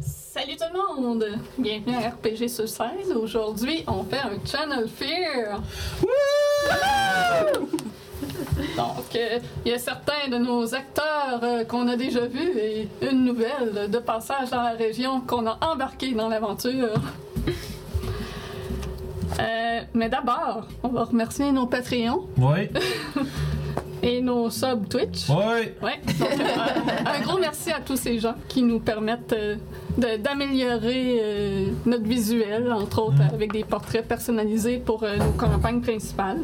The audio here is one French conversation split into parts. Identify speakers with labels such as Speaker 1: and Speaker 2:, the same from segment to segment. Speaker 1: Salut tout le monde! Bienvenue à RPG Suicide. Aujourd'hui, on fait un Channel Fear! Donc, euh, il y a certains de nos acteurs euh, qu'on a déjà vus et une nouvelle de passage dans la région qu'on a embarqué dans l'aventure. Euh, mais d'abord, on va remercier nos Patreons
Speaker 2: Oui,
Speaker 1: et nos subs Twitch.
Speaker 2: oui.
Speaker 1: Ouais. Donc, un, un gros merci à tous ces gens qui nous permettent euh, de- d'améliorer euh, notre visuel, entre autres
Speaker 2: Mm.
Speaker 1: avec des portraits personnalisés pour euh, nos campagnes principales.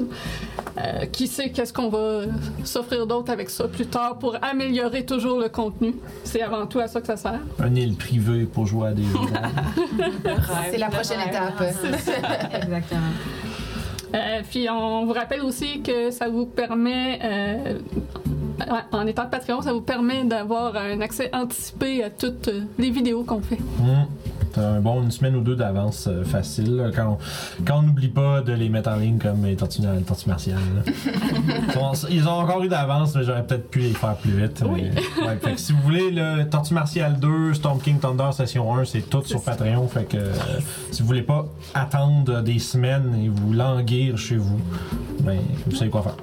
Speaker 1: Euh, qui sait qu'est-ce qu'on va s'offrir d'autre avec ça plus tard pour améliorer toujours le contenu. C'est avant tout à ça que ça sert.
Speaker 2: Un île privée pour jouer à des jeux. Ah
Speaker 3: C'est la prochaine étape.
Speaker 4: Exactement.
Speaker 1: Euh, puis on vous rappelle aussi que ça vous permet, euh, en- en étant Patreon, ça vous permet d'avoir un accès anticipé à toutes euh, les vidéos qu'on fait.
Speaker 2: Hum. T'as un bon une semaine ou deux d'avance euh, facile là, quand on- quand on n'oublie pas de les mettre en ligne comme les tortues, les tortues martiales. là. ils, sont- ils ont encore eu d'avance, mais j'aurais peut-être pu les faire plus vite.
Speaker 1: Oui.
Speaker 2: mais- ouais, fait que si vous voulez, le Tortue Martiale 2, Storm King Thunder Session 1, c'est tout sur Patreon. Fait que euh, si vous voulez pas attendre des semaines et vous languir chez vous, ben, vous savez quoi faire.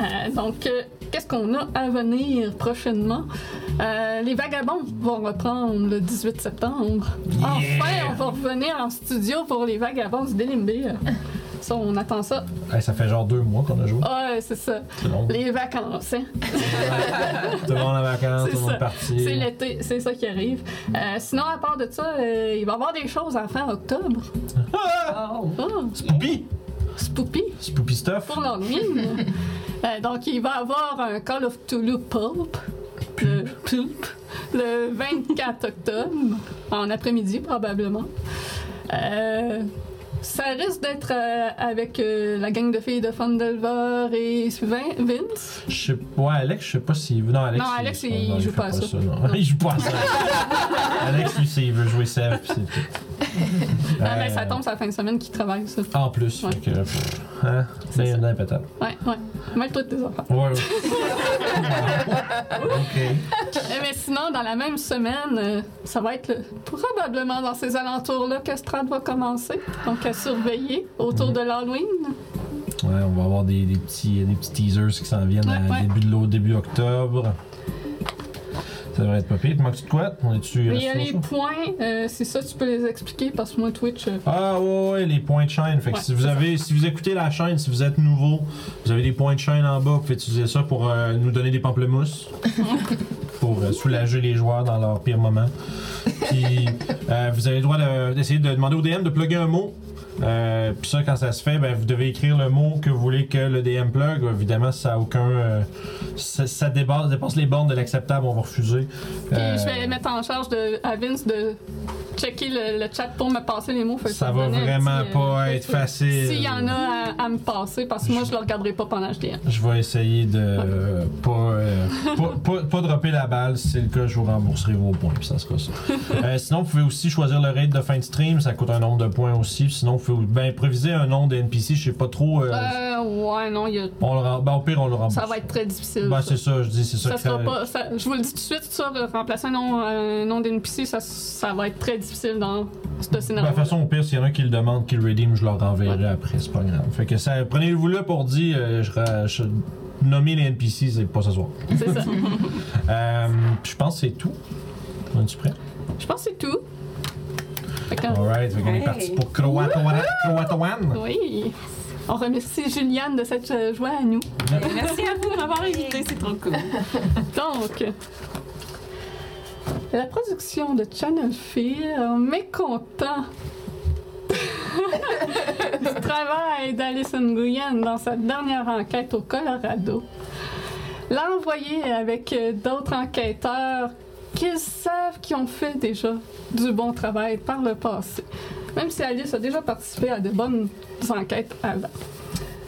Speaker 1: Euh, donc, euh, qu'est-ce qu'on a à venir prochainement? Euh, les Vagabonds vont reprendre le 18 septembre. Enfin, on va revenir en studio pour les Vagabonds du Délimbé. Ça, on attend ça.
Speaker 2: Hey, ça fait genre deux mois qu'on a joué.
Speaker 1: Ah, c'est ça.
Speaker 2: C'est long.
Speaker 1: Les vacances, hein?
Speaker 2: Tout le monde en vacances,
Speaker 1: C'est
Speaker 2: tout le monde
Speaker 1: ça.
Speaker 2: est parti.
Speaker 1: C'est l'été, c'est ça qui arrive. Euh, sinon, à part de ça, euh, il va y avoir des choses à fin octobre.
Speaker 2: Ah!
Speaker 4: Oh!
Speaker 1: Oh,
Speaker 2: Spoopy!
Speaker 1: Spoopy!
Speaker 2: Spoopy stuff!
Speaker 1: pour l'Halloween. Euh, donc, il va avoir un Call of Cthulhu Pulp, le, Pulp, le 24 octobre, en après-midi probablement. Euh, ça risque d'être euh, avec euh, la gang de filles de Fandelver et Vin- Vince.
Speaker 2: Je sais ouais, Alex, je sais pas s'il veut. Non, Alex,
Speaker 1: Non, Alex, il
Speaker 2: non,
Speaker 1: joue
Speaker 2: fait
Speaker 1: pas à ça.
Speaker 2: non.
Speaker 1: Non.
Speaker 2: il joue pas à ça. Alex, lui, c'est- il veut jouer Sev, pis c'est tout.
Speaker 1: Ah, ben, ça
Speaker 2: Euh,
Speaker 1: tombe, c'est la fin de semaine qu'ils travaillent, ça.
Speaker 2: En plus,
Speaker 1: Ouais.
Speaker 2: fait que. pff, Hein? Là, il y en a un pétard.
Speaker 1: Ouais, ouais. Mets-toi de tes enfants.
Speaker 2: Ouais, ouais. ok.
Speaker 1: Eh, Mais sinon, dans la même semaine, euh, ça va être le- probablement dans ces alentours-là que Strad va commencer. Donc, à surveiller autour de l'Halloween.
Speaker 2: Ouais, on va avoir des, des, petits, des petits teasers qui s'en viennent
Speaker 1: Ouais,
Speaker 2: à
Speaker 1: ouais.
Speaker 2: début de l'eau, début octobre. Ça devrait être pas pire. Te manques-tu de quoi? On est-tu.
Speaker 1: Mais il y a
Speaker 2: resté au
Speaker 1: les
Speaker 2: chaud?
Speaker 1: points, euh, c'est ça, tu peux les expliquer parce que moi, Twitch. euh,
Speaker 2: Ah ouais, ouais, les points de chaîne. Fait que
Speaker 1: Ouais,
Speaker 2: si vous
Speaker 1: c'est
Speaker 2: avez, si vous écoutez la chaîne, si vous êtes nouveau, vous avez des points de chaîne en bas, vous pouvez utiliser ça pour euh, nous donner des pamplemousses. pour euh, soulager les joueurs dans leur pire moment. Puis euh, vous avez le droit de- d'essayer de demander au DM de plugger un mot. Euh, Puis ça, quand ça se fait, ben, vous devez écrire le mot que vous voulez que le DM plug. Évidemment, ça a aucun. euh, ça ça dépasse, dépasse les bornes de l'acceptable, on va refuser.
Speaker 1: Puis
Speaker 2: Euh,
Speaker 1: je vais mettre en charge de, à Vince de checker le, le chat pour me passer les mots. Fait que
Speaker 2: Ça
Speaker 1: me
Speaker 2: va
Speaker 1: donnait un
Speaker 2: vraiment
Speaker 1: petit, euh,
Speaker 2: pas
Speaker 1: petit
Speaker 2: être
Speaker 1: truc.
Speaker 2: facile.
Speaker 1: S'il y en a à, à me passer, parce que moi, je le regarderai pas pendant HDM.
Speaker 2: Je vais essayer de euh, pas, euh, pas, pas- pas dropper la balle. Si c'est le cas, je vous rembourserai vos points. Puis ça sera ça. Euh, sinon, vous pouvez aussi choisir le raid de fin de stream. Ça coûte un nombre de points aussi. Sinon, vous pouvez ben, improviser un nom de NPC. Je sais pas trop. euh,
Speaker 1: Euh, ouais, non, il y a-
Speaker 2: on le rem- ben, au pire, on le rembourse.
Speaker 1: ça va être très difficile.
Speaker 2: Ben,
Speaker 1: ça.
Speaker 2: c'est ça, je dis. C'est ça,
Speaker 1: Ça
Speaker 2: que
Speaker 1: sera pas, ça- je vous le dis tout de suite, ça, de remplacer un nom, un nom d'NPC, ça, ça va être très difficile dans ce
Speaker 2: Ben, de
Speaker 1: scénario.
Speaker 2: toute façon, au pire, s'il y en a qui le demandent, qui le redeem, je leur renverrai après. C'est pas grave. Fait que ça, prenez-vous là pour dire. euh, je, ra- je- nommer les NPC, c'est pas ce soir.
Speaker 1: c'est ça.
Speaker 2: Euh, je pense que c'est tout. Es-tu prêt?
Speaker 1: Je pense que c'est tout. Fait que,
Speaker 2: Alright, on est
Speaker 4: Hey.
Speaker 2: parti pour Croatoan. Croatoan.
Speaker 1: oui. On remercie Juliane de cette euh, joie à nous.
Speaker 4: Merci à vous de m'avoir invité, c'est trop cool.
Speaker 1: Donc, la production de Channel Fear, mécontent du travail d'Alison Nguyen dans sa dernière enquête au Colorado, l'a envoyé avec euh, d'autres enquêteurs qu'ils savent qu'ils ont fait déjà du bon travail par le passé, même si Alice a déjà participé à de bonnes enquêtes avant.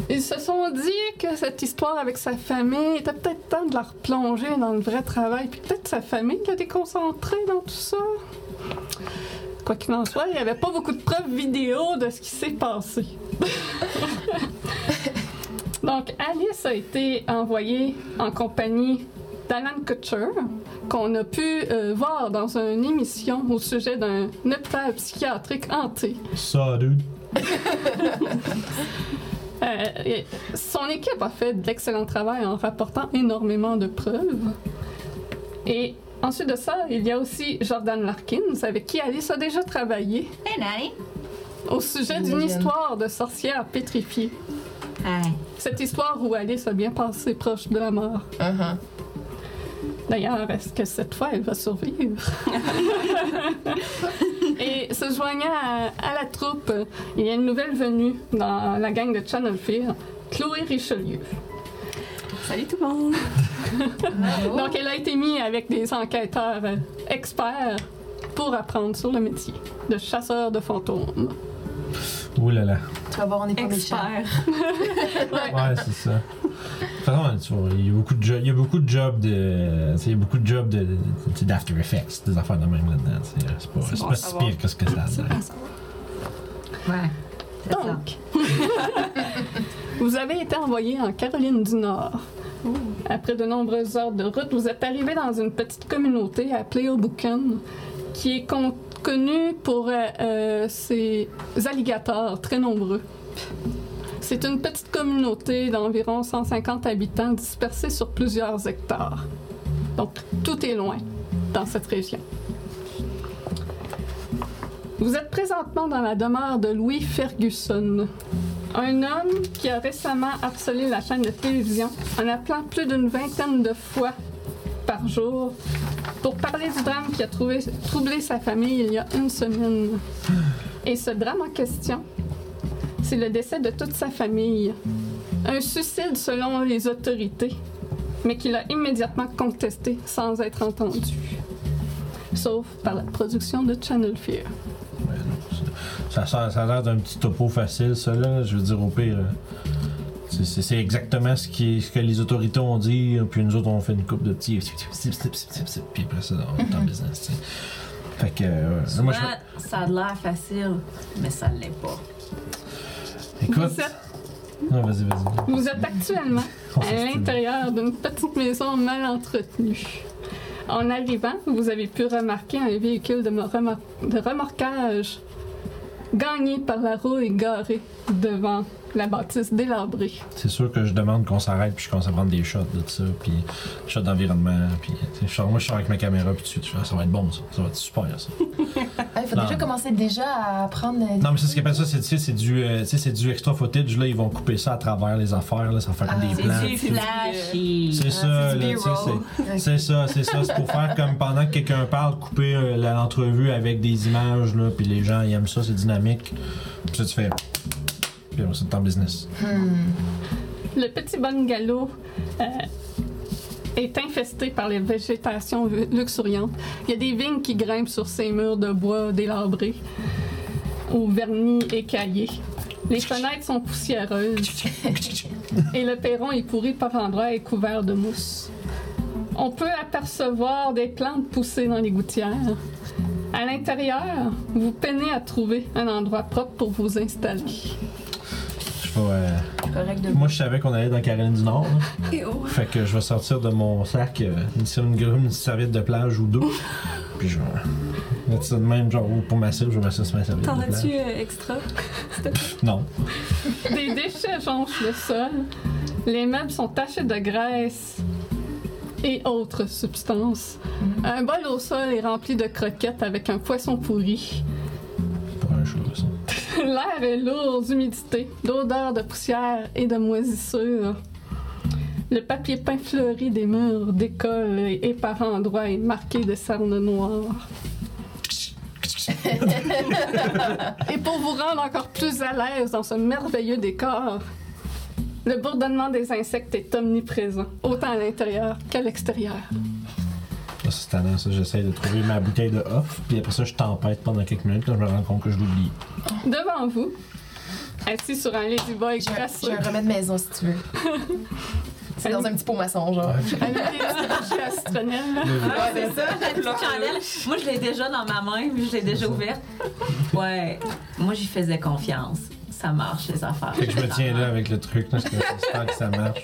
Speaker 1: Ils se sont dit que cette histoire avec sa famille était peut-être temps de la replonger dans le vrai travail, puis peut-être sa famille qui a été concentrée dans tout ça. Quoi qu'il en soit, il n'y avait pas beaucoup de preuves vidéo de ce qui s'est passé. Donc, Alice a été envoyée en compagnie d'Alan Kutcher, qu'on a pu euh, voir dans une émission au sujet d'un hôpital psychiatrique hanté.
Speaker 2: Ça, dude.
Speaker 1: Euh, et son équipe a fait d'excellent travail en rapportant énormément de preuves. Et ensuite de ça, il y a aussi Jordan Larkins, avec qui Alice a déjà travaillé,
Speaker 5: Hey, Nanny.
Speaker 1: au sujet d'une histoire de sorcière pétrifiée.
Speaker 5: Hi.
Speaker 1: Cette histoire où Alice a bien passé proche de la mort.
Speaker 3: Uh-huh.
Speaker 1: D'ailleurs, est-ce que cette fois, elle va survivre? Et se joignant à, à la troupe, il y a une nouvelle venue dans la gang de Channel Fear, Chloé Richelieu.
Speaker 4: Salut tout le monde.
Speaker 1: Donc, elle a été mise avec des enquêteurs euh, experts pour apprendre sur le métier de chasseur de fantômes.
Speaker 2: Ouh là là.
Speaker 3: Tu vas voir, on est pas méchants.
Speaker 4: Expert.
Speaker 2: Ouais, c'est ça. De toute façon, tu vois, il y a beaucoup de jobs, il y a beaucoup de jobs de, tu sais, il y a beaucoup de jobs de, de- de- d'After Effects, des affaires de même là-dedans. tu sais, C'est pas,
Speaker 4: C'est
Speaker 2: c'est
Speaker 4: bon
Speaker 2: pas
Speaker 4: à
Speaker 2: si
Speaker 4: savoir.
Speaker 2: pire que ce que ça a
Speaker 4: C'est
Speaker 2: l'air.
Speaker 4: bon à savoir.
Speaker 5: Ouais. C'est ça.
Speaker 1: Donc, vous avez été envoyé en Caroline du Nord. Après de nombreuses heures de route, vous êtes arrivé dans une petite communauté appelée Hoboken, qui est con- connue pour euh, euh, ses alligators très nombreux. C'est une petite communauté d'environ 150 habitants dispersés sur plusieurs hectares. Donc, tout est loin dans cette région. Vous êtes présentement dans la demeure de Louis Ferguson, un homme qui a récemment harcelé la chaîne de télévision en appelant plus d'une vingtaine de fois par jour pour parler du drame qui a trouvé- troublé sa famille il y a une semaine. Et ce drame en question, c'est le décès de toute sa famille. Un suicide selon les autorités, mais qu'il a immédiatement contesté sans être entendu. Sauf par la production de Channel Fear.
Speaker 2: Ouais, non, ça, ça, ça a l'air d'un petit topo facile, ça là. Je veux dire, au pire, euh, c'est- c'est c'est exactement ce, qui est- ce que les autorités ont dit, puis nous autres, on fait une coupe de petits. Puis après ça, on est en business, tu sais. Fait que. euh, moi, je-
Speaker 4: Souvent, Ça a l'air facile, mais ça ne l'est pas.
Speaker 2: Écoute.
Speaker 1: Vous êtes-
Speaker 2: Non, vas-y, vas-y.
Speaker 1: Vous êtes actuellement
Speaker 2: On
Speaker 1: à
Speaker 2: s'excuse.
Speaker 1: l'intérieur d'une petite maison mal entretenue. En arrivant, vous avez pu remarquer un véhicule de, mo- remor- de remorquage gagné par la roue et garé devant la bâtisse délabrée.
Speaker 2: C'est sûr que je demande qu'on s'arrête puis je commence à prendre des shots de tout ça, puis des shots d'environnement, puis tu sais, je sors- moi je sors avec ma caméra puis tu, tu fais, Ah, ça va être bon ça, ça va être super ça.
Speaker 3: Ah, il faut
Speaker 2: Non.
Speaker 3: déjà commencer déjà à prendre. euh,
Speaker 2: Non mais c'est ce qu'ils appellent ça, c'est tu sais, c'est du, euh, tu sais, c'est du extra footage là, ils vont couper ça à travers les affaires là, ça va faire comme
Speaker 3: Ah.
Speaker 2: des
Speaker 5: C'est
Speaker 2: plans.
Speaker 5: du flashy.
Speaker 2: euh, C'est ça,
Speaker 6: Ah,
Speaker 4: Ah, c'est du
Speaker 2: là, tu sais,
Speaker 4: B-roll.
Speaker 2: c'est- c'est ça, c'est ça, c'est pour faire comme pendant que quelqu'un parle, couper euh, la- l'entrevue avec des images là, puis les gens ils aiment ça, c'est dynamique. Puis ça tu fais, puis après, c'est en business.
Speaker 3: hmm.
Speaker 1: Le petit bungalow euh, est infesté par les végétations vu- luxuriantes. Il y a des vignes qui grimpent sur ces murs de bois délabrés, au vernis écaillé. Les fenêtres sont poussiéreuses et le perron est pourri par endroits et couvert de mousse. On peut apercevoir des plantes poussées dans les gouttières. À l'intérieur, vous peinez à trouver un endroit propre pour vous installer.
Speaker 2: Je vais, euh,
Speaker 4: Correct de
Speaker 2: Moi, je savais qu'on allait dans Caroline du Nord. là.
Speaker 4: oh,
Speaker 2: Fait que je vais sortir de mon sac euh, une, une, une serviette de plage ou deux. Puis je vais mettre ça de même, genre pour ma cible, je vais mettre ça sur ma serviette
Speaker 4: T'en
Speaker 2: de plage.
Speaker 4: as-tu euh, extra?
Speaker 2: Non.
Speaker 1: Des déchets jonchent le sol. Les meubles sont tachés de graisse et autres substances. Un bol au sol est rempli de croquettes avec un poisson pourri.
Speaker 2: Pour un chose. ça.
Speaker 1: L'air est lourd d'humidité, d'odeur de poussière et de moisissure. Le papier peint fleuri des murs décolle et, et par endroits est marqué de cernes noires. et pour vous rendre encore plus à l'aise dans ce merveilleux décor, le bourdonnement des insectes est omniprésent, autant à l'intérieur qu'à l'extérieur.
Speaker 2: Ça, c'est tannant, ça. J'essaie de trouver ma bouteille de off. Puis après ça, je tempête pendant quelques minutes quand je me rends compte que je l'oublie.
Speaker 1: Devant vous, assis sur un ladyboy
Speaker 3: J'ai un- j'ai
Speaker 1: crasseux,
Speaker 3: un remède maison si tu veux. C'est dans un petit pot maçon, genre.
Speaker 1: avec des petits astroniels, là.
Speaker 4: Ah,
Speaker 3: Ouais, c'est ça.
Speaker 4: La petite chandelle, Moi, je l'ai déjà dans ma main, puis je l'ai déjà ouverte. Ouais. Moi, j'y faisais confiance.
Speaker 7: ça marche, les affaires.
Speaker 2: Fait que je me tiens là avec le truc, là, parce que j'espère que ça marche.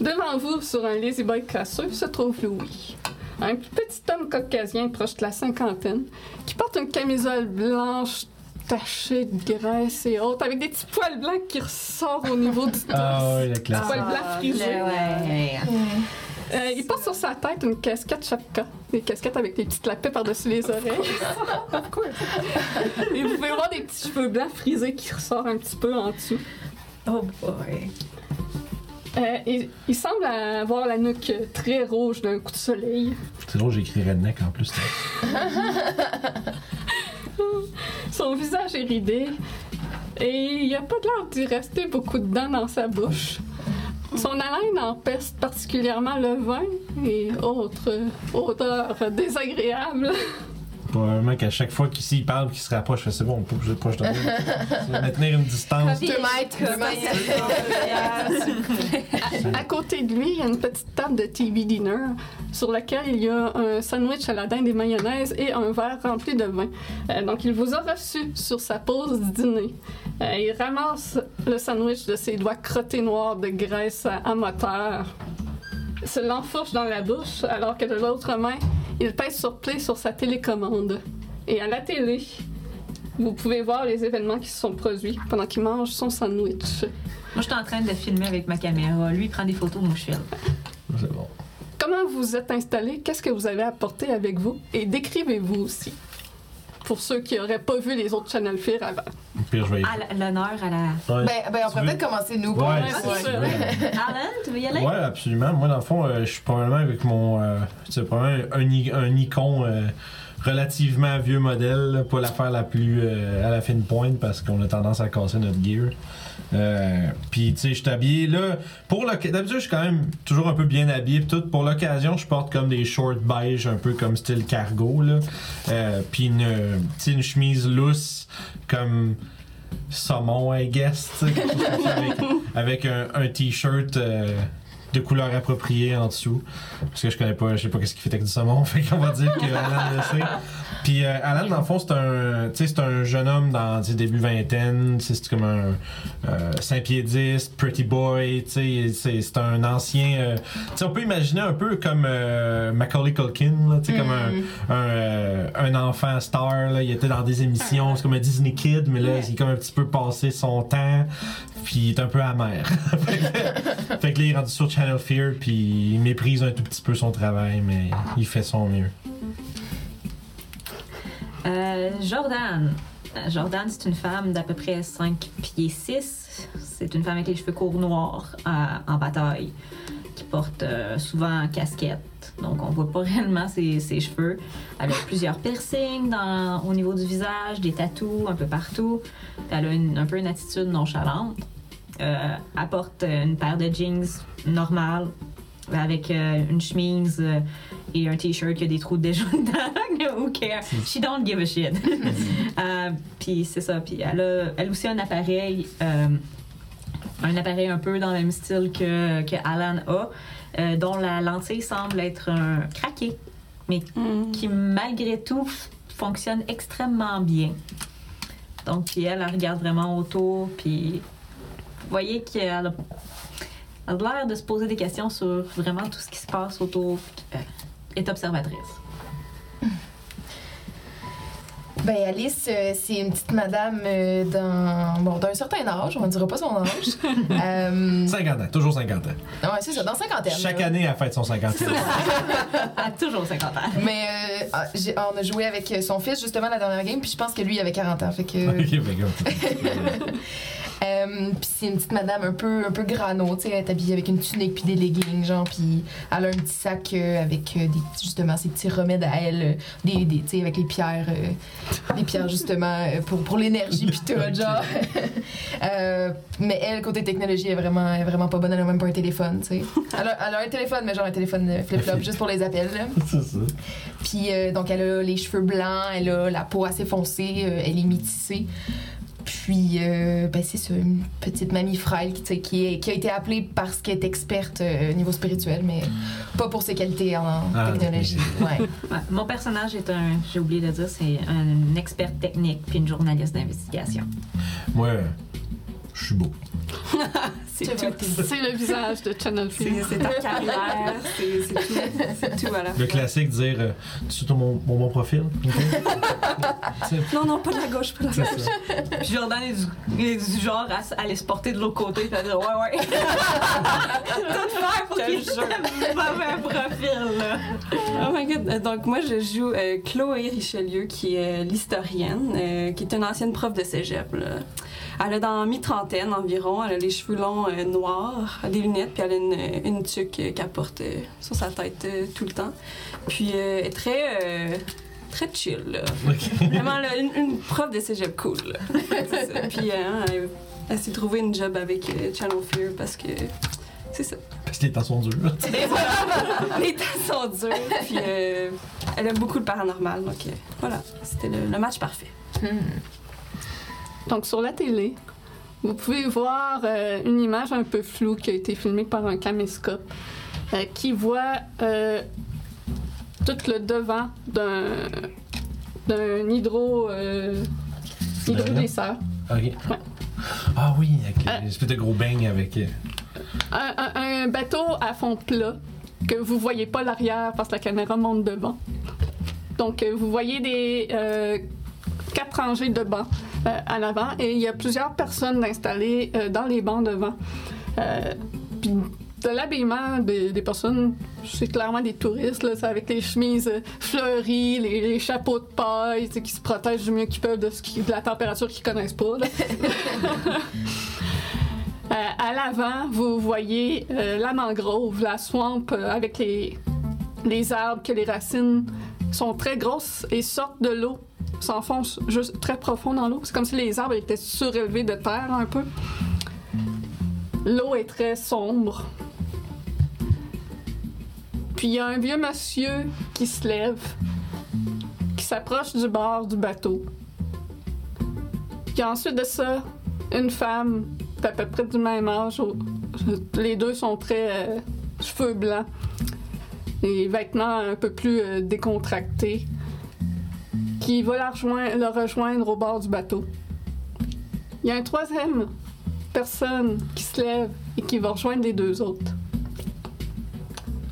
Speaker 1: Devant vous, sur un lazy-boy crasseux, se trouve Louis. Un petit homme caucasien proche de la cinquantaine qui porte une camisole blanche tachée de graisse et haute avec des petits poils blancs qui ressortent au niveau du torse.
Speaker 2: Ah oui, la classe.
Speaker 1: Poils blancs
Speaker 3: Ah,
Speaker 1: frisés.
Speaker 6: ouais.
Speaker 1: Euh, il porte sur sa tête une casquette chapka, des casquettes avec des petites lapets par-dessus les oreilles. Et vous pouvez voir des petits cheveux blancs frisés qui ressortent un petit peu en dessous.
Speaker 7: Oh boy.
Speaker 1: Euh, et- il semble avoir la nuque très rouge d'un coup de soleil.
Speaker 2: C'est drôle, j'ai écrit redneck en plus.
Speaker 1: Son visage est ridé et il a pas l'air d'y rester beaucoup de dents dans sa bouche. Son haleine empeste particulièrement le vin et autres euh, odeurs désagréables.
Speaker 2: Probablement qu'à chaque fois qu'il s'y parle, qu'il se rapproche, je fais, c'est bon, on peut je proche de moi. Je vais maintenir une distance.
Speaker 3: Deux mètres, deux mètres.
Speaker 1: À côté de lui, il y a une petite table de TV dinner sur laquelle il y a un sandwich à la dinde et mayonnaise et un verre rempli de vin. Euh, donc, il vous a reçu sur sa pause dîner. Euh, il ramasse le sandwich de ses doigts crottés noirs de graisse à, à moteur, se l'enfourche dans la bouche, alors que de l'autre main, il pèse sur play sur sa télécommande. Et à la télé, vous pouvez voir les événements qui se sont produits pendant qu'il mange son sandwich.
Speaker 6: Moi, je suis en train de filmer avec ma caméra. Lui, il prend des photos, moi, je filme.
Speaker 2: C'est bon.
Speaker 1: Comment vous êtes installé? Qu'est-ce que vous avez apporté avec vous? Et décrivez-vous aussi. Pour ceux qui n'auraient pas vu les autres Channel Fear avant.
Speaker 2: Au pire, je vais y
Speaker 6: Ah, l- l'honneur à la.
Speaker 2: Ouais.
Speaker 3: Ben, ben, on pourrait
Speaker 2: Tu
Speaker 3: peut-être commencer nous.
Speaker 2: Ouais,
Speaker 3: par-
Speaker 2: c'est
Speaker 1: ouais.
Speaker 2: ça.
Speaker 6: Alan, tu veux y aller?
Speaker 2: Ouais, absolument. Moi, dans le fond, euh, je suis probablement avec mon. euh, tu sais, probablement un, i- un icon euh, relativement vieux modèle, là, pas l'affaire la plus euh, à la fine pointe parce qu'on a tendance à casser notre gear. Euh, puis tu sais, je suis habillé là. Pour l'oc- d'habitude, je suis quand même toujours un peu bien habillé. pis Tout pour l'occasion, je porte comme des shorts beige, un peu comme style cargo là. Euh, puis une, tu sais, une chemise lousse comme saumon, I guess. tu sais, quelque chose comme ça, avec, avec un, un t-shirt. euh, de couleur appropriée en dessous. Parce que je connais pas, je sais pas qu'est-ce qu'il fait avec du saumon, fait qu'on va dire que Alan le sait. Puis euh, Alan, dans le fond, c'est un, tu sais, c'est un jeune homme dans tu sais, début vingtaine, tu sais, c'est comme un euh, 5 pieds 10, pretty boy, tu sais, c'est c'est un ancien. euh, tu sais, on peut imaginer un peu comme euh, Macaulay Culkin, là, tu sais, comme
Speaker 3: Mm. Hmm.
Speaker 2: un, un, euh, un enfant star, là, il était dans des émissions, c'est comme un Disney Kid, mais là, il est comme un petit peu passé son temps, puis il est un peu amer. Fait que là, il est rendu sur Channel Fear, puis il méprise un tout petit peu son travail, mais il fait son mieux.
Speaker 6: Euh, Jordan. Euh, Jordan, c'est une femme d'à peu près 5 pieds 6. C'est une femme avec les cheveux courts noirs euh, en bataille qui porte euh, souvent casquette. Donc, on voit pas réellement ses, ses cheveux. Elle a plusieurs piercings dans- au niveau du visage, des tatous un peu partout. Puis Elle a une- un peu une attitude nonchalante. Euh, elle porte une paire de jeans normales avec euh, une chemise euh, et un t-shirt qui a des trous déjà dedans. Who cares? She don't give a shit. Euh, Puis c'est ça. Puis elle a elle aussi un appareil, euh, un appareil un peu dans le même style que, que Alan a, euh, dont la lentille semble être un craqué, mais
Speaker 4: Hmm.
Speaker 6: qui malgré tout f- fonctionne extrêmement bien. Donc, puis elle, elle regarde vraiment autour, puis vous voyez qu'elle a, elle a l'air de se poser des questions sur vraiment tout ce qui se passe autour, puis qu'elle est observatrice.
Speaker 3: Ben, Alice, euh, c'est une petite madame euh, d'un bon, d'un certain âge, on ne dira pas son âge. euh,
Speaker 2: 50 ans, toujours 50 ans.
Speaker 3: ouais, c'est ça, dans cinquantaine.
Speaker 2: Chaque
Speaker 3: là.
Speaker 2: année, elle fête son 50 ans.
Speaker 6: Elle
Speaker 5: Ah,
Speaker 6: a toujours 50 ans.
Speaker 3: Mais euh, ah, j'ai- on a joué avec son fils justement la dernière game, puis je pense que lui il avait 40 ans. Fait que.
Speaker 2: Ok, ben, go.
Speaker 3: Euh, puis c'est une petite madame un peu, un peu grano, tu sais, elle est habillée avec une tunique puis des leggings, genre, puis elle a un petit sac euh, avec euh, des, petits- justement ces petits remèdes à elle, euh, des, des, tu sais, avec les pierres, euh, les pierres justement euh, pour, pour l'énergie puis tout, genre. Euh, mais elle, côté technologie, elle est vraiment, elle est vraiment pas bonne, elle a même pas un téléphone, tu sais. Elle, a- elle a un téléphone, mais genre un téléphone euh, flip-flop juste pour les appels, là.
Speaker 2: C'est ça.
Speaker 3: Puis euh, donc elle a les cheveux blancs, elle a la peau assez foncée, euh, elle est métissée. Puis Puis, euh, ben, c'est ça, une petite mamie frêle qui, tu sais, qui, est- qui a été appelée parce qu'elle est experte euh, au niveau spirituel, mais pas pour ses qualités en
Speaker 2: Ah,
Speaker 3: technologie. Ouais.
Speaker 5: Ouais, mon personnage est un, j'ai oublié de dire, c'est un expert technique puis une journaliste d'investigation.
Speaker 2: Moi, euh, je suis beau.
Speaker 4: C'est tout.
Speaker 1: C'est le visage de Channel
Speaker 4: C'est
Speaker 1: Fear.
Speaker 4: c'est ta carrière, c'est c'est tout. C'est tout hein. à la
Speaker 2: Le
Speaker 4: fois.
Speaker 2: classique, dire euh, tu sur mon, mon bon profil. ok? Tu sais,
Speaker 4: Non, non, pas de la gauche, pas de la
Speaker 2: c'est ça.
Speaker 5: Puis Jordan est du, est du genre à, s- à aller se porter de l'autre côté puis à dire ouais ouais. Tout faire pour qu'il joue un profil là.
Speaker 4: Oh my god. Euh, Donc, moi, je joue euh, Chloé Richelieu, qui est l'historienne, euh, qui est une ancienne prof de cégep. là. Elle a dans mi-trentaine environ, elle a les cheveux longs euh, noirs, elle a des lunettes, puis elle a une, une tuque euh, qu'elle porte euh, sur sa tête euh, tout le temps. Puis, euh, elle est très. euh, Très chill, là. Vraiment, là, une, une prof de cégep cool, là. C'est ça. Puis, euh, elle, elle s'est trouvée une job avec euh, Channel Fear parce que c'est ça.
Speaker 2: Parce que les temps sont durs.
Speaker 4: Les temps sont durs, puis euh, elle aime beaucoup le paranormal, donc euh, voilà, c'était le, le match parfait.
Speaker 3: hmm.
Speaker 1: Donc, sur la télé, vous pouvez voir euh, une image un peu floue qui a été filmée par un caméscope euh, qui voit euh, tout le devant d'un d'un hydro. Euh, hydro des sœurs.
Speaker 2: Ok. Ah oui, avec les espèces de gros beignes avec. euh,
Speaker 1: Un, un- un bateau à fond plat que vous voyez pas l'arrière parce que la caméra monte devant. Donc euh, vous voyez des euh, quatre rangées de bancs euh, à l'avant et il y a plusieurs personnes installées euh, dans les bancs devant. Euh, puis de l'habillement des, des personnes, c'est clairement des touristes, là, c'est avec les chemises euh, fleuries, les, les chapeaux de paille, tu sais, qui se protègent du mieux qu'ils peuvent de, ce qui- de la température qu'ils connaissent pas. là. Euh, à l'avant, vous voyez euh, la mangrove, la swamp euh, avec les, les arbres que les racines sont très grosses et sortent de l'eau, s'enfoncent juste très profond dans l'eau. C'est comme si les arbres étaient surélevés de terre un peu. L'eau est très sombre. Puis il y a un vieux monsieur qui se lève, qui s'approche du bord du bateau. Puis ensuite de ça, une femme à peu près du même âge. au- Les deux sont très euh, cheveux blancs. Les vêtements un peu plus euh, décontractés. Qui va la rejoin- le rejoindre au bord du bateau. Il y a une troisième personne qui se lève et qui va rejoindre les deux autres.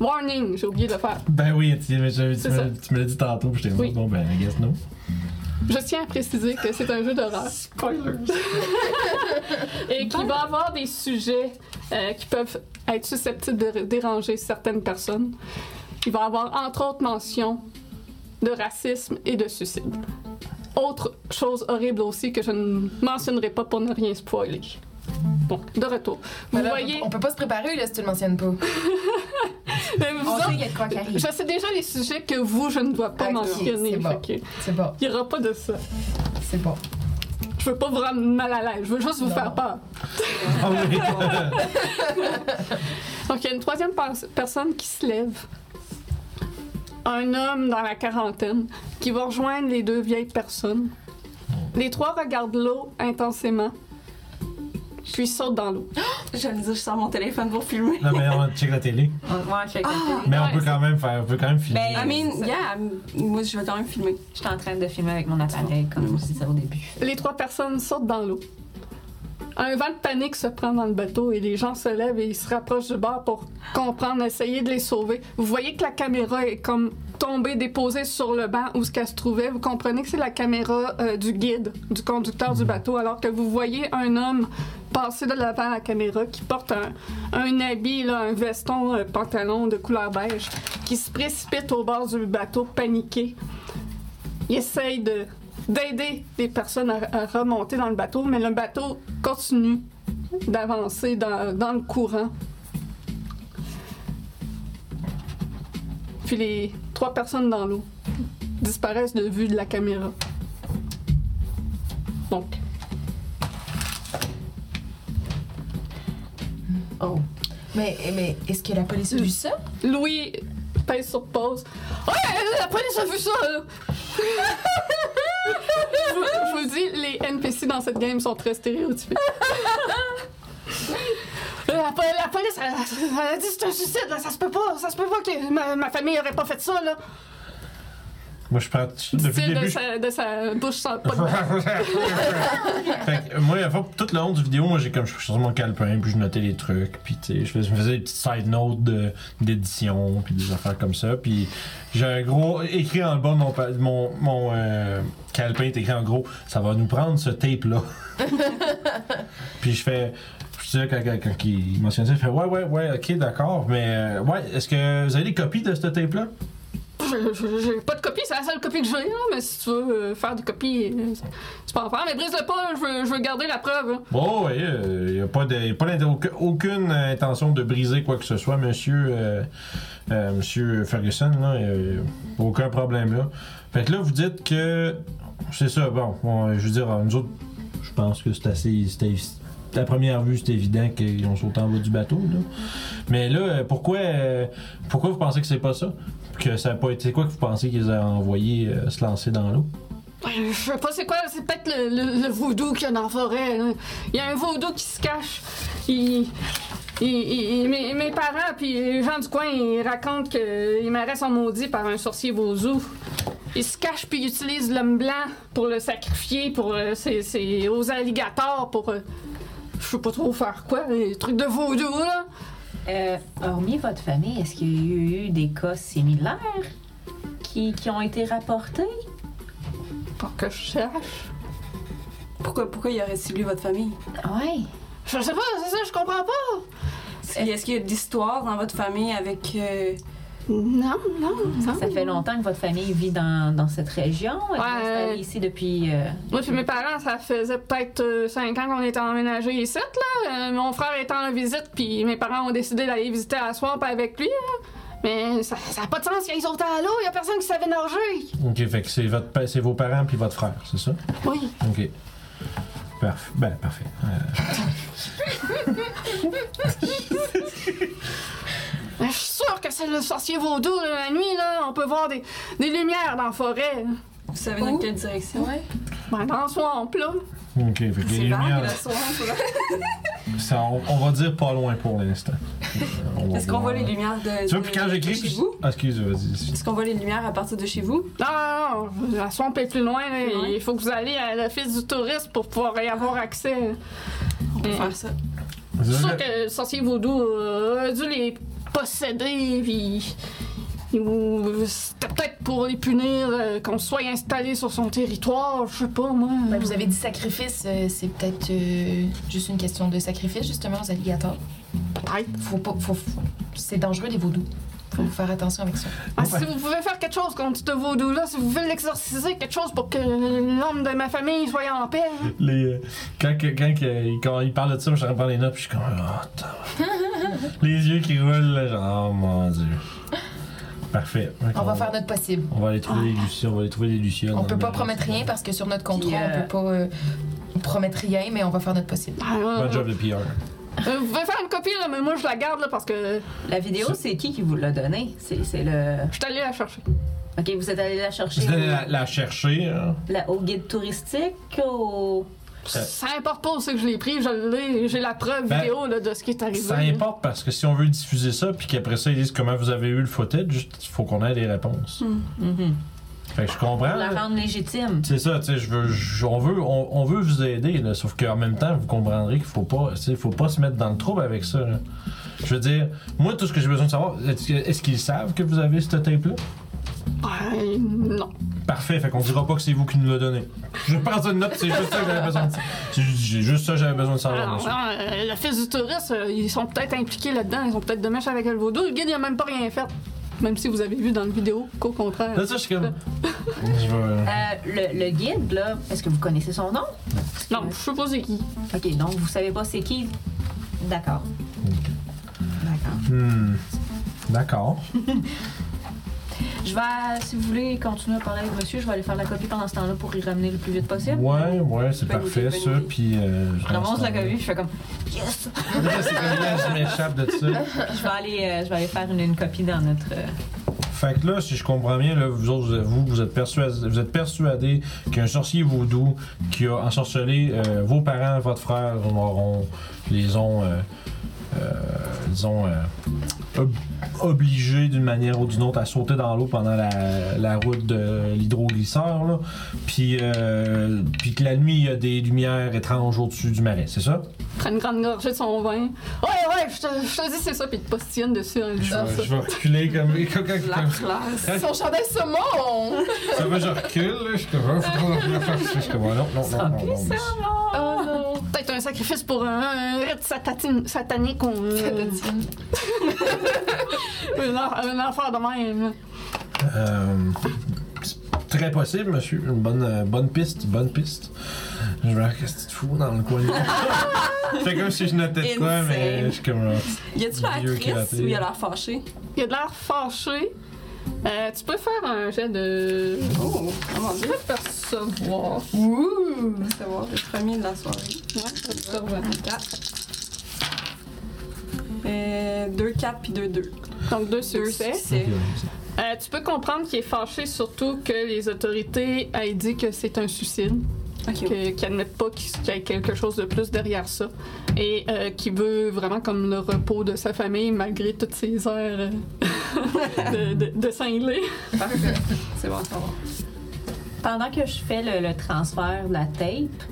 Speaker 1: Warning, j'ai oublié de le faire.
Speaker 2: Ben oui, tu, mais je- tu
Speaker 1: C'est
Speaker 2: me-
Speaker 1: ça.
Speaker 2: tu me l'as dit tantôt, puis j'étais
Speaker 1: Oui.
Speaker 2: bon, ben, I guess no.
Speaker 1: Je tiens à préciser que c'est un jeu d'horreur. Spoilers! Et qu'il va avoir des sujets euh, qui peuvent être susceptibles de déranger certaines personnes. Il va avoir entre autres mention de racisme et de suicide. Autre chose horrible aussi que je ne mentionnerai pas pour ne rien spoiler. Bon, de retour. Vous
Speaker 3: Mais là, on peut-
Speaker 1: voyez,
Speaker 3: On peut pas se préparer là, si tu le mentionnes pas.
Speaker 1: mais vous
Speaker 3: On sait
Speaker 1: autres,
Speaker 3: qu'il y a de quoi qui arrive.
Speaker 1: je sais déjà les sujets que vous, je ne dois pas
Speaker 3: Ok,
Speaker 1: mentionner.
Speaker 3: c'est bon.
Speaker 1: fait que
Speaker 3: C'est bon,
Speaker 1: Il n'y aura pas de ça.
Speaker 3: c'est bon.
Speaker 1: Je veux pas vous rendre mal à l'aise, je veux juste vous
Speaker 3: Non.
Speaker 1: faire peur.
Speaker 2: Ah oui!
Speaker 1: Donc, il y a une troisième pers- personne qui se lève. Un homme dans la quarantaine qui va rejoindre les deux vieilles personnes. Les trois regardent l'eau intensément, puis sautent dans l'eau.
Speaker 4: J'allais dire, je sors mon téléphone pour filmer.
Speaker 2: non, mais on check la télé.
Speaker 5: On va checker.
Speaker 2: Mais
Speaker 1: Ouais,
Speaker 2: on peut quand même faire, on peut quand même filmer.
Speaker 5: Ben,
Speaker 4: I mean, yeah, m- moi je vais quand même filmer.
Speaker 5: Je suis en train de filmer avec mon appareil comme on se disait au début.
Speaker 1: Les trois personnes sautent dans l'eau. Un vent de panique se prend dans le bateau et les gens se lèvent et ils se rapprochent du bord pour comprendre, essayer de les sauver. Vous voyez que la caméra est comme tombée, déposée sur le banc où ce qu'elle se trouvait. Vous comprenez que c'est la caméra euh, du guide, du conducteur du bateau, alors que vous voyez un homme passer de l'avant à la caméra qui porte un, un habit, là, un veston, un pantalon de couleur beige, qui se précipite au bord du bateau paniqué. Il essaye de d'aider les personnes à, à remonter dans le bateau, mais le bateau continue d'avancer dans, dans le courant. Puis les trois personnes dans l'eau disparaissent de vue de la caméra. Donc,
Speaker 3: Oh. Mais, mais est-ce que la police a vu ça?
Speaker 1: Louis pèse sur pause. Oh, Ouais, la police a vu ça! là! je, vous- je vous dis, les NPC aussi dans cette game sont très stéréotypés. Euh, La, po- la police, elle, elle a dit c'est un suicide, là, ça se peut pas, ça se peut pas que ma, ma famille aurait pas fait ça, là.
Speaker 2: Moi, je prends. Depuis le
Speaker 1: Dit-il de,
Speaker 2: début, je
Speaker 1: sa, de sa bouche sans pas de
Speaker 2: fait que, euh, moi, la fois, tout le long du vidéo, moi, j'ai comme, je suis sur mon calepin, puis je notais les trucs, puis tu sais, je fais- je faisais des petites side notes de- d'édition, puis des affaires comme ça, puis j'ai un gros, écrit en bas, de mon, pa- mon, mon euh, calepin est écrit en gros, ça va nous prendre ce tape-là. puis je fais, je disais quand, quand, quand il mentionnait ça, il fait, ouais, ouais, ouais, ok, d'accord, mais, euh, ouais, est-ce que vous avez des copies de ce tape-là?
Speaker 1: Je- je- euh, J'ai pas de copie, c'est la seule copie que j'ai, là, mais si tu veux euh, faire des copies, euh, tu peux en faire. Mais brise-le pas, je veux, je veux garder la preuve. hein.
Speaker 2: Bon, il n'y a pas, de, Oh, euh, y a pas d'inter- auc- aucune intention de briser quoi que ce soit, monsieur, euh, euh, monsieur Ferguson. Là, y a- y a aucun problème là. Fait que là, vous dites que. C'est ça, bon, on- je veux dire, nous autres, je pense que c'est assez. C'était, à première vue, c'est évident qu'ils ont sauté en bas du bateau. Là. Mais là, euh, pourquoi, euh, pourquoi vous pensez que c'est pas ça? Que ça a pas été. C'est quoi que vous pensez qu'ils ont envoyé euh, se lancer dans l'eau?
Speaker 1: Ouais, Je sais pas c'est quoi, c'est peut-être le, le, le vaudou qu'il y a dans la forêt. là. Il y a un vaudou qui se cache. Il, il- il- il- mes, mes parents puis les gens du coin ils racontent que les marais sont maudits par un sorcier vaudou. Ils se cachent puis ils utilisent l'homme blanc pour le sacrifier pour euh, ses- ses- aux alligators pour euh, je sais pas trop faire quoi, les trucs de vaudou là.
Speaker 5: Euh, hormis votre famille, est-ce qu'il y a eu des cas similaires qui, qui ont été rapportés?
Speaker 1: Pas que je sache.
Speaker 4: Pourquoi, pourquoi il aurait ciblé votre famille?
Speaker 5: Oui.
Speaker 1: Je sais pas, c'est ça, je comprends pas.
Speaker 4: Est-ce qu'il y a- est-ce qu'il y a de l'histoire dans votre famille avec. euh,
Speaker 1: Non, non, non.
Speaker 5: Ça fait longtemps que votre famille vit dans, dans cette région. Elle
Speaker 1: Ouais.
Speaker 5: est installée ici depuis... euh,
Speaker 1: Moi puis mes parents, ça faisait peut-être 5 ans qu'on était emménagés ici, là. Euh, mon frère était en visite, puis mes parents ont décidé d'aller visiter la swamp avec lui, là. Mais ça n'a pas de sens, ils sauté à l'eau, il a personne qui savait nager.
Speaker 2: Ok, fait que c'est, votre, pa- c'est vos parents puis votre frère, c'est ça?
Speaker 1: Oui.
Speaker 2: Ok. Parfait. Ben, parfait. Euh,
Speaker 1: Mais Je suis sûre que c'est le sorcier vaudou, là, la nuit, là. On peut voir des, des lumières dans la forêt, là.
Speaker 4: Vous savez dans
Speaker 3: Où?
Speaker 4: quelle direction?
Speaker 1: Ben, dans la swamp, là.
Speaker 2: ok, fait que les
Speaker 4: C'est vague, la
Speaker 2: lumières,
Speaker 4: soirée.
Speaker 2: ça, on, on va dire pas loin pour l'instant. Euh, on va
Speaker 4: Est-ce qu'on
Speaker 2: voir.
Speaker 4: voit les lumières de.
Speaker 2: Tu vois, puis
Speaker 4: de-
Speaker 2: quand
Speaker 4: de
Speaker 2: j'écris.
Speaker 4: Chez
Speaker 2: puis-
Speaker 4: vous?
Speaker 2: Ah, excuse, vas-y.
Speaker 4: Est-ce qu'on voit les lumières à partir de chez vous?
Speaker 1: Non, non, non, la swamp est plus loin, là.
Speaker 4: Plus loin.
Speaker 1: Il faut que vous alliez à l'office du tourisme pour pouvoir y avoir accès.
Speaker 4: On peut
Speaker 1: Mm.
Speaker 4: faire ça.
Speaker 1: Je suis
Speaker 2: Vas-y,
Speaker 1: sûre que le sorcier vaudou euh, a dû les posséder, puis. ou C'était peut-être pour les punir, euh, qu'on soit installé sur son territoire, je sais pas moi.
Speaker 3: Ben, vous avez dit sacrifice, euh, c'est peut-être euh, juste une question de sacrifice, justement, aux alligators.
Speaker 1: Peut-être.
Speaker 3: Faut pas. Faut, faut- c'est dangereux, les vaudous. Faut faire attention avec ça.
Speaker 1: Ah, si vous pouvez faire quelque chose contre ce vaudou-là, si vous voulez l'exorciser, quelque chose pour que l'homme de ma famille soit en paix. hein.
Speaker 2: les, euh, quand, que- quand, que- quand il parle de ça, je reprends les notes, puis je suis comme. Oh, tabarnak. les yeux qui roulent, là, genre, oh mon dieu. Parfait.
Speaker 3: On va faire notre possible.
Speaker 2: On va aller trouver
Speaker 4: Ah.
Speaker 2: les lucioles. On va aller trouver les lucioles.
Speaker 3: On
Speaker 2: dans
Speaker 3: peut
Speaker 2: le
Speaker 3: pas
Speaker 2: magasin.
Speaker 3: promettre rien parce que sur notre contrat,
Speaker 5: Puis, euh,
Speaker 3: on peut pas euh, promettre rien, mais on va faire notre possible.
Speaker 1: Ah, euh,
Speaker 2: Bon job de PR.
Speaker 1: euh, vous pouvez faire une copie, là, mais moi je la garde là, parce que
Speaker 5: La vidéo, c'est qui qui vous l'a donnée? C'est c'est le...
Speaker 1: je suis allée la chercher.
Speaker 5: OK, vous êtes allé la chercher
Speaker 2: Vous allez la, la chercher, hein?
Speaker 5: la- au guide touristique, au...
Speaker 2: Ça-
Speaker 1: Ça importe pas où c'est que je l'ai pris, je l'ai, j'ai la preuve
Speaker 2: Euh. Ben,
Speaker 1: vidéo là, de ce qui est arrivé.
Speaker 2: Ça importe parce que si on veut diffuser ça, puis qu'après ça, ils disent comment vous avez eu le footage, juste, il faut qu'on ait les réponses.
Speaker 5: Mhm.
Speaker 2: Fait que je comprends.
Speaker 5: la
Speaker 2: là.
Speaker 5: rendre légitime.
Speaker 2: C'est ça, tu sais, je veux, je- on, veut, on, on veut vous aider, là, sauf qu'en même temps, vous comprendrez qu'il faut pas, tu sais, faut pas se mettre dans le trouble avec ça. là. Je veux dire, moi, tout ce que j'ai besoin de savoir, est-ce que- est-ce qu'ils savent que vous avez ce tape-là?
Speaker 1: Ben, non.
Speaker 2: Parfait, fait qu'on dira pas que c'est vous qui nous l'a donné. Je prends une note, c'est juste ça que j'avais besoin de c'est ju- J'ai juste ça que j'avais besoin de savoir.
Speaker 1: Alors,
Speaker 2: monsieur.
Speaker 1: non, euh, le fils du touriste, euh, ils sont peut-être impliqués là-dedans, ils sont peut-être de mèche avec le vaudou. Le guide, il a même pas rien fait. Même si vous avez vu dans la vidéo qu'au contraire.
Speaker 2: Là, ça, je suis comme. Je vais-
Speaker 5: Euh, le, le guide, là, est-ce que vous connaissez son nom?
Speaker 1: Non, je sais pas c'est qui.
Speaker 5: OK, donc vous savez pas c'est qui? D'accord. D'accord.
Speaker 2: Hmm. D'accord.
Speaker 5: Je vais, si vous voulez, continuer à parler avec monsieur, je vais aller faire la copie pendant ce temps-là pour y ramener le plus vite possible.
Speaker 2: Ouais, ouais, c'est
Speaker 4: Bonne
Speaker 2: parfait
Speaker 4: idée,
Speaker 2: ça.
Speaker 4: bonne idée.
Speaker 2: Puis. Euh, je
Speaker 5: Je ramasse
Speaker 2: reste
Speaker 5: la
Speaker 2: en-
Speaker 5: copie, je fais comme Yes!
Speaker 2: Là, c'est comme là, je m'échappe de ça.
Speaker 5: je, vais aller, euh, je vais aller faire une, une copie dans notre. euh,
Speaker 2: Fait que là, si je comprends bien, là, vous autres, vous, vous êtes persuadés, vous êtes persuadés qu'un sorcier vaudou qui a ensorcelé euh, vos parents, votre frère, on- on- les ont, euh, euh, disons, euh, ob- obligés d'une manière ou d'une autre à sauter dans l'eau pendant la, la route de l'hydroglisseur, là. Puis, euh, puis que la nuit, il y a des lumières étranges au-dessus du marais, c'est ça?
Speaker 1: Prends une grande gorgée de son vin. Ouais, ouais, je te, je te dis c'est ça, puis il te postillonne dessus en disant ça.
Speaker 2: vais reculer comme. comme,
Speaker 4: La classe.
Speaker 3: Son chandail saumon!
Speaker 2: Ça va, je recule, là, je suis comme, Ah, faut pas que je me fasse ça. Je suis comme, ah, non, non, non, non, non.
Speaker 1: Oh non! Peut-être un sacrifice pour un, un rite satatine- satanique ou euh, une, en- une affaire de même.
Speaker 2: Euh, c'est très possible, monsieur. Une bonne, euh, bonne piste, bonne piste. Je me dis, qu'est-ce que tu te fous dans le coin? C'est comme si je notais de quoi, mais je suis comme. euh,
Speaker 4: Y a-tu la
Speaker 2: Vieux
Speaker 4: triste
Speaker 2: craté.
Speaker 4: ou y a la fâchée?
Speaker 1: Il a de l'air fâché. Euh, tu peux faire un jet de.
Speaker 4: Oh, oh mon
Speaker 1: Je
Speaker 4: dieu.
Speaker 1: vais percevoir.
Speaker 3: Ouh!
Speaker 4: On va savoir le premier de la soirée.
Speaker 1: Ouais, percevoir.
Speaker 4: 2-4 Euh, puis 2-2.
Speaker 1: Donc deux succès.
Speaker 4: succès.
Speaker 1: Euh, tu peux comprendre qu'il est fâché surtout que les autorités aient dit que c'est un suicide,
Speaker 4: Ok.
Speaker 1: que- qu'ils n'admettent pas qu'il qu'il y ait quelque chose de plus derrière ça, et euh, qu'il veut vraiment comme le repos de sa famille malgré toutes ses heures euh, de, de, de cinglé.
Speaker 4: Parfait. C'est bon à savoir.
Speaker 6: Pendant que je fais le, le transfert de la tape,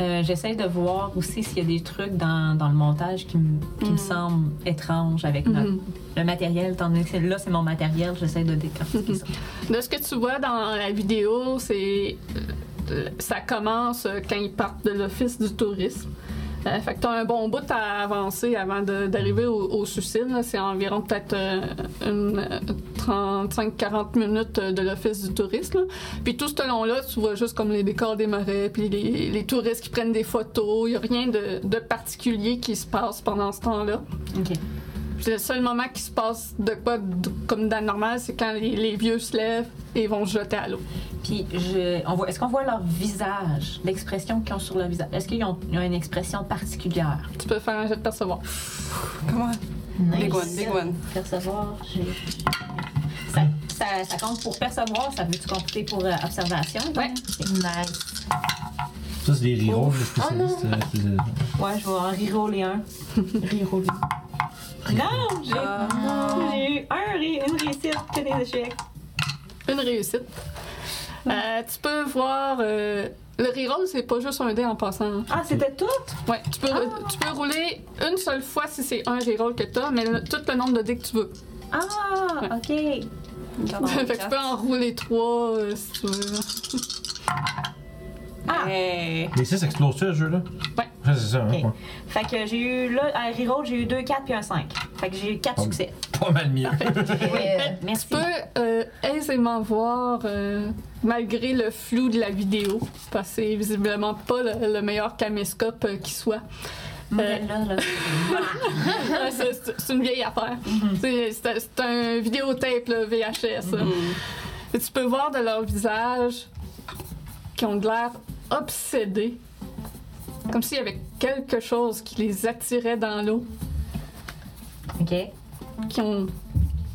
Speaker 6: euh, j'essaie de voir aussi s'il y a des trucs dans, dans le montage qui, me- qui me
Speaker 4: Mm.
Speaker 6: semblent étranges avec notre-
Speaker 1: Mhm.
Speaker 6: le matériel. Étant donné que c'est- là, c'est mon matériel, j'essaie de décortiquer ça.
Speaker 1: De ce que tu vois dans la vidéo, c'est euh, ça commence euh, quand ils partent de l'office du tourisme. Euh, fait que t'as un bon bout à avancer avant de- d'arriver au, au suicide. là. C'est environ peut-être euh, une, euh, 35-40 minutes euh, de l'office du tourisme. là. Puis tout ce long-là, tu vois juste comme les décors des marais, puis les, les touristes qui prennent des photos. Il n'y a rien de, de particulier qui se passe pendant ce temps-là.
Speaker 6: OK.
Speaker 1: Puis le seul moment qui se passe de quoi de- comme d'anormal, c'est quand les, les vieux se lèvent et vont se jeter à l'eau.
Speaker 6: Puis, je, on voit, est-ce qu'on voit leur visage, l'expression qu'ils ont sur leur visage? Est-ce qu'ils ont, ils ont une expression particulière?
Speaker 1: Tu peux faire un jet de percevoir.
Speaker 4: Comment? Big one, big one.
Speaker 6: Percevoir, j'ai... Ça, ça, ça compte pour percevoir, ça veut-tu compter pour euh, observation?
Speaker 1: Ouais.
Speaker 6: Ok.
Speaker 3: Nice.
Speaker 2: Ça, c'est des rires, le spécialiste.
Speaker 3: Oh,
Speaker 2: euh, c'est-
Speaker 6: Ouais, je vais en reroller un. Reroller. Non, j'ai Ah. j'ai eu un, ré- une réussite que des échecs.
Speaker 1: Une réussite. Euh, tu peux voir. euh, le reroll, c'est pas juste un dé en passant. hein.
Speaker 6: Ah, c'était tout?
Speaker 1: Ouais, tu peux, tu peux rouler une seule fois si c'est un reroll que t'as, mais le- tout le nombre de dés que tu veux.
Speaker 6: Ah, ok.
Speaker 1: fait que tu peux en rouler trois euh, si tu veux.
Speaker 6: Ah,
Speaker 4: Hey.
Speaker 2: Les six explosent ce jeu-là?
Speaker 1: Ouais.
Speaker 2: Ouais, c'est ça, hein,
Speaker 6: Ok.
Speaker 2: ouais.
Speaker 6: fait que j'ai eu, là, à reroll, j'ai eu 2, 4 puis un 5. Fait que j'ai eu 4
Speaker 2: Oh.
Speaker 6: succès.
Speaker 2: Pas mal mieux.
Speaker 3: Ouais.
Speaker 6: Merci.
Speaker 1: Euh, Tu peux euh, aisément voir, euh, malgré le flou de la vidéo, parce que c'est visiblement pas le, le meilleur caméscope euh, qui soit. Euh,
Speaker 6: Modèle là, là.
Speaker 1: Ouais, c'est- c'est c'est une vieille affaire. C'est- C'est c'est un vidéotape là, VHS. là. Et tu peux voir de leur visage qui ont de l'air obsédés. Comme s'il y avait quelque chose qui les attirait dans l'eau,
Speaker 6: Ok.
Speaker 1: qui ont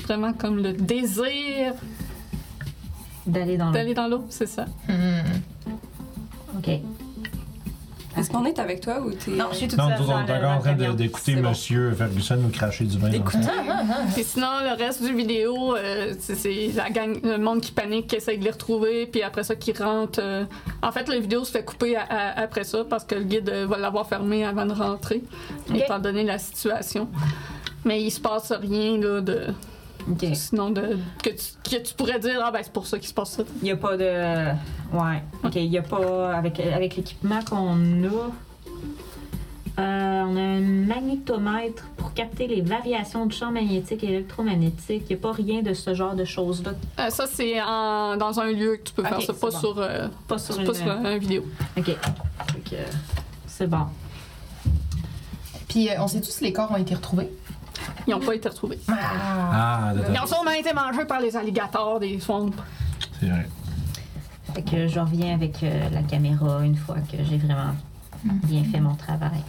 Speaker 1: vraiment comme le désir
Speaker 6: D'aller dans le.
Speaker 1: d'aller dans l'eau, c'est ça.
Speaker 3: Hmm.
Speaker 6: Ok.
Speaker 4: Est-ce qu'on est avec toi ou t'es.
Speaker 6: Non, je suis toute
Speaker 2: Non,
Speaker 6: seule.
Speaker 2: nous autres, on
Speaker 6: dans
Speaker 2: est
Speaker 6: le-
Speaker 2: encore en train
Speaker 6: dans le
Speaker 2: de-
Speaker 6: camion.
Speaker 2: d'écouter
Speaker 4: C'est bon.
Speaker 2: Monsieur Ferguson nous cracher du vin. dans le-
Speaker 4: D'écouter.
Speaker 1: Et sinon, le reste du vidéo, euh, c'est- c'est la gang, le monde qui panique, qui essaie de les retrouver, puis après ça, qui rentre. euh. En fait, la vidéo se fait couper à- à- après ça parce que le guide euh, va l'avoir fermée avant de rentrer,
Speaker 6: Ok.
Speaker 1: étant donné la situation. Mais il se passe rien, là, de,
Speaker 6: Ok.
Speaker 1: sinon de, que, tu, que tu pourrais dire, ah ben c'est pour ça qu'il se passe ça.
Speaker 6: Il n'y a pas de. Ouais. OK. Il n'y a pas. Avec, avec l'équipement qu'on a. euh, on a un magnétomètre pour capter les variations du champ magnétique et électromagnétique. Il n'y a pas rien de ce genre de choses-là.
Speaker 1: Euh, ça, c'est en- dans un lieu que tu peux
Speaker 6: Ok,
Speaker 1: faire ça,
Speaker 6: c'est
Speaker 1: pas
Speaker 6: bon.
Speaker 1: sur, euh,
Speaker 6: Pas sur
Speaker 1: pas
Speaker 6: une.
Speaker 1: sur un vidéo.
Speaker 6: OK. Fait que C'est bon.
Speaker 3: Puis euh, on sait tous si les corps ont été retrouvés.
Speaker 1: Ils n'ont pas été retrouvés.
Speaker 3: Ah.
Speaker 2: Ah, d'accord.
Speaker 1: Ils ont sûrement été mangés par les alligators des swamps.
Speaker 2: C'est vrai.
Speaker 6: Fait que je reviens avec euh, la caméra une fois que j'ai vraiment bien fait mon travail.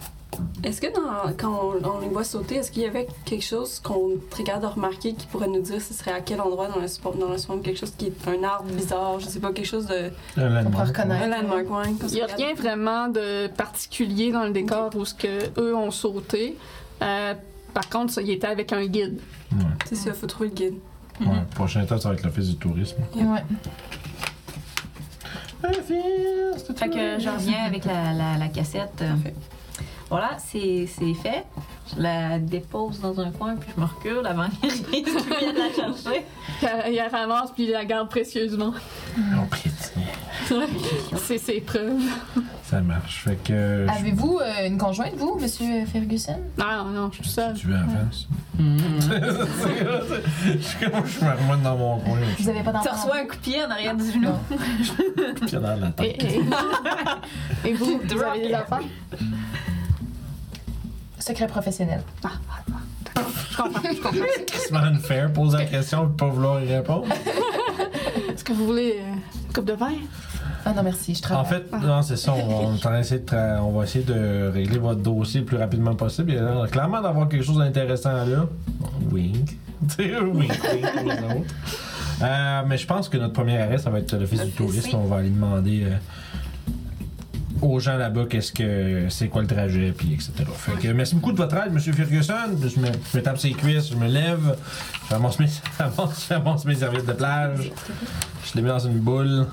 Speaker 4: Est-ce que dans- quand on, on les voit sauter, est-ce qu'il y avait quelque chose qu'on regarde à remarquer qui pourrait nous dire ce serait à quel endroit dans le swamp, dans le swamp quelque chose qui est un arbre bizarre, je sais pas, quelque chose de
Speaker 2: Un
Speaker 3: On peut
Speaker 2: landmark.
Speaker 4: un
Speaker 3: reconnaître.
Speaker 4: landmark, ouais, qu'on se
Speaker 1: Il n'y a
Speaker 4: regarde.
Speaker 1: rien vraiment de particulier dans le décor où ce que eux ont sauté. Euh, par contre, ça, il était avec un guide.
Speaker 2: Ouais.
Speaker 4: C'est ça, faut trouver le guide.
Speaker 2: Ouais, prochain temps, ça va être l'office du tourisme.
Speaker 3: Ouais.
Speaker 2: Office du
Speaker 6: Fait que je reviens avec la, la- la cassette. euh,
Speaker 4: Parfait.
Speaker 6: Voilà, c'est c'est fait. Je la dépose dans un coin, puis je me recule avant qu'il vienne la chercher.
Speaker 1: Il la ramasse puis il la garde précieusement.
Speaker 2: On pétille.
Speaker 1: C'est ses preuves.
Speaker 2: Ça marche. Fait que. je-
Speaker 3: Avez-vous euh, une conjointe, vous, monsieur Ferguson?
Speaker 1: Non, non, je suis seule.
Speaker 2: Tu veux en face? Mhm. Je suis comme, je me remonte dans mon coin. Je
Speaker 3: Vous avez pas
Speaker 6: Tu
Speaker 3: d'enfant?
Speaker 6: reçois un coup de pied en arrière du genou.
Speaker 2: suis pied dans la
Speaker 1: Et,
Speaker 2: tête.
Speaker 3: Eh,
Speaker 1: et- et vous, vous avez des enfants?
Speaker 3: Secret professionnel.
Speaker 1: Je comprends.
Speaker 3: eh.
Speaker 2: C'est pas unfair. Pose la question, je peux pas vouloir y répondre.
Speaker 1: Est-ce que vous voulez euh, une coupe de vin?
Speaker 3: Ah non, merci, je travaille.
Speaker 2: En fait, non, c'est ça. On, on est en train d'essayer de tra- on va essayer de régler votre dossier le plus rapidement possible. Il a l'air clairement d'avoir quelque chose d'intéressant là. Wink. Tu sais, wink, wink pour les autres. Euh, mais je pense que notre premier arrêt, ça va être l'office du tourisme. On va aller demander euh, aux gens là-bas qu'est-ce que c'est quoi le trajet, puis etc. Fait que merci beaucoup de votre aide, Monsieur Ferguson. Je me, je me tape ses cuisses, je me lève, je ramasse mes, je ramasse- je ramasse mes serviettes de plage, je les mets dans une boule.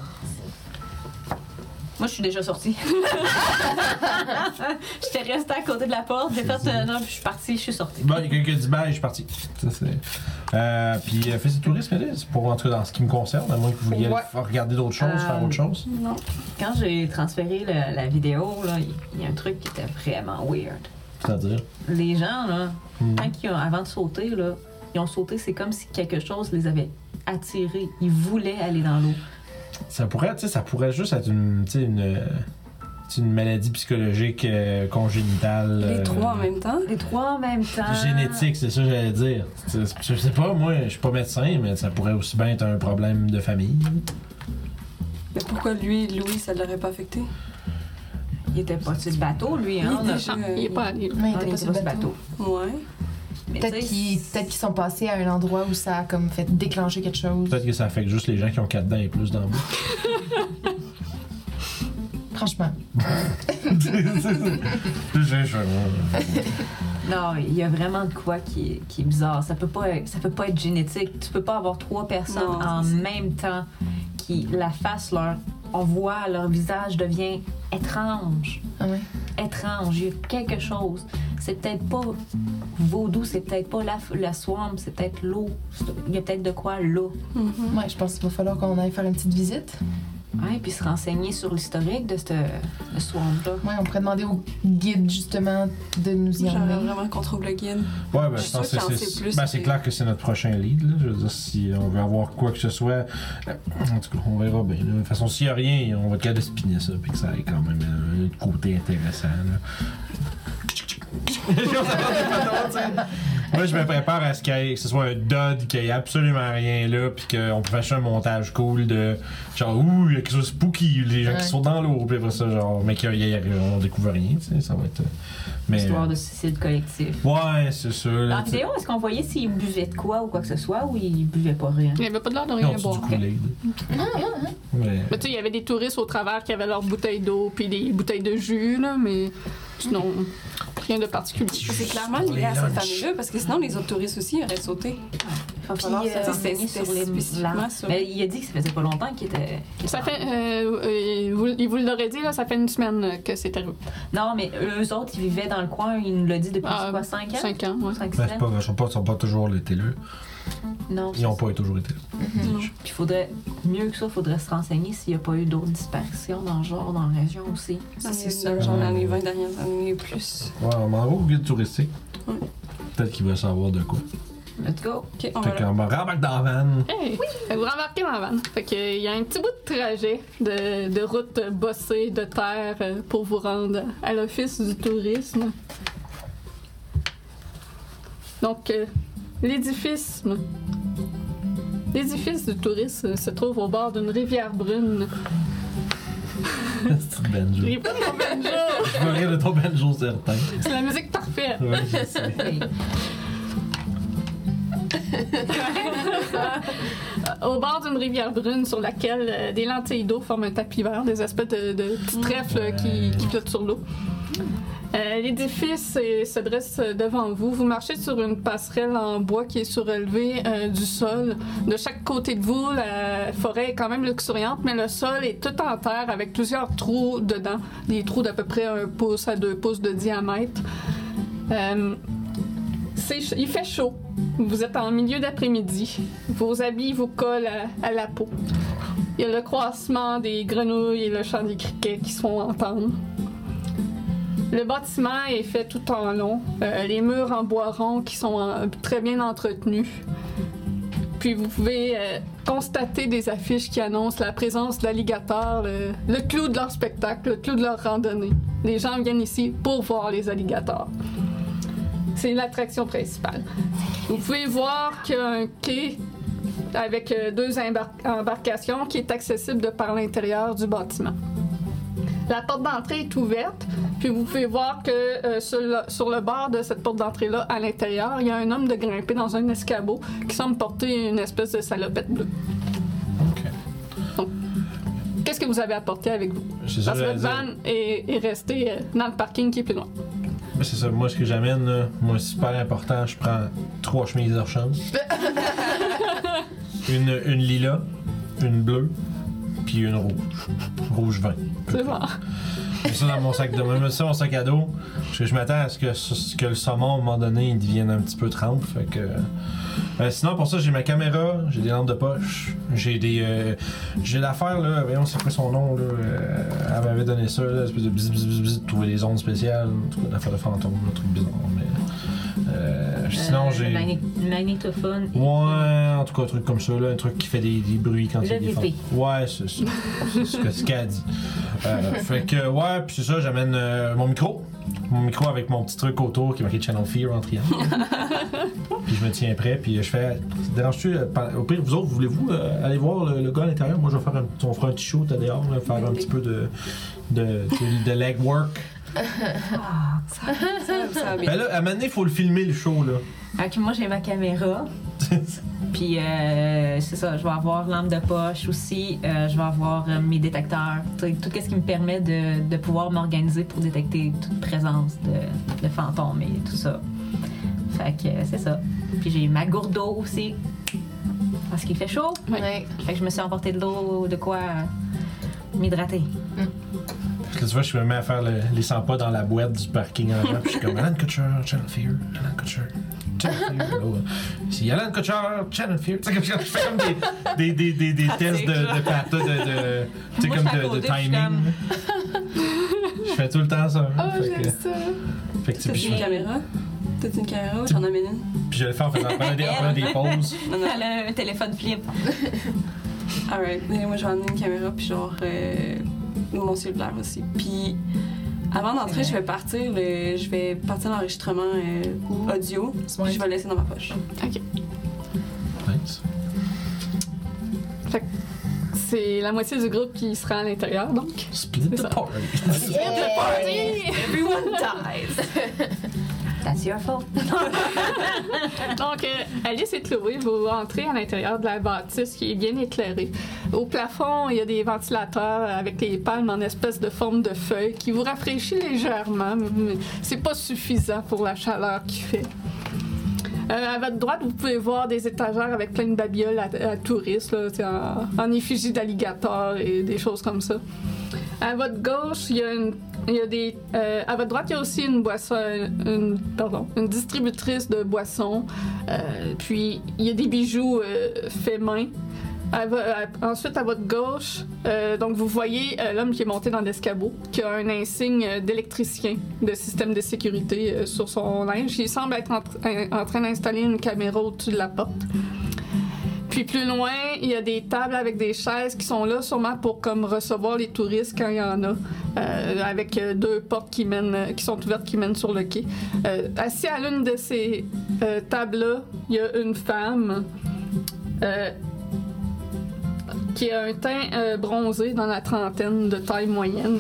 Speaker 6: Moi, je suis déjà sortie. J'étais restée à côté de la porte. J'ai fait euh, non, puis je suis partie, je suis sortie.
Speaker 2: Bon, il y a quelqu'un qui dit bye, je suis parti. Ça, c'est- Euh, puis, euh, fais du tourisme, allez, c'est pour en tout cas dans ce qui me concerne, à moins que vous vouliez aller
Speaker 3: Ouais.
Speaker 2: faire- regarder d'autres choses, faire
Speaker 6: Euh,
Speaker 2: autre chose.
Speaker 4: Non.
Speaker 6: Quand j'ai transféré le- la vidéo, là, il il y, a un truc qui était vraiment weird.
Speaker 2: C'est-à-dire.
Speaker 6: Les gens, là,
Speaker 2: Hmm.
Speaker 6: quand ils ont- avant de sauter, là, ils ont sauté, c'est comme si quelque chose les avait attirés. Ils voulaient aller dans l'eau.
Speaker 2: Ça pourrait, tu sais, ça pourrait juste être une, tu sais, une, euh, tu sais, une maladie psychologique euh, congénitale.
Speaker 4: Les
Speaker 2: euh,
Speaker 4: trois en même temps.
Speaker 6: Les trois en même temps.
Speaker 2: Génétique, c'est ça que j'allais dire. C'est- Je sais pas, moi, je suis pas médecin, mais ça pourrait aussi bien être un problème de famille.
Speaker 4: Mais pourquoi lui et Louis, ça l'aurait pas affecté?
Speaker 6: Il était pas sur le bateau, lui, hein.
Speaker 4: Il
Speaker 6: là.
Speaker 4: était sur-
Speaker 1: Ah, il n'est pas allé. là.
Speaker 3: Mais
Speaker 6: Non,
Speaker 3: il était pas sur le bateau.
Speaker 4: Ouais.
Speaker 6: Mais
Speaker 3: Peut-être
Speaker 6: tu sais,
Speaker 3: qu'ils peut-être qu'ils sont passés à un endroit où ça a comme fait déclencher quelque chose.
Speaker 2: Peut-être que ça affecte juste les gens qui ont quatre dents et plus dans le bout.
Speaker 3: Franchement.
Speaker 2: Je- je- je-
Speaker 6: Non, il y a vraiment de quoi qui est, qui est bizarre. Ça peut pas, être- ça peut pas être génétique. Tu peux pas avoir trois personnes
Speaker 4: Non,
Speaker 6: en
Speaker 4: c'est ça.
Speaker 6: même temps qui la fassent leur. On voit leur visage devient étrange,
Speaker 3: Ah ouais.
Speaker 6: étrange. Il y a quelque chose. C'est peut-être pas vaudou, c'est peut-être pas la, la swamp, c'est peut-être l'eau. C'est- Il y a peut-être de quoi l'eau.
Speaker 4: Mhm.
Speaker 3: Ouais, je pense qu'il va falloir qu'on aille faire une petite visite.
Speaker 6: Ouais, puis se renseigner sur l'historique de ce de ce swamp-là.
Speaker 3: Ouais, on pourrait demander au guide justement de nous y
Speaker 4: J'aimerais
Speaker 3: emmener.
Speaker 4: vraiment qu'on trouve le guide.
Speaker 2: Ouais, ben, je
Speaker 4: Je suis
Speaker 2: pense que
Speaker 4: sûre qu'il en sait
Speaker 2: c'est.
Speaker 4: plus
Speaker 2: Ben,
Speaker 4: que-
Speaker 2: c'est clair que c'est notre prochain lead, là. Je veux dire, si on veut avoir quoi que ce soit. euh, En tout cas, on verra bien. là. De toute façon, s'il n'y a rien, on va être capable de spinner ça, puis que ça ait quand même euh, un autre côté intéressant, là. Moi, je me prépare à ce qu'il y ait- que ce soit un dud, qu'il n'y ait absolument rien là, puis qu'on peut faire juste un montage cool de genre, ouh, il y a quelque chose de spooky, les gens
Speaker 3: Ouais.
Speaker 2: qui sont dans l'eau, puis après ça, genre, mais qu'il y a- on découvre rien, tu sais, ça va être. euh, Mais. euh,
Speaker 6: Histoire de suicide collectif.
Speaker 2: Ouais, c'est ça. là,
Speaker 6: Dans la
Speaker 2: tu sais.
Speaker 6: vidéo, est-ce qu'on voyait s'il buvait de quoi ou quoi que ce soit ou il buvait pas rien?
Speaker 1: Il avait pas de l'air de
Speaker 2: Non,
Speaker 1: rien
Speaker 2: tu
Speaker 1: boire.
Speaker 2: du Kool-Aid. Mais
Speaker 1: Ah, Mais tu sais, il y avait des touristes au travers qui avaient leurs bouteilles d'eau puis des bouteilles de jus, là, mais sinon, rien de particulier.
Speaker 4: Ah, C'est clairement
Speaker 2: Pour les
Speaker 4: lié à cette
Speaker 2: lunchs.
Speaker 4: famille-là, parce que sinon les autres touristes aussi auraient sauté.
Speaker 6: Il va
Speaker 4: Puis,
Speaker 6: falloir
Speaker 4: euh,
Speaker 6: se renseigner
Speaker 4: c'est-
Speaker 6: sur les
Speaker 4: c'est spécifiquement
Speaker 6: larmes.
Speaker 4: sur-
Speaker 6: Mais il a dit que ça faisait pas longtemps qu'il était. qu'il
Speaker 1: Ça
Speaker 6: était
Speaker 1: fait,
Speaker 6: en-
Speaker 1: euh, euh, vous, il vous l'aurait dit, là, ça fait une semaine euh, que c'est arrivé.
Speaker 6: Non, mais eux autres, ils vivaient dans le coin, il nous l'a dit depuis
Speaker 1: Ah,
Speaker 6: quoi, 5 ans?
Speaker 1: Cinq ans, ouais.
Speaker 6: Cinq, six
Speaker 2: ben, c'est pas,
Speaker 6: ans?
Speaker 2: ils sont pas, ils sont pas toujours été là.
Speaker 6: Non.
Speaker 2: Ils n'ont pas toujours été là.
Speaker 1: Mhm.
Speaker 4: Non.
Speaker 6: Puis il faudrait, mieux que ça, il faudrait se renseigner s'il n'y a pas eu d'autres disparitions dans le genre, dans la région aussi.
Speaker 4: Ça,
Speaker 3: C'est
Speaker 4: c'est
Speaker 3: ça.
Speaker 4: ça. Genre dans les 20 dernières années et plus.
Speaker 2: Ouais, on m'envoie au guide touristique.
Speaker 4: Ouais.
Speaker 2: Peut-être qu'il va savoir de quoi.
Speaker 6: Let's go.
Speaker 4: Ok, on va
Speaker 2: Fait
Speaker 4: là.
Speaker 2: qu'on va rembarquer dans la van.
Speaker 1: Hey, Vous remarquez ma vanne. Fait que, euh, il y a un petit bout de trajet de, de route euh, bossée de terre euh, pour vous rendre à l'Office du tourisme. Donc, euh, l'édifice. L'édifice du tourisme se trouve au bord d'une rivière brune
Speaker 2: C'est du banjo.
Speaker 1: J'ai pas de mon banjo.
Speaker 2: Je veux rire de ton banjo certain.
Speaker 1: C'est la musique parfaite.
Speaker 2: Ouais, je sais.
Speaker 1: Au bord d'une rivière brune sur laquelle euh, des lentilles d'eau forment un tapis vert, des espèces de, de petits trèfles euh, qui, qui flottent sur l'eau. Euh, L'édifice euh, se dresse euh, devant vous. Vous marchez sur une passerelle en bois qui est surélevée euh, du sol. De chaque côté de vous, la forêt est quand même luxuriante, mais le sol est tout en terre avec plusieurs trous dedans, des trous d'à peu près un pouce à deux pouces de diamètre. Euh, c'est ch- il fait chaud. Vous êtes en milieu d'après-midi. Vos habits vous collent à, à la peau. Il y a le croissement des grenouilles et le chant des criquets qui se font entendre. Le bâtiment est fait tout en long. Euh, les murs en bois rond qui sont en- très bien entretenus. Puis vous pouvez euh, constater des affiches qui annoncent la présence d'alligators, le, le clou de leur spectacle, le clou de leur randonnée. Les gens viennent ici pour voir les alligators. C'est l'attraction principale. Vous pouvez voir qu'il y a un quai avec euh, deux embar- embarcations qui est accessible de par l'intérieur du bâtiment. La porte d'entrée est ouverte, puis vous pouvez voir que euh, sur, le, sur le bord de cette porte d'entrée-là, à l'intérieur, il y a un homme de grimper dans un escabeau qui semble porter une espèce de salopette bleue.
Speaker 2: Ok.
Speaker 1: Qu'est-ce que vous avez apporté avec vous?
Speaker 2: C'est ça,
Speaker 1: Parce que
Speaker 2: j'allais
Speaker 1: votre
Speaker 2: dire.
Speaker 1: van est, est resté euh, dans le parking qui est plus loin.
Speaker 2: Ben, C'est ça, moi ce que j'amène, là, moi c'est super important, je prends trois chemises de rechange. une, une lila, une bleue, puis une rouge. Rouge vin.
Speaker 1: C'est bon.
Speaker 2: J'ai ça dans mon sac de main, je mets ça dans mon sac à dos. Parce que je m'attends à ce que, ce que le saumon, à un moment donné, il devienne un petit peu trempe. Fait que. Euh, sinon, pour ça, j'ai ma caméra, j'ai des lampes de poche, j'ai des. euh, j'ai l'affaire, là, voyons, c'est quoi son nom, là. euh, elle m'avait donné ça, là, espèce de bzz, bzz, bzz, bzz, de trouver les ondes spéciales, en tout cas, l'affaire de fantôme, un truc bizarre, mais. euh, sinon,
Speaker 5: Euh,
Speaker 2: j'ai.
Speaker 6: ben,
Speaker 5: magné- Magnétophone.
Speaker 2: Ouais, en tout cas, un truc comme ça, là, un truc qui fait des, des bruits quand il y a
Speaker 5: Le
Speaker 2: des
Speaker 5: bébé.
Speaker 2: fantômes. Ouais, c'est ça. C'est ce que- ce qu'elle dit. Euh, fait que, ouais, puis c'est ça, j'amène euh, mon micro. Mon micro avec mon petit truc autour qui est marqué Channel Fear en triangle. puis je me tiens prêt, puis je fais. Ça te Dérange-tu? euh, par- Au pire, vous autres, voulez-vous euh, aller voir le, le gars à l'intérieur? Moi, je vais faire un, on fera un petit shoot à dehors, là, faire un petit peu de, de, de, de legwork.
Speaker 5: Ah.
Speaker 4: Ça, ça va bien.
Speaker 2: Ben là, à un moment donné, il faut le filmer, le show, là.
Speaker 5: Ok, moi j'ai ma caméra. Puis euh, c'est ça, je vais avoir lampe de poche aussi. euh, je vais avoir euh, mes détecteurs. tu sais, Tout ce qui me permet de, de pouvoir m'organiser pour détecter toute présence de, de fantômes et tout ça. Fait que euh, c'est ça. Puis j'ai ma gourde d'eau aussi. Parce qu'il fait chaud.
Speaker 1: Ouais.
Speaker 3: Ouais.
Speaker 5: Fait que je me suis emporté de l'eau, de quoi m'hydrater.
Speaker 2: Parce que tu vois, je me mets à faire le- les 100 pas dans la boîte du parking en avant, puis je suis comme Alan Kutcher, Channel Fear, Alan Kutcher, Channel Fear. là, ouais. Si Alan Kutcher, Channel Fear. Tu sais, comme je je fais comme des, des, des, des, des tests de, de pata, de, de, tu sais,
Speaker 5: Moi,
Speaker 2: comme
Speaker 5: je suis à
Speaker 2: de, de
Speaker 5: côté, je suis
Speaker 2: timing. Je fais tout le temps ça. hein,
Speaker 1: Ah,
Speaker 2: fait, que,
Speaker 1: j'aime ça.
Speaker 2: fait que, tu sais,
Speaker 4: T'as
Speaker 2: puis, je,
Speaker 4: une
Speaker 2: fais-
Speaker 4: caméra? T'as une caméra ou j'en amène une?
Speaker 2: puis je le fais en faisant en prenant des, en prenant des pauses.
Speaker 4: Non, non.
Speaker 5: Elle a un téléphone flip.
Speaker 4: Alright, mais moi je vais amener une caméra puis genre euh, mon cellulaire aussi. Puis avant d'entrer, je vais partir le- je vais partir l'enregistrement euh, audio. Puis je vais le laisser dans ma poche.
Speaker 2: Nice.
Speaker 1: C'est la moitié du groupe qui sera à l'intérieur, donc.
Speaker 2: Split
Speaker 1: ça.
Speaker 2: the party.
Speaker 4: Everyone dies.
Speaker 5: That's your fault.
Speaker 1: Donc, euh, Alice et Chloé, vous entrez à l'intérieur de la bâtisse qui est bien éclairée. Au plafond, il y a des ventilateurs avec les palmes en espèce de forme de feuille qui vous rafraîchit légèrement, mais c'est pas suffisant pour la chaleur qu'il fait. Euh, à votre droite, vous pouvez voir des étagères avec plein de babioles à, à touristes, là, tu sais, en, en effigie d'alligators et des choses comme ça. À votre gauche, il y a une- il y a des. euh, à votre droite, il y a aussi une boisson, une, pardon, une distributrice de boissons. Euh, puis il y a des bijoux euh, faits main. À vo- à- ensuite, à votre gauche, euh, donc vous voyez euh, l'homme qui est monté dans l'escabeau, qui a un insigne euh, d'électricien de système de sécurité euh, sur son linge. Il semble être en, tra- en train d'installer une caméra au-dessus de la porte. Puis plus loin, il y a des tables avec des chaises qui sont là sûrement pour comme recevoir les touristes quand il y en a, euh, avec euh, deux portes qui mènent, qui sont ouvertes qui mènent sur le quai. Euh, assis à l'une de ces euh, tables-là, il y a une femme. Euh, qui a un teint euh, bronzé dans la trentaine de taille moyenne.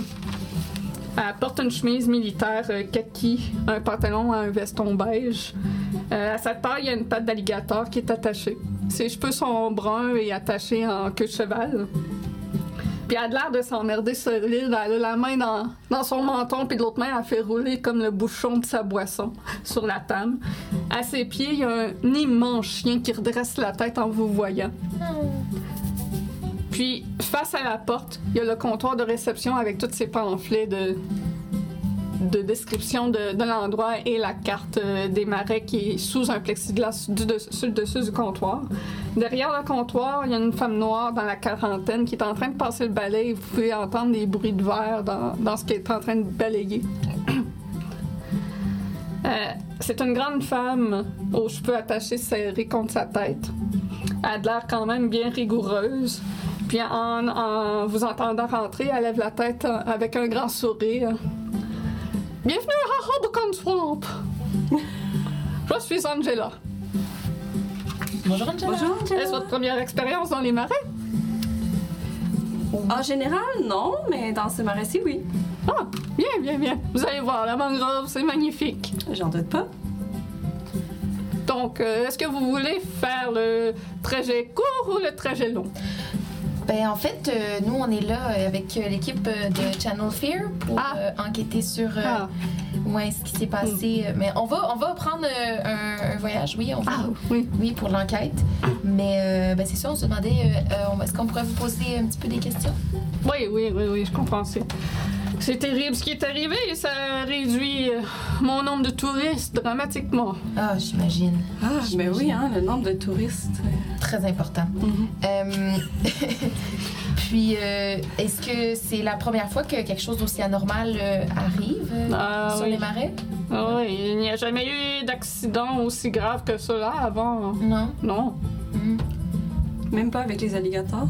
Speaker 1: Elle porte une chemise militaire euh, kaki, un pantalon et un veston beige. Euh, à sa taille, il y a une patte d'alligator qui est attachée. Ses cheveux sont bruns et attachés en queue de cheval. Puis elle a l'air de s'emmerder solide. Elle a la main dans, dans son menton, puis de l'autre main, elle fait rouler comme le bouchon de sa boisson sur la table. À ses pieds, il y a un immense chien qui redresse la tête en vous voyant. Puis, face à la porte, il y a le comptoir de réception avec tous ces pamphlets de, de description de, de l'endroit et la carte euh, des marais qui est sous un plexiglas du dessus- sur le dessus du comptoir. Derrière le comptoir, il y a une femme noire dans la quarantaine qui est en train de passer le balai et vous pouvez entendre des bruits de verre dans, dans ce qu'elle est en train de balayer. Euh, c'est une grande femme aux cheveux attachés serrés contre sa tête. Elle a de l'air quand même bien rigoureuse. Puis en, en vous entendant rentrer, elle lève la tête euh, avec un grand sourire. Bienvenue à Hoboken Swamp! Je suis Angela.
Speaker 3: Bonjour Angela.
Speaker 4: Bonjour,
Speaker 1: Est-ce
Speaker 4: Angela.
Speaker 1: votre première expérience dans les marais?
Speaker 4: En général, non, mais dans ce marais-ci, oui.
Speaker 1: Ah, bien, bien, bien. Vous allez voir, la mangrove, c'est magnifique.
Speaker 4: J'en doute pas.
Speaker 1: Donc, euh, est-ce que vous voulez faire le trajet court ou le trajet long?
Speaker 3: Ben, en fait, euh, nous, on est là euh, avec euh, l'équipe euh, de Channel Fear pour
Speaker 1: Ah.
Speaker 3: euh, enquêter sur euh,
Speaker 1: Ah, Hmm.
Speaker 3: ouais, ce qui s'est passé. Euh, Mais on va, on va prendre euh, un, un voyage, oui, on va,
Speaker 1: ah oui.
Speaker 3: oui, pour l'enquête. Mais euh, ben, c'est ça, on se demandait, euh, euh, on- est-ce qu'on pourrait vous poser un petit peu des questions?
Speaker 1: Oui, oui, oui, oui, je comprends. C'est c'est terrible ce qui est arrivé et ça réduit euh, mon nombre de touristes dramatiquement.
Speaker 3: Ah, j'imagine.
Speaker 4: Ah, mais
Speaker 3: J'imagine.
Speaker 4: oui, hein, le nombre de touristes.
Speaker 3: Très important.
Speaker 4: Mhm.
Speaker 3: Euh, Puis, euh, est-ce que c'est la première fois que quelque chose d'aussi anormal euh, arrive euh,
Speaker 1: Ah,
Speaker 3: sur
Speaker 1: oui. Ah,
Speaker 3: les marais?
Speaker 1: Oui, il n'y a jamais eu d'accident aussi grave que cela avant.
Speaker 3: Non.
Speaker 1: Non.
Speaker 3: Hmm.
Speaker 4: Même pas avec les alligators.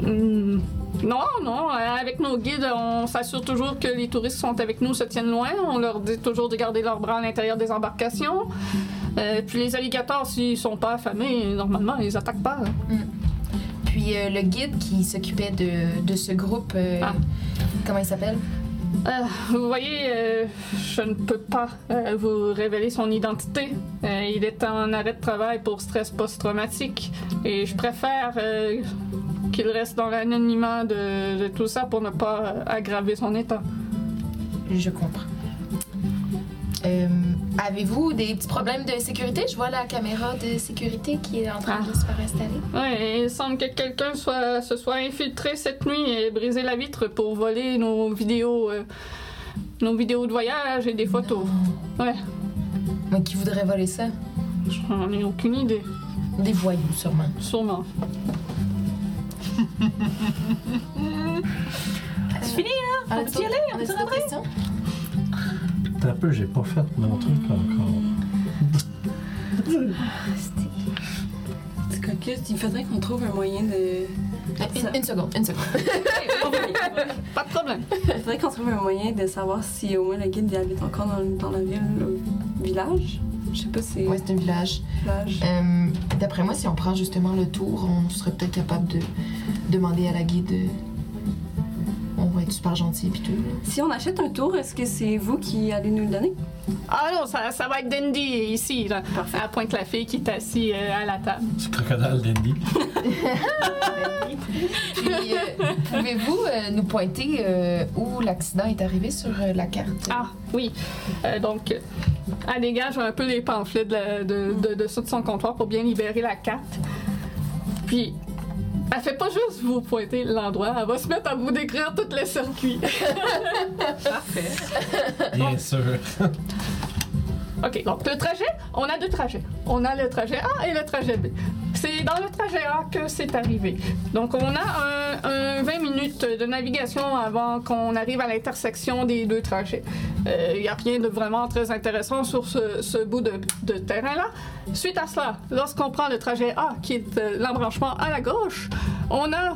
Speaker 1: Hmm. Non, non. euh, Avec nos guides, on s'assure toujours que les touristes qui sont avec nous se tiennent loin. On leur dit toujours de garder leurs bras à l'intérieur des embarcations. Euh, puis les alligators, s'ils sont pas affamés, normalement, ils attaquent pas.
Speaker 3: Puis euh, le guide qui s'occupait de, de ce groupe, euh,
Speaker 1: Ah.
Speaker 3: comment il s'appelle?
Speaker 1: Euh, vous voyez, euh, je ne peux pas euh, vous révéler son identité. Euh, il est en arrêt de travail pour stress post-traumatique et je préfère euh, qu'il reste dans l'anonymat de, de tout ça pour ne pas euh, aggraver son état.
Speaker 3: Je comprends. Euh, Avez-vous des petits problèmes de sécurité? Je vois la caméra de sécurité qui est en train de se faire installer.
Speaker 1: Ouais, il semble que quelqu'un soit, se soit infiltré cette nuit et brisé la vitre pour voler nos vidéos, euh, nos vidéos de voyage et des photos. Ouais,
Speaker 3: Mais qui voudrait voler ça?
Speaker 1: j'en ai aucune idée,
Speaker 3: Des voyous, sûrement.
Speaker 1: sûrement.
Speaker 5: C'est fini,
Speaker 4: Ah,
Speaker 5: hein?
Speaker 3: On
Speaker 5: Faut y aller, on
Speaker 3: a-tu
Speaker 5: se
Speaker 3: d'autres questions?
Speaker 2: T'as un peu, j'ai pas fait mon truc encore.
Speaker 4: C'est coquette. Il faudrait qu'on trouve un moyen de.
Speaker 3: Une, une seconde, une seconde.
Speaker 1: Pas de problème.
Speaker 4: Il faudrait qu'on trouve un moyen de savoir si au moins le guide il habite encore dans, dans la ville ou village. Je sais pas si c'est
Speaker 3: Ouais, c'est un village.
Speaker 4: village.
Speaker 3: Euh, D'après moi, si on prend justement le tour, on serait peut-être capable de demander à la guide. euh, On va être super gentil puis tout. là.
Speaker 4: Si on achète un tour, est-ce que c'est vous qui allez nous le donner?
Speaker 1: Ah non, ça, ça va être Dandy ici, là.
Speaker 4: Parfait.
Speaker 1: À pointe la fille qui est assise euh, à la table.
Speaker 2: C'est Crocodile Dandy.
Speaker 3: Puis, euh, pouvez-vous euh, nous pointer euh, où l'accident est arrivé sur euh, la carte?
Speaker 1: Ah oui, Euh, donc euh, elle dégage un peu les pamphlets de, la- de, de, de ça de son comptoir pour bien libérer la carte. Puis elle fait pas juste vous pointer l'endroit, elle va se mettre à vous décrire tout le circuit.
Speaker 4: Parfait.
Speaker 2: Bien sûr.
Speaker 1: OK, donc le trajet, on a deux trajets. On a le trajet A et le trajet B. C'est dans le trajet A que c'est arrivé. Donc on a un, un 20 minutes de navigation avant qu'on arrive à l'intersection des deux trajets. Il n'y a rien de vraiment très intéressant sur ce, ce bout de, de terrain-là. Suite à cela, lorsqu'on prend le trajet A, qui est euh, l'embranchement à la gauche, on a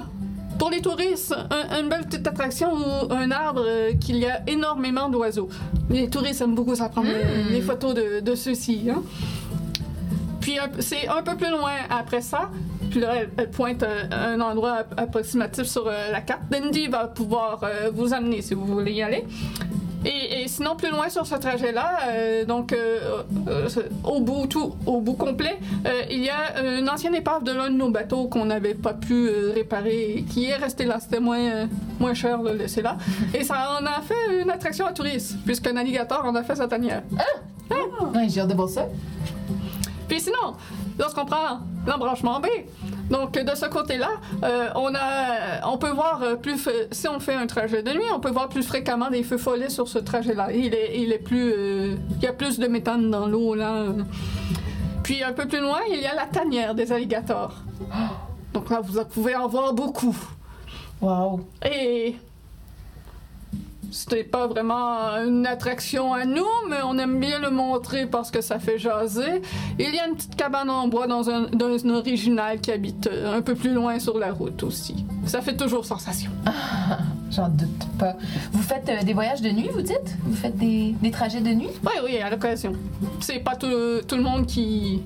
Speaker 1: pour les touristes, un- une belle petite attraction ou un arbre euh, qu'il y a énormément d'oiseaux. Les touristes aiment beaucoup ça prendre euh, les photos de, de ceux-ci. hein. Puis un- c'est un peu plus loin après ça. Puis là, elle, elle pointe euh, un endroit ap- approximatif sur euh, la carte. Dendy va pouvoir euh, vous amener si vous voulez y aller. Et, et sinon, plus loin sur ce trajet-là, euh, donc euh, euh, au bout tout, au bout complet, euh, il y a une ancienne épave de l'un de nos bateaux qu'on n'avait pas pu euh, réparer, et qui est restée là. C'était moins, euh, moins cher de le laisser là. Et ça en a fait une attraction à touristes, puisqu'un alligator en a fait sa tanière.
Speaker 3: Ouais, Ah, j'ai hâte de voir ça.
Speaker 1: Puis sinon, lorsqu'on prend l'embranchement B, donc de ce côté-là, euh, on a, on peut voir euh, plus, f- si on fait un trajet de nuit, on peut voir plus fréquemment des feux follets sur ce trajet-là. Il est, il est plus, euh, il y a plus de méthane dans l'eau là. Puis un peu plus loin, il y a la tanière des alligators. Donc là, vous en pouvez en voir beaucoup.
Speaker 3: Wow.
Speaker 1: Et c'était pas vraiment une attraction à nous, mais on aime bien le montrer parce que ça fait jaser. Il y a une petite cabane en bois dans un, dans un original qui habite euh, un peu plus loin sur la route aussi. Ça fait toujours sensation.
Speaker 3: J'en doute pas. Vous faites euh, des voyages de nuit, vous dites Vous faites des, des trajets de nuit
Speaker 1: Oui, oui, à l'occasion. C'est pas tout, tout le monde qui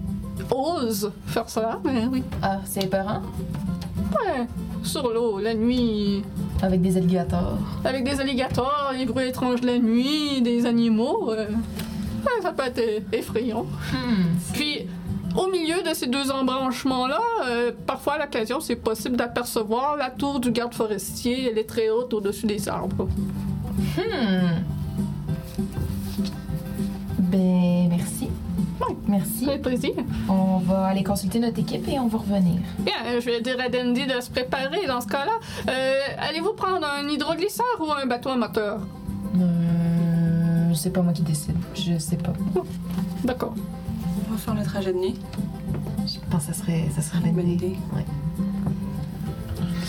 Speaker 1: ose faire ça, mais oui.
Speaker 3: Ah, c'est épeurant.
Speaker 1: Ouais, sur l'eau, la nuit,
Speaker 3: Avec des alligators.
Speaker 1: avec des alligators, les bruits étranges de la nuit, des animaux. euh, ouais, ça peut être euh, effrayant.
Speaker 3: Hmm.
Speaker 1: Puis, au milieu de ces deux embranchements-là, euh, parfois à l'occasion, c'est possible d'apercevoir la tour du garde forestier. Elle est très haute au-dessus des arbres.
Speaker 3: Hmm. Ben, merci.
Speaker 1: Ouais.
Speaker 3: Merci.
Speaker 1: Très plaisir.
Speaker 3: On va aller consulter notre équipe et on va revenir.
Speaker 1: Bien, euh, je vais dire à Dandy de se préparer dans ce cas-là. Euh, Allez-vous prendre un hydroglisseur ou un bateau à moteur?
Speaker 3: Euh, c'est pas moi qui décide. Je sais pas.
Speaker 1: D'accord.
Speaker 2: Euh,
Speaker 4: On va faire le trajet de nuit.
Speaker 3: Je pense que ça serait, ça serait une bonne idée.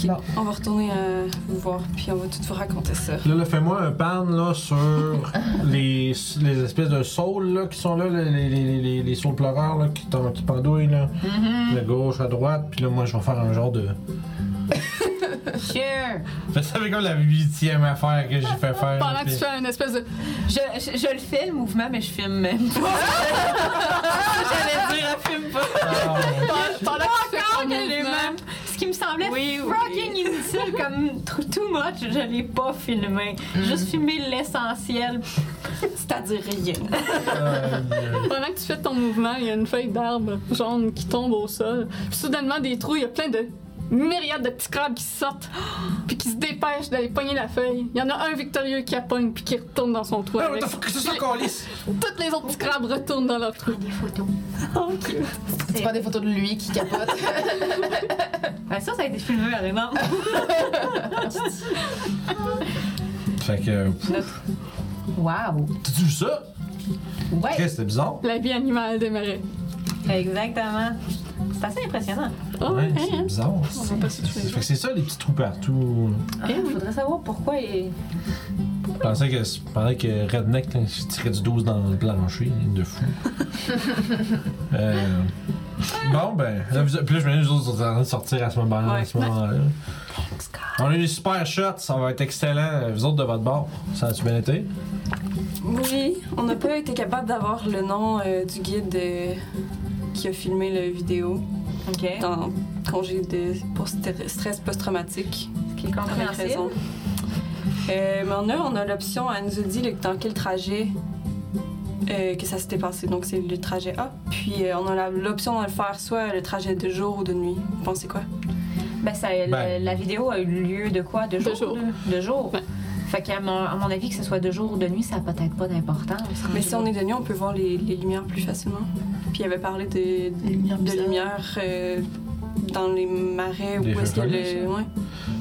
Speaker 3: Bon.
Speaker 4: On va retourner euh, vous voir, puis on va tout vous raconter ça.
Speaker 2: Là, là, fais-moi un pan là, sur les, les espèces de saules là, qui sont là, les, les, les, les, les saules pleureurs là, qui, t'en- qui pendouillent là,
Speaker 1: Mm-hmm.
Speaker 2: de gauche à droite. Puis là, moi, je vais faire un genre de.
Speaker 5: Sure.
Speaker 2: Vous savez comme la huitième affaire que j'ai fait faire.
Speaker 1: Pendant que
Speaker 2: puis-
Speaker 1: tu fais une espèce de.
Speaker 5: Je, je, je le fais, le mouvement, mais je filme même pas. J'allais dire, elle filme pas.
Speaker 2: Ah,
Speaker 1: Pendant que tu fais ton
Speaker 5: Encore que les
Speaker 1: mouvement.
Speaker 5: mêmes. Ce qui me semblait
Speaker 4: Oui, oui.
Speaker 5: fucking inutile, comme too, too much, je l'ai pas filmé. Juste filmé l'essentiel.
Speaker 4: C'est-à-dire rien.
Speaker 2: euh,
Speaker 1: Pendant que tu fais ton mouvement, il y a une feuille d'arbre jaune qui tombe au sol. Puis soudainement, des trous, il y a plein de myriades de petits crabes qui sortent, puis qui se dépêchent d'aller pogner la feuille. Il y en a un victorieux qui la pogne, puis qui retourne dans son trou.
Speaker 2: Ah, what
Speaker 1: avec.
Speaker 2: the fuck, c'est ça qu'on lisse?
Speaker 1: Toutes les autres petits crabes retournent dans leur trou.
Speaker 5: Des photos.
Speaker 3: Tu prends des photos de lui qui capote.
Speaker 5: Ben, ça, ça a été filmé, par exemple.
Speaker 2: Fait que.
Speaker 3: wow.
Speaker 2: T'as-tu vu ça?
Speaker 3: Ouais.
Speaker 2: Chris, c'était bizarre.
Speaker 1: La vie animale des marais.
Speaker 5: Exactement. C'est assez impressionnant.
Speaker 1: Oh,
Speaker 2: Ouais,
Speaker 1: hein,
Speaker 2: c'est
Speaker 1: hein.
Speaker 2: bizarre.
Speaker 1: va pas se tuer.
Speaker 2: Fait que c'est ça, les petits trous partout.
Speaker 5: Ah, faudrait savoir pourquoi il...
Speaker 2: Je pensais que, je pensais que Redneck là, il tirait du 12 dans le plancher, de fou. Euh, bon, ben, là, vous- puis là, je me dis, nous autres, on est en train de sortir à ce moment-là.
Speaker 4: Ouais.
Speaker 2: à ce moment-là. On a eu des super shots, ça va être excellent. Vous autres, de votre bord, ça a-tu bien été?
Speaker 4: Oui, on n'a pas été capable d'avoir le nom euh, du guide euh, qui a filmé la vidéo
Speaker 5: OK.
Speaker 4: dans congé de, pour sté- stress post-traumatique.
Speaker 5: Ce qui est
Speaker 4: Avec
Speaker 5: compréhensible.
Speaker 4: raison. Euh, mais on a, on a l'option, elle nous a dit le- dans quel trajet euh, que ça s'était passé. Donc c'est le trajet A. Puis euh, on a la- l'option de le faire soit le trajet de jour ou de nuit. Vous pensez quoi?
Speaker 5: Ben, ça, le-
Speaker 2: Ben.
Speaker 5: La vidéo a eu lieu de quoi De jour
Speaker 1: jour.
Speaker 5: De, de jour.
Speaker 1: Ouais.
Speaker 5: Fait qu'à mon, à mon avis, que ce soit de jour ou de nuit, ça n'a peut-être pas d'importance.
Speaker 4: Mais si on est de nuit, on peut voir les, les lumières plus facilement. Puis il avait parlé de,
Speaker 3: Des lumières
Speaker 4: de
Speaker 3: bizarres.
Speaker 4: lumières euh, dans les marais
Speaker 2: Des
Speaker 4: où est-ce que,
Speaker 2: feux
Speaker 4: le- ouais,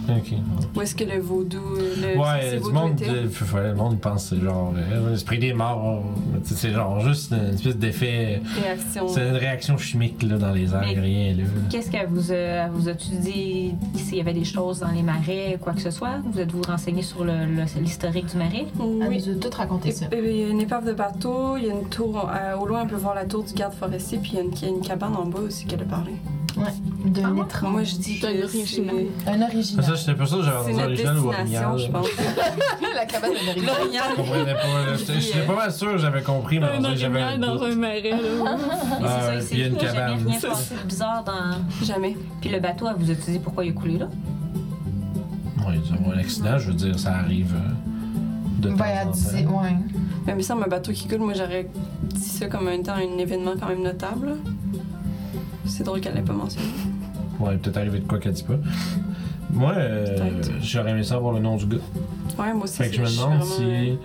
Speaker 2: Ok.
Speaker 4: où est-ce que le vaudou, euh, le
Speaker 2: Ouais,
Speaker 4: sorcier
Speaker 2: du
Speaker 4: vaudou
Speaker 2: monde,
Speaker 4: était.
Speaker 2: il faut- faut- le monde pense que c'est genre euh, l'esprit des morts. mais tu sais, C'est genre juste une espèce d'effet.
Speaker 4: Réaction.
Speaker 2: C'est une réaction chimique là, dans les airs,
Speaker 5: Mais-
Speaker 2: rien là.
Speaker 5: Qu'est-ce qu'elle vous a, elle vous a-tu dit s'il y avait des choses dans les marais, quoi que ce soit? Vous êtes-vous renseigné sur le- le- l'historique du marais?
Speaker 3: Elle
Speaker 4: Oui.
Speaker 3: nous a tout raconté ça.
Speaker 4: Et- et Il y a une épave de bateau, il y a une tour. euh, au loin, on peut voir la tour du garde forestier, puis il y a une, il y a une cabane en bas aussi qu'elle a parlé.
Speaker 3: Ouais, de
Speaker 1: Ah,
Speaker 3: un
Speaker 1: moi?
Speaker 3: étrange.
Speaker 4: Moi, je dis
Speaker 1: De
Speaker 4: que
Speaker 1: l'original.
Speaker 4: c'est-
Speaker 3: Un
Speaker 2: Ah,
Speaker 3: original.
Speaker 2: ça, c'était pour ça que j'avais
Speaker 4: C'est
Speaker 2: dit
Speaker 4: notre
Speaker 2: original ou
Speaker 4: destination,
Speaker 2: original.
Speaker 4: je
Speaker 2: Je
Speaker 4: pense.
Speaker 3: la cabane d'un original.
Speaker 4: L'orignal.
Speaker 2: comprenais pas. là. J'étais j'étais pas mal sûr que j'avais compris, mais on
Speaker 1: Un
Speaker 2: dirait que j'avais
Speaker 1: orignal
Speaker 2: un
Speaker 1: dans
Speaker 2: doute.
Speaker 1: un marais, là.
Speaker 5: Mais c'est
Speaker 2: Ah,
Speaker 5: ça, il
Speaker 2: puis il y a
Speaker 5: s'est
Speaker 2: une
Speaker 5: jamais
Speaker 2: cabane.
Speaker 5: rien passé de bizarre dans.
Speaker 4: Jamais.
Speaker 5: Puis le bateau, elle vous a dit pourquoi il a coulé là.
Speaker 2: Oui, ils ont un accident, je veux dire, ça arrive euh, de temps
Speaker 3: Ben, elle
Speaker 2: en
Speaker 3: disait,
Speaker 2: temps.
Speaker 3: ouais.
Speaker 4: Mais il me semble un bateau qui coule, moi j'aurais dit ça comme un temps, un événement quand même notable. là. C'est drôle qu'elle l'ait pas mentionné.
Speaker 2: Ouais, peut-être arrivé de quoi qu'elle dit pas. Moi, euh,
Speaker 4: Peut-être.
Speaker 2: j'aurais aimé savoir le nom du gars.
Speaker 4: Ouais, moi aussi.
Speaker 2: Fait que je me
Speaker 4: suis
Speaker 2: demande
Speaker 4: vraiment, euh,
Speaker 2: si.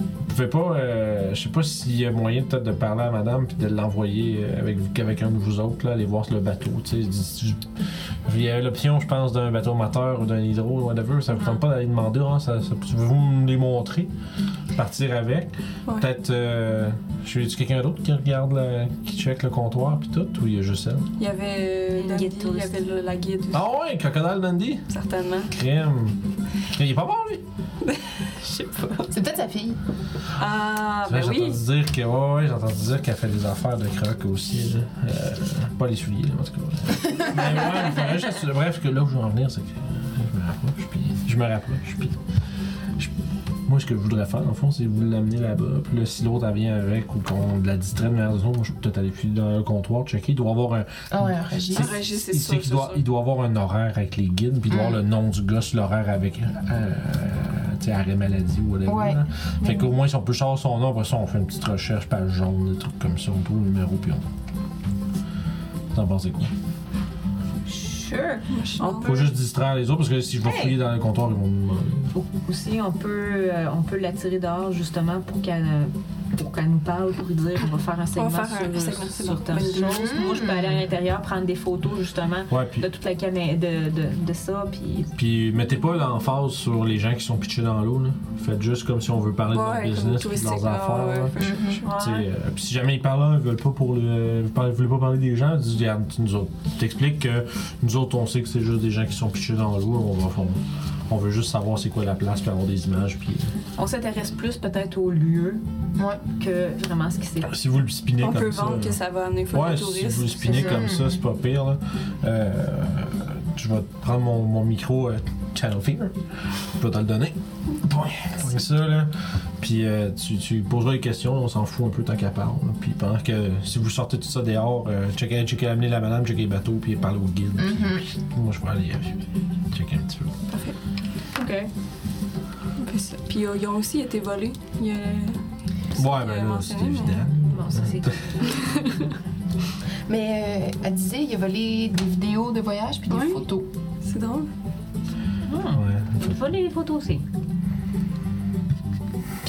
Speaker 2: Vous pouvez pas. euh, je sais pas s'il y a moyen peut-être de parler à madame puis de l'envoyer euh, avec, vous- avec un de vous autres, là, aller voir sur le bateau. tu sais. Je- je- Il y a l'option, je pense, d'un bateau moteur ou d'un hydro, whatever. Ça vous tente pas d'aller demander, hein, ça, ça- vous me les montrer, partir avec.
Speaker 4: Ouais.
Speaker 2: Peut-être. euh, je suis quelqu'un d'autre qui regarde, la- qui check le comptoir puis tout, ou il y a juste elle.
Speaker 4: Il y avait euh,
Speaker 5: Une
Speaker 4: Dandy,
Speaker 5: guide
Speaker 4: il y avait le- la guide aussi,
Speaker 2: Ah ouais, Crocodile Dundee?
Speaker 4: certainement.
Speaker 2: Crème. Il est pas bon, lui.
Speaker 4: Je sais pas.
Speaker 3: C'est peut-être sa fille.
Speaker 4: Ah,
Speaker 2: Tu vois,
Speaker 4: ben
Speaker 2: j'ai
Speaker 4: oui.
Speaker 2: entendu dire que ouais, ouais, j'ai entendu dire qu'elle fait des affaires de croc aussi. là. Euh, pas les souliers, là, en tout cas. Mais ouais, il faudrait juste- bref, que là où je veux en venir, c'est que euh, je me rapproche, puis je me rapproche, puis je- moi, ce que je voudrais faire, dans le fond, c'est vous l'amener là-bas. Puis là, si l'autre elle vient avec ou qu'on la distrait de manière autre, moi, je peux peut-être aller plus dans le comptoir, checker. Il doit avoir un.
Speaker 3: Ah ouais, un registre.
Speaker 4: Un registre, c'est
Speaker 2: il
Speaker 4: sûr,
Speaker 2: sait qu'il
Speaker 4: c'est
Speaker 2: doit,
Speaker 4: sûr.
Speaker 2: il doit avoir un horaire avec les guides, puis il doit
Speaker 3: Mm.
Speaker 2: avoir le nom du gars sur l'horaire avec. Euh, tu sais, arrêt maladie ou whatever.
Speaker 3: Ouais.
Speaker 2: là. Fait
Speaker 4: Mm.
Speaker 2: qu'au moins, si on peut chercher son nom, après ça, on fait une petite recherche par jaune, des trucs comme ça, on trouve le numéro, puis on. T'en pensez quoi?
Speaker 5: Sure.
Speaker 4: On
Speaker 2: Faut juste distraire les autres, parce que si je vais
Speaker 5: Hey!
Speaker 2: fouiller dans le comptoir, ils vont me demander.
Speaker 5: Ou- Aussi, on peut, euh, on peut l'attirer dehors justement pour qu'elle euh, pour qu'elle nous parle, pour lui dire on va faire un segment
Speaker 4: faire
Speaker 5: sur,
Speaker 4: un segment, c'est
Speaker 5: sur
Speaker 4: bon.
Speaker 5: telle
Speaker 4: Bonne idée.
Speaker 5: chose. Moi, je peux aller à l'intérieur prendre des photos justement
Speaker 2: Ouais, puis,
Speaker 5: de toute la caméra de, de, de ça, puis
Speaker 2: puis mettez pas l'emphase sur les gens qui sont pitchés dans l'eau, là. Faites juste comme si on veut parler de leur
Speaker 4: Ouais, comme
Speaker 2: business, puis de
Speaker 4: touristique.
Speaker 2: leurs
Speaker 4: là,
Speaker 2: affaires, là.
Speaker 4: ouais, fait-
Speaker 2: Tu sais, euh, puis si jamais ils parlent, là, ils veulent pas pour le, vous parlez- vous voulez pas parler des gens, dis, regarde, tu nous autres, tu t'expliques que nous autres, on sait que c'est juste des gens qui sont pitchés dans l'eau, on va, on, on veut juste savoir c'est quoi la place, puis avoir des images, puis
Speaker 5: on s'intéresse plus peut-être au lieu
Speaker 3: Ouais.
Speaker 5: que vraiment ce qui s'est
Speaker 2: euh, si vous le spinez
Speaker 4: On
Speaker 2: comme
Speaker 4: peut
Speaker 2: ça. euh,
Speaker 4: vendre que ça va amener full
Speaker 2: Ouais,
Speaker 4: de
Speaker 2: si vous
Speaker 4: touristes.
Speaker 2: le spinez
Speaker 3: ça.
Speaker 2: comme ça, c'est pas pire. Là. Euh, je vais te prendre mon, mon micro euh, Channel Fear. Je vais te le donner. Point. Point ça, là. Puis euh, tu, tu poseras des questions, là, on s'en fout un peu tant qu'à parle. là. Puis pendant que si vous sortez tout ça dehors, euh, checker, checker amener la madame, checker les bateaux, puis parler au guide.
Speaker 3: Mhm.
Speaker 2: Moi, je vais aller euh, checker un petit peu.
Speaker 4: Parfait.
Speaker 5: OK.
Speaker 4: On fait ça. Puis euh, ils ont aussi été volés. Il y a- c'est
Speaker 2: Ouais,
Speaker 4: ce qu'il
Speaker 2: ben
Speaker 4: a
Speaker 2: là, c'est
Speaker 3: hein?
Speaker 4: mentionné, mais-
Speaker 2: évident.
Speaker 5: Bon, ça c'est
Speaker 3: Mais euh, elle disait, il a volé des vidéos de voyage puis des
Speaker 4: Oui.
Speaker 3: photos.
Speaker 4: C'est drôle.
Speaker 3: Ah.
Speaker 5: Hmm.
Speaker 2: Ouais.
Speaker 5: Faut les photos aussi.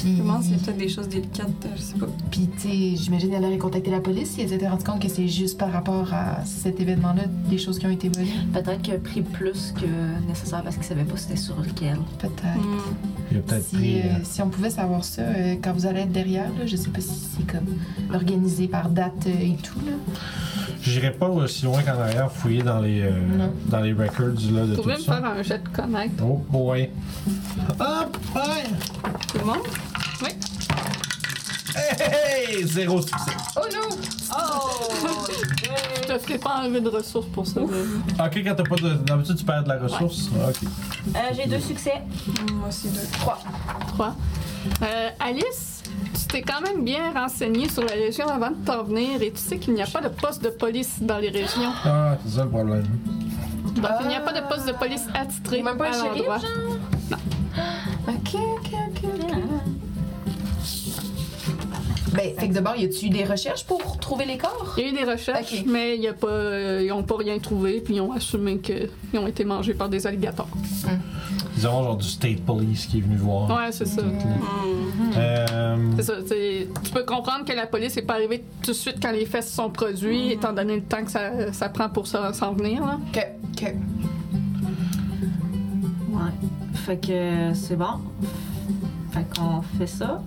Speaker 3: Puis,
Speaker 4: Je pense qu'il y a peut-être des choses délicates, euh, je sais pas.
Speaker 3: puis tu sais, j'imagine qu'elle aurait contacté la police si elle s'était rendue compte que c'est juste par rapport à cet événement-là, des choses qui ont été volées.
Speaker 5: Peut-être qu'il a pris plus que nécessaire parce qu'il savait pas c'était sur lequel.
Speaker 3: Peut-être.
Speaker 4: Hmm.
Speaker 2: Il a peut-être
Speaker 3: Si,
Speaker 2: pris.
Speaker 3: euh, si on pouvait savoir ça euh, quand vous allez être derrière, là, je sais pas si c'est comme organisé par date euh, et tout. Là.
Speaker 2: J'irai pas aussi loin qu'en arrière fouiller dans les, euh,
Speaker 3: Non.
Speaker 2: dans les records là, de
Speaker 1: Tu
Speaker 2: tout
Speaker 1: pourrais me
Speaker 2: ça.
Speaker 1: faire un jet de connaître.
Speaker 2: Oh boy. Hop, ouais.
Speaker 4: Tout le monde?
Speaker 2: Hey, hey, hey, zéro succès.
Speaker 3: Oh non!
Speaker 5: Oh!
Speaker 1: Je te ferai pas enlever de ressources pour ça. là.
Speaker 2: Ok, quand t'as pas de. D'habitude, tu perds de la ressource. Ok.
Speaker 5: Euh, J'ai deux succès.
Speaker 4: Hmm, Moi aussi, deux.
Speaker 1: Trois. Euh, Alice, tu t'es quand même bien renseignée sur la région avant de t'en venir et tu sais qu'il n'y a pas de poste de police dans les régions.
Speaker 2: Ah, c'est ça le problème.
Speaker 1: Donc, il n'y a pas de poste de police attitré
Speaker 3: Même pas un
Speaker 1: à
Speaker 3: shérif,
Speaker 1: l'endroit.
Speaker 3: Ok, ok, ok, ok. Ben, fait que d'abord, y a-tu eu des recherches pour trouver les corps?
Speaker 1: Il y a eu des recherches,
Speaker 3: Ok.
Speaker 1: mais il y a pas, euh, ils n'ont pas rien trouvé, puis ils ont assumé qu'ils ont été mangés par des alligators.
Speaker 2: Ils ont genre du State Police qui est venu voir.
Speaker 1: Ouais, c'est ça.
Speaker 4: Hmm.
Speaker 2: Euh,
Speaker 1: C'est ça, tu sais, tu peux comprendre que la police n'est pas arrivée tout de suite quand les faits se sont produits, étant donné le temps que ça, ça prend pour ça- s'en venir. Là.
Speaker 3: Que, que.
Speaker 5: euh, Ouais. Fait que c'est bon. Fait qu'on fait ça.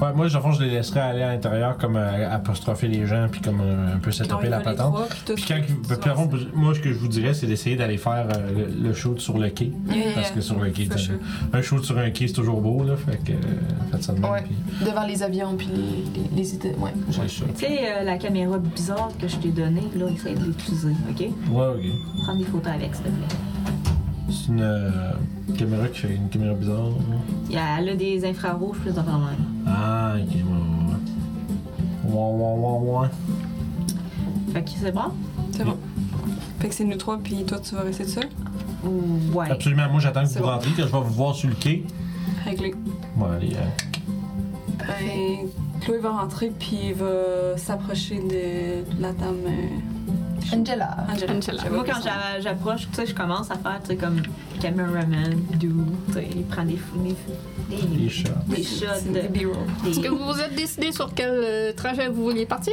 Speaker 2: Ouais, moi, dans le fond, je les laisserais aller à l'intérieur, comme euh, apostropher les gens, puis comme euh, un peu s'étoper la patente. Puis quand, puis, par contre, moi, ce que je vous dirais, c'est d'essayer d'aller faire euh, le, le shoot sur le quai. Parce que sur le quai,
Speaker 4: For
Speaker 2: t'as-
Speaker 4: sure.
Speaker 2: un shoot sur un quai, c'est toujours beau, là. Fait que, euh, faites ça de même.
Speaker 3: Ouais.
Speaker 2: puis-
Speaker 3: Devant les avions, puis les, les, les états- Ouais.
Speaker 2: ouais, ça.
Speaker 6: Tu sais, euh, la caméra bizarre que je t'ai donnée, là, essaye de l'utiliser, OK?
Speaker 2: Ouais, ok.
Speaker 6: Prends des photos avec, s'il te plaît.
Speaker 2: C'est une euh, caméra qui fait une caméra bizarre. là.
Speaker 6: Il y a, elle a des infrarouges plus d'affaires de même.
Speaker 2: Ah, ok, ouais, ouais, ouais. Ouais, ouais, ouais, ouais.
Speaker 6: Fait que c'est bon?
Speaker 4: C'est bon. Fait que c'est nous trois, puis toi, tu vas rester seul.
Speaker 6: Ou- Ouais.
Speaker 2: Absolument, moi, j'attends que
Speaker 4: C'est
Speaker 2: vous
Speaker 4: bon.
Speaker 2: rentriez, que je vais vous voir sur le quai.
Speaker 4: Réglé.
Speaker 2: Bon, allez, euh,
Speaker 3: Parfait.
Speaker 4: Et Chloé va rentrer, puis va s'approcher de la dame euh,
Speaker 3: Angela.
Speaker 4: Angela.
Speaker 1: Angela.
Speaker 4: J'avais
Speaker 6: Moi,
Speaker 4: oublié
Speaker 6: quand
Speaker 4: son nom.
Speaker 6: j'a- j'approche, tu sais, je commence à faire, tu sais, comme cameraman, do, tu sais, il prend des, fou- des,
Speaker 2: les
Speaker 6: des,
Speaker 2: chats.
Speaker 6: des shots,
Speaker 4: C'est
Speaker 6: de-
Speaker 4: des B-roll.
Speaker 1: Est-ce que
Speaker 6: des-
Speaker 1: vous vous êtes décidé sur quel euh, trajet vous vouliez partir?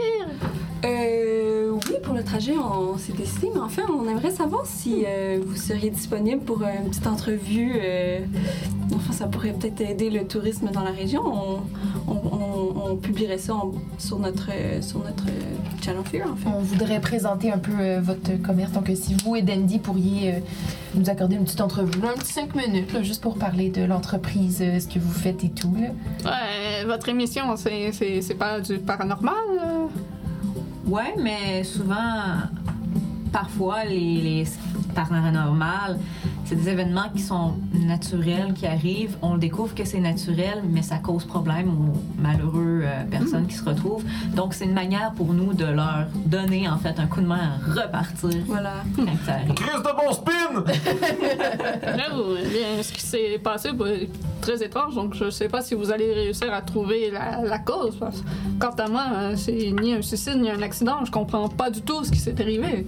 Speaker 4: Euh, oui, pour le trajet, on s'est décidé, mais en fait, on aimerait savoir si euh, vous seriez disponible pour une petite entrevue. euh, enfin, ça pourrait peut-être aider le tourisme dans la région. On, on- on- on publierait ça en- sur notre, euh, sur notre euh, channel Fear, en fait.
Speaker 3: On voudrait présenter un peu euh, votre commerce. Donc, euh, si vous et Dandy pourriez euh, nous accorder une petite entrevue, là, un petit 5 minutes, là, juste pour parler de l'entreprise, euh, ce que vous faites et tout. Là.
Speaker 1: Ouais, votre émission, c'est- c'est c'est pas du paranormal? euh?
Speaker 6: Ouais, mais souvent, parfois, les, les paranormales, c'est des événements qui sont naturels, qui arrivent. On découvre que c'est naturel, mais ça cause problème aux malheureux euh,
Speaker 4: Mm.
Speaker 6: personnes qui se retrouvent. Donc, c'est une manière pour nous de leur donner, en fait, un coup de main à repartir
Speaker 4: Voilà.
Speaker 6: quand ça arrive.
Speaker 2: Chris de bon spin!
Speaker 1: J'avoue, eh bien, ce qui s'est passé bah, est très étrange, donc je sais pas si vous allez réussir à trouver la, la cause. parce que, quant à moi, euh, c'est ni un suicide ni un accident, je comprends pas du tout ce qui s'est arrivé.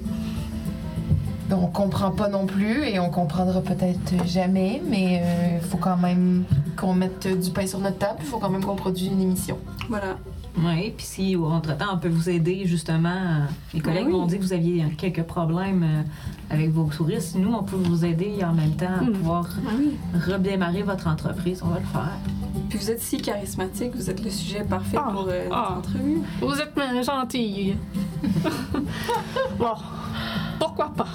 Speaker 3: Ben, on comprend pas non plus et on comprendra peut-être jamais, mais il faut quand même qu'on mette du pain sur notre table. Il faut quand même qu'on produise une émission.
Speaker 4: Voilà.
Speaker 6: Oui, puis si au- entre-temps on peut vous aider justement, euh, les collègues
Speaker 4: Ben oui.
Speaker 6: m'ont dit que vous aviez euh, quelques problèmes euh, avec vos touristes, nous on peut vous aider en même temps à
Speaker 1: Mm.
Speaker 6: pouvoir
Speaker 4: Ah oui.
Speaker 6: redémarrer votre entreprise, on va le faire.
Speaker 4: Puis vous êtes si charismatique, vous êtes le sujet parfait
Speaker 1: Ah.
Speaker 4: pour euh,
Speaker 1: Ah.
Speaker 4: notre entrevue.
Speaker 1: Vous êtes euh, gentille. bon, pourquoi pas.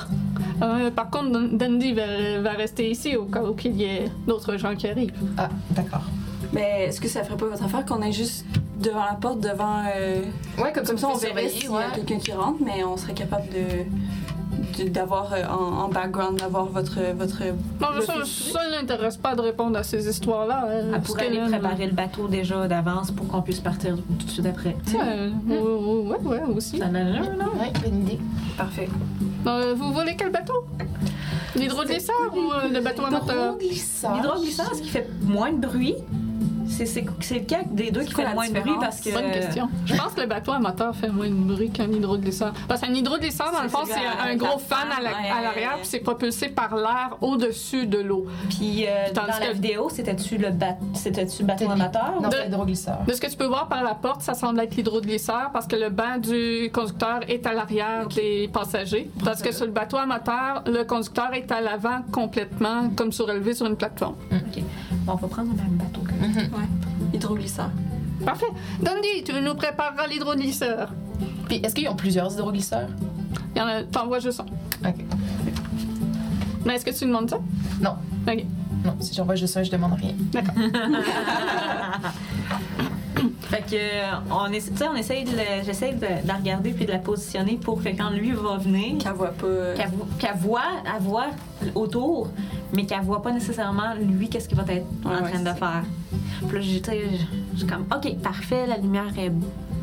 Speaker 1: Euh, par contre, Dan- Dandy va, va rester ici au cas où qu'il y ait d'autres gens qui arrivent.
Speaker 3: Ah, d'accord.
Speaker 4: Mais est-ce que ça ferait pas votre affaire qu'on aille juste devant la porte, devant. euh,
Speaker 3: Ouais, comme,
Speaker 4: Comme ça, on verrait
Speaker 3: surveiller,
Speaker 4: s'il y
Speaker 3: ouais.
Speaker 4: a quelqu'un qui rentre, mais on serait capable de de- d'avoir euh, en, en background, d'avoir votre... votre
Speaker 1: Non, mais
Speaker 4: le
Speaker 1: ça,
Speaker 4: sujet.
Speaker 1: ça l'intéresse pas de répondre à ces histoires-là. hein,
Speaker 6: On
Speaker 1: parce que,
Speaker 6: pourrait Ah, aller
Speaker 1: euh,
Speaker 6: préparer le bateau déjà d'avance pour qu'on puisse partir tout de suite après.
Speaker 1: Ouais, ouais, ouais, ouais, aussi.
Speaker 6: Ça en a l'air, non?
Speaker 3: Ouais, bonne idée.
Speaker 4: Parfait.
Speaker 1: Euh, vous voulez quel bateau L'hydroglisseur ou euh, le bateau à moteur
Speaker 3: Hydroglissage.
Speaker 6: L'hydroglisseur, ce qui fait moins de bruit, c'est c'est- c'est lequel des deux
Speaker 4: C'est
Speaker 6: qui
Speaker 4: quoi
Speaker 6: fait
Speaker 4: la
Speaker 6: moins de bruit
Speaker 4: différence?
Speaker 6: parce que...
Speaker 1: Bonne question. Je pense que le bateau à moteur fait moins de bruit qu'un hydroglisseur. Parce qu'un hydroglisseur, dans le
Speaker 4: C'est
Speaker 1: fond, c'est
Speaker 4: celui
Speaker 1: un
Speaker 4: avec
Speaker 1: gros
Speaker 4: la
Speaker 1: fan à la-
Speaker 4: femme, ouais.
Speaker 1: à l'arrière, puis c'est propulsé par l'air au-dessus de l'eau.
Speaker 6: Puis euh, dans
Speaker 1: Tandis
Speaker 6: la
Speaker 1: que-
Speaker 6: vidéo, c'était-tu le, bat... c'était-tu le bateau
Speaker 3: C'était-
Speaker 6: amateur?
Speaker 3: Non,
Speaker 1: De-
Speaker 3: c'est l'hydroglisseur.
Speaker 1: De ce que tu peux voir par la porte, ça semble être l'hydroglisseur parce que le banc du conducteur est à l'arrière des passagers. Parce que sur le bateau à moteur, le conducteur est à l'avant complètement, comme surélevé sur une plateforme.
Speaker 6: Bon, on va prendre le même bateau que
Speaker 3: Mhm.
Speaker 4: Hydroglisseur.
Speaker 1: Parfait. Dandy, tu nous prépareras l'hydroglisseur.
Speaker 3: Puis, est-ce qu'ils ont plusieurs hydroglisseurs?
Speaker 1: Il y en a, t'envoies juste un.
Speaker 3: Ok.
Speaker 1: Mais est-ce que tu demandes ça?
Speaker 3: Non.
Speaker 1: Ok.
Speaker 3: Non, si j'envoie juste ça, je demande rien.
Speaker 6: Fait que euh, on essa- tu sais, on essaye de le- j'essaye de, de la regarder puis de la positionner pour que quand lui va venir,
Speaker 4: Qu'elle voit pas... euh,
Speaker 6: qu'elle vo- qu'elle voit, elle voit autour, mais qu'elle voit pas nécessairement lui qu'est-ce qu'il va être
Speaker 4: Ouais,
Speaker 6: en
Speaker 4: Ah ouais,
Speaker 6: train
Speaker 4: c'est-
Speaker 6: de faire. Puis là, j'ai- tu sais, je- je suis comme ok parfait, la lumière est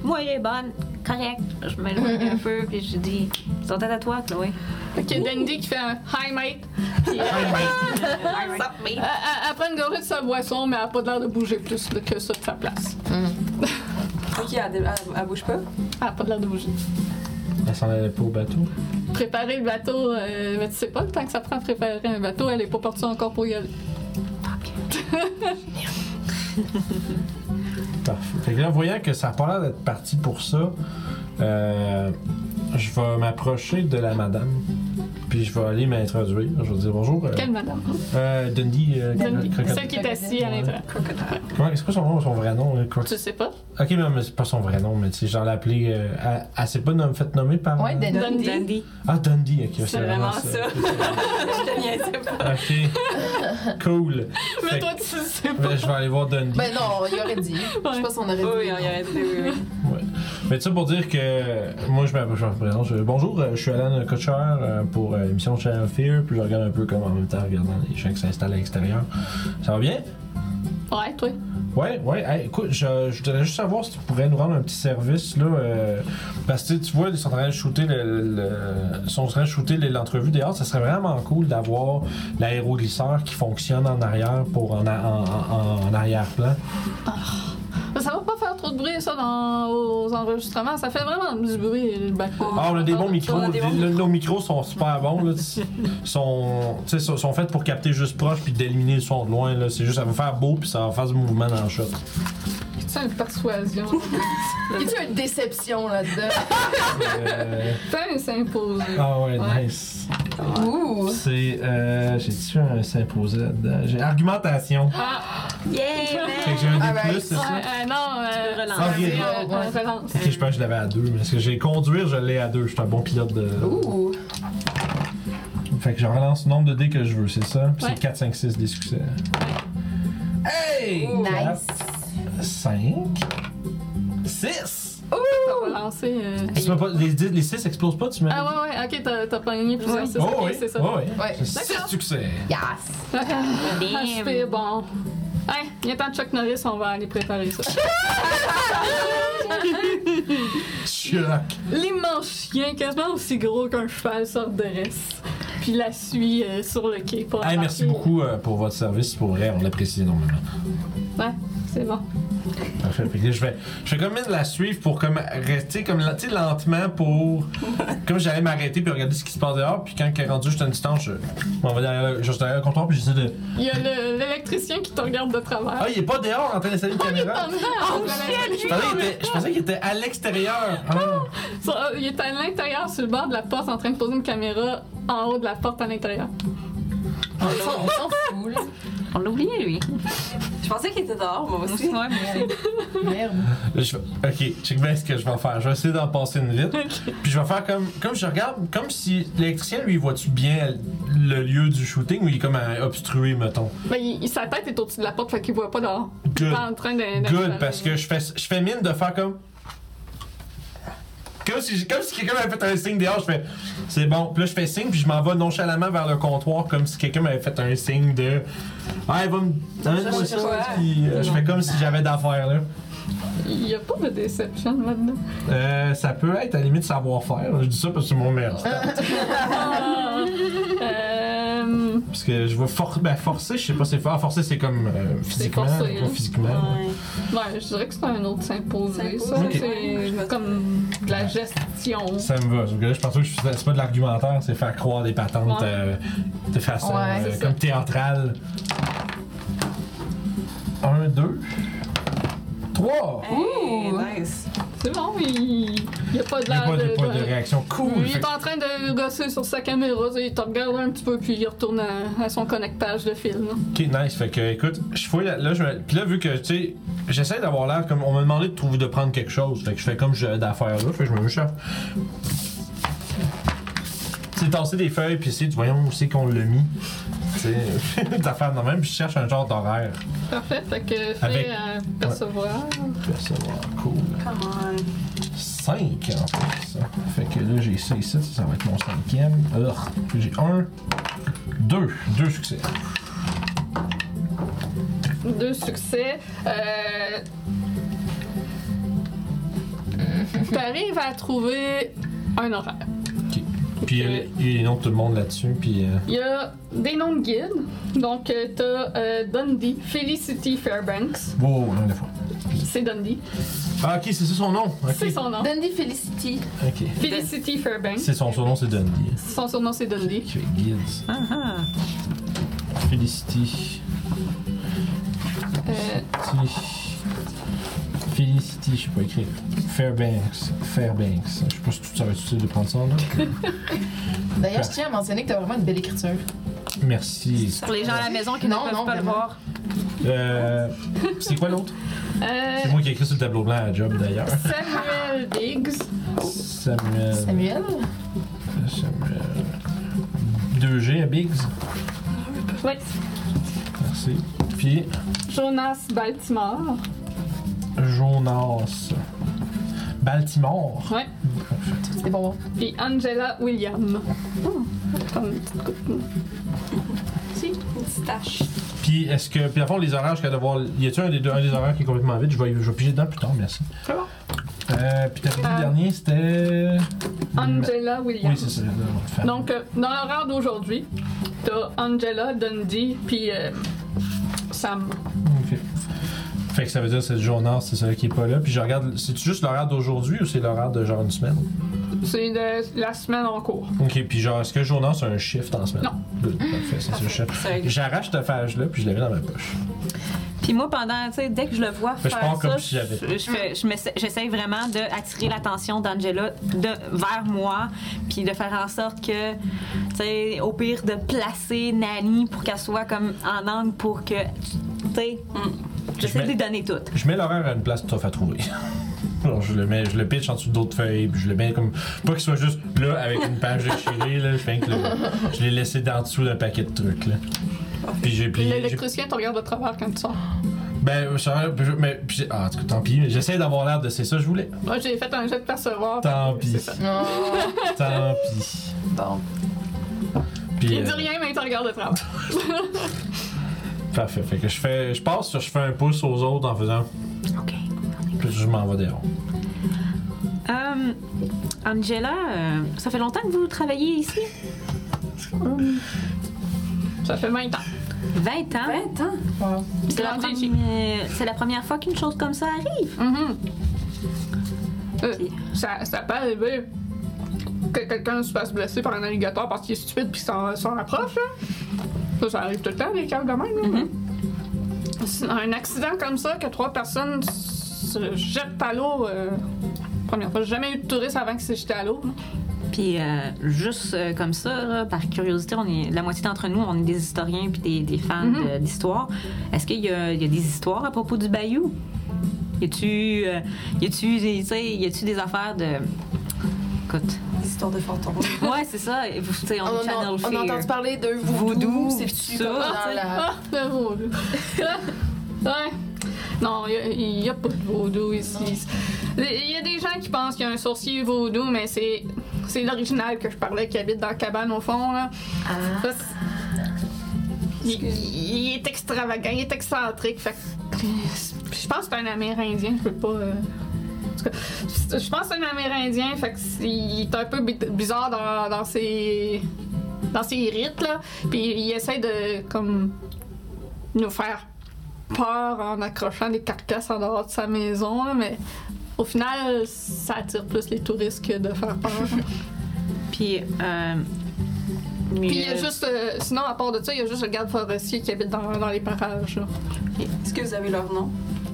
Speaker 6: moyenne bonne, correct. Je m'éloigne un peu puis je dis ils sont tête à toi Chloé.
Speaker 1: Ok, Dandy qui fait un Hi mate. Puis, euh, elle- elle- elle prend Euh, une gorgée de sa boisson, mais elle n'a pas l'air de bouger plus que ça de sa place.
Speaker 4: Ok, elle, elle- elle bouge pas.
Speaker 1: Elle n'a pas l'air de bouger.
Speaker 2: Elle s'en allait pas au bateau.
Speaker 1: Préparer le bateau, euh, mais tu sais pas le temps que ça prend à préparer un bateau, elle est pas partie encore pour y aller.
Speaker 2: Parfait. Fait que là, voyant que ça a pas l'air d'être parti pour ça, euh, je vais m'approcher de la madame. puis je vais aller m'introduire. Je vais dire bonjour. euh,
Speaker 1: Quelle madame?
Speaker 2: euh, Dundee. euh,
Speaker 1: Dundee.
Speaker 2: Croc- Croc-
Speaker 1: Celle qui est assise à
Speaker 2: Ouais.
Speaker 1: l'intérieur.
Speaker 4: Crocodile.
Speaker 2: Comment- C'est quoi son nom, son vrai nom? euh, Croc-
Speaker 1: Tu sais pas?
Speaker 2: Ok, mais mais c'est pas son vrai nom, mais tu sais, genre l'appelé. Euh, elle- elle s'est pas nom- faite nommer par. euh,
Speaker 3: Ouais, Dundee.
Speaker 1: Dundee.
Speaker 5: Dandy.
Speaker 2: Ah, Dundee, ok.
Speaker 4: C'est vraiment ça. Je te niaisais pas.
Speaker 2: ok. Cool.
Speaker 1: Mais
Speaker 2: Fait
Speaker 1: toi, tu sais
Speaker 2: que- ben, je vais aller voir Dundee.
Speaker 3: Ben non, il aurait dit. Je pense qu'on aurait dit.
Speaker 4: Oh, Oui, oui, on y aurait dit, oui, oui.
Speaker 2: Mais ça pour dire que moi je m'appelle je me présente, je- bonjour, euh, je suis Alan Kutcher euh, pour euh, l'émission Channel Fear, puis je regarde un peu comme en même temps regardant les gens qui s'installent à l'extérieur. Ça va bien?
Speaker 1: pas. Ouais, toi.
Speaker 2: Ouais, ouais. Hey, écoute, je, je voudrais juste savoir si tu pourrais nous rendre un petit service là, euh, parce que tu sais, tu vois, ils sont en train de shooter le, le- ils sont en train de shooter le- l'entrevue dehors. Ça serait vraiment cool d'avoir l'aéroglisseur qui fonctionne en arrière pour en, a- en- en- en arrière-plan.
Speaker 1: Mais Ça va pas faire trop de bruit, ça, dans aux enregistrements. Ça fait vraiment du bruit, le bac.
Speaker 2: Ah, on a des bons micros.
Speaker 4: On a des bons
Speaker 2: Le- Nos micros sont super bons. Là. Ils sont, tu sais, sont, sont faits pour capter juste proche puis d'éliminer le son de loin. là. C'est juste, ça va faire beau puis ça va faire du mouvement dans le shot.
Speaker 1: Tu sais, une persuasion.
Speaker 3: Y a-tu une déception là-dedans?
Speaker 2: Euh,
Speaker 1: Faire une s'impose.
Speaker 2: Ah ouais,
Speaker 1: Ouais.
Speaker 2: nice.
Speaker 3: Ouh!
Speaker 2: C'est. Euh, J'ai-tu un symposé là-dedans? J'ai argumentation.
Speaker 5: Yay,
Speaker 2: Fait que
Speaker 5: man!
Speaker 2: j'ai un des
Speaker 3: Alright.
Speaker 2: plus, c'est
Speaker 1: Ah Ouais,
Speaker 2: ça?
Speaker 1: euh, non, euh,
Speaker 5: Relance.
Speaker 1: c'est, euh,
Speaker 3: Ouais,
Speaker 1: euh,
Speaker 3: ouais.
Speaker 1: relance.
Speaker 2: Ok, je pense que je l'avais à deux, mais parce que j'ai conduire, je l'ai à deux. Je suis un bon pilote de.
Speaker 3: Ouh!
Speaker 2: Fait que je relance le nombre de dés que je veux, c'est ça? Puis
Speaker 1: Ouais.
Speaker 2: c'est 4, 5, 6 des succès. Hey!
Speaker 3: Nice!
Speaker 2: 5, 6!
Speaker 1: T'as relancé. euh.
Speaker 2: les, dix- les 6 explosent pas, tu m'as
Speaker 1: Ah ouais, ouais, ok, t'as, t'as pogné plusieurs.
Speaker 3: Ouais.
Speaker 1: C'est ça,
Speaker 2: Oh
Speaker 1: ok,
Speaker 2: oui,
Speaker 1: c'est ça.
Speaker 2: oh oui.
Speaker 3: Ouais.
Speaker 2: C'est six
Speaker 1: D'accord.
Speaker 2: succès.
Speaker 3: Yes!
Speaker 1: HP, bon. Hey, il est temps de Chuck Norris, on va aller préparer ça.
Speaker 2: Chuck.
Speaker 1: L'immense chien, quasiment aussi gros qu'un cheval, sort de reste. Puis la suit euh, sur le quai. pour
Speaker 2: Hey, merci
Speaker 1: embarquer.
Speaker 2: beaucoup euh, pour votre service, pour vrai, on l'apprécie énormément.
Speaker 1: Ouais, c'est bon.
Speaker 2: Parfait. Fait que là, je vais, je vais comme même la suivre pour comme rester comme la- tu sais, lentement pour comme j'allais m'arrêter puis regarder ce qui se passe dehors puis quand elle est rendue juste à une distance, je on va derrière, le- juste derrière le comptoir puis j'essaie de
Speaker 1: Il y a le- l'électricien qui te regarde de travers. Ah,
Speaker 2: ah il est pas dehors en train d'essayer une caméra. Je pensais qu'il était, je pensais qu'il était à l'extérieur. Ah.
Speaker 1: Ça, euh, Il est à l'intérieur, sur le bord de la porte, en train de poser une caméra en haut de la porte à l'intérieur.
Speaker 3: On s'en on s'en fout, là.
Speaker 5: On l'a oublié, lui.
Speaker 4: Je pensais qu'il était dehors, moi aussi.
Speaker 5: Ouais, moi aussi.
Speaker 3: Merde.
Speaker 2: Là, je vais- ok, check bien ce que je vais faire. Je vais essayer d'en passer une vite. Puis je vais faire comme, comme je regarde, comme si l'électricien lui voit-tu bien le lieu du shooting ou il est comme euh, obstrué, mettons.
Speaker 1: Mais Ben, il, il- sa tête est au-dessus de la porte, fait qu'il voit pas dehors. Il est
Speaker 2: Good.
Speaker 1: pas en train de. de-
Speaker 2: Good, parce que je fais, je fais mine de faire comme. Comme si, comme si quelqu'un m'avait fait un signe dehors, je fais c'est bon. Puis là, je fais signe, puis je m'en vais nonchalamment vers le comptoir, comme si quelqu'un m'avait fait un signe de. Ah, elle va me. Amène-moi
Speaker 4: Je
Speaker 2: ça.
Speaker 4: sais pas.
Speaker 2: Puis, euh, je fais comme si j'avais d'affaires, là.
Speaker 1: Il y a pas de déception là-dedans.
Speaker 2: Euh, ça peut être à la limite savoir-faire. Je dis ça parce que c'est mon meilleur stat.
Speaker 4: Ah.
Speaker 1: Ah. Euh,
Speaker 2: Parce que je vais for- ben, forcer, je sais pas, c'est fort. Forcer, c'est comme euh, physiquement.
Speaker 1: forcer,
Speaker 2: pas
Speaker 1: hein.
Speaker 2: physiquement.
Speaker 4: Ouais.
Speaker 1: ouais, je dirais que c'est un autre s'imposer. Ça,
Speaker 4: S'imposer, ouais, je me-
Speaker 1: c'est comme de la gestion.
Speaker 2: Ça me va. Parce que là, je pense que je faisais- c'est pas de l'argumentaire, c'est faire croire des patentes
Speaker 1: Ouais.
Speaker 2: euh, de façon
Speaker 3: Ouais,
Speaker 2: euh,
Speaker 1: c'est ça.
Speaker 2: comme théâtrale. Un, deux, trois.
Speaker 4: Hey, nice.
Speaker 1: C'est bon, il n'y a pas de
Speaker 2: Il y a
Speaker 1: l'air
Speaker 2: pas de,
Speaker 1: de.
Speaker 2: pas de réaction cool.
Speaker 1: il
Speaker 2: Fait
Speaker 1: est
Speaker 2: que-
Speaker 1: en train de gosser sur sa caméra, tu sais, il te regarde un petit peu, puis il retourne à, à son connectage de film.
Speaker 2: Ok, nice. Fait que, écoute, je fouille là, là, je me- Puis là, vu que, tu sais, j'essaie d'avoir l'air comme. On m'a demandé de trouver, de prendre quelque chose. Fait que je fais comme j'avais d'affaires là. Fait que je me cherche. Tu sais, tasser des feuilles, puis essayer de voyons où c'est qu'on l'a mis. Tu sais, d'affaires de même, puis je cherche un genre d'horaire.
Speaker 1: Parfait, fait que fais
Speaker 2: Avec-
Speaker 1: euh, percevoir.
Speaker 2: Percevoir, cool.
Speaker 4: Come on.
Speaker 2: 5 en plus. hein. Fait que là, j'ai ça ici, ça, ça va être mon cinquième. Alors, j'ai un, deux, deux succès.
Speaker 1: Deux succès. Euh... T'arrives à trouver un horaire.
Speaker 2: Puis il y a les- il y a les noms de tout le monde là-dessus, puis. euh,
Speaker 1: Il y a des noms de guides. Donc, euh, t'as euh, Dundee, Felicity Fairbanks.
Speaker 2: Wow, une fois.
Speaker 1: C'est Dundee.
Speaker 2: Ah, ok, c'est ça son nom. Ok.
Speaker 1: C'est son nom.
Speaker 3: Dundee Felicity.
Speaker 2: Ok.
Speaker 1: Felicity Fairbanks.
Speaker 2: C'est son surnom, c'est Dundee.
Speaker 1: Son surnom, c'est Dundee.
Speaker 2: Ok, Guilds.
Speaker 5: Ah, ah.
Speaker 2: Felicity.
Speaker 1: Euh,
Speaker 2: Ti- Felicity, je sais pas écrire. Fairbanks. Fairbanks. Je sais pas si tu savais utile de prendre ça, là.
Speaker 3: D'ailleurs, je tiens à mentionner que t'as vraiment une belle écriture.
Speaker 2: Merci.
Speaker 6: Pour les gens à la maison qui
Speaker 1: Oh
Speaker 3: Non,
Speaker 6: ne peuvent
Speaker 3: non,
Speaker 6: pas le
Speaker 3: vraiment.
Speaker 6: voir.
Speaker 2: Euh, c'est quoi l'autre?
Speaker 1: Euh,
Speaker 2: C'est moi qui ai écrit sur le tableau blanc à la job, d'ailleurs.
Speaker 1: Samuel Biggs.
Speaker 2: Samuel.
Speaker 3: Samuel?
Speaker 2: Samuel. 2G à Biggs.
Speaker 1: Oui.
Speaker 2: Merci. Puis,
Speaker 1: Jonas Baltimore.
Speaker 2: Jonas. Baltimore.
Speaker 1: Ouais.
Speaker 3: C'est bon. bon.
Speaker 1: Puis Angela Oh. William. Comme une petite coupe.
Speaker 4: Une petite tache.
Speaker 2: Puis, est-ce que. Puis, à fond, les horaires, jusqu'à devoir. Y a-tu un des, deux- un des horaires qui est complètement vide? Je vais, je vais piger dedans plus tard, merci.
Speaker 1: C'est bon.
Speaker 2: Euh, puis, t'as dit
Speaker 1: Ah.
Speaker 2: le dernier, c'était.
Speaker 1: Angela
Speaker 2: Oui,
Speaker 1: Williams.
Speaker 2: c'est ça. là, on va le faire.
Speaker 1: Donc, euh, dans l'horaire d'aujourd'hui, t'as Angela, Dundee, puis euh, Sam.
Speaker 2: Ok. Fait que ça veut dire que c'est Jonas, c'est celui qui est pas là. Puis je regarde, c'est juste l'horaire d'aujourd'hui ou c'est l'horaire de genre une semaine?
Speaker 1: C'est de- la semaine en cours.
Speaker 2: Ok, puis genre, est-ce que Jonas a un shift en semaine?
Speaker 1: Non.
Speaker 2: Good, parfait, c'est ce shift.
Speaker 4: C'est
Speaker 2: J'arrache ce phage-là, puis je l'avais dans ma poche.
Speaker 6: Puis moi, pendant, tu sais, dès que je le vois
Speaker 2: Fait que je
Speaker 6: faire
Speaker 2: pars comme
Speaker 6: ça,
Speaker 2: si j'avais-
Speaker 6: je- je fais- je m'essa- j'essaie vraiment d'attirer l'attention d'Angela de, vers moi, puis de faire en sorte que, tu sais, au pire, de placer Nani pour qu'elle soit comme en angle pour que, tu sais,
Speaker 2: Je
Speaker 6: j'essaie
Speaker 2: mets-
Speaker 6: de les donner toutes.
Speaker 2: Je mets l'horaire à une place tough à trouver. Alors, je le mets, je le pitch en dessous d'autres feuilles, puis je le mets comme. Pas qu'il soit juste là avec une page déchirée, là. Je fais que le- je l'ai laissé dans dessous d'un paquet de trucs, là. Puis j'ai plié. j'ai-
Speaker 1: L'électricien te regarde de travers quand tu sors.
Speaker 2: Ben, ça, je- mais. puis j'ai- ah, en tout cas, tant pis, mais j'essaie d'avoir l'air de c'est ça que je voulais.
Speaker 1: Moi, j'ai fait un jet de percevoir.
Speaker 2: Tant
Speaker 1: fait que
Speaker 2: pis.
Speaker 1: c'est ça.
Speaker 3: Oh,
Speaker 2: Tant pis.
Speaker 3: bon.
Speaker 2: Puis,
Speaker 1: Il dit
Speaker 2: euh,
Speaker 1: rien, mais il te regarde de travers.
Speaker 2: Parfait. Fait que je fais. Je passe, je fais un pouce aux autres en faisant.
Speaker 6: OK.
Speaker 2: Puis je m'en vais dehors.
Speaker 6: Hum, Angela, euh, ça fait longtemps que vous travaillez ici?
Speaker 1: Ça fait 20 ans.
Speaker 6: 20 ans.
Speaker 4: 20 ans.
Speaker 3: Wow.
Speaker 6: C'est la,
Speaker 1: Grandi,
Speaker 6: première- c'est la première fois qu'une chose comme ça arrive.
Speaker 1: Mhm. Euh, ça, ça peut arriver que quelqu'un se fasse blesser par un alligator parce qu'il est stupide puis qu'il s'en s'en approche. là. Ça, ça arrive tout le temps, les cas de même. là, mais- C'est Un accident comme ça, que trois personnes se jettent à l'eau. euh, Première fois, j'ai jamais eu de touriste avant qu'ils se jeté à l'eau. là.
Speaker 6: Puis euh, juste euh, comme ça, là, par curiosité, on est la moitié d'entre nous, on est des historiens puis des, des fans
Speaker 1: Mhm.
Speaker 6: de- d'histoire. Est-ce qu'il y, a il y a des histoires à propos du bayou Y a-tu, euh, y a-tu, des- tu sais, y a-tu des affaires de, écoute,
Speaker 4: Histoire de fantôme.
Speaker 6: ouais c'est ça, vous- tu sais, on,
Speaker 3: On, en-
Speaker 6: channel
Speaker 3: on
Speaker 6: fear.
Speaker 3: a entendu parler de
Speaker 6: Voodoo,
Speaker 3: voodoo. C'est-tu
Speaker 6: ça,
Speaker 3: comme dans
Speaker 6: t'sais.
Speaker 3: la...
Speaker 1: Ah, de vaudou. ouais. Non, il n'y a, pas de vaudou ici. Il y a des gens qui pensent qu'il y a un sorcier vaudou, mais c'est, c'est l'original que je parlais qui habite dans la cabane au fond. Là.
Speaker 3: Ah.
Speaker 1: Ça, c'est- il, il- il est extravagant, il est excentrique. Fait que- je pense que c'est un Amérindien, je peux pas. euh, en tout cas, c'est- Je pense que c'est un Amérindien, fait que c'est- il est un peu bi- bizarre dans, dans ses dans ses rites là, puis il essaie de comme nous faire peur en accrochant des carcasses en dehors de sa maison, là, mais au final, ça attire plus les touristes que de faire peur.
Speaker 6: Puis, euh, mais,
Speaker 1: Puis il y a
Speaker 6: euh,
Speaker 1: juste, euh, sinon à part de ça, il y a juste le garde forestier qui habite dans, dans les parages. là.
Speaker 4: Est-ce que vous avez leur nom?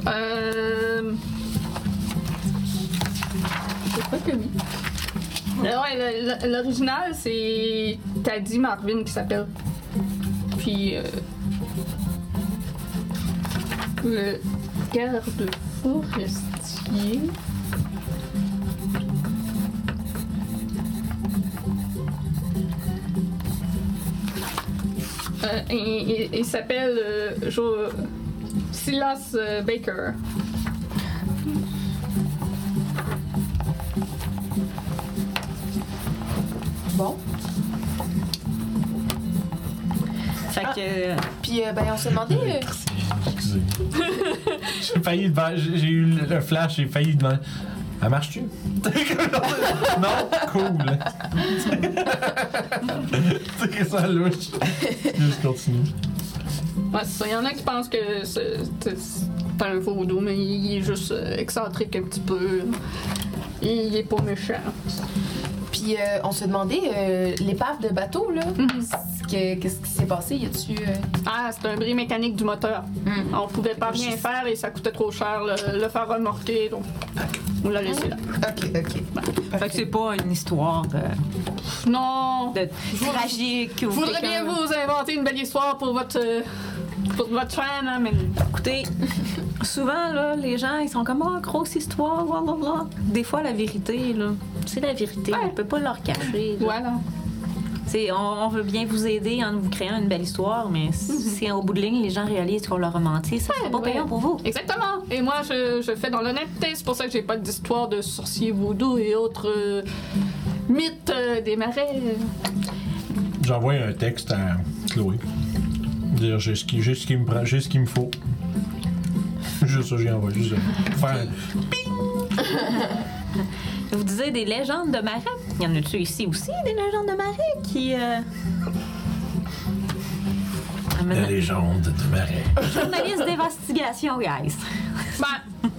Speaker 1: Euh... Je crois que oui. Euh, ouais, le- le- l'original c'est Taddy Marvin qui s'appelle. Puis euh, le garde forestier. Euh, il, il- il s'appelle euh, Jo- Silas euh, Baker.
Speaker 3: Bon.
Speaker 6: fait que,
Speaker 3: Puis, euh, ben, on se demandait... euh,
Speaker 2: Excusez. j'ai failli devan- j'ai j'ai eu le le flash, j'ai failli demander. Elle marche-tu? non, cool. C'est que ça louche. Juste continue.
Speaker 1: Ouais, Ben, c'est ça. Il y en a qui pensent que c'est c'est- c'est un vaudou, mais il est juste euh, excentrique un petit peu. Il est pas méchant.
Speaker 3: Puis euh, on se demandait, euh, l'épave de bateau, là, que- qu'est-ce qui s'est passé? Y a-tu. euh,
Speaker 1: Ah, c'est un bris mécanique du moteur.
Speaker 3: Hmm.
Speaker 1: On pouvait pas rien faire et ça coûtait trop cher le, le faire remorquer, donc on l'a laissé là.
Speaker 3: Ok, ok.
Speaker 6: Fait que c'est pas une histoire euh,
Speaker 1: Non,
Speaker 6: de tragique. ou
Speaker 1: voudrais bien
Speaker 6: quelqu'un-
Speaker 1: vous inventer une belle histoire pour votre euh, pour votre chaîne, hein, mais
Speaker 6: Écoutez, souvent, là, les gens, ils sont comme, oh, grosse histoire, blablabla. Des fois, la vérité, là, c'est la vérité. On peut pas leur cacher. là.
Speaker 1: voilà.
Speaker 6: C'est- On, on veut bien vous aider en vous créant une belle histoire, mais si, si au bout de ligne, les gens réalisent qu'on leur a menti, ça serait
Speaker 1: Ouais,
Speaker 6: pas
Speaker 1: Mm-hmm. ouais.
Speaker 6: payant pour vous.
Speaker 1: Exactement. Et moi, je, je fais dans l'honnêteté. C'est pour ça que j'ai pas d'histoire de sorciers vaudous et autres euh, mythes euh, des marais.
Speaker 2: J'envoie un texte à Chloé. Dire j'ai ce qui, j'ai ce qui me prend, j'ai ce qu'il me faut. Juste ça, j'ai envoyé. Juste ça. Faire un-
Speaker 6: Vous disiez des légendes de marais. Il y en a-tu ici aussi, des légendes de marais qui. euh,
Speaker 2: la
Speaker 6: amènent-
Speaker 2: légende de marais.
Speaker 6: Journaliste d'investigation, guys.
Speaker 1: Ben,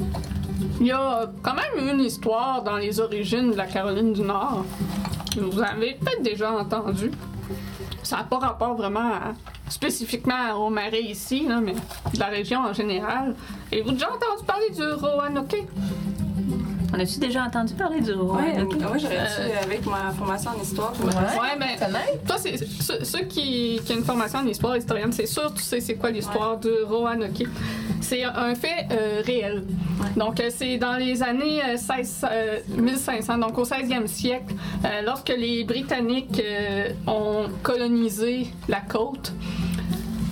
Speaker 1: il y a quand même une histoire dans les origines de la Caroline du Nord. Vous avez peut-être déjà entendu. Ça n'a pas rapport vraiment à- spécifiquement au marais ici, là, mais de la région en général. Et vous avez déjà entendu parler du Roanoke?
Speaker 6: On a-tu déjà entendu parler du roi?
Speaker 4: Ouais, ok. ouais, j'aurais dû, euh, avec ma formation en histoire, je me
Speaker 3: Ouais.
Speaker 1: Ouais, mais
Speaker 3: Ça m'aide?
Speaker 1: toi, c'est, ceux, ceux qui, qui ont une formation en histoire historienne, c'est sûr, tu sais c'est quoi l'histoire de Roanoke. C'est un fait euh, réel. Donc, euh, c'est dans les années euh, 16, euh, 1500, donc au 16e siècle, euh, lorsque les Britanniques euh, ont colonisé la côte,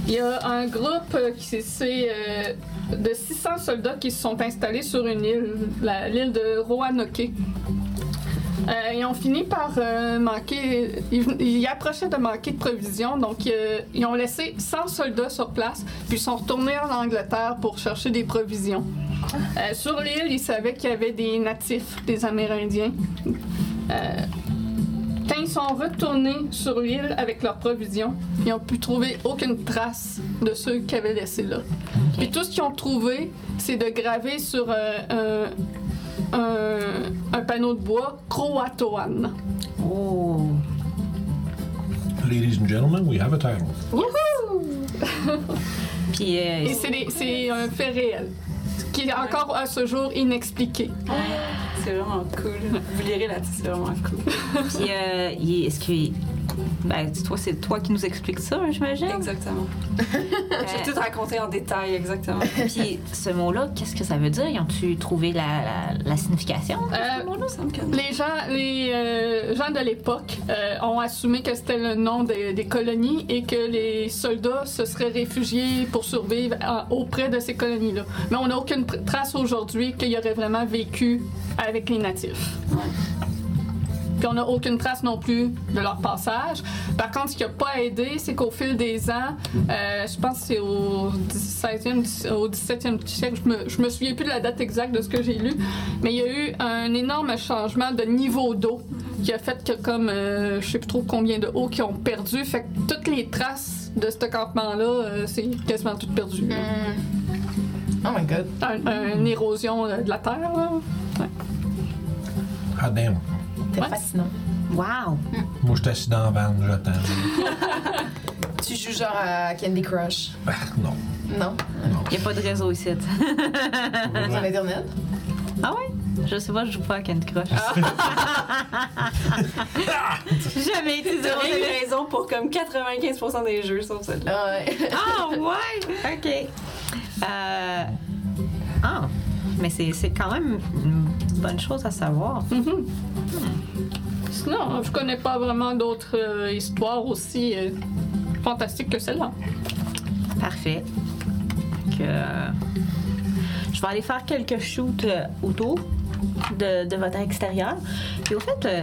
Speaker 1: il y a un groupe euh, qui s'est- c'est euh, de 600 soldats qui se sont installés sur une île, la- l'île de Roanoke. Euh, ils ont fini par euh, manquer. Ils, ils approchaient de manquer de provisions, donc euh, ils ont laissé 100 soldats sur place, puis ils sont retournés en Angleterre pour chercher des provisions. Euh, sur l'île, ils savaient qu'il y avait des natifs, des Amérindiens. Euh, quand ils sont retournés sur l'île avec leurs provisions, ils n'ont pu trouver aucune trace de ceux qu'ils avaient laissés là. Puis tout ce qu'ils ont trouvé, c'est de graver sur euh, un, un- un panneau de bois Croatoan.
Speaker 6: Oh.
Speaker 2: Ladies and gentlemen, we have a title.
Speaker 6: Puis, euh,
Speaker 1: Et c'est des- c'est un fait réel qui est encore à ce jour inexpliqué.
Speaker 4: C'est vraiment cool. Vous lirez là-dessus, c'est vraiment cool.
Speaker 6: puis, euh, il- est-ce que. Ben, c'est toi, c'est toi qui nous explique ça, hein, j'imagine.
Speaker 4: Exactement. J'ai
Speaker 6: Euh,
Speaker 4: tout raconté en détail, exactement.
Speaker 6: puis, ce mot-là, qu'est-ce que ça veut dire? Ils ont-tu trouvé la, la, la signification? de
Speaker 1: Euh,
Speaker 6: ce mot-là?
Speaker 4: Il me semble que-
Speaker 1: Les gens, les euh, gens de l'époque euh, ont assumé que c'était le nom des, des colonies et que les soldats se seraient réfugiés pour survivre à- auprès de ces colonies-là. Mais on n'a aucune pr- trace aujourd'hui qu'il y aurait vraiment vécu avec les natifs. Puis on n'a aucune trace non plus de leur passage. Par contre, ce qui n'a pas aidé, c'est qu'au fil des ans, euh, je pense que c'est au 16e, au 17e siècle, je me, je me souviens plus de la date exacte de ce que j'ai lu, mais il y a eu un énorme changement de niveau d'eau qui a fait que comme euh, je sais plus trop combien de eaux qui ont perdu, fait que toutes les traces de ce campement-là, euh, c'est quasiment toutes perdues.
Speaker 3: Mm.
Speaker 1: là.
Speaker 3: Hmm. Oh my god.
Speaker 1: Un- un- une érosion euh, de la terre, là.
Speaker 2: Ah damn.
Speaker 3: C'était
Speaker 1: Ouais.
Speaker 3: fascinant.
Speaker 6: Wow!
Speaker 2: Moi, je suis assis dans la van, j'attends.
Speaker 3: Tu joues genre à Candy Crush?
Speaker 2: Ah, non.
Speaker 3: Non?
Speaker 6: Il n'y a pas de réseau ici.
Speaker 3: Sur Internet?
Speaker 6: Ah ouais? Je sais pas, je joue pas à Candy Crush. Ah. Jamais été
Speaker 4: Vous auriez
Speaker 6: zéro.
Speaker 4: eu raison pour comme 95% des jeux, sauf celle-là.
Speaker 3: Ah ouais.
Speaker 6: Ah ouais! OK. Euh... Ah! Mais c'est c'est quand même une bonne chose à savoir.
Speaker 1: Sinon, je connais pas vraiment d'autres euh, histoires aussi euh, fantastiques que celle-là.
Speaker 6: Parfait. Fait Que... euh, Je vais aller faire quelques shoots euh, autour de, de votre extérieur. Puis au fait, euh,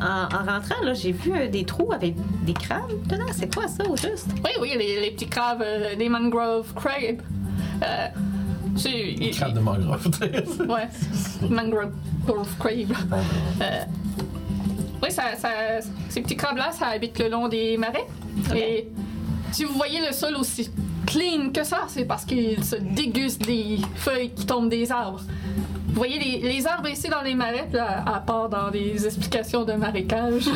Speaker 6: en, en rentrant, là, j'ai vu euh, des trous avec des crabes dedans. C'est quoi ça au juste?
Speaker 1: Oui, oui, les, les petits crabes, euh, les mangrove crabes. Euh, c'est- il-
Speaker 2: Crabe de mangrove.
Speaker 1: Ouais, mangrove crab. Euh, oui, ça, ça- ces petits crabes-là, ça habite le long des marais. Et si vous voyez le sol aussi clean que ça, c'est parce qu'ils se dégustent des feuilles qui tombent des arbres. Vous voyez les, les arbres ici dans les marais, puis à, à part dans des explications de marécage.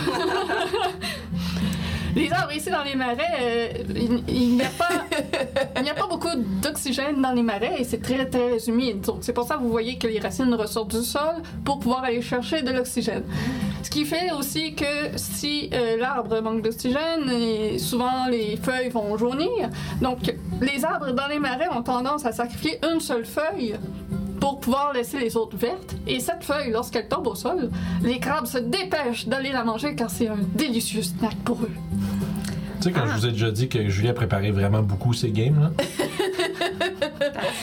Speaker 1: Les arbres ici dans les marais, euh, il- il n'y a pas, Euh, il n'y a pas beaucoup d'oxygène dans les marais et c'est très très humide. Donc c'est pour ça que vous voyez que les racines ressortent du sol pour pouvoir aller chercher de l'oxygène. Ce qui fait aussi que si euh, l'arbre manque d'oxygène, et souvent les feuilles vont jaunir. Donc les arbres dans les marais ont tendance à sacrifier une seule feuille pour pouvoir laisser les autres vertes. Et cette feuille, lorsqu'elle tombe au sol, les crabes se dépêchent d'aller la manger car c'est un délicieux snack pour eux.
Speaker 2: Tu sais, quand je vous ai déjà dit que Julie a préparé vraiment beaucoup ses games, là.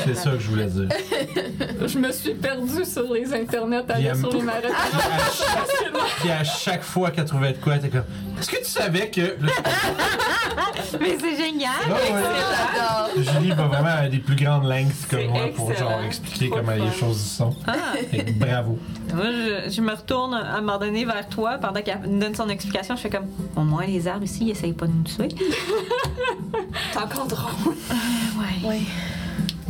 Speaker 2: C'est ça que je voulais dire.
Speaker 1: Je me suis perdue sur les internets, aller
Speaker 2: Bien.
Speaker 1: sur les marais.
Speaker 4: Ah,
Speaker 2: À chaque- Puis à chaque fois qu'elle trouvait de quoi, elle était comme Est-ce que tu savais que. Là,
Speaker 4: Ah,
Speaker 6: Mais c'est génial!
Speaker 2: je- Non, ouais.
Speaker 3: J'adore.
Speaker 2: Julie va vraiment à des plus grandes lengths comme
Speaker 4: C'est
Speaker 2: moi pour genre
Speaker 4: excellent.
Speaker 2: expliquer
Speaker 4: Trop
Speaker 2: comment
Speaker 4: fun.
Speaker 2: les choses sont.
Speaker 6: Ah.
Speaker 2: Fait que bravo.
Speaker 6: Moi, je, je me retourne à un moment donné vers toi pendant qu'elle me donne son explication. Je fais comme, au moins, les arbres ici, ils essayent pas de nous tuer.
Speaker 4: T'es encore drôle.
Speaker 6: Ouais.
Speaker 3: Ouais.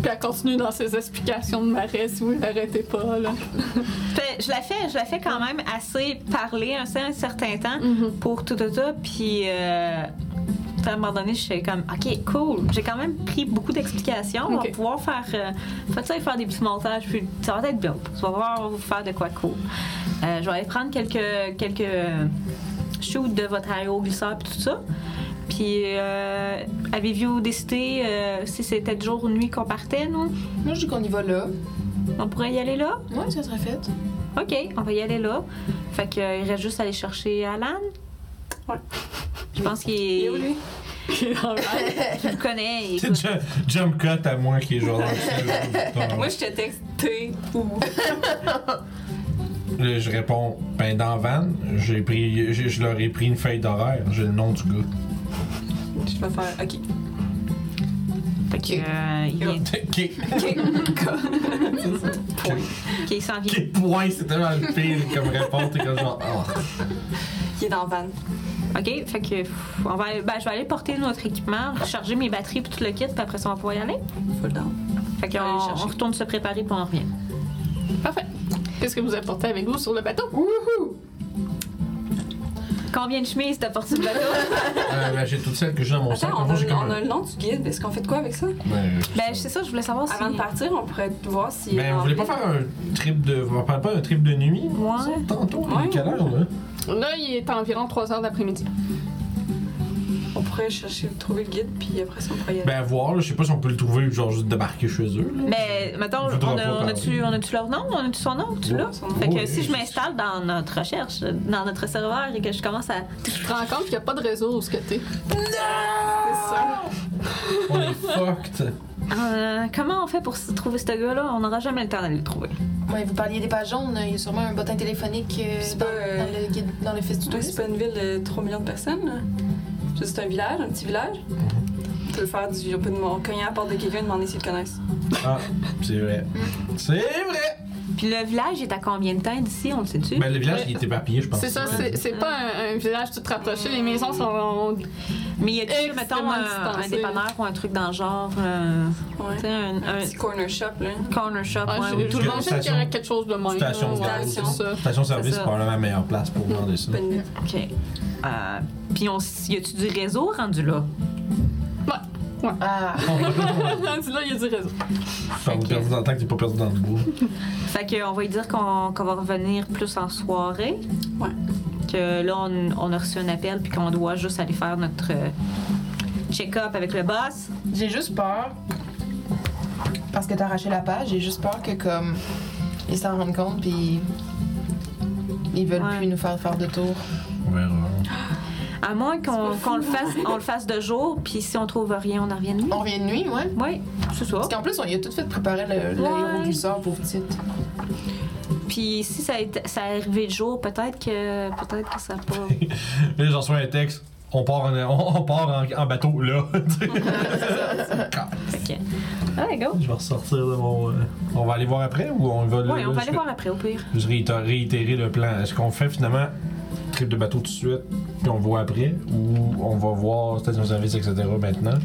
Speaker 1: Puis elle continue dans ses explications de marais si vous l'arrêtez pas. Là.
Speaker 6: Fait- je la fais, je la fais quand même assez parler un, cer- un certain temps
Speaker 3: Mm-hmm.
Speaker 6: pour tout tout ça. Puis, euh, à un moment donné, je suis comme, OK, cool. J'ai quand même pris beaucoup d'explications. On va
Speaker 1: Ok.
Speaker 6: pouvoir faire, euh, faites ça et faire des petits montages. Puis, ça va être bien. On va voir, on va vous faire de quoi de cool. Euh, je vais aller prendre quelques, quelques euh, shoots de votre aéroglisseur puis tout ça. Puis, euh, avez-vous décidé euh, si c'était jour ou nuit qu'on partait, nous?
Speaker 3: Moi, je dis qu'on y va là.
Speaker 6: On pourrait y aller là?
Speaker 3: Ouais, ça serait fait.
Speaker 6: OK, on va y aller là. Fait que euh, il reste juste à aller chercher Alan.
Speaker 4: Ouais.
Speaker 6: Je pense qu'il
Speaker 4: Et
Speaker 6: est...
Speaker 4: où, lui?
Speaker 1: Puis dans le-
Speaker 6: tu le connais. il-
Speaker 2: C'est ju- jump cut à moi qui est genre dans le
Speaker 4: Moi, je te texte T'es où?
Speaker 2: Là, je réponds, ben dans Van, j'ai pris, j'ai- je leur ai pris une feuille d'horaire, j'ai le nom du gars.
Speaker 4: Je vais faire OK.
Speaker 6: Fait que, euh, il, est-
Speaker 2: Qui
Speaker 6: OK, il s'en vient.
Speaker 2: qui point, c'est tellement le pire comme réponse, t'es comme genre, oh.
Speaker 4: Il est dans le van.
Speaker 6: OK, fait que pff, on va aller- ben, je vais aller porter notre équipement, recharger mes batteries puis tout le kit, puis après ça, on va pouvoir y aller.
Speaker 4: Full down.
Speaker 6: Fait qu'on
Speaker 4: On va aller chercher.
Speaker 6: on retourne se préparer puis on revient.
Speaker 1: Parfait. Qu'est-ce que vous apportez avec vous sur le bateau?
Speaker 6: Combien de chemises t'as porté le bateau?
Speaker 2: Euh, ben, j'ai toutes celles que j'ai dans mon sac.
Speaker 4: Attends, on
Speaker 2: Moi,
Speaker 4: a,
Speaker 2: j'ai comme
Speaker 4: on a
Speaker 2: un-
Speaker 4: le nom du guide. Est-ce qu'on fait de quoi avec ça?
Speaker 2: Ben,
Speaker 6: ben, c'est ça, je voulais savoir si...
Speaker 4: Avant de partir, on pourrait voir si. euh,
Speaker 2: Ben, vous voulez pas faire un trip de. Vous parlez pas d'un trip de nuit?
Speaker 6: Ouais.
Speaker 2: Tantôt,
Speaker 4: Ouais.
Speaker 2: il est quelle heure, là?
Speaker 1: Là, il est environ 3 heures d'après-midi.
Speaker 4: On pourrait chercher, trouver le guide, puis après, ça, on pourrait y aller.
Speaker 2: Ben, voir, là, je sais pas si on peut le trouver, genre juste débarquer chez eux. là.
Speaker 6: Mais ben, mettons,
Speaker 2: Il faudra
Speaker 6: on, a,
Speaker 2: pas
Speaker 6: on a-tu
Speaker 2: parler.
Speaker 6: on a-tu leur nom? On a-tu son nom? Tu
Speaker 2: Ben,
Speaker 6: l'as?
Speaker 4: Son
Speaker 6: Fait que
Speaker 2: Oui.
Speaker 6: si je m'installe dans notre recherche, dans notre serveur et que je commence à
Speaker 1: Tu te rends compte qu'il n'y a pas de réseau où ce que t'es.
Speaker 4: C'est ça.
Speaker 2: On est fucked.
Speaker 6: Euh, comment on fait pour s- trouver ce gars-là? On n'aura jamais le temps d'aller le trouver.
Speaker 3: Ouais, vous parliez des pages jaunes. Il y a sûrement un bottin téléphonique euh,
Speaker 4: C'est
Speaker 3: dans,
Speaker 4: pas, euh,
Speaker 3: dans le guide, dans le fils du
Speaker 4: Tu vois, c'est
Speaker 3: tourisme.
Speaker 4: pas une ville de 3 millions de personnes, là. Juste un village, un petit village. Tu peux faire du. On peut demander- cogner à la porte de quelqu'un et demander s'ils le connaissent.
Speaker 2: Ah, c'est vrai. C'est vrai!
Speaker 6: Puis le village est à combien de temps d'ici? On le sait-tu?
Speaker 2: Ben, le village, il est éparpillé, je pense.
Speaker 1: C'est ça, c'est c'est pas un, un village tout rapproché. Les maisons sont. ah,
Speaker 6: Mais y a-tu,
Speaker 1: extrêmement
Speaker 6: mettons, un, un
Speaker 1: distancé.
Speaker 6: dépanneur ou un truc dans le genre? euh, tu sais,
Speaker 4: Ouais.
Speaker 6: un, un
Speaker 4: Petit corner shop, là.
Speaker 6: corner shop?
Speaker 1: Ah,
Speaker 6: ouais,
Speaker 1: je-
Speaker 6: ou
Speaker 1: je
Speaker 6: tout
Speaker 2: le
Speaker 1: me
Speaker 2: monde.
Speaker 1: demandais qu'il y aurait quelque chose de moins.
Speaker 2: Station
Speaker 1: là,
Speaker 2: de
Speaker 1: ouais,
Speaker 4: gaz.
Speaker 1: c'est ça.
Speaker 2: Station-service,
Speaker 6: C'est ça.
Speaker 2: c'est probablement la meilleure place pour demander ça.
Speaker 4: Pas une ville.
Speaker 6: OK. Euh, puis on s- y a-tu du réseau rendu là?
Speaker 3: Ah,
Speaker 1: Rendu là, il y a du réseau.
Speaker 2: T'as
Speaker 6: Ok.
Speaker 2: perdu dans le temps que t'es pas perdu dans le bois.
Speaker 6: Fait qu'on va lui dire qu'on qu'on va revenir plus en soirée.
Speaker 4: Ouais.
Speaker 6: Que là, on, on a reçu un appel puis qu'on doit juste aller faire notre euh, check-up avec le boss.
Speaker 3: j'ai juste peur. Parce que t'as arraché la page, j'ai juste peur que comme ils s'en rendent compte puis ils veulent
Speaker 6: Ouais.
Speaker 3: plus nous faire faire de tour.
Speaker 2: On verra.
Speaker 6: À moins qu'on qu'on le fasse, on le fasse de jour, puis si on trouve rien, on en revient de nuit.
Speaker 3: On revient de nuit, ouais.
Speaker 6: Oui, ce soir.
Speaker 3: Parce qu'en plus, on y a tout de suite préparé le,
Speaker 6: Ouais.
Speaker 3: l'aéroglisseur pour petite.
Speaker 6: Puis si ça est, ça est arrivé le jour, peut-être que peut-être que ça pas.
Speaker 2: Là, j'en reçois un texte. On part en, on, on part en, en bateau, là. Tu sais.
Speaker 6: Fait que- Allez, go.
Speaker 2: je vais ressortir de mon. euh, On va aller voir après ou on va.
Speaker 6: Oui, on va
Speaker 2: Euh, je
Speaker 6: aller
Speaker 2: vais-
Speaker 6: voir après au pire.
Speaker 2: Je réitérer, réitérer le plan. Est-ce qu'on fait finalement trip de bateau tout de suite, puis on voit après, ou on va voir station-service, etc. maintenant?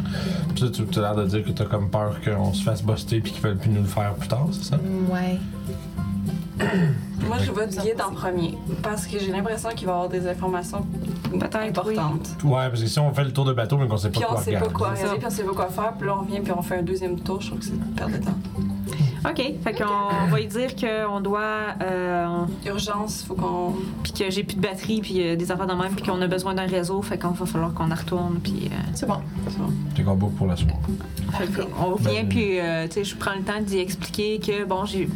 Speaker 2: Puis là, tu tu as l'air de dire que t'as comme peur qu'on se fasse buster puis qu'ils veulent plus nous le faire plus tard, c'est ça?
Speaker 3: Ouais.
Speaker 4: Moi, je vote guide en premier parce que j'ai l'impression qu'il va y avoir des informations
Speaker 6: Peut-être, oui.
Speaker 4: importante.
Speaker 2: Ouais, parce que si on fait le tour de bateau, mais qu'on sait pas
Speaker 4: Puis on
Speaker 2: quoi
Speaker 4: sait pas
Speaker 2: regarder.
Speaker 4: quoi
Speaker 6: regarder.
Speaker 4: regarder, puis on sait pas quoi faire, puis là on revient, puis on fait un deuxième tour, je trouve que c'est une perte de temps.
Speaker 6: OK. Fait qu'on va lui dire qu'on doit. euh, on-
Speaker 4: Urgence, faut qu'on.
Speaker 6: puis que j'ai plus de batterie, puis euh, des affaires de même, puis qu'on a besoin d'un réseau. Fait qu'on va falloir qu'on en retourne, puis. euh,
Speaker 3: C'est bon.
Speaker 2: T'es qu'on boucle pour la soirée.
Speaker 6: Fait
Speaker 2: Ben,
Speaker 6: qu'on revient, puis euh, tu sais, je prends le temps d'y expliquer que, bon, j'ai.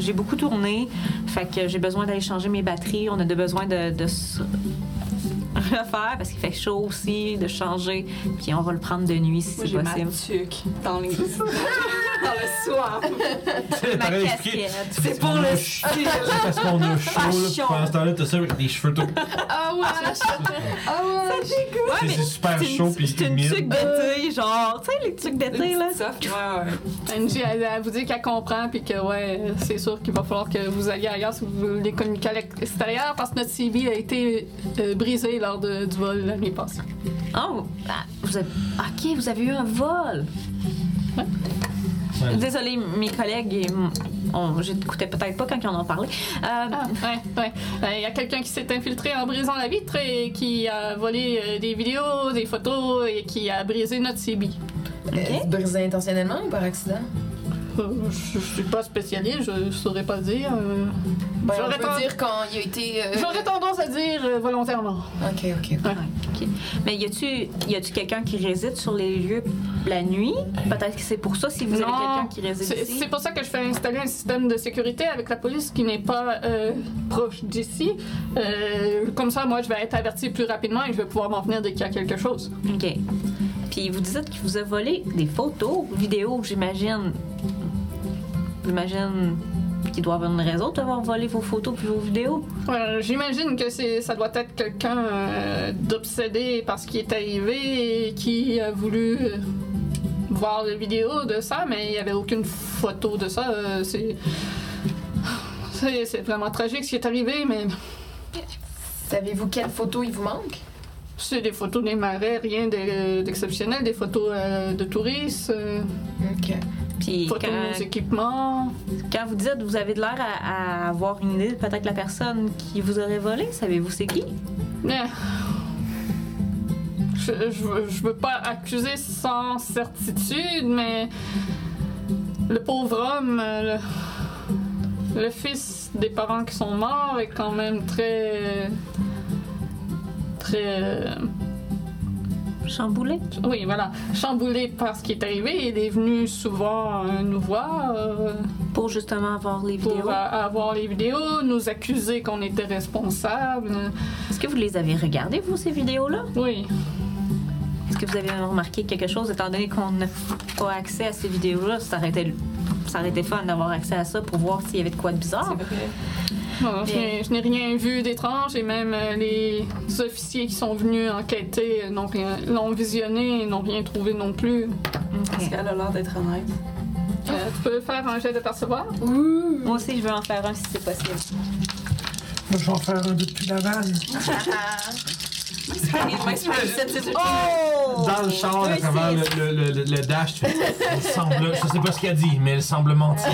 Speaker 6: J'ai beaucoup tourné, fait que j'ai besoin d'aller changer mes batteries. On a de besoin de, de se refaire parce qu'il fait chaud aussi, de changer. Puis on va le prendre de nuit si
Speaker 4: Moi
Speaker 6: c'est
Speaker 4: j'ai ma
Speaker 6: possible.
Speaker 4: tuque dans les. dans le soir.
Speaker 2: T'as rien expliqué.
Speaker 6: C'est pour le style.
Speaker 2: C'est parce qu'on a chaud, là, puis
Speaker 6: Passion.
Speaker 2: pendant ce temps-là, t'as ça avec les cheveux tout.
Speaker 3: Ah ouais! Ah ouais!
Speaker 6: Ouais,
Speaker 2: C'est
Speaker 6: mais
Speaker 2: c'est super
Speaker 6: c'est une-
Speaker 2: chaud, puis
Speaker 6: C'est une tuque
Speaker 2: humide.
Speaker 6: d'été, genre, tu sais, les tuques d'été, là.
Speaker 4: Ça, ouais, ouais.
Speaker 1: Angie, elle, elle vous dit qu'elle comprend, puis que, ouais, c'est sûr qu'il va falloir que vous alliez ailleurs si vous voulez communiquer à l'extérieur, parce que notre civil a été euh, brisé lors de- du vol l'année passée.
Speaker 6: Oh, ah, vous avez... OK, vous avez eu un vol.
Speaker 2: Ouais.
Speaker 6: Désolée, mes collègues, ils m- on- je t'écoutais peut-être pas quand ils en ont parlé. Euh,
Speaker 1: Ah, ouais, ouais. Euh, Il y a quelqu'un qui s'est infiltré en brisant la vitre et qui a volé euh, des vidéos, des photos et qui a brisé notre CB.
Speaker 3: Euh, se briser intentionnellement ou par accident?
Speaker 1: Euh, je, je suis pas spécialiste, je, je saurais pas dire. euh.
Speaker 3: Ben, on
Speaker 1: J'aurais
Speaker 3: peut
Speaker 1: tendance-
Speaker 3: dire quand il a été. euh,
Speaker 1: J'aurais tendance à dire euh, volontairement.
Speaker 3: Ok, ok.
Speaker 6: OK. Mais y a-tu y a-tu quelqu'un qui réside sur les lieux la nuit Peut-être que c'est pour ça si vous avez
Speaker 1: Non,
Speaker 6: quelqu'un qui réside
Speaker 1: C'est
Speaker 6: ici.
Speaker 1: c'est pour ça que je fais installer un système de sécurité avec la police qui n'est pas euh, proche d'ici. Euh, comme ça, moi, je vais être averti plus rapidement et je vais pouvoir m'en venir dès qu'il y a quelque chose.
Speaker 6: OK. Puis vous dites qu'il vous a volé des photos, vidéos, j'imagine. J'imagine qu'il doit avoir une raison d'avoir volé vos photos puis vos vidéos.
Speaker 1: Euh, J'imagine que c'est- ça doit être quelqu'un euh, d'obsédé par ce qui est arrivé et qui a voulu euh, voir les vidéos de ça, mais il n'y avait aucune photo de ça. euh, c'est- c'est c'est vraiment tragique ce qui est arrivé, mais
Speaker 3: Savez-vous quelle photo il vous manque?
Speaker 1: c'est des photos des marais, rien d'e- d'exceptionnel, des photos euh, de touristes, euh,
Speaker 3: Ok.
Speaker 6: Puis
Speaker 1: photos de
Speaker 6: quand,
Speaker 1: nos équipements.
Speaker 6: quand vous dites vous avez de l'air à, à avoir une idée de peut-être la personne qui vous aurait volé, savez-vous c'est qui
Speaker 1: Mais- euh, Je, je, veux- je veux pas accuser sans certitude, mais le pauvre homme, euh, le, le fils des parents qui sont morts est quand même très. très. euh,
Speaker 6: Chamboulé
Speaker 1: oui, voilà, chamboulé par ce qui est arrivé. Il est venu souvent euh, nous voir. euh,
Speaker 6: pour justement avoir les
Speaker 1: pour
Speaker 6: vidéos.
Speaker 1: euh, avoir les vidéos, nous accuser qu'on était responsable.
Speaker 6: Est-ce que vous les avez regardées vous ces vidéos là
Speaker 1: Oui,
Speaker 6: Est-ce que vous avez remarqué quelque chose, étant donné qu'on n'a pas accès à ces vidéos-là, ça aurait été, ça aurait été fun d'avoir accès à ça pour voir s'il y avait de quoi de bizarre.
Speaker 4: C'est vrai.
Speaker 1: Non, je n'ai- je n'ai rien vu d'étrange et même euh, les officiers qui sont venus enquêter euh, n'ont rien, l'ont visionné et n'ont rien trouvé non plus.
Speaker 4: Parce qu'elle a l'air d'être honnête.
Speaker 1: Euh, tu peux faire un jet de percevoir?
Speaker 6: Moi aussi, je veux en faire un si c'est possible.
Speaker 2: Moi, je vais en faire un depuis la vanne.
Speaker 6: Oh!
Speaker 2: Dans le char, à travers le, le, le, le- le dash, tu fais, elle semble, je sais pas ce qu'elle dit, mais elle semble mentir.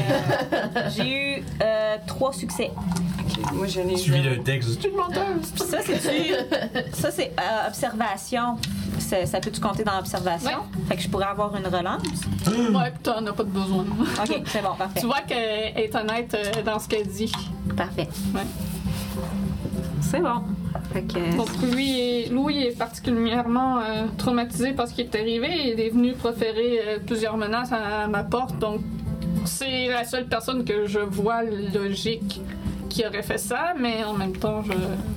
Speaker 6: J'ai eu euh, trois succès.
Speaker 4: Ok, Moi j'en ai
Speaker 2: Suivi
Speaker 4: zéro.
Speaker 2: d'un texte.
Speaker 6: Puis ça, c'est ça c'est euh, observation. Ça, ça peut-tu compter dans observation? Fait que je pourrais avoir une relance.
Speaker 1: Ouais, puis t'en as pas de besoin.
Speaker 6: OK, c'est bon, parfait.
Speaker 1: tu vois qu'elle est honnête euh, dans ce qu'elle dit.
Speaker 6: Parfait.
Speaker 1: Ouais.
Speaker 6: C'est bon. Fait que...
Speaker 1: Donc lui est, Louis est particulièrement euh, traumatisé par ce qui est arrivé. Il est venu proférer euh, plusieurs menaces à, à ma porte. Donc c'est la seule personne que je vois logique qui aurait fait ça, mais en même temps, je,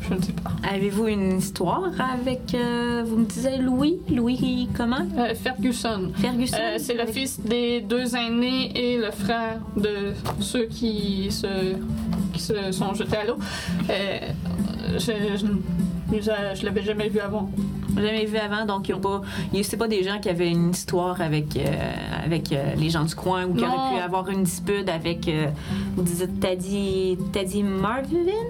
Speaker 1: je ne sais pas.
Speaker 6: Avez-vous une histoire avec, euh, vous me disiez Louis, Louis comment?
Speaker 1: Euh, Ferguson.
Speaker 6: Ferguson?
Speaker 1: Euh, c'est le fils des deux aînés et le frère de ceux qui se, qui se sont jetés à l'eau. Euh, je je, je- je l'avais jamais vu avant.
Speaker 6: Jamais vu avant, donc il y a pas, il- c'est pas des gens qui avaient une histoire avec euh, avec euh, les gens du coin ou qui
Speaker 1: Non.
Speaker 6: auraient pu avoir une dispute avec, euh, vous disiez Taddy, Taddy Marvin,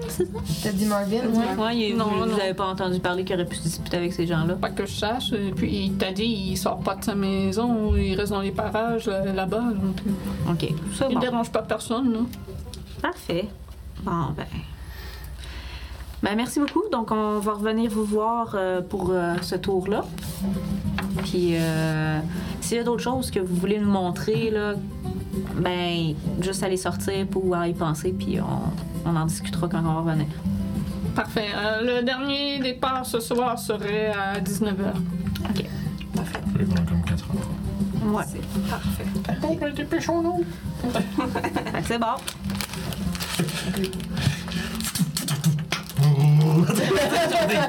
Speaker 6: c'est ça?
Speaker 3: T'as dit Marvin? Ouais.
Speaker 6: Ouais, il-
Speaker 1: Non,
Speaker 6: vous,
Speaker 1: non.
Speaker 6: vous avez pas entendu parler qu'il aurait pu se disputer avec ces gens-là.
Speaker 1: Pas que je sache. Et puis il t'a dit, il sort pas de sa maison, il reste dans les parages euh, là-bas. Donc, euh,
Speaker 6: Ok, ça
Speaker 1: il
Speaker 6: bon.
Speaker 1: dérange pas personne. non.
Speaker 6: Parfait. Bon ben. Ben, merci beaucoup. Donc, on va revenir vous voir euh, pour euh, ce tour-là. Puis, euh, s'il y a d'autres choses que vous voulez nous montrer, là, ben, juste aller sortir pour y penser, puis on, on en discutera quand on va revenir.
Speaker 1: Parfait. Euh, le dernier départ ce soir serait à 19h.
Speaker 2: Fait qu'on a comme 4 heures.
Speaker 6: Ouais.
Speaker 4: Parfait.
Speaker 6: Fait que c'est bon.
Speaker 2: des,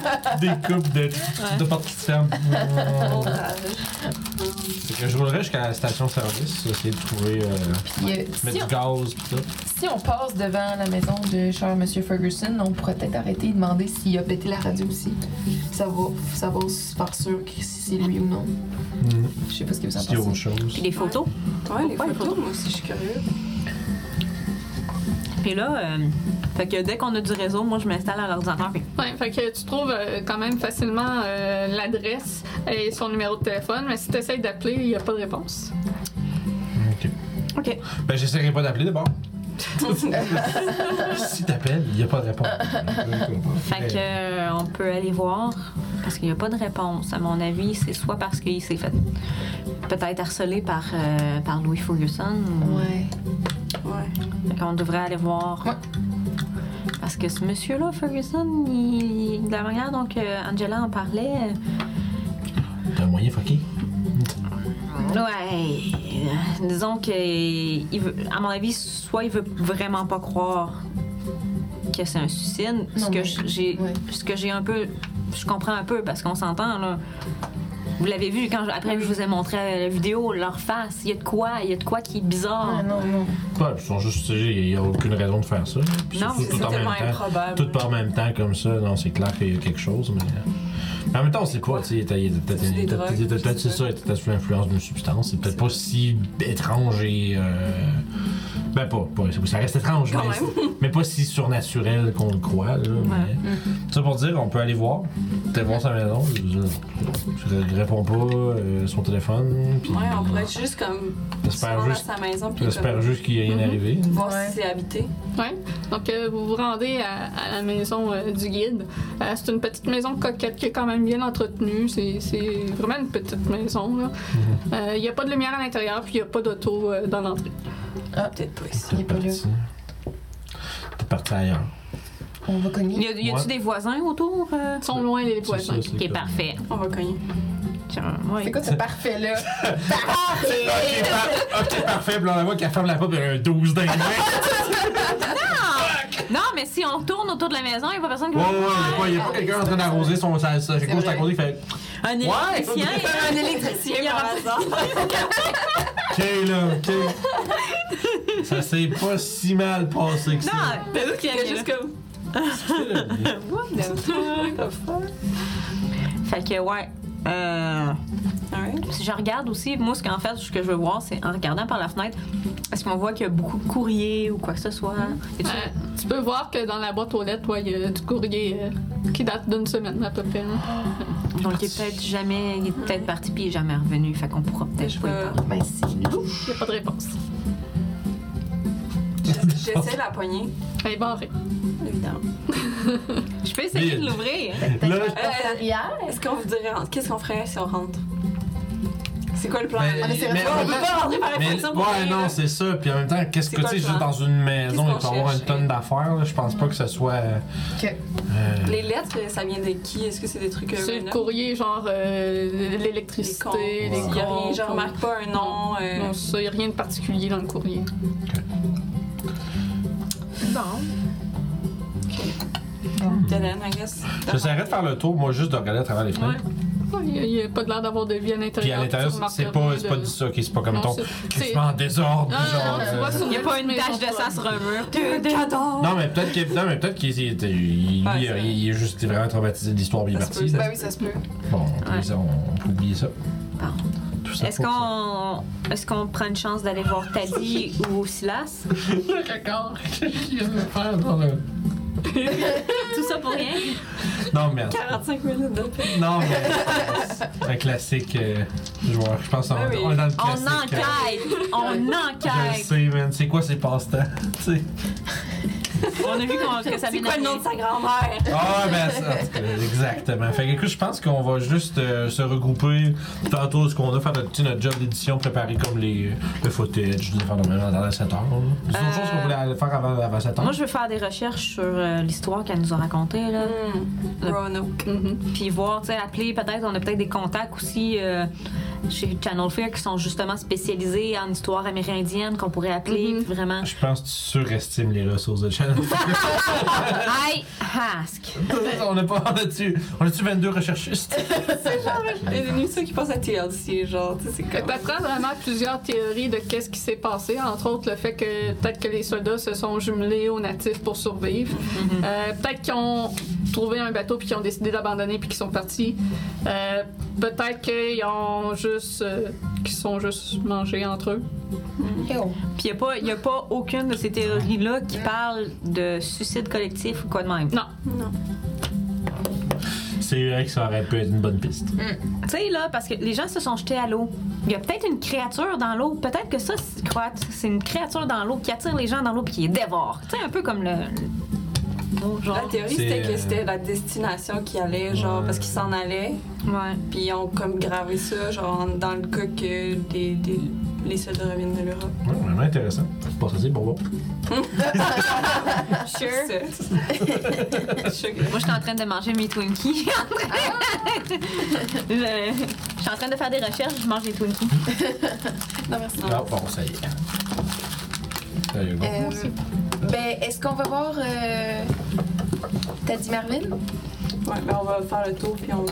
Speaker 2: des coupes de, de portes qui se ferment. Fait que je roulerais jusqu'à la station service, essayer de trouver. euh,
Speaker 3: Puis euh,
Speaker 2: mettre
Speaker 3: si,
Speaker 2: du
Speaker 3: on,
Speaker 2: gaz pis tout.
Speaker 3: si on passe devant la maison de cher Monsieur Ferguson, on pourrait peut-être arrêter et demander s'il a pété la radio aussi. Ça va, ça va se faire sûr que si c'est lui ou non. Je sais pas ce que vous en
Speaker 2: S'il y a autre
Speaker 3: pensez.
Speaker 2: chose.
Speaker 6: Puis les photos.
Speaker 4: Ouais, les
Speaker 6: Ouais,
Speaker 4: photos, moi aussi, je suis curieuse.
Speaker 6: Puis là, euh, fait que dès qu'on a du réseau, moi, je m'installe à l'ordinateur. puis-
Speaker 1: Ouais, fait que tu trouves euh, quand même facilement euh, l'adresse et son numéro de téléphone, mais si tu essayes d'appeler, il n'y a pas de réponse.
Speaker 2: Ok.
Speaker 6: OK.
Speaker 2: Ben, j'essaierai pas d'appeler d'abord. si t'appelles, il n'y a pas de réponse.
Speaker 6: Fait que, euh, on peut aller voir parce qu'il n'y a pas de réponse. À mon avis, c'est soit parce qu'il s'est fait peut-être harcelé par, euh, par Louis Ferguson. ou-
Speaker 3: Ouais.
Speaker 4: Ouais.
Speaker 6: Fait qu'on devrait aller voir.
Speaker 3: Ouais.
Speaker 6: Parce que ce monsieur-là, Ferguson, il- de la manière dont que Angela en parlait,
Speaker 2: T'as un moyen fucké?
Speaker 6: Ouais. euh, Disons que, il veut- à mon avis, soit il veut vraiment pas croire que c'est un suicide. ce
Speaker 3: Non,
Speaker 6: que
Speaker 3: mais-
Speaker 6: j- j'ai,
Speaker 3: ouais.
Speaker 6: ce que j'ai un peu, je comprends un peu parce qu'on s'entend là. Vous l'avez vu quand je- après je vous ai montré la vidéo, leur face, il y a de quoi, il y a de quoi qui est bizarre.
Speaker 3: Ah, non, non.
Speaker 2: Ouais, ils sont juste, tu sais, il n'y a aucune raison de faire ça. Puis
Speaker 6: Non,
Speaker 2: surtout,
Speaker 6: c'est
Speaker 2: tout en même
Speaker 4: tellement
Speaker 2: temps.
Speaker 4: improbable.
Speaker 2: Tout par même temps, comme ça, non, c'est clair qu'il y a quelque chose, mais. euh, mais en même temps, on sait pas, tu sais, il était- il était peut-être-
Speaker 4: C'est des
Speaker 2: il était-
Speaker 4: drogues,
Speaker 2: il était peut-être,
Speaker 4: c'est
Speaker 2: c'est
Speaker 4: ça.
Speaker 2: ça, il était sous l'influence d'une substance. C'est peut-être pas si étrange et. euh, Ben, pas, pas- ça reste étrange,
Speaker 4: Quand
Speaker 2: mais,
Speaker 4: même.
Speaker 2: c'est- mais pas si surnaturel qu'on le croit, là. mais- Ça pour dire, on peut aller voir, peut-être voir sa maison, je, je- je réponds pas euh, son téléphone, puis
Speaker 4: Ouais, on pourrait être juste comme se
Speaker 2: j'espère
Speaker 4: rendre à
Speaker 2: juste,
Speaker 4: sa maison puis
Speaker 2: j'espère
Speaker 4: comme,
Speaker 2: juste qu'il y a rien arrivé.
Speaker 4: voir
Speaker 3: Ouais.
Speaker 4: si c'est habité.
Speaker 1: Ouais. Donc, euh, vous vous rendez à, à la maison euh, du guide. Euh, c'est une petite maison coquette qui est quand même bien entretenue. C'est, c'est vraiment une petite maison. là. Euh, Il n'y a pas de lumière à l'intérieur, puis il n'y a pas d'auto euh, dans l'entrée.
Speaker 4: Ah, Peut-être pas ici.
Speaker 3: Il est pas là.
Speaker 2: T'es parti ailleurs.
Speaker 3: On va
Speaker 6: Il
Speaker 3: cogner.
Speaker 6: Y a, y a-tu
Speaker 2: Ouais.
Speaker 6: des voisins autour euh,
Speaker 1: Ils sont loin, les
Speaker 2: C'est ça,
Speaker 1: voisins.
Speaker 2: c'est
Speaker 6: Qui est
Speaker 2: comme-
Speaker 6: parfait.
Speaker 4: On va cogner.
Speaker 6: Tiens, ouais.
Speaker 3: C'est quoi ce parfait-là?
Speaker 2: Ok, par- ok, parfait. Puis là, on la voit qu'elle ferme la porte, puis elle a un 12 dingue.
Speaker 6: Ah! Non, mais si on tourne autour de la maison, il n'y a pas personne qui
Speaker 2: Ouais,
Speaker 6: va.
Speaker 2: ouais, il y a pas- il y a pas quelqu'un en train d'arroser son. sa- sa- quelque chose à
Speaker 3: vrai.
Speaker 2: côté qui fait.
Speaker 6: Un électricien.
Speaker 4: Un électricien par hasard.
Speaker 2: Ok, là, ok. Ça s'est pas si mal passé que ça.
Speaker 6: Non, t'as dit qu'il y a juste comme. Fait que ouais. Euh,
Speaker 4: Alright.
Speaker 6: si je regarde aussi, moi ce qu'en fait, ce que je veux voir, c'est en regardant par la fenêtre, est-ce qu'on voit qu'il y a beaucoup de courriers ou quoi que ce soit? Et tu-
Speaker 1: Euh, tu peux voir que dans la boîte aux lettres, ouais, il y a du courrier euh, qui date d'une semaine à peu près. hein. là.
Speaker 6: donc il est peut-être jamais, il est peut-être parti puis il est jamais revenu. Fait qu'on pourra peut-être
Speaker 4: Je
Speaker 6: pas y
Speaker 4: peux-
Speaker 6: parler.
Speaker 3: Ben, c'est louche.
Speaker 1: Il n'y a pas de réponse.
Speaker 4: J'essaie de la poignée,
Speaker 1: Elle est barrée.
Speaker 4: évidemment.
Speaker 6: Je peux essayer de
Speaker 2: Mais-
Speaker 6: l'ouvrir.
Speaker 2: Là,
Speaker 4: Euh,
Speaker 3: Hier?
Speaker 4: Est-ce qu'on vous dirait rentre- qu'est-ce qu'on ferait si on rentre? C'est quoi le plan?
Speaker 2: Mais-
Speaker 3: Ah, mais c'est
Speaker 2: mais-
Speaker 3: vrai, on peut pas
Speaker 4: rentrer par
Speaker 2: mais,
Speaker 4: réflexion pour
Speaker 2: ouais,
Speaker 4: rien,
Speaker 2: non,
Speaker 4: là.
Speaker 2: c'est ça. Puis en même temps, qu'est-ce
Speaker 4: C'est
Speaker 2: que tu
Speaker 4: quoi
Speaker 2: sais,
Speaker 4: le
Speaker 2: juste
Speaker 4: plan?
Speaker 2: dans une maison, il
Speaker 4: qu'on
Speaker 2: peut avoir une
Speaker 4: cherche,
Speaker 2: tonne d'affaires. là. Je pense pas que ce soit. euh,
Speaker 3: Ok.
Speaker 2: euh,
Speaker 4: Les lettres, ça vient de qui? Est-ce que c'est des trucs. euh,
Speaker 1: C'est le
Speaker 4: random?
Speaker 1: courrier, genre euh,
Speaker 4: Les comptes.
Speaker 1: l'électricité, les
Speaker 2: Ouais.
Speaker 4: Il y a rien, je
Speaker 1: comptes.
Speaker 4: remarque pas un nom. euh,
Speaker 1: Non, ça, il n'y a rien de particulier dans le courrier.
Speaker 4: Dylan, I guess.
Speaker 2: J'essaierais de faire le tour, moi, juste de regarder à travers les fenêtres.
Speaker 1: Il n'y a, pas de l'air d'avoir de vie à l'intérieur.
Speaker 2: Puis à l'intérieur,
Speaker 1: tu remarques
Speaker 2: c'est pas,
Speaker 1: rien
Speaker 2: c'est pas
Speaker 1: de-
Speaker 2: dit ça, ok, c'est pas comme
Speaker 1: Non,
Speaker 2: ton
Speaker 1: c'est- c'est-
Speaker 2: crissement en désordre.
Speaker 1: Non, non,
Speaker 2: genre,
Speaker 1: non, tu
Speaker 2: euh,
Speaker 1: vois sur
Speaker 6: Il n'y a
Speaker 1: le
Speaker 6: pas une
Speaker 1: maison
Speaker 6: tache de sang
Speaker 1: froide.
Speaker 6: sur un mur.
Speaker 4: J'adore!
Speaker 2: Non, mais peut-être qu'il non, mais peut-être qu'il il, il,
Speaker 4: Ouais,
Speaker 2: lui,
Speaker 4: c'est
Speaker 2: il-
Speaker 4: vrai.
Speaker 2: il est juste vraiment traumatisé de l'histoire puis il est
Speaker 4: Ça se
Speaker 2: parti.
Speaker 4: peut,
Speaker 3: Ben oui, ça se peut.
Speaker 4: Mm.
Speaker 2: Bon, on, peut- on peut oublier ça. Tout ça
Speaker 6: Est-ce
Speaker 2: pour ça.
Speaker 6: qu'on est-ce qu'on prend une chance d'aller voir Taddy ou Silas?
Speaker 2: Le record qu'il vient de faire dans le.
Speaker 6: Tout ça pour rien?
Speaker 2: Non, merde.
Speaker 4: 45 minutes de
Speaker 2: Non, mais. Un classique euh, joueur. Je pense qu'on
Speaker 4: Ben oui.
Speaker 2: on est dans le
Speaker 6: On
Speaker 2: classique. euh,
Speaker 6: enquête! On
Speaker 2: Je le
Speaker 6: enquête!
Speaker 2: sais, man. C'est quoi ces passe-temps? Tu sais.
Speaker 6: On a vu qu'on- que ça
Speaker 4: C'est quoi le nom de
Speaker 6: ménageait.
Speaker 4: sa grand-mère?
Speaker 2: Ah, ben, ça, en tout cas, exactement. Fait que, écoute, je pense qu'on va juste euh, se regrouper tantôt ce qu'on a, faire notre, tu sais, notre job d'édition, préparer comme les, euh, le footage, des affaires de même dans la 7 heures. là. Les autres
Speaker 6: Euh,
Speaker 2: choses qu'on voulait aller faire avant, avant 7 heures.
Speaker 6: Moi, je veux faire des recherches sur euh, l'histoire qu'elle nous a racontée, là.
Speaker 4: Hmm. Roanoke.
Speaker 1: Mhm.
Speaker 6: Puis voir, tu sais, appeler peut-être, on a peut-être des contacts aussi euh, chez Channel Fear qui sont justement spécialisés en histoire amérindienne qu'on pourrait appeler,
Speaker 1: Mhm.
Speaker 6: puis vraiment.
Speaker 2: Je pense que tu surestimes les ressources de Channel.
Speaker 6: I ask.
Speaker 2: on a pas, on a-tu, on a-tu 22 recherchistes?
Speaker 4: Il y a des ça qui passent à TLC, genre, tu sais, c'est
Speaker 1: Fait que
Speaker 4: comme...
Speaker 1: t'apprends vraiment plusieurs théories de qu'est-ce qui s'est passé, entre autres le fait que peut-être que les soldats se sont jumelés aux natifs pour survivre, Euh, peut-être qu'ils ont trouvé un bateau puis qu'ils ont décidé d'abandonner puis qu'ils sont partis, Euh, peut-être qu'ils ont juste, euh, qu'ils sont juste mangés entre eux.
Speaker 6: Puis il n'y a, pas aucune de ces théories-là qui parle de suicide collectif ou quoi de même.
Speaker 1: Non.
Speaker 4: Non.
Speaker 2: C'est vrai que ça aurait pu être une bonne piste.
Speaker 6: Tu sais, là, parce que les gens se sont jetés à l'eau. Il y a peut-être une créature dans l'eau. Peut-être que ça, c'est croate, c'est une créature dans l'eau qui attire les gens dans l'eau puis qui les dévore. Tu sais, un peu comme le. le- oh,
Speaker 4: La
Speaker 6: genre.
Speaker 4: théorie,
Speaker 2: C'est,
Speaker 4: c'était que
Speaker 2: euh,
Speaker 4: c'était la destination qui allait, genre,
Speaker 2: Ouais.
Speaker 4: parce qu'ils s'en allaient,
Speaker 6: Ouais.
Speaker 4: puis ils ont comme gravé ça, genre, en- dans le cas que des, des- les soldats reviennent de l'Europe.
Speaker 2: Ouais, vraiment intéressant. Pas ça, c'est bon, bon.
Speaker 4: Ah,
Speaker 6: Sure.
Speaker 4: C'est ça. Sugar.
Speaker 6: Moi, je suis en train de manger mes Twinkies. je, je suis en train de faire des recherches, je mange des Twinkies.
Speaker 3: Non, merci.
Speaker 2: Ah, bon, ça y est. Ça y est, bon.
Speaker 3: Euh, ben, est-ce qu'on va voir. euh, T'as dit Marvin?
Speaker 4: Ouais, ben on va faire le tour, puis on...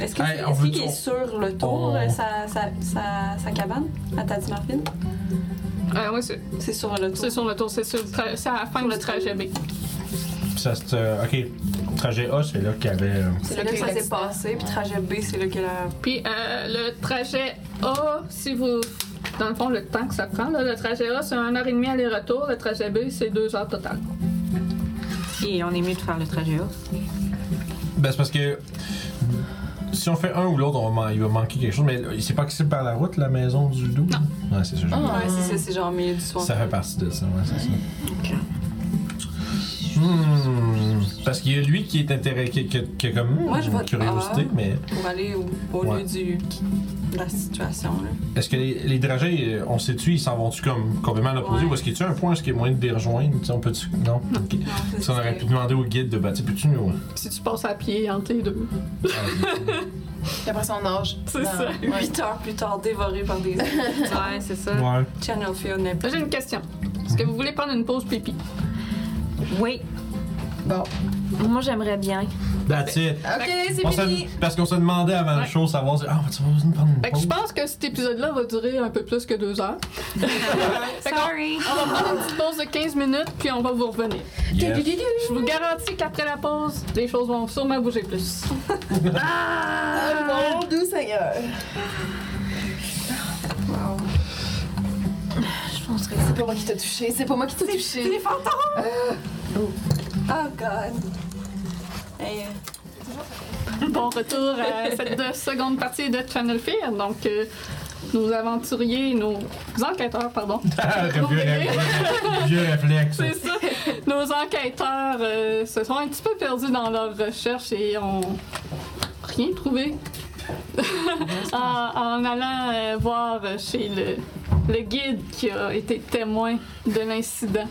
Speaker 4: Est-ce que-
Speaker 2: Hey,
Speaker 4: est-ce
Speaker 2: on veut- Oh.
Speaker 4: qu'il est,
Speaker 2: on-
Speaker 4: sur le tour,
Speaker 2: on-
Speaker 4: euh, sa, sa, sa, sa cabane, à Tati Marvin?
Speaker 1: Ah oui, c'est
Speaker 4: C'est sur le tour.
Speaker 1: c'est sur le tour, c'est sur le tra- c'est à la fin
Speaker 4: Sur
Speaker 1: du
Speaker 4: le
Speaker 1: trajet B.
Speaker 2: Ça, c'est, euh, ok. Trajet A, c'est là qu'il y avait. euh,
Speaker 4: C'est là que ça s'est passé, puis trajet B, c'est là que la...
Speaker 1: Puis euh, le trajet A, si vous. Dans le fond, le temps que ça prend, là, le trajet A, c'est 1h30 aller-retour, le trajet B, c'est 2 heures total.
Speaker 6: Et on est mieux de faire le trajet off.
Speaker 2: Ben, c'est parce que si on fait un ou l'autre, on va man- il va manquer quelque chose. Mais c'est pas accessible par la route, la maison du loup? Non. Ouais, c'est ça. je-
Speaker 3: Ah.
Speaker 4: Ouais, c'est ça, c'est genre au milieu du soir.
Speaker 2: Ça fait partie de ça, ouais, c'est ça. Hmm, Parce qu'il y a lui qui est intéressé, qui, qui- qui a comme hmm,
Speaker 4: Moi, je vote
Speaker 2: curiosité,
Speaker 4: A.
Speaker 2: mais
Speaker 4: Pour aller au, au
Speaker 2: Ouais.
Speaker 4: lieu du, de la situation, là.
Speaker 2: est-ce que les, les dragées, euh, on sait-tu, ils s'en vont-tu comme complètement à l'opposé
Speaker 4: Ouais.
Speaker 2: ou est-ce qu'il y a un point, est-ce qu'il y a moyen de les rejoindre? Tu sais, on peut-tu. Non? Ok.
Speaker 4: Non, c'est-
Speaker 2: Si on aurait pu demander au guide de bâtir, peux-tu nous. euh,
Speaker 1: Si tu passes à pied entre les deux.
Speaker 3: Puis après son âge.
Speaker 1: C'est ça.
Speaker 4: c'est 8 heures plus tard, dévoré par des...
Speaker 6: Ouais, c'est ça.
Speaker 2: Ouais.
Speaker 4: Channel Field n'est
Speaker 1: Là, J'ai une question. Est-ce que vous voulez prendre une pause pipi?
Speaker 6: Oui,
Speaker 3: Bon.
Speaker 6: moi j'aimerais bien.
Speaker 2: That's it.
Speaker 3: Ok,
Speaker 2: On
Speaker 3: c'est
Speaker 2: s'est-
Speaker 3: fini.
Speaker 2: parce qu'on se demandait avant le
Speaker 1: Ouais.
Speaker 2: show savoir si- Ah, tu vas nous prendre une
Speaker 1: Fait que je
Speaker 2: pause.
Speaker 1: pense que cet épisode-là va durer un peu plus que deux heures. Fait qu'on-
Speaker 6: Sorry.
Speaker 1: On va prendre une petite pause de 15 minutes, puis on va vous revenir.
Speaker 2: Yes.
Speaker 1: Je vous garantis qu'après la pause, les choses vont sûrement bouger plus.
Speaker 3: Ah, mon doux Seigneur.
Speaker 6: Je penserais que ça.
Speaker 3: C'est pas moi qui t'a touché, c'est pas moi qui t'a touché.
Speaker 4: les fantômes! Oh god. Hey, euh,
Speaker 1: Bon retour à cette de- seconde partie de Channel Fear. Donc, euh, nos aventuriers, nos enquêteurs, pardon.
Speaker 2: Ah, Vieux réflexe. Vieux réflexe.
Speaker 1: C'est ça. Nos enquêteurs euh, se sont un petit peu perdus dans leurs recherches et ont rien trouvé en, en allant euh, voir chez le, le guide qui a été témoin de l'incident.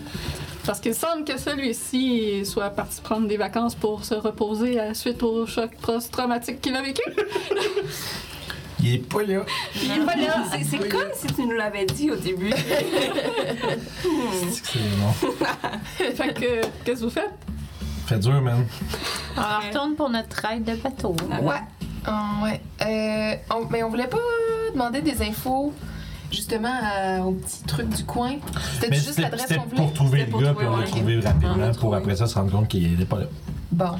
Speaker 1: Parce qu'il semble que celui-ci soit parti prendre des vacances pour se reposer euh, suite au choc post-traumatique qu'il a vécu.
Speaker 2: Il est pas là.
Speaker 1: Il est pas là.
Speaker 4: c'est- C'est comme si tu nous l'avais dit au début.
Speaker 2: C'est que c'est bon.
Speaker 1: Fait que, qu'est-ce que vous faites? Euh,
Speaker 2: Fait dur, man.
Speaker 6: On retourne pour notre ride de bateau.
Speaker 3: Ouais. Ah, ouais. Euh, on- mais on voulait pas demander des infos justement à- au petit truc du coin. C'était
Speaker 2: Mais
Speaker 3: juste
Speaker 2: c'était
Speaker 3: l'adresse
Speaker 2: c'était
Speaker 3: qu'on voulait.
Speaker 2: pour trouver
Speaker 3: C'était
Speaker 2: le
Speaker 3: pour
Speaker 2: gars, puis on l'a
Speaker 3: ouais,
Speaker 2: trouvé
Speaker 3: ok. On
Speaker 2: rapidement
Speaker 3: l'a
Speaker 2: pour
Speaker 3: trouvé.
Speaker 2: après ça se rendre compte qu'il était pas là.
Speaker 3: Bon.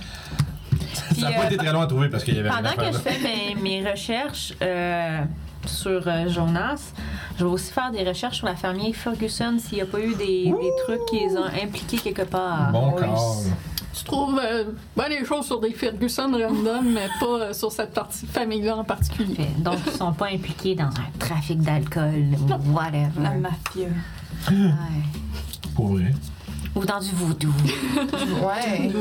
Speaker 3: Puis,
Speaker 2: ça n'a
Speaker 3: euh,
Speaker 2: pas été très long à trouver parce qu'il y avait
Speaker 6: Pendant
Speaker 2: rien à
Speaker 6: que
Speaker 2: faire
Speaker 6: je
Speaker 2: là.
Speaker 6: fais mes, mes recherches euh, sur euh, Jonas, je vais aussi faire des recherches sur la famille Ferguson s'il n'y a pas eu des, des trucs qui les ont impliqués quelque part.
Speaker 2: Bon
Speaker 3: oui.
Speaker 2: corps.
Speaker 1: Tu trouves euh, ben, les choses sur des Ferguson random, mais pas euh, sur cette partie famille-là en particulier.
Speaker 6: Fait, Donc, ils sont pas impliqués dans un trafic
Speaker 2: Hmm.
Speaker 6: d'alcool ou whatever.
Speaker 4: La mafia.
Speaker 6: Ouais.
Speaker 2: Pour vrai.
Speaker 6: Ou dans du vaudou.
Speaker 3: Ouais.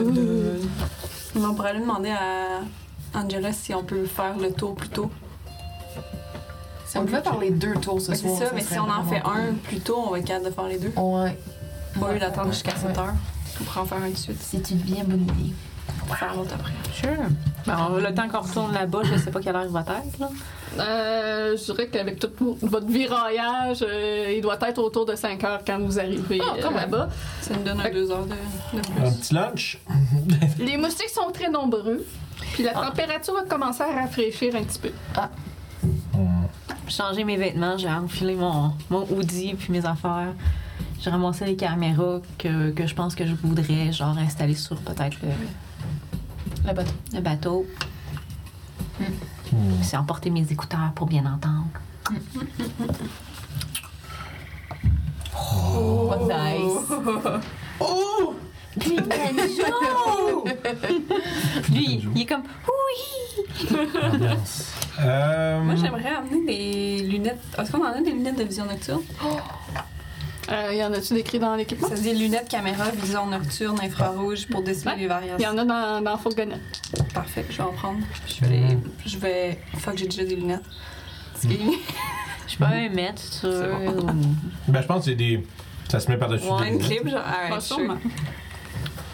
Speaker 4: On pourrait aller demander à Angela si on peut faire le tour plus tôt.
Speaker 3: Si on pouvait parler deux tours ce
Speaker 4: Ben,
Speaker 3: soir.
Speaker 4: c'est ça, mais
Speaker 3: serait
Speaker 4: si on en
Speaker 3: vraiment
Speaker 4: fait
Speaker 3: cool.
Speaker 4: un plus tôt, on va être capable de faire les deux.
Speaker 3: Ouais.
Speaker 4: On va d'attendre jusqu'à
Speaker 3: Ouais.
Speaker 4: 7 heures. On pourrait en faire un de suite.
Speaker 3: C'est une bien bonne idée.
Speaker 4: On va faire l'autre après.
Speaker 6: Sure. Ben, le temps qu'on retourne là-bas, je sais pas quelle heure il va être. Là.
Speaker 1: Euh, je dirais qu'avec tout vo- votre viraillage, euh, il doit être autour de 5 heures quand vous arrivez
Speaker 3: Ah, quand
Speaker 1: euh,
Speaker 3: même.
Speaker 1: là-bas.
Speaker 4: Ça nous donne un
Speaker 1: Fait-
Speaker 4: deux heures de, de plus.
Speaker 2: Un petit lunch.
Speaker 1: Les moustiques sont très nombreux. Puis la température va commencer à rafraîchir un petit peu.
Speaker 6: Changer mes vêtements, j'ai enfilé mon, mon hoodie puis mes affaires. J'ai ramassé les caméras que, que je pense que je voudrais, genre installer sur peut-être le,
Speaker 3: La bateau.
Speaker 6: le bateau.
Speaker 2: Hmm.
Speaker 6: Puis emporter mes écouteurs pour bien entendre.
Speaker 3: Oh, nice.
Speaker 6: Lui, il est comme
Speaker 2: Ambiance. Euh,
Speaker 4: Moi, j'aimerais amener des lunettes. Est-ce qu'on en a des lunettes de vision nocturne?
Speaker 1: Euh, y en a-tu décrit dans l'équipement?
Speaker 4: Ça se dit lunettes, caméra, vision nocturne, infrarouge pour déceler
Speaker 1: Ouais.
Speaker 4: les
Speaker 1: Il y en
Speaker 4: variations.
Speaker 1: a dans, dans Fourgonnette.
Speaker 4: Parfait, je vais en prendre. Je vais. les- Mm. Je vais... Fuck, j'ai déjà des lunettes.
Speaker 2: Mm.
Speaker 4: Excuse-moi.
Speaker 6: Je peux me mettre sur.
Speaker 4: C'est
Speaker 2: Ben, je pense que c'est des. Ça se met par-dessus.
Speaker 6: Ouais,
Speaker 2: des-
Speaker 4: Une clip, genre. Ah,
Speaker 1: Pas
Speaker 4: ouais,
Speaker 1: sûrement.
Speaker 4: sûrement.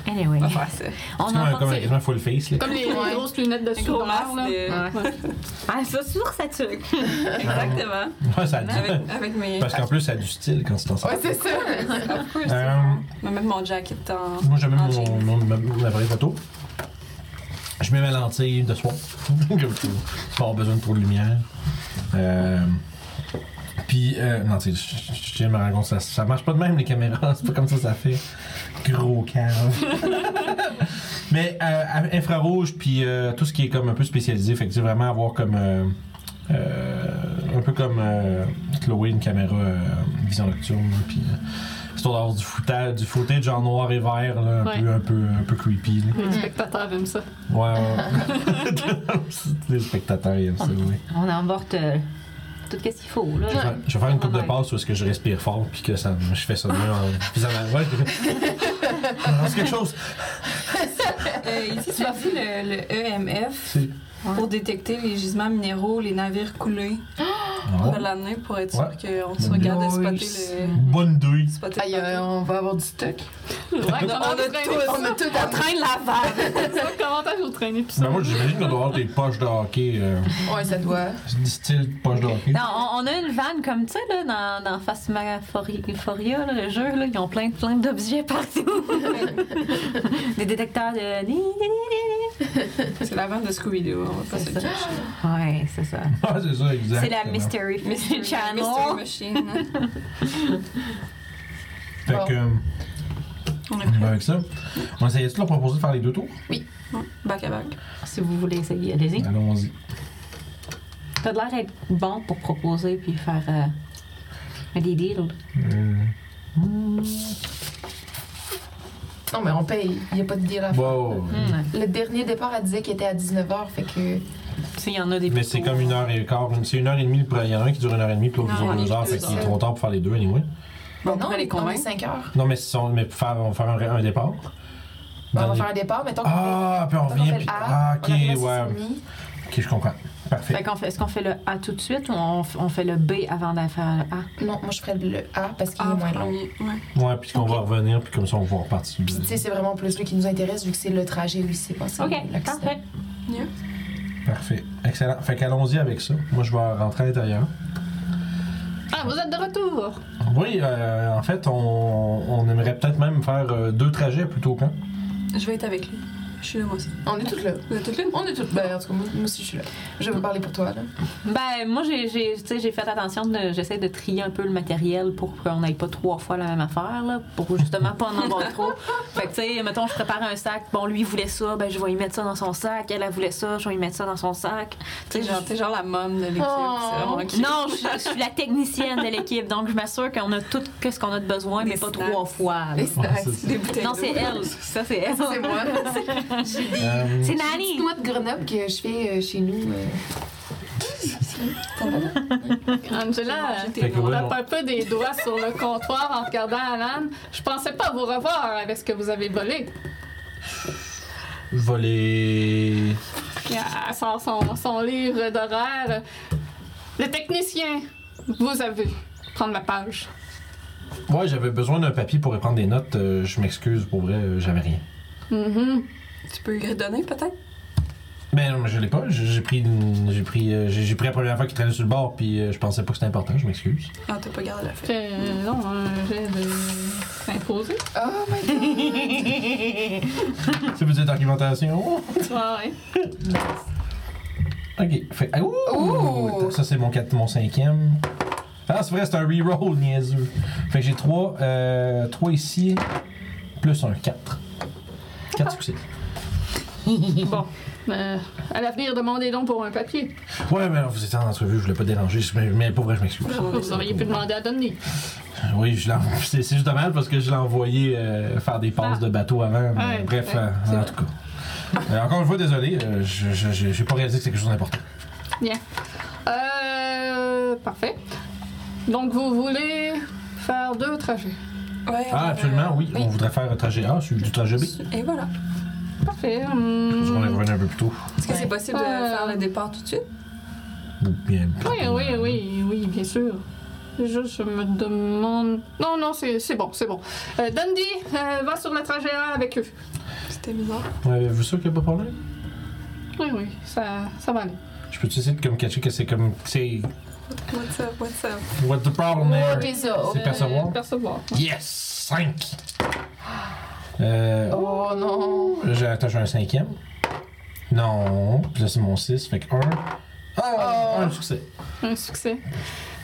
Speaker 6: Anyway.
Speaker 4: On va faire ça.
Speaker 6: On
Speaker 2: C'est comme,
Speaker 6: en
Speaker 2: un- comme
Speaker 6: parle.
Speaker 2: un- quasiment full face. Là.
Speaker 1: Comme les, les
Speaker 3: Ouais.
Speaker 1: grosses lunettes de
Speaker 4: Un gros
Speaker 1: soudeur,
Speaker 4: masque.
Speaker 1: là.
Speaker 4: de-
Speaker 6: Ah, ça, c'est sûr que ça tue.
Speaker 4: Exactement.
Speaker 2: Ouais, ça a du-
Speaker 4: Avec, avec mes.
Speaker 2: Ah Parce qu'en plus, ça a du style quand c'est en
Speaker 3: Ouais, c'est hein, ça.
Speaker 4: Of course.
Speaker 2: Euh,
Speaker 4: Je vais mettre mon jacket en.
Speaker 2: Moi, j'avais
Speaker 3: Ah,
Speaker 4: en
Speaker 2: mon,
Speaker 4: jean.
Speaker 2: mon, ma- mon appareil photo. Je mets ma lentille de soir. Comme je peux pas avoir besoin de trop de lumière. Euh, puis, euh, non, tu sais, je- je je tiens ma raconte, ça, ça marche pas de même les caméras, c'est pas comme ça ça fait. Gros cave. Mais euh, à- infrarouge, puis euh, tout ce qui est comme un peu spécialisé, fait que c'est vraiment avoir comme. euh, euh, un peu comme euh, Chloé, une caméra euh, vision nocturne, là, puis. euh, Histoire d'avoir du footage, du footage en noir et vert, là, un,
Speaker 1: Ouais.
Speaker 2: peu, un, peu, un peu creepy. là.
Speaker 1: Les spectateurs aiment ça.
Speaker 2: Ouais, ouais. les spectateurs ils aiment ça, oui.
Speaker 6: On emporte euh, tout ce qu'il faut, là.
Speaker 2: Je vais faire- Je vais faire une coupe de passe où est-ce que je respire fort puis que ça, me- je fais ça de même en faisant ma voix. je fais- On lance quelque chose.
Speaker 4: Euh, ici, tu vas faire le, le EMF
Speaker 2: C'est-
Speaker 4: pour détecter les gisements minéraux, les navires coulés. On
Speaker 2: Oh,
Speaker 4: va l'amener pour être sûr
Speaker 2: Ouais.
Speaker 4: qu'on se regarde de
Speaker 3: Nice.
Speaker 4: spotter le.
Speaker 2: bonne douille.
Speaker 4: spotter le
Speaker 3: Aïe,
Speaker 4: bateau.
Speaker 3: euh, on va avoir du stock.
Speaker 1: Ouais, comment
Speaker 4: on a
Speaker 1: vous traînez
Speaker 4: tout.
Speaker 1: ça?
Speaker 3: On a tout à
Speaker 4: train de la vague.
Speaker 1: Comment t'as vous traînez pis ça?
Speaker 2: Ben moi, j'imagine qu'on doit avoir des poches de hockey. Euh,
Speaker 3: Ouais, ça doit.
Speaker 2: du style poche de hockey.
Speaker 6: Non, on, on a une vanne comme ça, là, dans, dans Phasmaphoria, là, le jeu, là. Ils ont plein, plein d'objets partout. Des détecteurs de.
Speaker 4: C'est la vente de Scooby-Doo, on va pas se
Speaker 6: C'est
Speaker 4: le
Speaker 6: ça.
Speaker 4: cacher.
Speaker 6: Ouais, c'est ça.
Speaker 2: Ah, c'est ça, exact.
Speaker 6: C'est la Mystery,
Speaker 4: Mystery,
Speaker 6: Channel.
Speaker 4: Mystery Machine.
Speaker 2: Fait que, euh,
Speaker 4: On est
Speaker 2: ben
Speaker 4: prêts.
Speaker 2: avec ça, on essayait de leur proposer de faire les deux tours?
Speaker 4: Bac à bac.
Speaker 6: Si vous voulez essayer, allez-y.
Speaker 2: Allons-y.
Speaker 6: T'as de l'air d'être bon pour proposer puis faire euh, des deals.
Speaker 2: Euh,
Speaker 3: Non, mais on paye. Il n'y a pas de deal à faire.
Speaker 2: wow.
Speaker 6: Hmm.
Speaker 3: Le dernier départ, elle disait qu'il était à 19h, fait que.
Speaker 6: S'il y en a des
Speaker 2: Mais
Speaker 6: plus
Speaker 2: c'est
Speaker 6: tôt.
Speaker 2: comme une heure et quart. C'est une heure et demie le premier. Il y en a un qui dure une heure et demie, puis l'autre qui
Speaker 4: Non,
Speaker 2: dure deux
Speaker 4: les
Speaker 2: heures.
Speaker 4: deux
Speaker 2: Fait qu'il est
Speaker 4: heures.
Speaker 2: trop tard pour faire les deux, anyway.
Speaker 4: Bon, on va les
Speaker 3: on est
Speaker 4: convaincre.
Speaker 3: 5 heures.
Speaker 2: Non, mais, si on, mais pour faire, on va faire un, un départ.
Speaker 3: Ben, on
Speaker 2: Dans
Speaker 3: va
Speaker 2: les-
Speaker 3: faire un départ, mettons qu'on
Speaker 2: Ah, puis on
Speaker 3: fait- mettons
Speaker 2: revient.
Speaker 3: qu'on fait
Speaker 2: Puis...
Speaker 3: le A,
Speaker 2: Ah, ok,
Speaker 3: on arrive à
Speaker 2: ouais.
Speaker 3: 6h30.
Speaker 2: Ok, je comprends.
Speaker 6: Fait
Speaker 2: Parfait.
Speaker 6: qu'on fait, est-ce qu'on fait le A tout de suite ou on, f- on fait le B avant de faire le A?
Speaker 3: Non, moi je ferais le A parce qu'il
Speaker 4: Ah,
Speaker 3: est moins long.
Speaker 4: premier. Ouais.
Speaker 2: Ouais, puis qu'on va revenir, puis comme ça, on va repartir.
Speaker 3: Puis tu sais, c'est vraiment plus lui qui nous intéresse vu que c'est le trajet lui, c'est passé.
Speaker 6: OK,
Speaker 3: l'accident.
Speaker 6: parfait.
Speaker 4: Mieux.
Speaker 2: Parfait. Excellent. Fait qu'allons-y avec ça. Moi, je vais rentrer à l'intérieur.
Speaker 1: Ah, vous êtes de retour!
Speaker 2: Oui, euh, en fait, on, on aimerait peut-être même faire euh, deux trajets plutôt qu'un.
Speaker 4: Je vais être avec lui. Je suis là, moi aussi.
Speaker 3: On est toutes là.
Speaker 4: Vous êtes toutes là?
Speaker 3: On est toutes là. Ben, en tout cas, moi, moi aussi je suis là. Je vais parler pour toi là.
Speaker 6: Ben, moi, j'ai, j'ai, tu sais, j'ai fait attention, de, j'essaie de trier un peu le matériel pour qu'on n'aille pas trois fois la même affaire, là, pour justement pas en avoir trop. Fait que, tu sais, mettons, je prépare un sac, bon, lui, il voulait ça, ben, je vais y mettre ça dans son sac, elle, elle voulait ça, je vais y mettre ça dans son sac.
Speaker 4: T'es
Speaker 6: Tu sais, je-
Speaker 4: genre, t'es genre la mom de l'équipe.
Speaker 3: Oh.
Speaker 4: c'est vraiment cute.
Speaker 6: Non, je, je suis la technicienne de l'équipe, donc je m'assure qu'on a tout que ce qu'on a de besoin,
Speaker 4: Des
Speaker 6: mais pas
Speaker 4: snacks.
Speaker 6: trois fois. là.
Speaker 3: Les snacks.
Speaker 2: c'est-
Speaker 4: Des bouteilles
Speaker 6: Non,
Speaker 4: d'eau.
Speaker 6: c'est elle. Ça, c'est elle.
Speaker 3: C'est moi.
Speaker 2: Euh,
Speaker 6: C'est
Speaker 3: Petite
Speaker 6: Nanny.
Speaker 3: noix de Grenoble que je fais euh, chez nous. euh,
Speaker 1: Angela,
Speaker 2: Fait que
Speaker 1: on
Speaker 2: ouais,
Speaker 1: tape un peu des doigts sur le comptoir en regardant Alan. Je pensais pas vous revoir avec ce que vous avez volé.
Speaker 2: on- voler.
Speaker 1: Puis Elle sort son, son livre d'horaire. Le technicien vous a vu prendre la page.
Speaker 2: Ouais, j'avais besoin d'un papier pour prendre des notes. euh, je m'excuse, pour vrai, euh, j'avais rien.
Speaker 1: Mhm.
Speaker 4: Tu peux y redonner peut-être?
Speaker 2: Mais Ben, non, mais je l'ai pas. J'ai j'ai pris, une- j'ai pris, euh, j'ai j'ai pris la première fois qu'il traînait sur le bord, puis euh, je pensais pas que c'était important. Je m'excuse.
Speaker 4: Ah, t'as pas gardé la feuille.
Speaker 1: Fais, euh, non, un jet de s'imposer.
Speaker 3: Oh my god!
Speaker 2: C'est petite argumentation.
Speaker 1: Ouais.
Speaker 2: Ok. Fait. ah, ouh!
Speaker 3: Ouh!
Speaker 2: Ça c'est mon quatre, mon cinquième. Ah, c'est vrai, c'est un reroll niaiseux. Fait que j'ai trois, euh, trois ici, plus un 4. 4
Speaker 1: Ah.
Speaker 2: succès.
Speaker 1: Bon. Euh, à l'avenir, demandez donc pour un papier.
Speaker 2: Ouais, mais alors, vous étiez en entrevue, je voulais pas déranger, je- mais, mais pour vrai, je m'excuse.
Speaker 1: Vous auriez pu demander à Donny.
Speaker 2: Oui, je l'ai envoyé- c'est c'est juste dommage parce que je l'ai envoyé euh, faire des passes de bateau avant. mais
Speaker 1: Ah. Ouais,
Speaker 2: bref,
Speaker 1: ouais,
Speaker 2: euh,
Speaker 1: c'est
Speaker 2: en
Speaker 1: vrai.
Speaker 2: tout cas. Euh, encore une fois, désolé, euh, je- je- je- j'ai pas réalisé que c'est quelque chose d'important.
Speaker 1: Bien. Euh, parfait. Donc, vous voulez faire deux trajets.
Speaker 4: Ouais,
Speaker 2: Ah,
Speaker 4: euh,
Speaker 2: absolument, oui. On voudrait faire un trajet A, celui du trajet
Speaker 1: Hmm.
Speaker 2: B.
Speaker 4: Et voilà.
Speaker 1: Parfait.
Speaker 2: Parce qu'on est
Speaker 1: hum.
Speaker 2: revenu un peu plus tôt.
Speaker 4: Est-ce que c'est possible de
Speaker 1: Euh,
Speaker 4: faire le départ tout de suite?
Speaker 2: Ou bien.
Speaker 1: Oui, oui, oui, oui, bien sûr. Juste, je me demande. Non, non, c'est c'est bon, c'est bon. Euh, Dandy, euh, va sur le trajet A avec eux.
Speaker 4: C'était bizarre.
Speaker 2: Ouais, vous sûr qu'il n'y a pas de problème?
Speaker 1: Oui, oui, ça, ça va aller.
Speaker 2: Je peux-tu essayer de comme cacher que c'est comme. C'est.
Speaker 4: What's up, what's up?
Speaker 2: What the problem there?
Speaker 3: What is up?
Speaker 2: C'est percevoir?
Speaker 1: Euh, percevoir.
Speaker 2: Yes! 5! Euh.
Speaker 3: Oh non!
Speaker 2: J'ai attaché un cinquième. Non. Puis là, c'est mon 6. Fait que 1. Ah!
Speaker 1: Oh.
Speaker 2: Un succès.
Speaker 1: Un succès.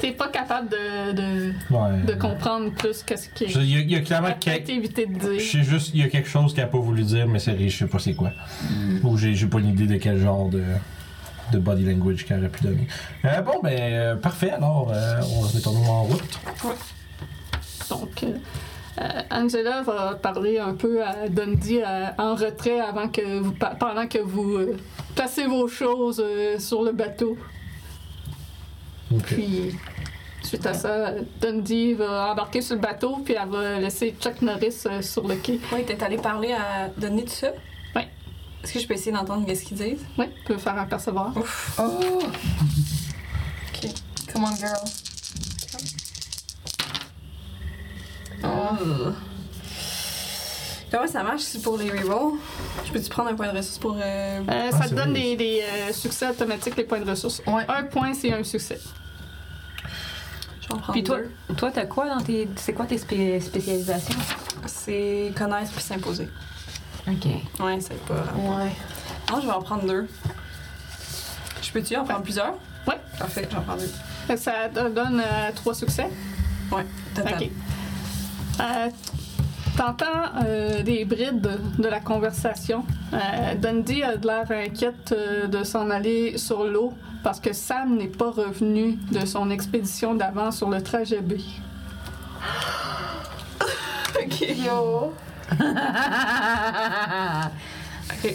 Speaker 1: T'es pas capable de, de,
Speaker 2: Ouais.
Speaker 1: de comprendre plus qu'est-ce qui
Speaker 2: Je-
Speaker 1: est.
Speaker 2: Il y, a- il y a clairement
Speaker 1: T'as
Speaker 2: quelque.
Speaker 1: évité de
Speaker 2: Je
Speaker 1: dire.
Speaker 2: sais juste, il y a quelque chose qu'elle a pas voulu dire, mais c'est je sais pas c'est quoi.
Speaker 1: Hmm.
Speaker 2: Ou j'ai j'ai pas une idée de quel genre de, de body language qu'elle aurait pu donner. Euh, bon, ben, euh, parfait, alors, euh, on va se mettre en route.
Speaker 1: Donc, euh, euh, Angela va parler un peu à Dundee euh, en retrait avant que vous, pa- pendant que vous euh, placez vos choses euh, sur le bateau.
Speaker 2: Ok.
Speaker 1: Puis, suite à ça, Dundee va embarquer sur le bateau, puis elle va laisser Chuck Norris euh, sur le quai.
Speaker 4: Oui, t'es allé parler à donner tout ça?
Speaker 1: Ouais.
Speaker 4: Est-ce que je peux essayer d'entendre qu'est-ce qu'ils disent?
Speaker 1: Oui, peut faire Euh, un percevoir.
Speaker 3: Oh!
Speaker 4: Ok.
Speaker 3: Come on, girl.
Speaker 4: Oh. Comment ça marche c'est pour les rerolls? Je peux-tu prendre un point de ressource pour. euh,
Speaker 1: Euh,
Speaker 2: Ah,
Speaker 1: ça te
Speaker 2: c'est
Speaker 1: donne
Speaker 2: vrai.
Speaker 1: des, des, euh, succès automatiques, les points de ressources.
Speaker 3: Ouais.
Speaker 1: Un point, c'est un succès.
Speaker 4: Je vais en prendre
Speaker 5: Puis toi,
Speaker 4: deux.
Speaker 5: toi, t'as quoi dans tes. C'est quoi tes spé- spécialisations?
Speaker 4: C'est connaître puis s'imposer.
Speaker 5: Ok.
Speaker 4: Ouais, c'est pas.
Speaker 3: Ouais.
Speaker 4: Non, Ah, je vais en prendre deux. Je peux-tu en prendre plusieurs?
Speaker 1: Ouais.
Speaker 4: Parfait, j'en prends deux.
Speaker 1: Fait que Ça te donne euh, trois succès.
Speaker 4: Ouais, total.
Speaker 1: OK. Euh, T'entends euh, des brides de, de la conversation. Euh, Dundee a de l'air inquiète euh, de s'en aller sur l'eau parce que Sam n'est pas revenu de son expédition d'avant sur le trajet B.
Speaker 4: Ok.
Speaker 3: Yo!
Speaker 4: Ok.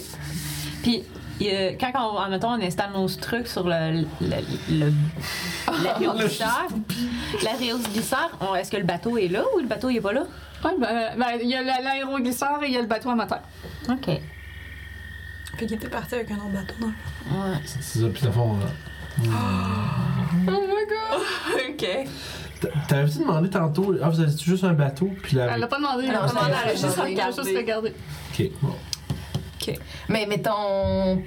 Speaker 6: Puis, euh, quand on, admettons, on installe nos trucs sur le, le, le, le- la
Speaker 2: Le
Speaker 6: glisseur, la réhausse glisseur, on- est-ce que le bateau est là ou le bateau il est pas là?
Speaker 1: Ouais, ben, ben, il y a la- l'aéroglisseur et il y a le bateau amateur.
Speaker 6: OK. Ouais,
Speaker 4: Fait qu'il était parti avec un autre bateau dans le
Speaker 2: C'est c'est ça, puis dans le fond, euh, hmm. là.
Speaker 4: Ok.
Speaker 2: T'avais-tu demandé tantôt, ah, vous avez juste un bateau, puis la.
Speaker 1: Elle l'a pas demandé.
Speaker 3: Elle a pas
Speaker 1: demandé,
Speaker 3: demandé,
Speaker 1: elle a juste
Speaker 4: elle a
Speaker 1: regardé.
Speaker 4: juste
Speaker 2: Ok, bon.
Speaker 3: Mais mettons.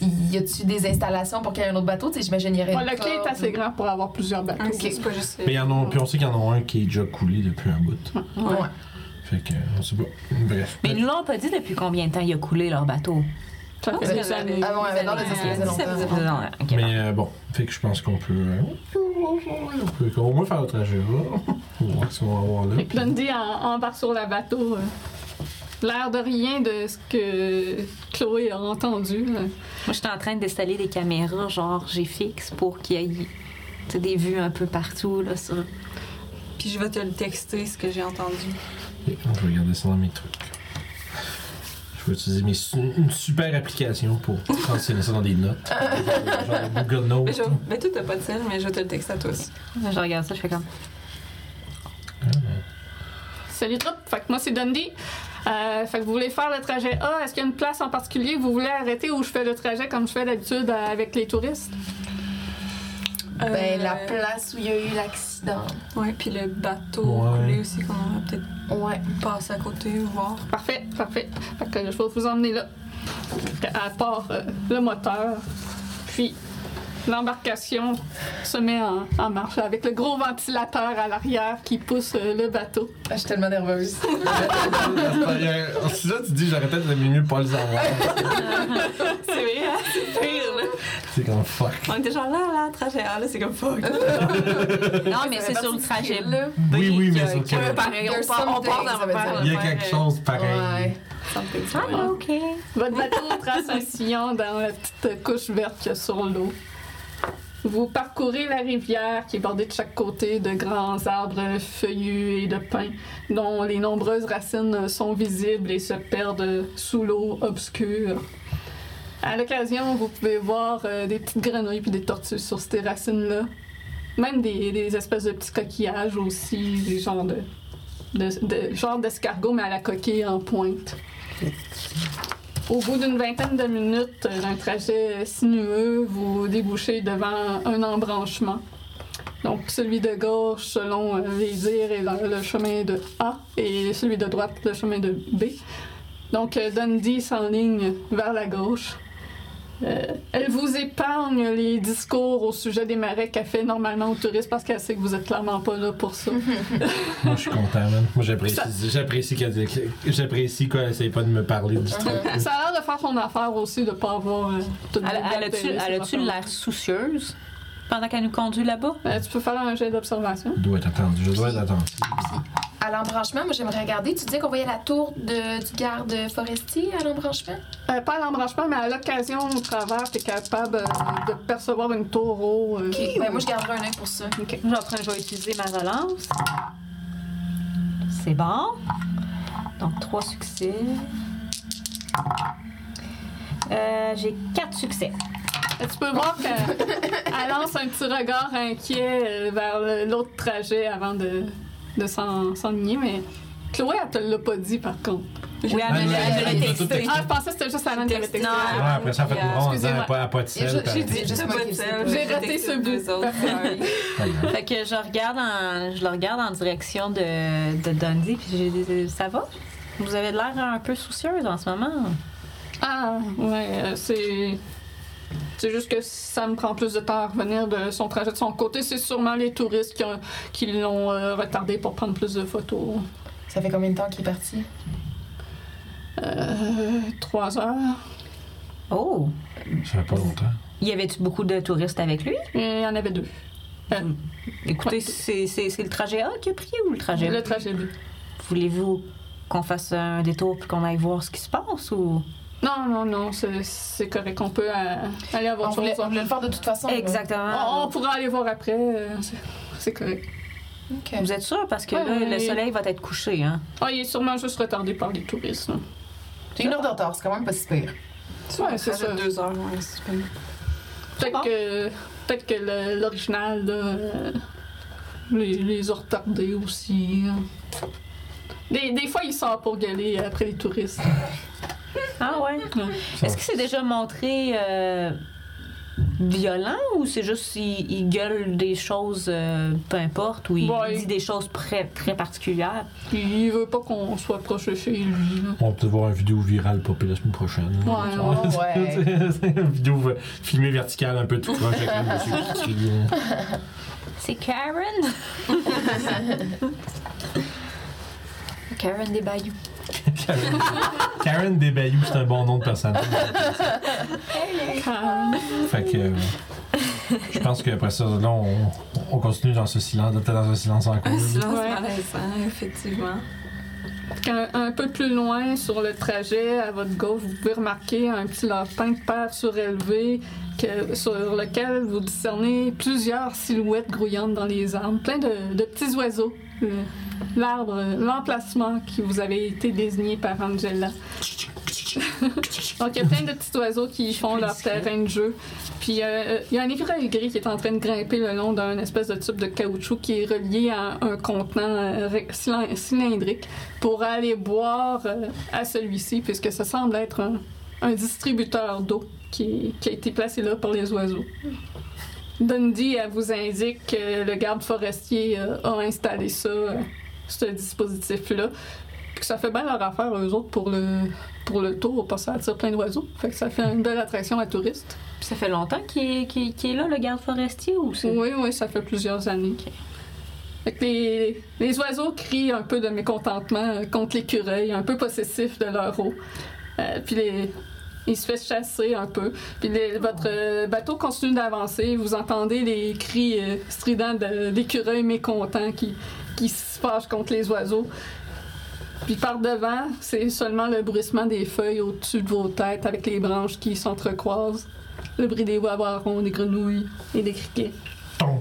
Speaker 3: Y a-tu des installations pour qu'il y ait un autre bateau? Tu sais, j'imagine, il y aurait
Speaker 1: Bon,
Speaker 3: une
Speaker 1: le quai est
Speaker 3: corde.
Speaker 1: assez grand pour avoir plusieurs bateaux.
Speaker 4: Ok, c'est pas juste.
Speaker 2: Mais y en a, puis on sait qu'il y en a un qui est déjà coulé depuis un bout.
Speaker 3: Ouais.
Speaker 2: Fait que, on sait pas. Bref.
Speaker 6: Mais ils nous l'ont pas dit depuis combien de temps il a coulé leur bateau.
Speaker 1: Ça fait
Speaker 4: Ah,
Speaker 1: des
Speaker 4: c'est la-
Speaker 1: années.
Speaker 3: Ah bon, mais non,
Speaker 6: Ouais,
Speaker 3: ça faisait
Speaker 6: ça
Speaker 3: longtemps.
Speaker 4: faisait
Speaker 6: Non, non, ok, non.
Speaker 2: Mais euh, bon, fait que je pense qu'on peut. euh, on peut au moins faire le trajet là. On va voir ce qu'on va avoir là.
Speaker 1: Fait que Dundee en- embarque sur le bateau. euh, L'air de rien de ce que Chloé a entendu. euh.
Speaker 6: Moi, j'étais en train d'installer des caméras, genre j'ai fixe pour qu'il y ait tu sais, des vues un peu partout. Là, sur...
Speaker 4: Puis je vais te le texter ce que j'ai entendu.
Speaker 2: Et on va regarder ça dans mes trucs. Je Je vais utiliser mes su- une super application pour transférer ça dans des notes. Genre Google
Speaker 4: Mais,
Speaker 2: Notes.
Speaker 4: je, mais toi, t'as pas de sel, mais je te le texte à tous.
Speaker 5: Je regarde ça, je fais comme.
Speaker 2: hein.
Speaker 1: Salut troupe, fait que moi c'est Dundee. Euh, fait que vous voulez faire le trajet A, est-ce qu'il y a une place en particulier que vous voulez arrêter où je fais le trajet comme je fais d'habitude euh, avec les touristes?
Speaker 3: Ben,
Speaker 4: Euh,
Speaker 3: la place où il y a eu l'accident.
Speaker 4: Ouais, puis le bateau
Speaker 2: Ouais.
Speaker 4: coulé aussi, qu'on aurait peut-être
Speaker 3: Ouais.
Speaker 4: passé à côté ou voir.
Speaker 1: Parfait, parfait. Fait que je vais vous emmener là. Fait que, À part euh, le moteur, puis l'embarcation se met en, en marche avec le gros ventilateur à l'arrière qui pousse euh, le bateau.
Speaker 3: Ah, Je suis tellement
Speaker 2: Si
Speaker 3: nerveuse.
Speaker 2: là, euh, tu dis, j'aurais peut-être aimé mieux pas le savoir.
Speaker 4: C'est vrai, hein? c'est pire, là.
Speaker 2: C'est comme fuck.
Speaker 4: On était genre là, là, trajet A, là, c'est comme fuck.
Speaker 5: Non, mais
Speaker 4: ben,
Speaker 5: c'est sur le trajet là.
Speaker 2: Oui, oui, mais
Speaker 4: c'est
Speaker 2: c'est ok.
Speaker 4: pareil,
Speaker 3: There's
Speaker 4: on part, on
Speaker 3: something,
Speaker 4: part
Speaker 3: ça
Speaker 4: dans
Speaker 3: veut
Speaker 4: vers-
Speaker 2: Il y
Speaker 3: dire.
Speaker 2: a
Speaker 4: vers-
Speaker 2: quelque chose pareil.
Speaker 3: Ouais.
Speaker 4: something.
Speaker 6: Ah,
Speaker 5: OK.
Speaker 1: Votre bateau trace un sillon dans la petite couche verte qu'il y a sur l'eau. Vous parcourez la rivière qui est bordée de chaque côté de grands arbres feuillus et de pins dont les nombreuses racines sont visibles et se perdent sous l'eau obscure. À l'occasion, vous pouvez voir euh, des petites grenouilles puis des tortues sur ces racines-là. Même des, des espèces de petits coquillages aussi, des genres de, de, de- genre d'escargots mais à la coquille en pointe. Au bout d'une vingtaine de minutes euh, d'un trajet euh, sinueux, vous débouchez devant un embranchement. Donc celui de gauche, selon euh, les dires, est le le chemin de A et celui de droite, le chemin de B. Donc euh, Dundee s'enligne vers la gauche. Euh, elle vous épargne les discours au sujet des marais qu'elle fait normalement aux touristes parce qu'elle sait que vous êtes clairement pas là pour ça.
Speaker 2: Moi, je suis content, man. Moi,
Speaker 1: Ça-
Speaker 2: j'apprécie j'apprécie qu'elle j'apprécie qu'elle essaye pas de me parler du truc.
Speaker 1: Ça a l'air de faire son affaire aussi de pas avoir euh, tout le
Speaker 6: Elle,
Speaker 1: monde
Speaker 6: elle
Speaker 1: d'intérêt
Speaker 6: a-tu-
Speaker 1: sur
Speaker 6: elle a-tu
Speaker 1: l'affaire.
Speaker 6: l'air soucieuse pendant qu'elle nous conduit là-bas?
Speaker 1: Euh, tu peux faire un jet d'observation.
Speaker 2: Je dois être attendu, je dois être attendu.
Speaker 3: À l'embranchement, moi, j'aimerais regarder. Tu disais qu'on voyait la tour de- du garde forestier à l'embranchement?
Speaker 1: Euh, pas à l'embranchement, mais à l'occasion au travers, t'es capable euh, de percevoir une taureau. euh,
Speaker 3: Ben, moi, je garderai un œil pour ça.
Speaker 6: Genre, je vais utiliser ma relance. C'est bon. Donc, trois succès. Euh, J'ai quatre succès.
Speaker 1: Tu peux voir qu'elle lance un petit regard inquiet euh, vers le- l'autre trajet avant de, de s'en- s'enligner, mais Chloé, elle te l'a pas dit par contre.
Speaker 4: Oui,
Speaker 2: Ah,
Speaker 4: elle me
Speaker 2: non,
Speaker 4: l'a- elle me
Speaker 2: elle
Speaker 4: l'a
Speaker 2: m'a tout
Speaker 4: texté.
Speaker 1: Ah, je pensais que c'était juste Alan qui avait texté.
Speaker 4: Non.
Speaker 2: Ouais, Ah, après ça, fait
Speaker 4: Yeah.
Speaker 2: courant en disant elle a
Speaker 1: Ah, Excusez-moi.
Speaker 2: pas- elle a pas de sel.
Speaker 3: J'ai- j'ai
Speaker 2: puis-
Speaker 3: dit-
Speaker 4: Juste
Speaker 3: Juste
Speaker 4: pas
Speaker 3: moi
Speaker 4: de
Speaker 3: qui
Speaker 4: sel,
Speaker 3: sais pas.
Speaker 4: j'ai
Speaker 1: J'ai raté
Speaker 4: texté
Speaker 1: ce
Speaker 4: deux
Speaker 1: bout.
Speaker 4: autres.
Speaker 2: Pas grave.
Speaker 6: Fait que je regarde en, je le regarde en direction de, de Dundee, puis j'ai dit euh, Ça va Vous avez l'air un peu soucieuse en ce moment.
Speaker 1: Ah, ouais, euh, c'est. C'est juste que ça me prend plus de temps à revenir de son trajet de son côté. C'est sûrement les touristes qui, ont- qui l'ont euh, retardé pour prendre plus de photos.
Speaker 3: Ça fait combien de temps qu'il est parti?
Speaker 1: Euh, trois heures.
Speaker 6: Oh
Speaker 2: Ça fait pas longtemps.
Speaker 6: Y avait-tu beaucoup de touristes avec lui
Speaker 1: Et il y en avait deux.
Speaker 6: Écoutez, c'est c'est- c'est le trajet A qui a pris ou le trajet B
Speaker 1: Le trajet bleu.
Speaker 6: Voulez-vous qu'on fasse un détour puis qu'on aille voir ce qui se passe ou
Speaker 1: Non, non, non, c'est- c'est correct. On peut euh, aller à
Speaker 3: On
Speaker 1: votre chose.
Speaker 3: voulait, on voulait le faire de toute façon. là.
Speaker 1: On,
Speaker 6: Exactement.
Speaker 1: on pourra aller voir après. euh, c'est- C'est correct.
Speaker 3: OK.
Speaker 6: Vous êtes sûr parce que
Speaker 1: Ouais,
Speaker 6: là,
Speaker 1: mais-
Speaker 6: le soleil va être couché hein.
Speaker 1: Ah, il est sûrement juste retardé par les touristes. hein. là.
Speaker 3: J'ai une heure de retard, c'est quand même pas si pire.
Speaker 1: Ouais, c'est ça.
Speaker 4: Trajet de deux heures, ouais, c'est pas mal.
Speaker 1: Peut-être que, peut que le- l'original, là, euh, les, les a retardés aussi. hein. Des, des fois, il sort pour gueuler après les touristes.
Speaker 6: Ah ouais.
Speaker 2: Ça
Speaker 6: Est-ce que c'est déjà montré euh, violent ou c'est juste qu'il il gueule des choses euh, peu importe ou il
Speaker 1: Ouais.
Speaker 6: dit des choses très, très particulières?
Speaker 1: Il veut pas qu'on soit proche de chez lui. là.
Speaker 2: On va peut-être voir une vidéo virale popée la semaine prochaine.
Speaker 1: Ouais,
Speaker 2: Ça,
Speaker 1: ouais.
Speaker 2: c'est-
Speaker 3: Ouais.
Speaker 2: c'est une vidéo euh, filmée verticale un peu tout proche avec le monsieur qui crie. hein.
Speaker 6: C'est Karen?
Speaker 5: Karen des Bayou.
Speaker 2: Karen, Karen Desbayou, c'est un bon nom de personnage.
Speaker 1: Calme.
Speaker 2: Fait que. euh, Je pense qu'après ça, là, on, on continue dans ce silence, peut-être dans un silence en
Speaker 4: Un
Speaker 2: cours.
Speaker 4: silence
Speaker 1: Ouais.
Speaker 4: malaisant, effectivement.
Speaker 1: Un, un peu plus loin sur le trajet, à votre gauche, vous pouvez remarquer un petit lapin de terre surélevé que- sur lequel vous discernez plusieurs silhouettes grouillantes dans les arbres, plein de, de petits oiseaux. Le- L'arbre, l'emplacement qui vous avait été désigné par Angela. Donc, il y a plein de petits oiseaux qui font
Speaker 5: plus
Speaker 1: leur
Speaker 5: discrète.
Speaker 1: terrain de jeu. Puis, euh, il y a un écureuil gris qui est en train de grimper le long d'un espèce de tube de caoutchouc qui est relié à un contenant euh, ré- cylind- cylindrique pour aller boire euh, à celui-ci, puisque ça semble être un, un distributeur d'eau qui, qui a été placé là par les oiseaux. Dundee, elle vous indique que le garde forestier euh, a installé ça, euh, ce dispositif-là. Puis que Ça fait bien leur affaire, eux autres, pour le, pour le tour, parce que ça attire plein d'oiseaux. Fait que ça fait une belle attraction à touristes.
Speaker 6: Ça fait longtemps qu'il est, qu'il est- qu'il est là, le garde forestier, ou c'est...
Speaker 1: Oui, oui, ça fait plusieurs années. Fait que les, les oiseaux crient un peu de mécontentement euh, contre l'écureuil, un peu possessif de leur eau. Euh, puis les, il se fait chasser un peu. Puis les- votre euh, bateau continue d'avancer. Vous entendez les cris euh, stridents de l'écureuil mécontent qui, qui se fâche contre les oiseaux. Puis par devant, c'est seulement le bruissement des feuilles au-dessus de vos têtes avec les branches qui s'entrecroisent, le bruit des wawarons, des grenouilles et des criquets.
Speaker 2: Ton.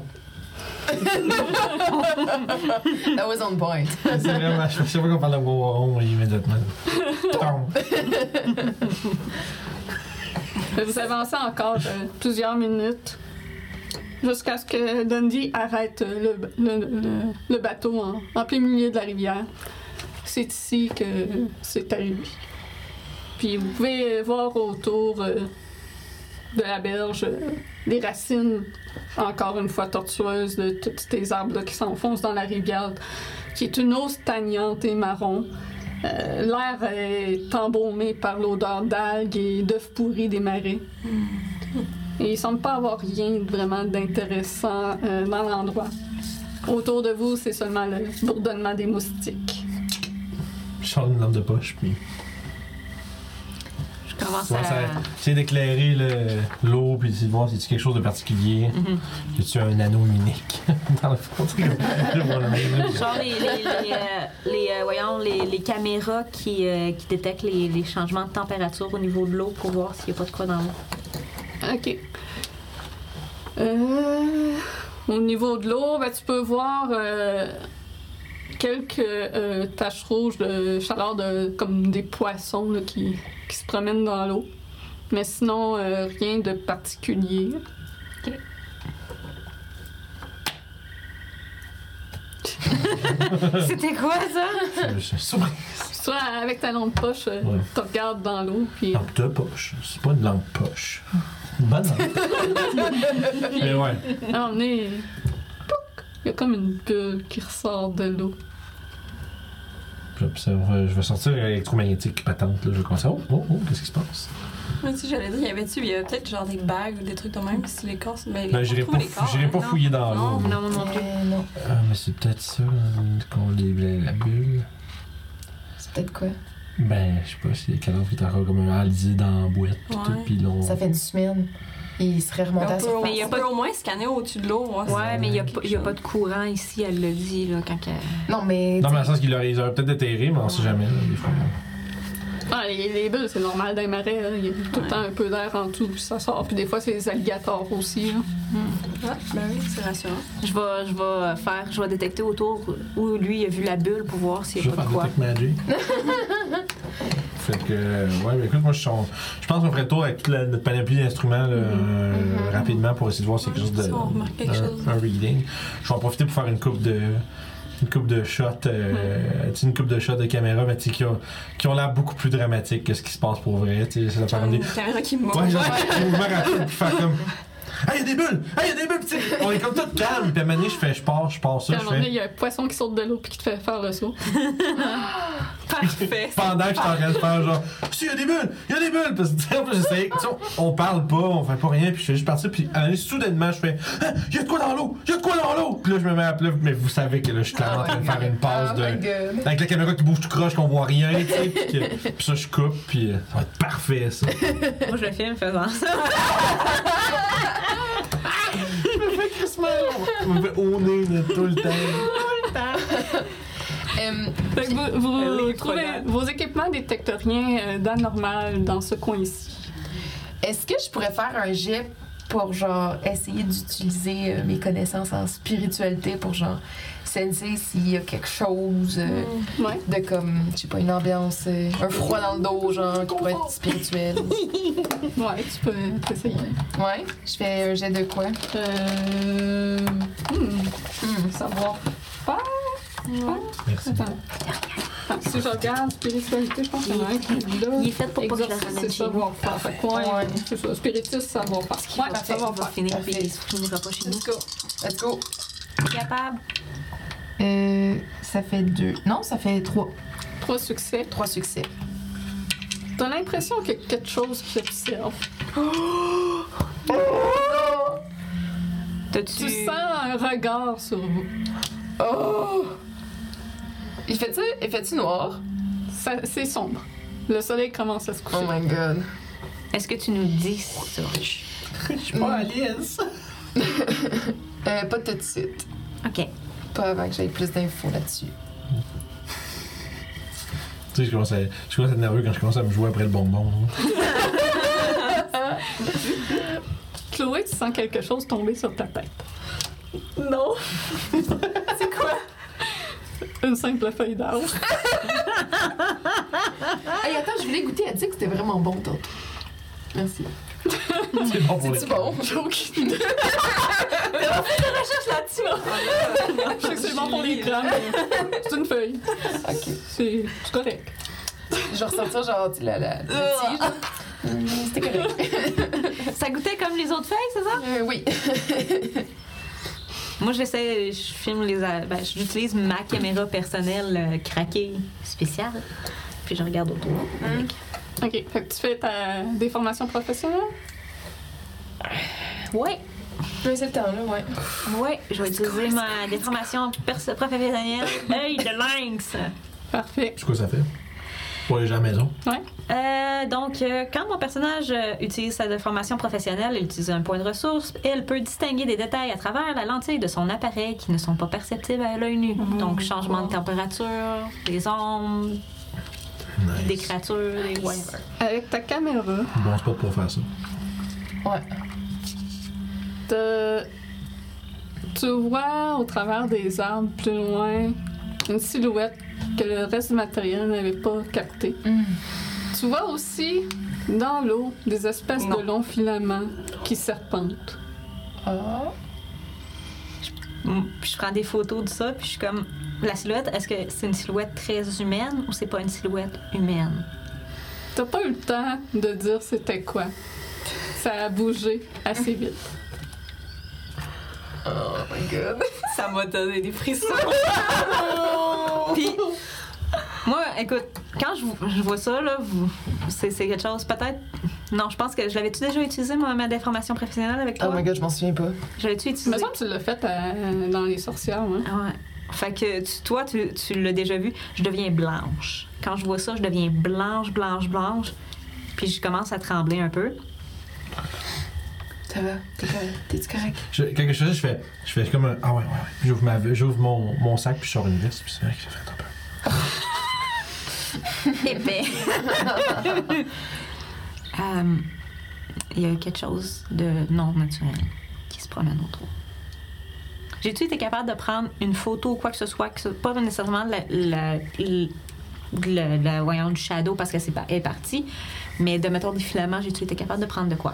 Speaker 3: That was on point.
Speaker 2: C'est vraiment, je sais pas qu'on parle de Wawaron immédiatement. Ton.
Speaker 1: Mais Vous avancez encore de plusieurs minutes jusqu'à ce que Dundee arrête euh, le, le- le- le bateau en, en plein milieu de la rivière. C'est ici que c'est à lui. Puis vous pouvez voir autour euh, de la berge euh, les racines, encore une fois tortueuses, de tous ces arbres qui s'enfoncent dans la rivière, qui est une eau stagnante et marron. Euh, L'air est embaumé par l'odeur d'algues et d'œufs pourris des marais. Et il semble pas avoir rien de vraiment d'intéressant euh, dans l'endroit. Autour de vous, c'est seulement le bourdonnement des moustiques.
Speaker 2: Je sors une lampe de poche, puis.
Speaker 6: Je
Speaker 4: Ah,
Speaker 6: commence
Speaker 2: Ouais, ça-
Speaker 6: à...
Speaker 2: J'essaie d'éclairer le- l'eau, puis essayer de voir si c'est quelque chose de particulier.
Speaker 4: Mhm.
Speaker 2: que tu as un anneau unique dans le fond. c'est comme- je vois le même, là, puis-
Speaker 6: Genre les, les, les, euh, les, euh, voyons, les, les caméras qui, euh, qui détectent les, les changements de température au niveau de l'eau pour voir s'il n'y a pas de quoi dans l'eau.
Speaker 1: OK. Euh, au niveau de l'eau, ben, tu peux voir euh, quelques euh, taches rouges de chaleur de, comme des poissons là, qui, qui se promènent dans l'eau. Mais sinon, euh, rien de particulier.
Speaker 6: OK. C'était quoi ça?
Speaker 2: je suis surpris.
Speaker 1: Soit avec ta lampe poche, euh,
Speaker 2: Ouais.
Speaker 1: tu regardes dans l'eau, puis euh,
Speaker 2: Lampe de poche. C'est pas une lampe poche. Une bonne lampe. Mais Eh ouais.
Speaker 1: à un moment donné, pouc, il y a comme une bulle qui ressort de l'eau.
Speaker 2: J'observe, euh, je vais sortir l'électromagnétique qui patente. Là. Je vais commencer. Oh, oh, oh, qu'est-ce qui se passe?
Speaker 4: Moi aussi, j'allais dire, y avait-tu, il y avait peut-être genre des bagues ou des trucs de même, si les corps. Mais
Speaker 2: Ben, j'irai pas, j'irai pas fouiller dans l'eau.
Speaker 6: Non, non, non.
Speaker 3: Euh, non.
Speaker 2: Ah, mais c'est peut-être ça euh, qu'on déblait la bulle.
Speaker 3: C'est peut-être quoi?
Speaker 2: Ben, je sais pas si les cadavres étaient encore comme alisés dans la boîte. Pis tout,
Speaker 4: Ouais.
Speaker 2: pis l'on.
Speaker 3: Ça fait 10 semaines. Et il serait
Speaker 4: Mais
Speaker 3: remonté à
Speaker 4: Ben, on peut,
Speaker 3: ça.
Speaker 4: au-
Speaker 6: Mais y a
Speaker 4: on
Speaker 6: pas
Speaker 4: peut au moins scanner au-dessus de l'eau. voir si-
Speaker 6: Ouais, mais il n'y a, pas- y a pas de courant ici, elle le dit, là, quand elle...
Speaker 3: Non, mais.
Speaker 2: Non, mais dans le sens qu'ils l'auraient- ils auraient peut-être déterré, mais on sait jamais, là, des fois.
Speaker 1: Ah, les, les bulles, c'est normal dans les marais, hein, il y a tout le temps un peu d'air en dessous, puis ça sort. Puis des fois, c'est les alligators aussi. hein. là.
Speaker 4: Ah, ben oui, c'est rassurant.
Speaker 6: Je vais, je vais faire, je vais détecter autour où lui a vu la bulle pour voir s'il
Speaker 2: Je
Speaker 6: n'y
Speaker 2: vais
Speaker 6: a pas
Speaker 2: faire
Speaker 6: de quoi.
Speaker 2: Detect Magic. fait que, euh, ouais, mais écoute, moi, je, suis en- je pense qu'on ferait le tour avec toute la- notre panoplie d'instruments, là, euh, rapidement, pour essayer de voir si c'est quelque chose de.
Speaker 4: Si on remarque quelque
Speaker 2: un,
Speaker 4: chose.
Speaker 2: un reading. Je vais en profiter pour faire une coupe de. Une coupe de shots, euh, tu sais, une coupe de shots de caméra, mais tu sais, qui ont, qui ont l'air beaucoup plus dramatiques que ce qui se passe pour vrai. Tu sais, ça
Speaker 4: Genre
Speaker 2: fait comme des-
Speaker 4: une caméra qui monte.
Speaker 2: Ouais, genre, je vais ouvrir un peu, puis faire comme. Hey, y'a des bulles! Hey, y'a des bulles! Puis, tu sais, on est comme tout calme. Puis à un moment donné, je fais, je pars, je pars
Speaker 1: Puis
Speaker 2: ça,
Speaker 1: à un
Speaker 2: je
Speaker 1: moment donné, il
Speaker 2: fais.
Speaker 1: y a un poisson qui saute de l'eau, puis qui te fait faire le saut.
Speaker 4: Parfait.
Speaker 2: Pendant que je suis en train de faire, genre, si y'a des bulles! Y'a des bulles! Parce que, tu sais, en plus, j'essaie, tu sais, on on parle pas, on fait pas rien, puis je fais juste partir, puis à un moment donné, soudainement, je fais, Ah, y'a de quoi dans l'eau! Y'a de quoi dans l'eau! Puis là, je me mets à pleuvoir, mais vous savez que là, je suis clairement en train de faire une pause
Speaker 3: Oh my
Speaker 2: de.
Speaker 3: god.
Speaker 2: Avec la caméra qui bouge tout croche, qu'on voit rien, tu sais, puis que- puis ça, je coupe, puis euh, ça va être parfait, ça.
Speaker 6: Moi, je le filme faisant ça.
Speaker 2: On me fait au nez, là, tout le temps.
Speaker 3: Euh,
Speaker 1: Fait que vous, vous
Speaker 4: Euh, les
Speaker 1: trouvez,
Speaker 4: trollades.
Speaker 1: vos équipements détectent rien euh, d'anormal dans ce coin-ci.
Speaker 3: Est-ce que je pourrais faire un jet pour genre essayer d'utiliser euh, mes connaissances en spiritualité pour genre senser s'il y a quelque chose euh,
Speaker 1: Ouais.
Speaker 3: de comme, je sais pas, une ambiance, euh, un froid dans le dos, genre, qui pourrait être spirituel.
Speaker 1: Ouais, tu peux t'essayer.
Speaker 3: Ouais, je fais un jet de quoi?
Speaker 1: Euh. hmm,
Speaker 3: Hmm.
Speaker 1: Savoir faire.
Speaker 2: Merci.
Speaker 1: Attends. Ah, si je regarde spiritualité, je pense qu'il y en a un qui est là.
Speaker 6: Il est fait pour pas que je le
Speaker 1: Exorcisme,
Speaker 6: ramène
Speaker 1: c'est
Speaker 6: chez nous.
Speaker 1: savoir faire. Fait que, ouais,
Speaker 3: Ouais.
Speaker 1: c'est ça. Spiritisme, savoir faire. Ouais,
Speaker 3: parfait.
Speaker 1: savoir
Speaker 6: On va
Speaker 1: faire.
Speaker 6: finir,
Speaker 3: Parfait.
Speaker 6: puis il se finira pas chez nous.
Speaker 1: Let's go.
Speaker 3: Let's go!
Speaker 6: Capable.
Speaker 3: Euh, ça fait deux. Non, ça fait trois.
Speaker 1: Trois succès.
Speaker 3: Trois succès.
Speaker 1: T'as l'impression qu'il y a quelque chose qui observe. Oh! Tu
Speaker 6: T'as-tu.
Speaker 1: sens un regard sur vous.
Speaker 3: Oh! Il fait-tu il fait noir?
Speaker 1: Ça- C'est sombre. Le soleil commence à se coucher.
Speaker 3: Oh my god.
Speaker 6: Est-ce que tu nous dis ça?
Speaker 3: Je pas Alice. euh, pas tout de suite.
Speaker 6: Ok.
Speaker 3: Pas avant que j'aie plus d'infos là-dessus.
Speaker 2: Tu sais, je commence, à, je commence à être nerveux quand je commence à me jouer après le bonbon. hein.
Speaker 1: Chloé, tu sens quelque chose tomber sur ta tête.
Speaker 4: Non.
Speaker 1: Une simple feuille d'arbre.
Speaker 3: Hey, attends, je voulais goûter. Elle dit que c'était vraiment bon, tantôt. Merci.
Speaker 2: C'est bon pour les-
Speaker 3: C'est bon.
Speaker 1: J'ai aucune idée. Je sais que c'est bon pour les crânes. C'est une feuille.
Speaker 3: Ok.
Speaker 1: C'est c'est correct.
Speaker 3: Je vais ressortir, genre, tu sais, la. la, la tige, là. Hum, Ah! C'était correct.
Speaker 6: Ça goûtait comme les autres feuilles, c'est ça?
Speaker 3: Euh, oui.
Speaker 6: Moi, j'essaie, je filme les. a- Ben, j'utilise ma caméra personnelle euh, craquée spéciale. Puis je regarde autour. avec.
Speaker 1: OK. Fait que tu fais ta déformation professionnelle.
Speaker 6: Ouais,
Speaker 3: Oui, c'est le temps, là, ouais.
Speaker 6: ouais, je vais utiliser ma déformation perso- professionnelle. Hey, de lynx!
Speaker 1: Parfait.
Speaker 2: C'est quoi ça fait? Pour les gens à la maison.
Speaker 6: Euh, donc, euh, quand mon personnage euh, utilise sa formation professionnelle, elle utilise un point de ressource et elle peut distinguer des détails à travers la lentille de son appareil qui ne sont pas perceptibles à l'œil nu. Donc, changement de température, des ombres,
Speaker 2: Nice.
Speaker 6: des créatures, des whatever.
Speaker 1: Avec ta caméra,
Speaker 2: Bon spot pour faire ça.
Speaker 3: Ouais.
Speaker 1: te- tu vois au travers des arbres plus loin une silhouette que le reste du matériel n'avait pas captée.
Speaker 3: Hum.
Speaker 1: Tu vois aussi dans l'eau des espèces
Speaker 4: Non.
Speaker 1: de longs filaments qui serpentent.
Speaker 3: Ah.
Speaker 6: Mm. Puis je prends des photos de ça, puis je suis comme, la silhouette, est-ce que c'est une silhouette très humaine ou c'est pas une silhouette humaine?
Speaker 1: T'as pas eu le temps de dire c'était quoi. Ça a bougé assez vite.
Speaker 3: Oh my god.
Speaker 4: Ça m'a donné des frissons.
Speaker 6: Puis, moi, écoute, quand je, vo- je vois ça, là, vous- c'est c'est quelque chose, peut-être. Non, je pense que je l'avais-tu déjà utilisé, moi, ma déformation professionnelle avec
Speaker 3: Oh
Speaker 6: toi?
Speaker 3: my god, je m'en souviens pas.
Speaker 6: Je l'avais-tu
Speaker 1: Il me
Speaker 6: utilisé?
Speaker 1: semble que tu l'as fait à- dans Les Sorcières, hein?
Speaker 6: Ah ouais. Fait que tu- toi, tu, tu l'as déjà vu, je deviens blanche. Quand je vois ça, je deviens blanche, blanche, blanche. Puis je commence à trembler un peu.
Speaker 3: Ça va? T'es correct? T'es-tu correct?
Speaker 2: Je, quand je fais ça, je fais, je fais comme un. Ah ouais, ouais, ouais. Puis J'ouvre, ma, j'ouvre mon, mon sac, puis je sors une veste, puis c'est vrai que ça fait un peu.
Speaker 6: Épais. Euh, Il y a quelque chose de non naturel qui se promène autour. J'ai-tu été capable de prendre une photo ou quoi que ce soit, que ce, pas nécessairement la, la, l- le- le- voyons, du shadow parce que c'est pas- elle est parti, mais de mettre des filaments, j'ai-tu été capable de prendre de quoi?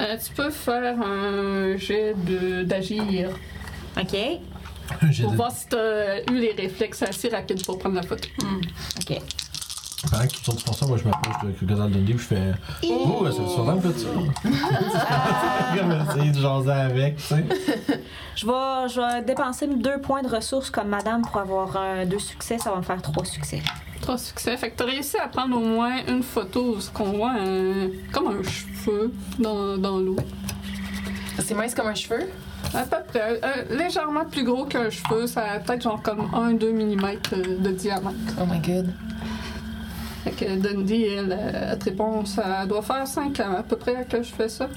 Speaker 1: Euh, tu peux faire un jet de- d'agir
Speaker 6: OK?
Speaker 2: J'ai
Speaker 1: pour
Speaker 2: dit.
Speaker 1: voir si t'as eu les réflexes assez rapides pour prendre la photo.
Speaker 6: OK.
Speaker 2: Pendant que tu tournes sur ça, moi je m'approche de Crocodile Dundee, puis je fais. Oh, ça fait longtemps que tu Comme essayer de jaser avec, tu sais.
Speaker 6: Je vais, je vais dépenser mes deux points de ressources comme madame pour avoir euh, deux succès. Ça va me faire trois succès.
Speaker 1: Trois succès. Fait que t'as réussi à prendre au moins une photo où ce qu'on voit un- comme un cheveu dans, dans l'eau.
Speaker 3: C'est mince comme un cheveu?
Speaker 1: À peu près. euh, légèrement plus gros qu'un cheveu. Ça a peut-être genre comme 1-2 mm de diamètre.
Speaker 3: Oh my god.
Speaker 1: Fait que Dundee, elle, euh, te répond, ça doit faire 5 ans à peu près que je fais ça.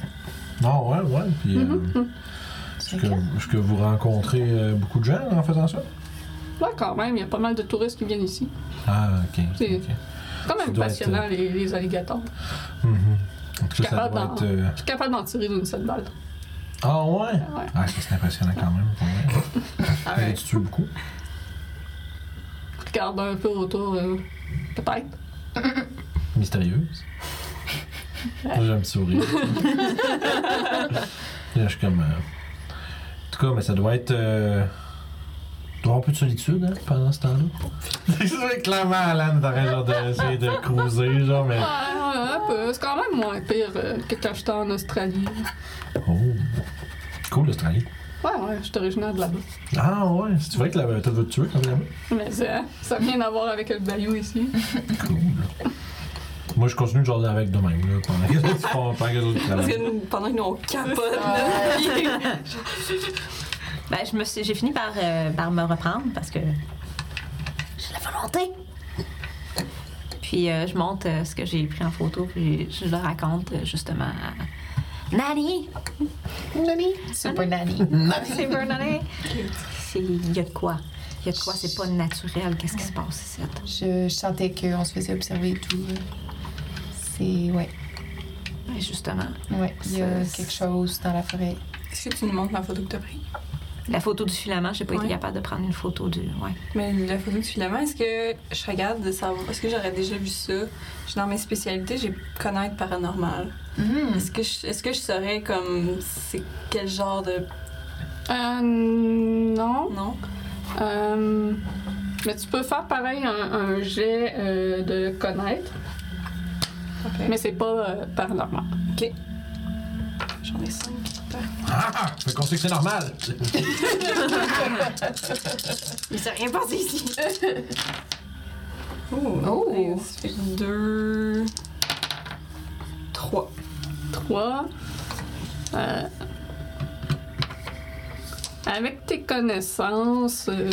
Speaker 2: Non, ouais, ouais. Puis. euh,
Speaker 3: C'est
Speaker 2: est-ce que, est-ce que vous rencontrez euh, beaucoup de gens en faisant ça?
Speaker 1: Ouais, quand même, il y a pas mal de touristes qui viennent ici.
Speaker 2: Ah, ok.
Speaker 1: C'est-
Speaker 2: ok.
Speaker 1: C'est quand même
Speaker 2: doit être, euh,
Speaker 1: passionnant, les, les alligators.
Speaker 2: Mhm. Donc
Speaker 1: Je suis
Speaker 2: ça, ça
Speaker 1: capable
Speaker 2: doit
Speaker 1: d'en-
Speaker 2: être. euh,
Speaker 1: Je suis capable d'en tirer d'une seule balle.
Speaker 2: Ah ouais? Ah, ça c'est impressionnant quand même pour moi.
Speaker 1: Ah,
Speaker 4: Alright.
Speaker 2: Tu tues beaucoup.
Speaker 1: Regarde un peu autour, euh, peut-être.
Speaker 2: Mystérieuse. Moi j'ai un petit sourire. Là je suis comme. euh, En tout cas, mais ça doit être. Euh... doit y avoir un peu de solitude hein, pendant ce temps-là. C'est clairement Alan est en train genre, d'essayer de cruiser, genre, mais.
Speaker 1: Ouais, ouais, un peu. C'est quand même moins pire euh, que quand j'étais en Australie.
Speaker 2: Oh! Cool l'Australie.
Speaker 1: Ouais, ouais, je suis originaire de là-bas.
Speaker 2: Ah ouais, c'est vrai que la t'as veux te tuer quand même.
Speaker 1: Mais ça ça n'a rien à voir avec le bayou ici.
Speaker 2: Cool. Moi je continue genre avec de même là, pendant que les autres font- pendant que les autres
Speaker 4: Parce
Speaker 2: travaillent.
Speaker 4: que nous, pendant que nous, on capote.
Speaker 6: Ben, je me suis- j'ai fini par, euh, par me reprendre parce que j'ai la volonté. Puis euh, je monte euh, ce que j'ai pris en photo, puis je le raconte euh, justement à Nanny.
Speaker 3: Super nanny.
Speaker 6: C'est bon, Nanny. C'est- Il y a de quoi. Il y a de quoi, c'est pas naturel. Qu'est-ce qui se passe ici?
Speaker 3: Je, je sentais qu'on se faisait observer et tout. euh. C'est. Ouais.
Speaker 6: Ben, justement,
Speaker 3: Ouais. Il y a
Speaker 6: C'est-
Speaker 3: quelque chose dans la forêt.
Speaker 4: Est-ce que tu nous montres la photo que t'as prise?
Speaker 6: la photo du filament, j'ai pas
Speaker 4: Ouais.
Speaker 6: été capable de prendre une photo du. Ouais.
Speaker 4: Mais la photo du filament, est-ce que je regarde de savoir. Est-ce que j'aurais déjà vu ça? Je suis dans mes spécialités, j'ai connaître paranormal.
Speaker 3: Mm.
Speaker 4: Est-ce que, je, est-ce que je saurais comme. C'est quel genre de.
Speaker 1: Euh, non.
Speaker 4: Non?
Speaker 1: Euh, mais tu peux faire pareil un, un jet euh, de connaître,
Speaker 4: Ok.
Speaker 1: mais c'est pas euh, paranormal.
Speaker 4: J'en ai cinq.
Speaker 2: Ah! Fait qu'on sait que c'est normal!
Speaker 4: Il s'est rien passé ici! oh!
Speaker 3: Oh.
Speaker 4: nice. Ça fait deux. Trois.
Speaker 1: Trois. Euh, avec tes connaissances, euh,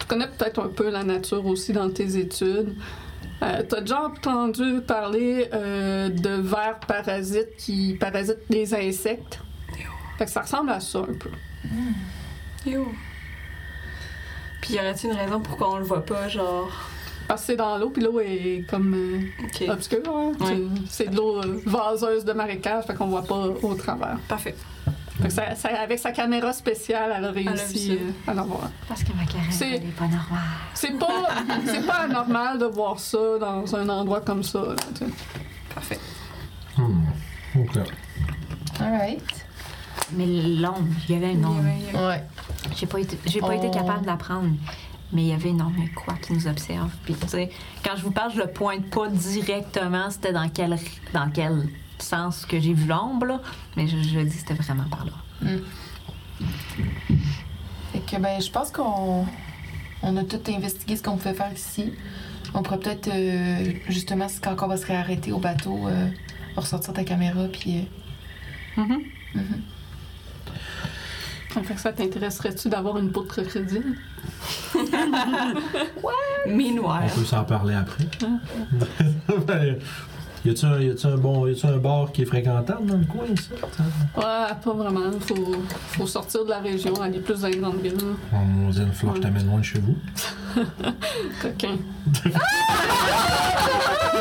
Speaker 1: tu connais peut-être un peu la nature aussi dans tes études. Euh, T'as déjà entendu parler euh, de vers parasites qui parasitent des insectes. Fait que ça ressemble à ça un peu.
Speaker 4: Yo! Puis y aurait-il une raison pourquoi on le voit pas, genre.
Speaker 1: Parce que c'est dans l'eau, puis l'eau est comme euh,
Speaker 4: Ok.
Speaker 1: obscure. hein.
Speaker 4: Ouais.
Speaker 1: Tu- C'est de l'eau euh, vaseuse de marécage, fait qu'on voit pas au travers.
Speaker 4: Parfait.
Speaker 1: Fait que ça- ça- avec sa caméra spéciale, elle a
Speaker 4: a
Speaker 1: réussi
Speaker 4: vu ça.
Speaker 1: euh, à l'avoir.
Speaker 6: Parce que ma carrière,
Speaker 1: C'est-
Speaker 6: elle est pas normale.
Speaker 1: C'est pas, c'est pas anormal de voir ça dans un endroit comme ça. là, tu sais.
Speaker 4: Parfait.
Speaker 2: Hmm. Ok.
Speaker 3: Alright.
Speaker 6: Mais l'ombre, il y avait une ombre.
Speaker 3: Ouais.
Speaker 6: J'ai pas été, j'ai pas été
Speaker 3: On-
Speaker 6: capable de la prendre. Mais il y avait énormément de quoi qui nous observe. Puis, tu sais, quand je vous parle, je le pointe pas directement, c'était dans quel, dans quel sens que j'ai vu l'ombre, là. mais je, je dis c'était vraiment par là.
Speaker 3: Fait que, ben, je pense qu'on on a tout investigué ce qu'on pouvait faire ici. On pourrait peut-être, euh, justement, si- quand on va se réarrêter au bateau, euh, on va ressortir ta caméra, puis. euh,
Speaker 1: Mhm.
Speaker 6: Mm-hmm.
Speaker 3: Mhm.
Speaker 1: Fait que ça t'intéresserait-tu d'avoir une peau de crocodile?
Speaker 4: Mais
Speaker 2: On
Speaker 6: Ah.
Speaker 2: peut s'en parler après. Ben, y a-tu un, y a-tu un bon, y a-tu un bar qui est fréquentable dans le coin ici?
Speaker 1: Ouais, pas vraiment. Faut, faut sortir de la région, aller plus dans les grandes villes. là.
Speaker 2: On dit une fleur, je t'amène loin de chez vous.
Speaker 1: Coquin. Ah,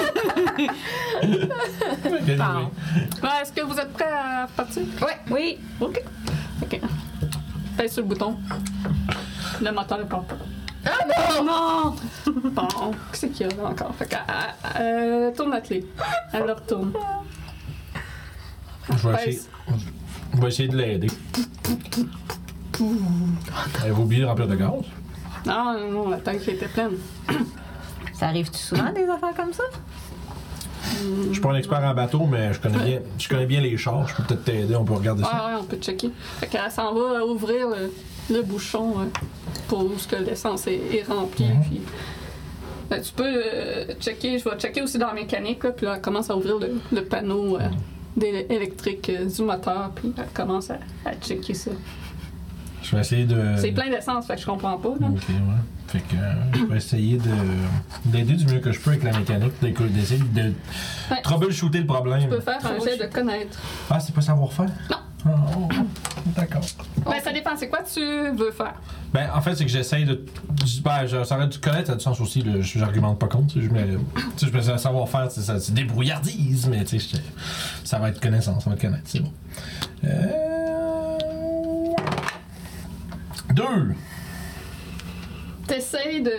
Speaker 2: Anyway.
Speaker 1: Ouais, est-ce que vous êtes prêts à repartir?
Speaker 6: Oui,
Speaker 1: OK. OK. Pèse sur le bouton. Le moteur ne compte pas. Ah non! Non! bon, qu'est-ce qu'il y a là encore? Fait qu'elle elle- elle euh, tourne la clé. Elle le retourne.
Speaker 2: Je vais essayer, je vais essayer de l'aider. Avez-vous oublié de remplir de gaz?
Speaker 1: Non, non, non, la tank était pleine.
Speaker 6: ça arrive-tu souvent des affaires comme ça?
Speaker 2: Je suis pas un expert en bateau, mais je connais bien, je connais bien les chars. Je peux peut-être t'aider, on peut regarder
Speaker 1: Ouais,
Speaker 2: ça.
Speaker 1: ouais, on peut checker. Fait qu'elle s'en va euh, ouvrir le, le bouchon euh, pour où ce que l'essence est, est remplie. puis- Ben, tu peux euh, checker, je vais checker aussi dans la mécanique, là, puis là, elle commence à ouvrir le, le panneau euh, d'é- électrique euh, du moteur, puis elle commence à, à checker ça.
Speaker 2: Je vais essayer de.
Speaker 1: C'est plein hein? d'essence, fait que je comprends pas. là.
Speaker 2: Ok, ouais. Fait que euh, je vais essayer de d'aider du mieux que je peux avec la mécanique, d'éc- d'essayer de
Speaker 1: Ouais.
Speaker 2: troubleshooter le
Speaker 1: Tu peux
Speaker 2: problème.
Speaker 1: faire un jet de connaître.
Speaker 2: Ah, c'est pas savoir-faire?
Speaker 1: Non.
Speaker 2: Ah, oh, D'accord.
Speaker 1: Ben, ça dépend, c'est quoi tu veux faire.
Speaker 2: Ben, en fait, c'est que j'essaye de. Ben, je- ça aurait dû connaître, ça a du sens aussi, là, je- j'argumente pas contre. tu sais, Je me, tu sais, je me savoir-faire, c'est ça, c'est débrouillardise, mais tu sais, je- ça va être connaissance, ça va être connaître, c'est bon. Euh, Deux!
Speaker 1: T'essayes de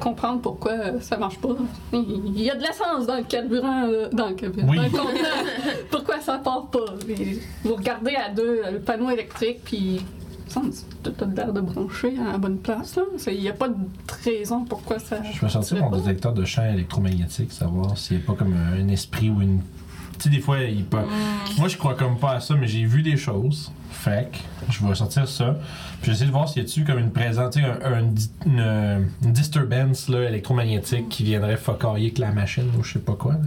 Speaker 1: comprendre pourquoi euh, ça marche pas. Il y a de l'essence dans le carburant, là, dans le carburant,
Speaker 2: Oui.
Speaker 1: dans le contenant. pourquoi ça part pas? Et vous regardez à deux euh, le panneau électrique, puis ça, tout a l'air de brancher à la bonne place. là. C'est- Il n'y a pas de raison pourquoi ça...
Speaker 2: Je vais sortir mon détecteur de champ électromagnétique, savoir s'il n'y a pas comme un un esprit ou une. Tu sais, des fois, il peut.
Speaker 1: Mm.
Speaker 2: Moi, je crois comme pas à ça, mais j'ai vu des choses. Fait que je vais sortir ça. Puis j'essaie de voir s'il y a dessus comme une présence, tu sais, un- un di- une, euh, une disturbance là, électromagnétique qui viendrait focarrier que la machine ou je sais pas quoi. là.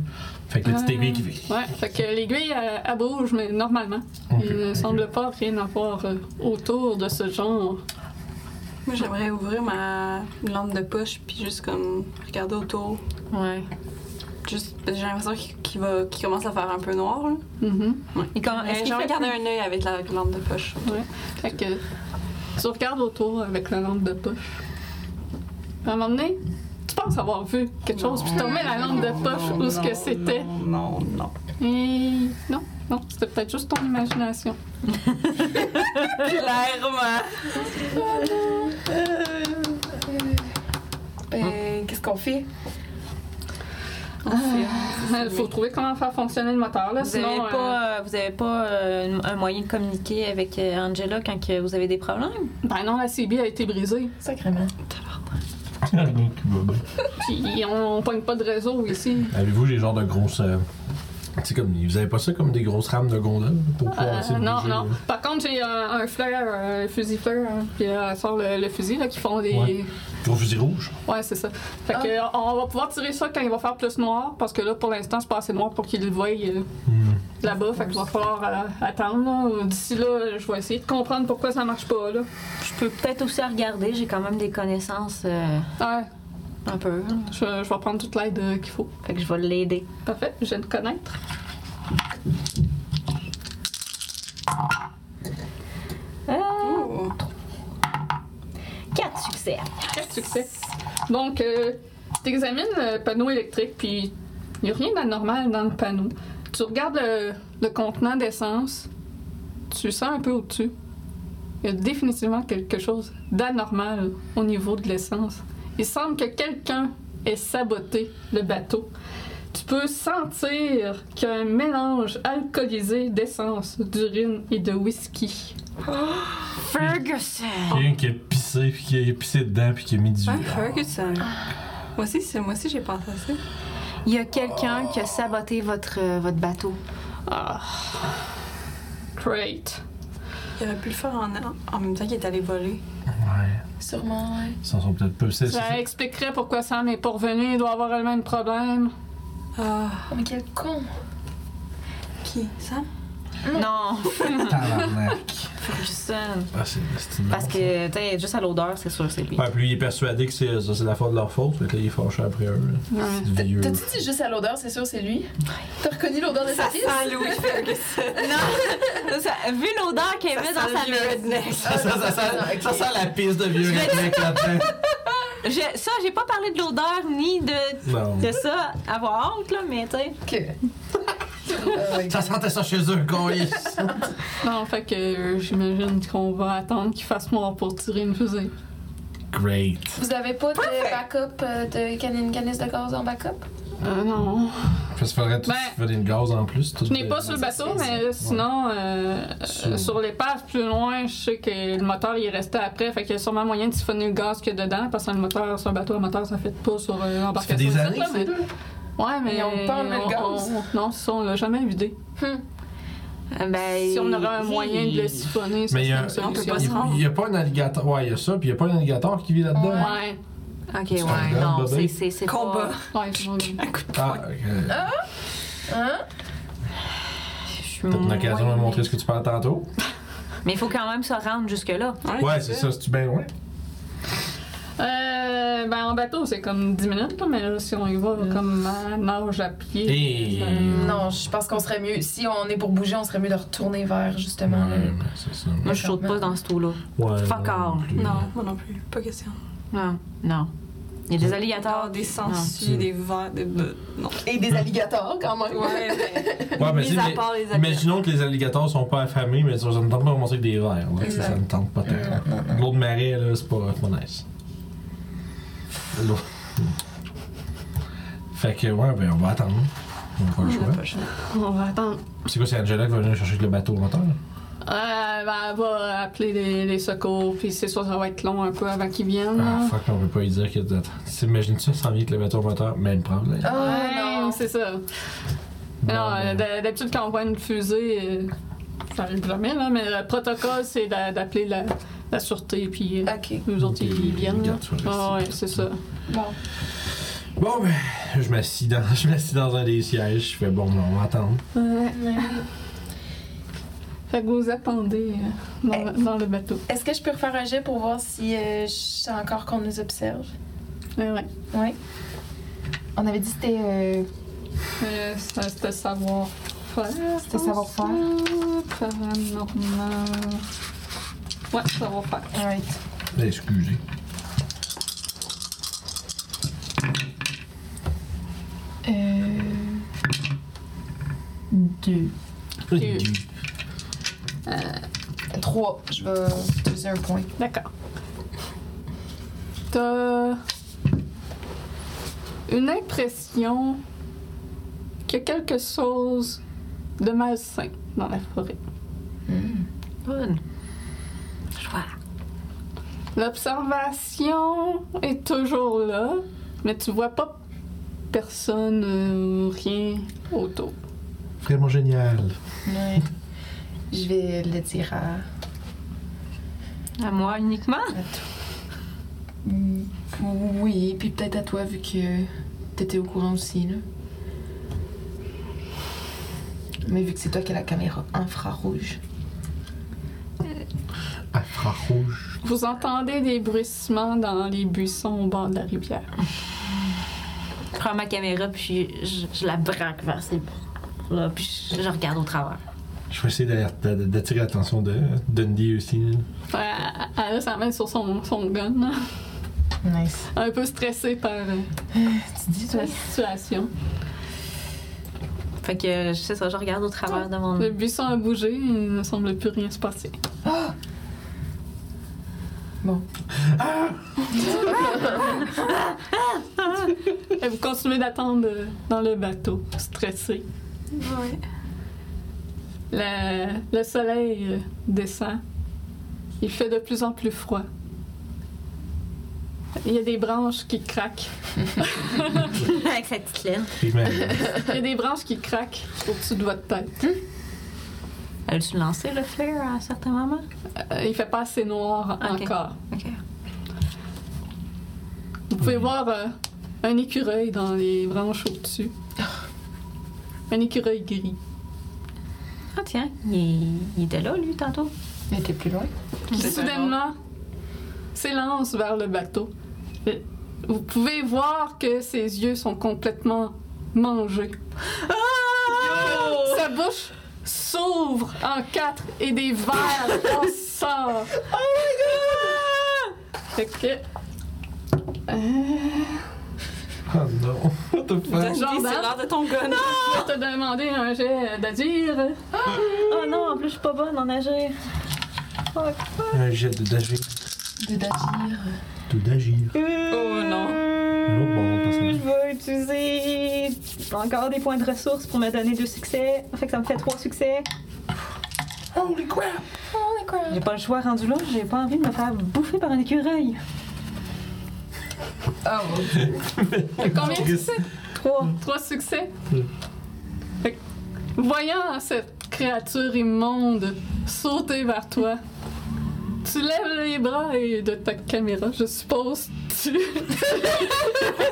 Speaker 2: Fait que le petit
Speaker 1: Euh,
Speaker 2: aiguille qui fait.
Speaker 1: Ouais, fait que l'aiguille, elle, elle bouge, mais normalement.
Speaker 2: Ok,
Speaker 1: Il ne
Speaker 2: ok.
Speaker 1: semble pas rien avoir euh, autour de ce genre.
Speaker 4: Moi, j'aimerais ouvrir ma lampe de poche puis juste comme regarder autour.
Speaker 3: Ouais.
Speaker 4: Juste, parce que j'ai l'impression qu'il qu'il va, qu'il commence à faire un peu noir. Là.
Speaker 1: Mhm.
Speaker 6: Et euh, comment est-ce
Speaker 4: Mais
Speaker 6: qu'il
Speaker 4: je
Speaker 6: fait
Speaker 4: regarde un œil avec la lampe de poche.
Speaker 1: Fait que tu regardes autour avec la lampe de poche. À un moment donné, tu penses avoir vu quelque chose, puis tu remets la lampe de poche où ce que c'était.
Speaker 4: Non, non.
Speaker 1: Et non, non, c'était peut-être juste ton imagination.
Speaker 4: Clairement.
Speaker 2: Hein?
Speaker 3: Ben, qu'est-ce qu'on fait?
Speaker 1: Il faut trouver comment faire fonctionner le moteur, là,
Speaker 6: Vous
Speaker 1: sinon...
Speaker 6: n'avez pas, euh, vous avez pas euh, un moyen de communiquer avec euh, Angela quand que vous avez des problèmes?
Speaker 1: euh, ben non, la CB a été brisée.
Speaker 3: Sacrément.
Speaker 1: Puis on, on pogne pas de réseau ici.
Speaker 2: Avez-vous des genres de grosses. euh, Tu sais, comme. Vous avez pas ça comme des grosses rames de gondole pour pouvoir
Speaker 1: Euh,
Speaker 2: essayer de
Speaker 1: non,
Speaker 2: bouger,
Speaker 1: non.
Speaker 2: là?
Speaker 1: Par contre, j'ai un, un flare, un fusil flare, hein, puis euh, elle sort le, le fusil, là, qui font des...
Speaker 2: Ouais. Gros fusil rouge.
Speaker 1: Ouais, c'est ça. Fait que, euh, on va pouvoir tirer ça quand il va faire plus noir, parce que là, pour l'instant, c'est pas assez noir pour qu'il le voie euh,
Speaker 2: Hmm.
Speaker 1: là-bas. Fait qu'il va falloir euh, attendre. là. D'ici là, je vais essayer de comprendre pourquoi ça marche pas, là.
Speaker 6: Je peux peut-être aussi regarder, j'ai quand même des connaissances euh,
Speaker 1: Ouais,
Speaker 6: un peu. hein.
Speaker 1: je, je vais prendre toute l'aide euh, qu'il faut.
Speaker 6: Fait que je vais l'aider.
Speaker 1: Parfait, je viens de connaître.
Speaker 4: Oh.
Speaker 6: Quatre succès.
Speaker 1: Quel succès. Donc, tu examines le panneau électrique, puis il n'y a rien d'anormal dans le panneau. Tu regardes le, le contenant d'essence, tu sens un peu au-dessus. Il y a définitivement quelque chose d'anormal au niveau de l'essence. Il semble que quelqu'un ait saboté le bateau. Tu peux sentir qu'il y a un mélange alcoolisé d'essence, d'urine et de whisky.
Speaker 6: Ferguson!
Speaker 2: Quelqu'un qui a pissé, puis qui a pissé dedans, puis qui a mis du.
Speaker 4: Ah, Ferguson. Moi aussi, c'est- moi aussi j'ai pensé à ça.
Speaker 6: Il y a quelqu'un qui a saboté votre, euh, votre bateau.
Speaker 1: Ah. Great.
Speaker 4: Il aurait pu le faire en, en même temps qu'il est allé voler.
Speaker 2: Ouais.
Speaker 3: Sûrement, hein. ouais.
Speaker 2: Ils s'en sont peut-être pas. C'est
Speaker 1: Ça expliquerait pourquoi Sam est pas revenu. Il doit avoir le même problème.
Speaker 4: Ah,
Speaker 3: Oh, mais quel con!
Speaker 4: qui ça
Speaker 6: Non,
Speaker 2: tabarnak.
Speaker 6: Ferguson.
Speaker 2: Ah, c'est c'est une
Speaker 6: Parce
Speaker 2: merde,
Speaker 6: que, tu sais, juste à l'odeur, c'est sûr, c'est lui.
Speaker 2: ça. Ouais, puis lui, il est persuadé que c'est ça, c'est la faute de leur faute. Fait que là, il est fâché après eux. là. C'est vieux.
Speaker 3: T'as-tu dit juste à l'odeur, c'est sûr, c'est lui? T'as reconnu l'odeur de sa fille?
Speaker 4: Ah, Louis Ferguson.
Speaker 6: Non, ça- vu l'odeur qu'elle avait dans sa maison.
Speaker 2: Ça, ça, ça, sent- ça sent la piste de vieux redneck là-dedans.
Speaker 6: J'ai- Ça, j'ai pas parlé de l'odeur ni de,
Speaker 2: Non.
Speaker 6: de ça, avoir honte, là, mais tu sais.
Speaker 3: Que. Ah ouais.
Speaker 2: Ça sentait ça chez eux, con.
Speaker 1: Non, fait que euh, j'imagine qu'on va attendre qu'il fasse noir pour tirer une fusée.
Speaker 2: Great.
Speaker 3: Vous avez pas de backup, euh, de canine canisse de gaz en backup?
Speaker 1: Euh, non.
Speaker 2: Parce qu'il faudrait tout
Speaker 1: Ben,
Speaker 2: faire une gaz en plus. tout
Speaker 1: Je n'ai
Speaker 2: de-
Speaker 1: pas sur le bateau, mais euh, sinon, euh,
Speaker 2: Sur-
Speaker 1: euh, sur l'épave plus loin, je sais que le moteur il est resté après. Fait qu'il y a sûrement moyen de siphonner le gaz qu'il y a dedans. Parce que le moteur, sur un bateau à moteur, ça fait pas sur euh,
Speaker 2: Ça fait
Speaker 1: l'embarcation.
Speaker 2: des
Speaker 1: ici,
Speaker 2: années,
Speaker 1: là,
Speaker 2: c'est
Speaker 1: mais- Ouais, mais.
Speaker 3: Mais on peut enlever le
Speaker 1: on-
Speaker 3: gaz.
Speaker 1: on- Non, ça, on l'a jamais vidé.
Speaker 6: Euh, Ben,
Speaker 1: Si on aurait un moyen de le siphonner, ça
Speaker 2: Mais il y a-
Speaker 1: serait une
Speaker 4: on peut
Speaker 1: solution.
Speaker 4: pas se rendre.
Speaker 2: Il n'y a pas un alligator. Ouais, il y a ça, puis il n'y a pas un alligator qui vit là-dedans.
Speaker 1: Ouais,
Speaker 6: Ok,
Speaker 2: un
Speaker 6: ouais,
Speaker 2: gun,
Speaker 6: non,
Speaker 2: bébé.
Speaker 6: c'est- c'est c'est
Speaker 4: Combat.
Speaker 6: pas-
Speaker 1: ouais, je-
Speaker 4: Un coup de
Speaker 2: Ah,
Speaker 4: poing.
Speaker 2: ok.
Speaker 3: Hein?
Speaker 6: Je suis
Speaker 2: Peut-être une occasion de
Speaker 6: moins-
Speaker 2: montrer ce que tu parles tantôt.
Speaker 6: Mais il faut quand même se rendre jusque-là.
Speaker 4: Ah,
Speaker 2: Ouais, c'est ça, c'est-tu bien loin?
Speaker 1: Euh, ben en bateau, c'est comme 10 minutes, là, mais là, si on y va comme à nage à pied. euh,
Speaker 2: Et-
Speaker 1: ça-
Speaker 3: Non, je pense qu'on serait mieux. Si on est pour bouger, on serait mieux de retourner vers justement. euh,
Speaker 2: Ouais, ben, c'est ça.
Speaker 6: Moi, je saute pas dans ce trou-là.
Speaker 2: Ouais,
Speaker 6: Fuck
Speaker 2: non,
Speaker 6: all.
Speaker 2: non plus.
Speaker 4: Non, moi non plus. Pas question.
Speaker 6: Non, non.
Speaker 5: Il y a des alligators.
Speaker 4: Attends, des sangsues,
Speaker 2: Non.
Speaker 4: des vents, des. bœufs. Non.
Speaker 3: Et des alligators, quand même.
Speaker 4: Ouais, mais.
Speaker 2: Ouais, mais
Speaker 4: mis
Speaker 2: tu sais,
Speaker 4: à
Speaker 2: mais-
Speaker 4: part les alligators.
Speaker 2: Imaginons que les alligators sont pas affamés, mais ça ça ne tente pas de ramasser des verres. là, tu sais, ça ne tente pas tant. L'eau de marée, là, c'est pas, pas nice. L'eau. Fait que, ouais, ben on va attendre. On n'a pas le choix.
Speaker 4: On a pas le choix.
Speaker 1: On va attendre.
Speaker 2: C'est quoi, c'est Angela qui va venir chercher le bateau au moteur? là?
Speaker 1: Euh, ben, elle va appeler les, les secours, puis c'est sûr ça va être long un peu avant qu'ils viennent. là.
Speaker 2: Ah, fuck, on peut pas lui dire que. Attends, t'imagines-tu, ça s'en vient avec le bateau au moteur? Même problème.
Speaker 3: Ah,
Speaker 1: ouais,
Speaker 3: non.
Speaker 1: c'est ça.
Speaker 2: Bon,
Speaker 1: non,
Speaker 2: ben,
Speaker 1: euh, d'hab- d'habitude, quand on voit une fusée, euh, ça arrive jamais, là, mais le protocole, c'est d'a- d'appeler la, la sûreté, puis euh,
Speaker 3: Ok.
Speaker 1: nous autres, ils,
Speaker 2: Ils
Speaker 1: viennent. là.
Speaker 2: gardent sur le
Speaker 1: Ah, ouais,
Speaker 2: site.
Speaker 1: c'est ça.
Speaker 3: Bon.
Speaker 2: Bon, ben, je m'assis dans, je m'assis dans un des sièges. Je fais bon, ben, on va attendre.
Speaker 1: Fait que vous attendez euh, dans, le- dans le bateau.
Speaker 3: Est-ce que je peux refaire un jet pour voir si euh, je sais encore qu'on nous observe?
Speaker 1: Ouais, ouais.
Speaker 3: Oui. On avait dit que c'était euh,
Speaker 1: Euh, ça, C'était savoir faire.
Speaker 3: C'était savoir faire.
Speaker 1: Paranormal. Ouais, savoir faire.
Speaker 3: Alright.
Speaker 2: Ben, Excusez.
Speaker 3: Euh... Deux.
Speaker 1: Tu-
Speaker 3: Trois. Je vais utiliser un point.
Speaker 1: D'accord. T'as une impression qu'il y a quelque chose de malsain dans la forêt.
Speaker 5: Bonne. Joie.
Speaker 1: L'observation est toujours là, mais tu vois pas personne euh, rien autour.
Speaker 2: Vraiment génial.
Speaker 3: Ouais. Je vais le dire à...
Speaker 5: À moi uniquement?
Speaker 3: Mm, Oui, puis peut-être à toi, vu que t'étais au courant aussi, là. Mais vu que c'est toi qui as la caméra infrarouge.
Speaker 2: Afra rouge.
Speaker 1: Vous entendez des bruissements dans les buissons au bord de la rivière.
Speaker 5: Je prends ma caméra, puis je, je la braque vers ses Là, puis je, je regarde au travers.
Speaker 2: Je vais essayer d'aller- d'a- d'attirer l'attention de Dundee aussi. là.
Speaker 1: Ouais, elle- elle s'en met sur son, son gun, là.
Speaker 3: Nice.
Speaker 1: un peu stressée par euh,
Speaker 3: Ah, Tu dis, toi?
Speaker 1: la situation.
Speaker 5: Fait que, je sais ça, je regarde au travers de
Speaker 1: Le
Speaker 5: mon...
Speaker 1: buisson a bougé, il ne semble plus rien se passer.
Speaker 3: Ah! Bon.
Speaker 1: Ah! Et vous continuez d'attendre euh, dans le bateau, stressé.
Speaker 4: Ouais.
Speaker 1: Le, le soleil euh, descend. Il fait de plus en plus froid. Il y a des branches qui craquent.
Speaker 5: Avec sa petite laine.
Speaker 2: Puis je m'arrête.
Speaker 1: Il y a des branches qui craquent au-dessus de votre tête.
Speaker 5: Elle a-tu lancé le flair à un certain moment?
Speaker 1: Euh, il fait pas assez noir
Speaker 5: Ok.
Speaker 1: encore.
Speaker 5: Ok.
Speaker 1: Vous pouvez voir euh, un écureuil dans les branches au-dessus. Un écureuil gris.
Speaker 5: Ah tiens, il, est- il était là, lui, tantôt.
Speaker 3: Mais t'es plus loin.
Speaker 1: qui
Speaker 4: C'est
Speaker 1: soudainement s'élance vers le bateau. Le- Vous pouvez voir que ses yeux sont complètement mangés. Sa bouche s'ouvre en quatre et des verres en sortent. Oh my god! Fait que. Euh,
Speaker 2: Oh non. What the
Speaker 4: T'as
Speaker 2: fuck?
Speaker 4: dit,
Speaker 1: Jordan?
Speaker 4: c'est l'heure de ton gun.
Speaker 1: je te demandé un jet de dire.
Speaker 6: Oh
Speaker 5: Ah
Speaker 6: non, en plus, je suis pas bonne en agir.
Speaker 2: Un jet de d'agir.
Speaker 3: De d'agir.
Speaker 2: Tout d'agir.
Speaker 4: Oh non.
Speaker 2: L'autre bon personnage.
Speaker 6: Je vais utiliser encore des points de ressources pour me donner deux succès. Fait que ça me fait trois succès.
Speaker 3: Holy crap! Holy crap!
Speaker 6: J'ai pas le choix rendu là, j'ai pas envie de me faire bouffer par un écureuil.
Speaker 3: Oh,
Speaker 1: Combien de succès?
Speaker 6: Trois.
Speaker 1: Trois succès.
Speaker 2: Mm.
Speaker 1: Fait que, voyant cette créature immonde sauter vers toi, tu lèves les bras et de ta caméra, je suppose, tu.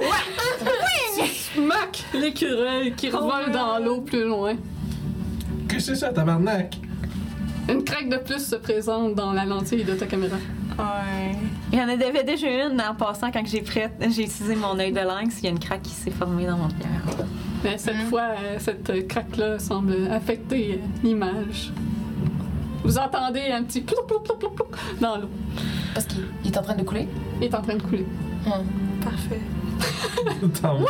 Speaker 1: Tu smacks l'écureuil qui revole dans l'eau plus loin.
Speaker 2: Qu'est-ce que c'est ça, tabarnak?
Speaker 1: Une craque de plus se présente dans la lentille de ta caméra.
Speaker 4: Ouais.
Speaker 6: Il y en avait déjà une en passant quand j'ai prêt, j'ai utilisé mon œil de lynx, il y a une craque qui s'est formée dans mon cœur. Hein?
Speaker 1: Mais cette fois, euh, cette craque-là semble affecter euh, l'image. Vous entendez un petit plou plou plou plou plou dans l'eau.
Speaker 3: Parce qu'il il est en train de couler.
Speaker 1: Il est en train de couler.
Speaker 4: Parfait.
Speaker 2: Tant mieux.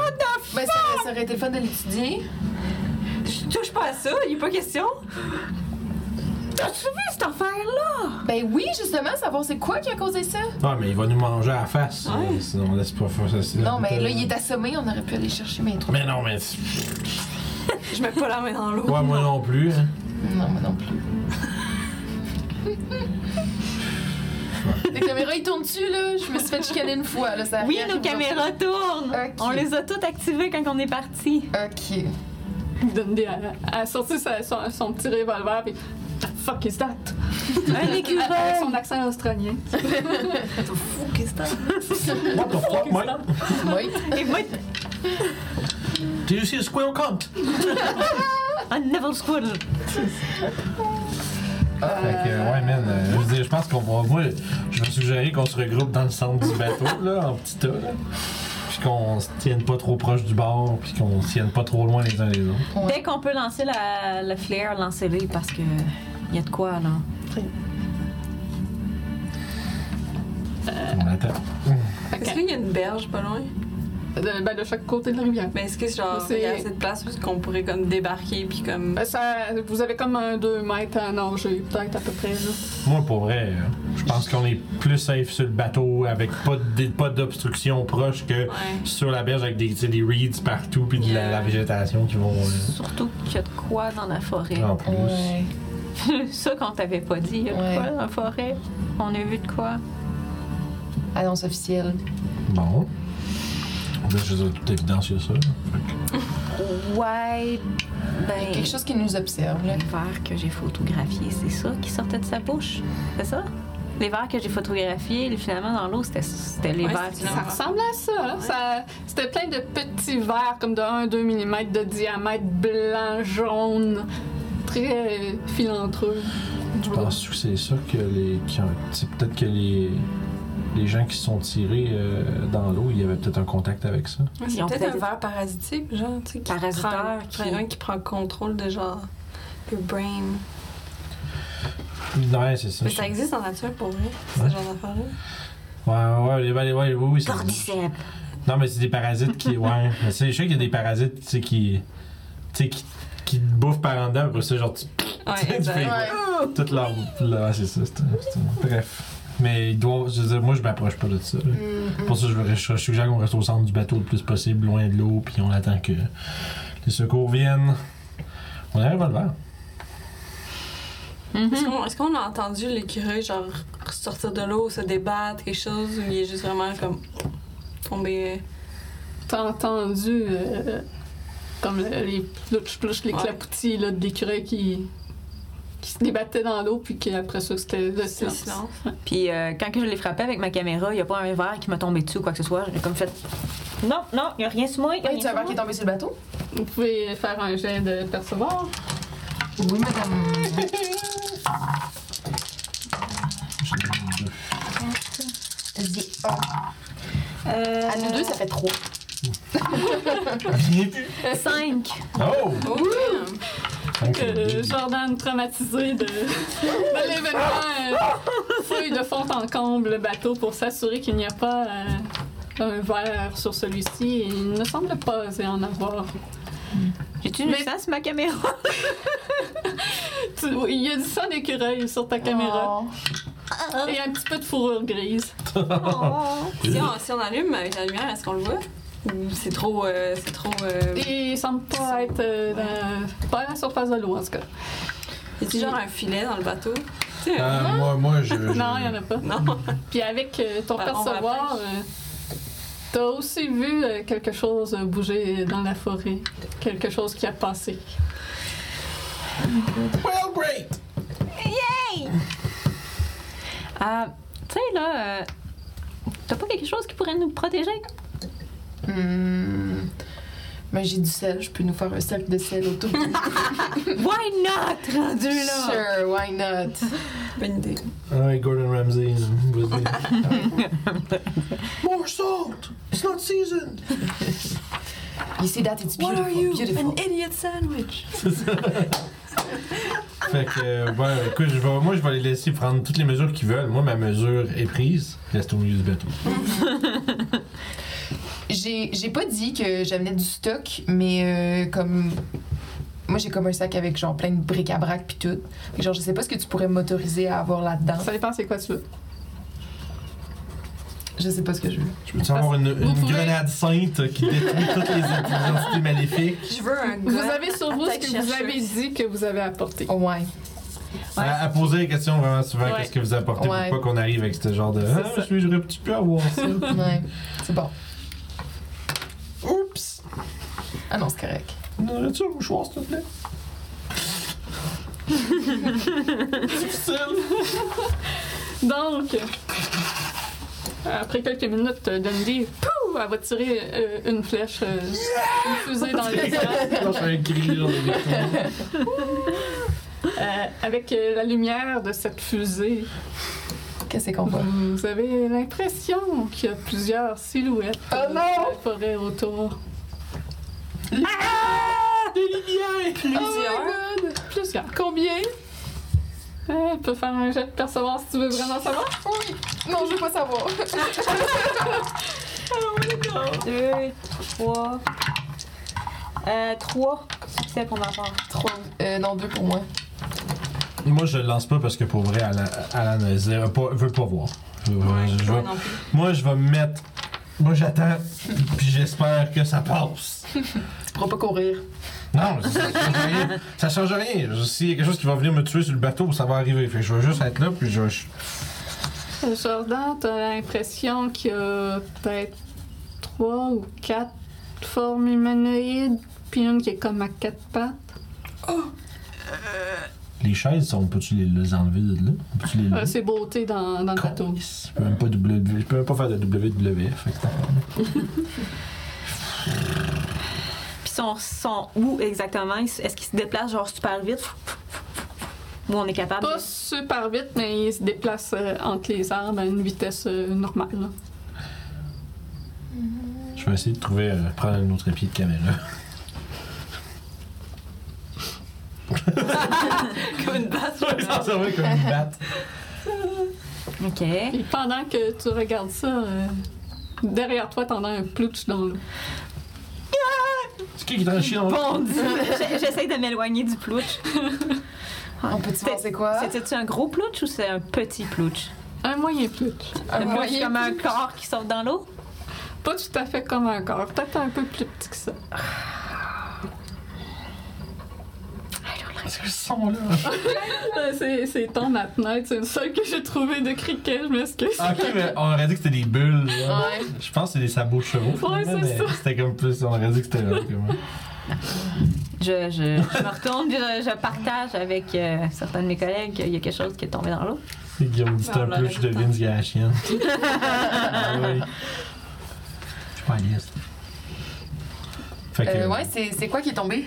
Speaker 3: Ben, ça, aurait- ça aurait été le fun de l'étudier.
Speaker 4: Je touche pas à ça, il est pas question.
Speaker 5: T'as-tu vu cette affaire-là?
Speaker 3: Ben oui, justement, savoir c'est quoi qui a causé ça.
Speaker 2: Ah, mais il va nous manger à la face.
Speaker 4: Ouais.
Speaker 2: euh, Sinon, on laisse pas faire ça. c'est-
Speaker 3: Non, mais là, il est assommé, on aurait pu aller chercher mes trucs.
Speaker 2: Mais non, mais. c'est-
Speaker 4: Je mets pas la main dans l'eau.
Speaker 2: Ouais, moi non plus. hein.
Speaker 3: Non, moi non plus. les caméras, ils tournent dessus, là. Je me suis fait chicaner une fois, là. Ça
Speaker 6: Oui,
Speaker 3: arrive,
Speaker 6: nos
Speaker 3: genre-
Speaker 6: caméras tournent.
Speaker 3: Ok.
Speaker 6: On les a toutes activées quand on est parti.
Speaker 3: Ok.
Speaker 1: Il vous donne des. Elle a sorti sa- son, son petit revolver puis. The fuck is that?
Speaker 6: Un écureuil.
Speaker 1: Avec son accent australien.
Speaker 4: Fou, qu'est-ce que c'est?
Speaker 2: What the fuck, mate?
Speaker 3: Oui.
Speaker 6: Et moi,
Speaker 2: Did you see a squirrel cunt?
Speaker 6: un Neville Squirrel.
Speaker 2: Fait que, ouais, man, euh, je veux dire, je pense qu'on va. Moi, je me suggérais qu'on se regroupe dans le centre du bateau, là, en petit tas, là. Puis qu'on se tienne pas trop proche du bord, puis qu'on se tienne pas trop loin les uns les autres.
Speaker 3: Ouais.
Speaker 6: Dès qu'on peut lancer la, la flare, lancez-les parce que y a de quoi là.
Speaker 2: On attend.
Speaker 4: Est-ce qu'il y a une berge pas loin?
Speaker 1: De, ben, de chaque côté de la rivière.
Speaker 4: Ben, est-ce que genre,
Speaker 1: C'est-
Speaker 4: il y a cette place où qu'on pourrait comme débarquer puis comme.
Speaker 1: Ben, ça, vous avez comme un 2 mètres à nager, peut-être à peu près. Là.
Speaker 2: Moi, pour vrai, euh, je pense qu'on est plus safe sur le bateau, avec pas de- pas d'obstruction proche que
Speaker 4: Ouais.
Speaker 2: sur la berge, avec des, tu sais, des reeds partout, puis de la, la végétation qui vont. euh,
Speaker 6: Surtout qu'il y a de quoi dans la forêt.
Speaker 2: en plus.
Speaker 3: Ouais.
Speaker 6: Ça qu'on t'avait pas dit, y a de
Speaker 3: Ah. Ouais.
Speaker 6: quoi dans la forêt. On a vu de quoi.
Speaker 3: Annonce officielle.
Speaker 2: Bon. Là, je veux dire, toute évidence, il y a ça.
Speaker 6: Ouais, ben.
Speaker 3: Quelque chose qui nous observe, là.
Speaker 6: Les verres que j'ai photographiés, c'est ça qui sortait de sa bouche. C'est ça? Les verres que j'ai photographiés, les- finalement, dans l'eau, c'était- c'était les
Speaker 4: Ouais,
Speaker 6: verres
Speaker 4: c'est
Speaker 6: qui
Speaker 4: ça.
Speaker 1: Ça ressemble à ça. hein? Ça- C'était plein de petits verres, comme de 1-2 mm de diamètre, blanc, jaune, très euh, filantreux.
Speaker 2: Tu penses que c'est ça que les. qui ont- c'est peut-être que les. Les gens qui se sont tirés euh, dans l'eau, il y avait peut-être un contact avec ça.
Speaker 4: Ouais, C'est
Speaker 6: Ils ont
Speaker 4: peut-être
Speaker 6: peut-être-
Speaker 4: un verre parasitique, genre, tu sais, qui
Speaker 6: Parasiteur
Speaker 4: prend,
Speaker 6: qui-
Speaker 4: qui... un qui prend contrôle de genre. Le brain.
Speaker 2: Ouais, c'est ça.
Speaker 4: Mais ça existe en nature pour vrai,
Speaker 2: Ouais.
Speaker 4: ce genre d'affaire-là.
Speaker 2: Ouais, ouais, ouais, ouais, ouais, oui, oui, ça existe.
Speaker 6: Cordyceps.
Speaker 2: Non, mais c'est des parasites qui. Ouais. mais c'est- je sais qu'il y a des parasites, tu sais, qui. Tu sais, qui, qui te bouffent par en dedans, après ça, genre, tu.
Speaker 4: Ouais, exact.
Speaker 2: Ouais. Toute leur. là, ouais, c'est ça. c'est un- c'est un- Bref. Mais ils doivent. Je veux dire, moi, je m'approche pas de ça. là. Pour ça, je, veux- je suggère qu'on reste au centre du bateau le plus possible, loin de l'eau, puis on attend que les secours viennent. On arrive à le verre.
Speaker 6: Mhm.
Speaker 4: Est-ce qu'on est-ce qu'on a entendu l'écureuil, genre, ressortir de l'eau, se débattre, quelque chose, ou il est juste vraiment comme tombé. euh,
Speaker 1: T'as entendu euh, comme le- les plouches-plouches, les
Speaker 4: Ouais.
Speaker 1: clapoutis là, de l'écureuil qui, qui se débattaient dans l'eau, puis qu'après ça, c'était le
Speaker 4: C'est
Speaker 1: silence.
Speaker 4: silence.
Speaker 6: Puis euh, quand que je l'ai frappé avec ma caméra, il n'y a pas un verre qui m'a tombé dessus ou quoi que ce soit. J'ai comme fait. Non, non, il n'y a rien sur moi. y a
Speaker 3: Hey,
Speaker 6: rien
Speaker 3: tu as
Speaker 6: sur
Speaker 3: voir
Speaker 6: moi.
Speaker 3: qui est tombé sur le bateau?
Speaker 1: Vous pouvez faire un jet de percevoir.
Speaker 3: Oui, madame. Vas-y, un.
Speaker 6: Euh,
Speaker 3: À nous deux, ça fait trois.
Speaker 2: Rien plus.
Speaker 6: Cinq.
Speaker 2: Oh! Ok.
Speaker 1: Que euh, Jordan traumatisé de, de l'événement euh, fouille de fond en comble le bateau pour s'assurer qu'il n'y a pas euh, un verre sur celui-ci. Et Il ne semble pas y en avoir.
Speaker 6: J'ai-tu une
Speaker 1: Mais-
Speaker 6: ça sur ma caméra?
Speaker 1: Tu- il y a du sang d'écureuil sur ta caméra
Speaker 3: Oh.
Speaker 1: et un petit peu de fourrure grise.
Speaker 2: Euh,
Speaker 4: Si on, si on allume avec la lumière, est-ce qu'on le voit? Ou c'est trop. euh, c'est trop. Euh...
Speaker 1: Et il semble pas être euh, dans- pas à la surface de l'eau en tout cas.
Speaker 4: Y a-t-il genre un filet dans le bateau? Tu sais,
Speaker 2: Euh, moi, moi, je. je-
Speaker 1: Non, il n'y en a pas.
Speaker 4: Non.
Speaker 1: Puis avec euh, ton
Speaker 4: Ben, on
Speaker 1: percevoir,
Speaker 4: rappelle.
Speaker 1: euh, t'as aussi vu euh, quelque chose euh, bouger dans la forêt, quelque chose qui a passé.
Speaker 2: Well, great!
Speaker 6: Ah, tu sais, là, euh, t'as pas quelque chose qui pourrait nous protéger?
Speaker 3: Hmm. Mais j'ai du sel, je peux nous faire un cercle de sel autour.
Speaker 6: Why not, rendu là?
Speaker 3: Sure, why not?
Speaker 4: Bonne idée.
Speaker 2: Ouais, Gordon Ramsay, là, vas-y. More salt! It's not seasoned!
Speaker 3: You see that it's beautiful, beautiful.
Speaker 4: idiot sandwich.
Speaker 2: Fait que, euh, ouais, écoute, je vais- moi, je vais les laisser prendre toutes les mesures qu'ils veulent. Moi, ma mesure est prise. Reste au milieu du bateau.
Speaker 3: J'ai j'ai pas dit que j'amenais du stock, mais euh, comme. Moi, j'ai comme un sac avec genre plein de bric-à-brac pis tout. Fait que genre, je sais pas ce que tu pourrais m'autoriser à avoir là-dedans.
Speaker 1: Ça dépend c'est quoi tu veux.
Speaker 3: Je sais pas ce que je veux.
Speaker 2: Je peux-tu avoir une,
Speaker 1: Vous
Speaker 2: une
Speaker 1: pouvez-
Speaker 2: grenade sainte qui détruit toutes les identités maléfiques?
Speaker 4: Je veux un
Speaker 1: Vous
Speaker 4: gars.
Speaker 1: avez sur vous ce que vous
Speaker 4: chercheuse.
Speaker 1: avez dit que vous avez apporté.
Speaker 3: Oh, ouais.
Speaker 2: À, à poser la question vraiment souvent,
Speaker 1: Ouais.
Speaker 2: qu'est-ce que vous apportez
Speaker 3: Ouais.
Speaker 2: pour pas qu'on arrive avec ce genre de.
Speaker 1: C'est
Speaker 2: Ah,
Speaker 1: ça.
Speaker 2: je- j'aurais petit peu avoir ça.
Speaker 3: Ouais. C'est bon.
Speaker 2: Oups!
Speaker 3: Ah non, c'est correct.
Speaker 2: Aurais-tu un mouchoir, s'il te plaît? Difficile!
Speaker 1: Donc, après quelques minutes, euh, Dundee, pouf, elle va tirer euh, une flèche, euh, une fusée dans le visage.
Speaker 2: Je fais un cri, genre, de victoire.
Speaker 1: Euh, avec euh, la lumière de cette fusée,
Speaker 3: Qu'est-ce qu'on voit?
Speaker 1: vous avez l'impression qu'il y a plusieurs silhouettes
Speaker 3: Oh
Speaker 1: euh,
Speaker 3: non!
Speaker 1: dans la forêt autour. Ah! Oh
Speaker 4: Plusieurs.
Speaker 1: Plusieurs. Combien? Euh, Elle peut faire un jet de percevoir si tu veux vraiment savoir.
Speaker 3: Oui! Non, je veux pas savoir.
Speaker 6: 2, 3. Euh, 3 succès pour ma part.
Speaker 3: Trois. Euh, non, deux pour moi.
Speaker 2: Moi, je le lance pas parce que pour vrai, Alan, Alan elle disait, euh, pas- veut pas voir. Je- je- je-
Speaker 4: Moi non plus.
Speaker 2: moi, je vais me mettre. Moi, j'attends, puis j'espère que ça passe.
Speaker 3: Tu pourras pas courir.
Speaker 2: Non, ça change rien. Ça change rien. Je- S'il y a quelque chose qui va venir me tuer sur le bateau, ça va arriver. Fait que je vais juste être là, puis je. je-
Speaker 1: Euh, Jordan, t'as l'impression qu'il y a peut-être trois ou quatre formes humanoïdes, puis une qui est comme à quatre pattes.
Speaker 2: Les chaises, ça, on peut-tu les, les enlever de là? On peut-tu les
Speaker 1: Euh, c'est beauté dans, dans le bateau.
Speaker 2: Je peux même pas W- je peux même pas faire de WWF. Fait que t'en-
Speaker 6: Puis sont, sont où exactement? Ils- Est-ce qu'ils se déplacent genre super vite? Où on est capable?
Speaker 1: Pas super vite, mais il se déplace euh, entre les arbres à une vitesse euh, normale. là.
Speaker 2: je vais essayer de trouver, euh, prendre un autre pied de caméra.
Speaker 4: Comme une basse.
Speaker 2: ça va comme une batte.
Speaker 6: Ok.
Speaker 1: Puis pendant que tu regardes ça, euh, derrière toi, t'entends un plouch dans l'eau.
Speaker 2: C'est qui qui est en train de chier dans le-
Speaker 6: Bon Dieu! J'ai- J'essaie de m'éloigner du plouch.
Speaker 3: On peut-tu voir
Speaker 6: C'est-
Speaker 3: c'est quoi?
Speaker 4: Ah.
Speaker 6: C'était-tu un gros plouch ou c'est un petit plouch?
Speaker 1: Un moyen plouch.
Speaker 3: Un
Speaker 4: Ah,
Speaker 6: Le plouch
Speaker 3: moyen.
Speaker 6: comme un corps qui sort dans l'eau?
Speaker 1: Pas tout à fait comme un corps, peut-être un peu plus petit que ça.
Speaker 2: C'est que ce son-là.
Speaker 1: Euh, C'est c'est ton apnée, c'est le seul que j'ai trouvé de criquet, je m'excuse.
Speaker 2: ok, mais on aurait dit que c'était des bulles. là.
Speaker 3: Ouais.
Speaker 2: Je pense que c'est des sabots de chevaux.
Speaker 1: Ouais,
Speaker 2: finalement,
Speaker 1: c'est
Speaker 2: mais C'était comme plus. On aurait dit que c'était là. Comme...
Speaker 6: Je, je, je me retourne puis je, je partage avec euh, certains de mes collègues qu'il y a quelque chose qui est tombé dans l'eau.
Speaker 2: C'est Guillaume dit
Speaker 4: Non,
Speaker 2: un
Speaker 4: on
Speaker 2: peu,
Speaker 4: l'aurait
Speaker 2: je
Speaker 4: dit
Speaker 2: devine ce qu'il y a à la chienne. ah, oui. Je suis pas à l'aise. Fait que.
Speaker 3: Euh, ouais, c'est c'est quoi qui est tombé?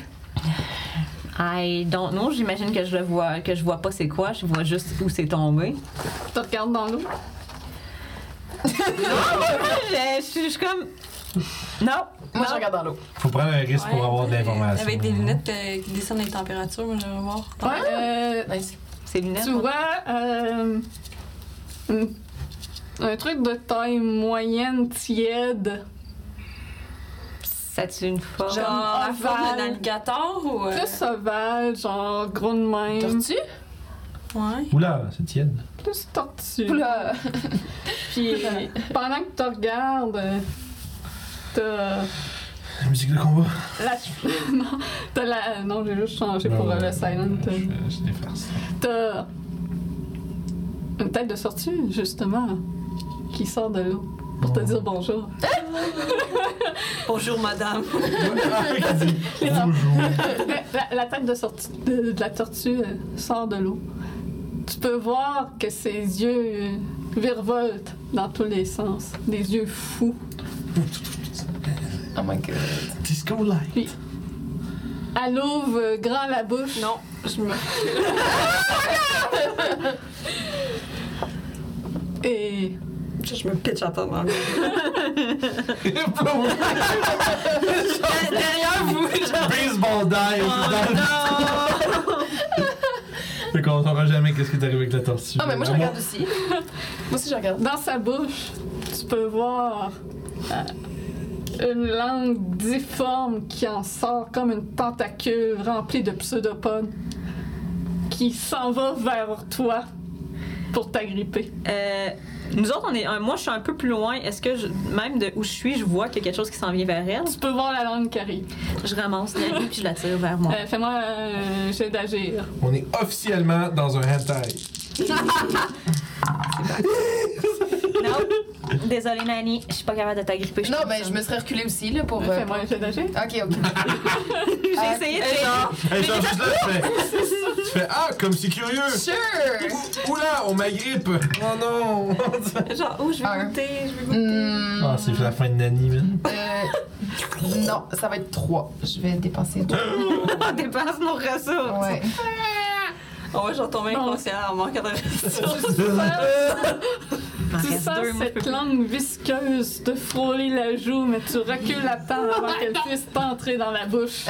Speaker 6: I don't know, j'imagine que je le vois, que je vois pas c'est quoi, je vois juste où c'est tombé.
Speaker 1: Tu te regardes dans l'eau.
Speaker 6: je, je suis je suis comme. Non!
Speaker 3: Moi, je
Speaker 6: non.
Speaker 3: regarde dans l'eau.
Speaker 2: Faut prendre un risque pour avoir de l'information.
Speaker 4: euh, Avec des lunettes euh, qui descendent les températures, moi, je vais voir.
Speaker 1: Ouais, euh,
Speaker 3: Nice.
Speaker 6: C'est lunettes.
Speaker 1: tu vois euh, une- un truc de taille moyenne, tiède.
Speaker 6: Ça tue une forme.
Speaker 4: Genre la forme
Speaker 1: ovale.
Speaker 4: d'un alligator ou. euh,
Speaker 1: Plus sauvage, genre gros de même.
Speaker 3: Tortue?
Speaker 4: Ouais.
Speaker 2: Oula, c'est tiède.
Speaker 1: Plus tortue.
Speaker 3: Oula!
Speaker 1: Puis euh, pendant que tu regardes, euh, t'as
Speaker 2: La musique de combat.
Speaker 1: la. non, t'as la. Non, j'ai juste changé pour euh, le silent.
Speaker 2: Je, je défarce.
Speaker 1: T'as. Une tête de tortue, justement, qui sort de l'eau pour te dire bonjour.
Speaker 4: Bonjour madame.
Speaker 2: Bonjour.
Speaker 1: La, la- la tête de, sorti- de- de la tortue euh, sort de l'eau. Tu peux voir que ses yeux euh, virevoltent dans tous les sens. Des yeux fous.
Speaker 3: Oh my god.
Speaker 2: Disco light.
Speaker 1: Elle ouvre euh, grand la bouche.
Speaker 4: Non, je me.
Speaker 1: Et
Speaker 4: Je me pitch en temps dans le-
Speaker 1: Oh,
Speaker 2: Derrière vous, Baseball dive. dans le- Fait qu'on saura jamais qu'est-ce qui est arrivé avec la tortue.
Speaker 3: Ah, mais moi, je
Speaker 2: À moins-
Speaker 3: regarde aussi. moi aussi, je regarde.
Speaker 1: Dans sa bouche, tu peux voir euh, une langue difforme qui en sort comme une tentacule remplie de pseudopodes qui s'en va vers toi pour t'agripper.
Speaker 6: Euh, nous autres, on est. un- moi, je suis un peu plus loin. Est-ce que je- même de où je suis, je vois qu'il y a quelque chose qui s'en vient vers elle?
Speaker 1: Tu peux voir la langue qui arrive.
Speaker 6: Je ramasse la vie puis je la tire vers moi.
Speaker 1: Euh, Fais-moi un jet d'agir.
Speaker 2: On est officiellement dans un hentai.
Speaker 6: Non. Désolée, Nanny, je suis pas capable de t'agripper.
Speaker 3: Non, ben, je me serais reculée aussi, là, pour. euh,
Speaker 1: Fais-moi un jet d'agir.
Speaker 3: Ok, ok.
Speaker 6: J'ai essayé de. Euh, genre.
Speaker 2: Hey, genre, juste là, tu fais. Tu fais Ah, comme c'est curieux!
Speaker 3: Sure!
Speaker 2: Ouh- Oula, on m'agrippe! Oh non!
Speaker 4: Genre, oh, je vais
Speaker 3: Un.
Speaker 4: goûter, je vais goûter.
Speaker 3: Hmm,
Speaker 2: Ah, c'est la fin de Nani, man.
Speaker 3: euh, non, ça va être 3. Je vais dépenser 2.
Speaker 6: On dépasse nos ressources.
Speaker 3: Ouais.
Speaker 4: On va genre tomber
Speaker 1: Non.
Speaker 4: inconscient en manquant de ressources.
Speaker 6: M'en
Speaker 1: Tu
Speaker 6: reste
Speaker 1: sens
Speaker 6: deux, moi, je peux
Speaker 1: cette langue visqueuse te frôler la joue, mais tu recules à temps avant qu'elle puisse t'entrer dans la bouche.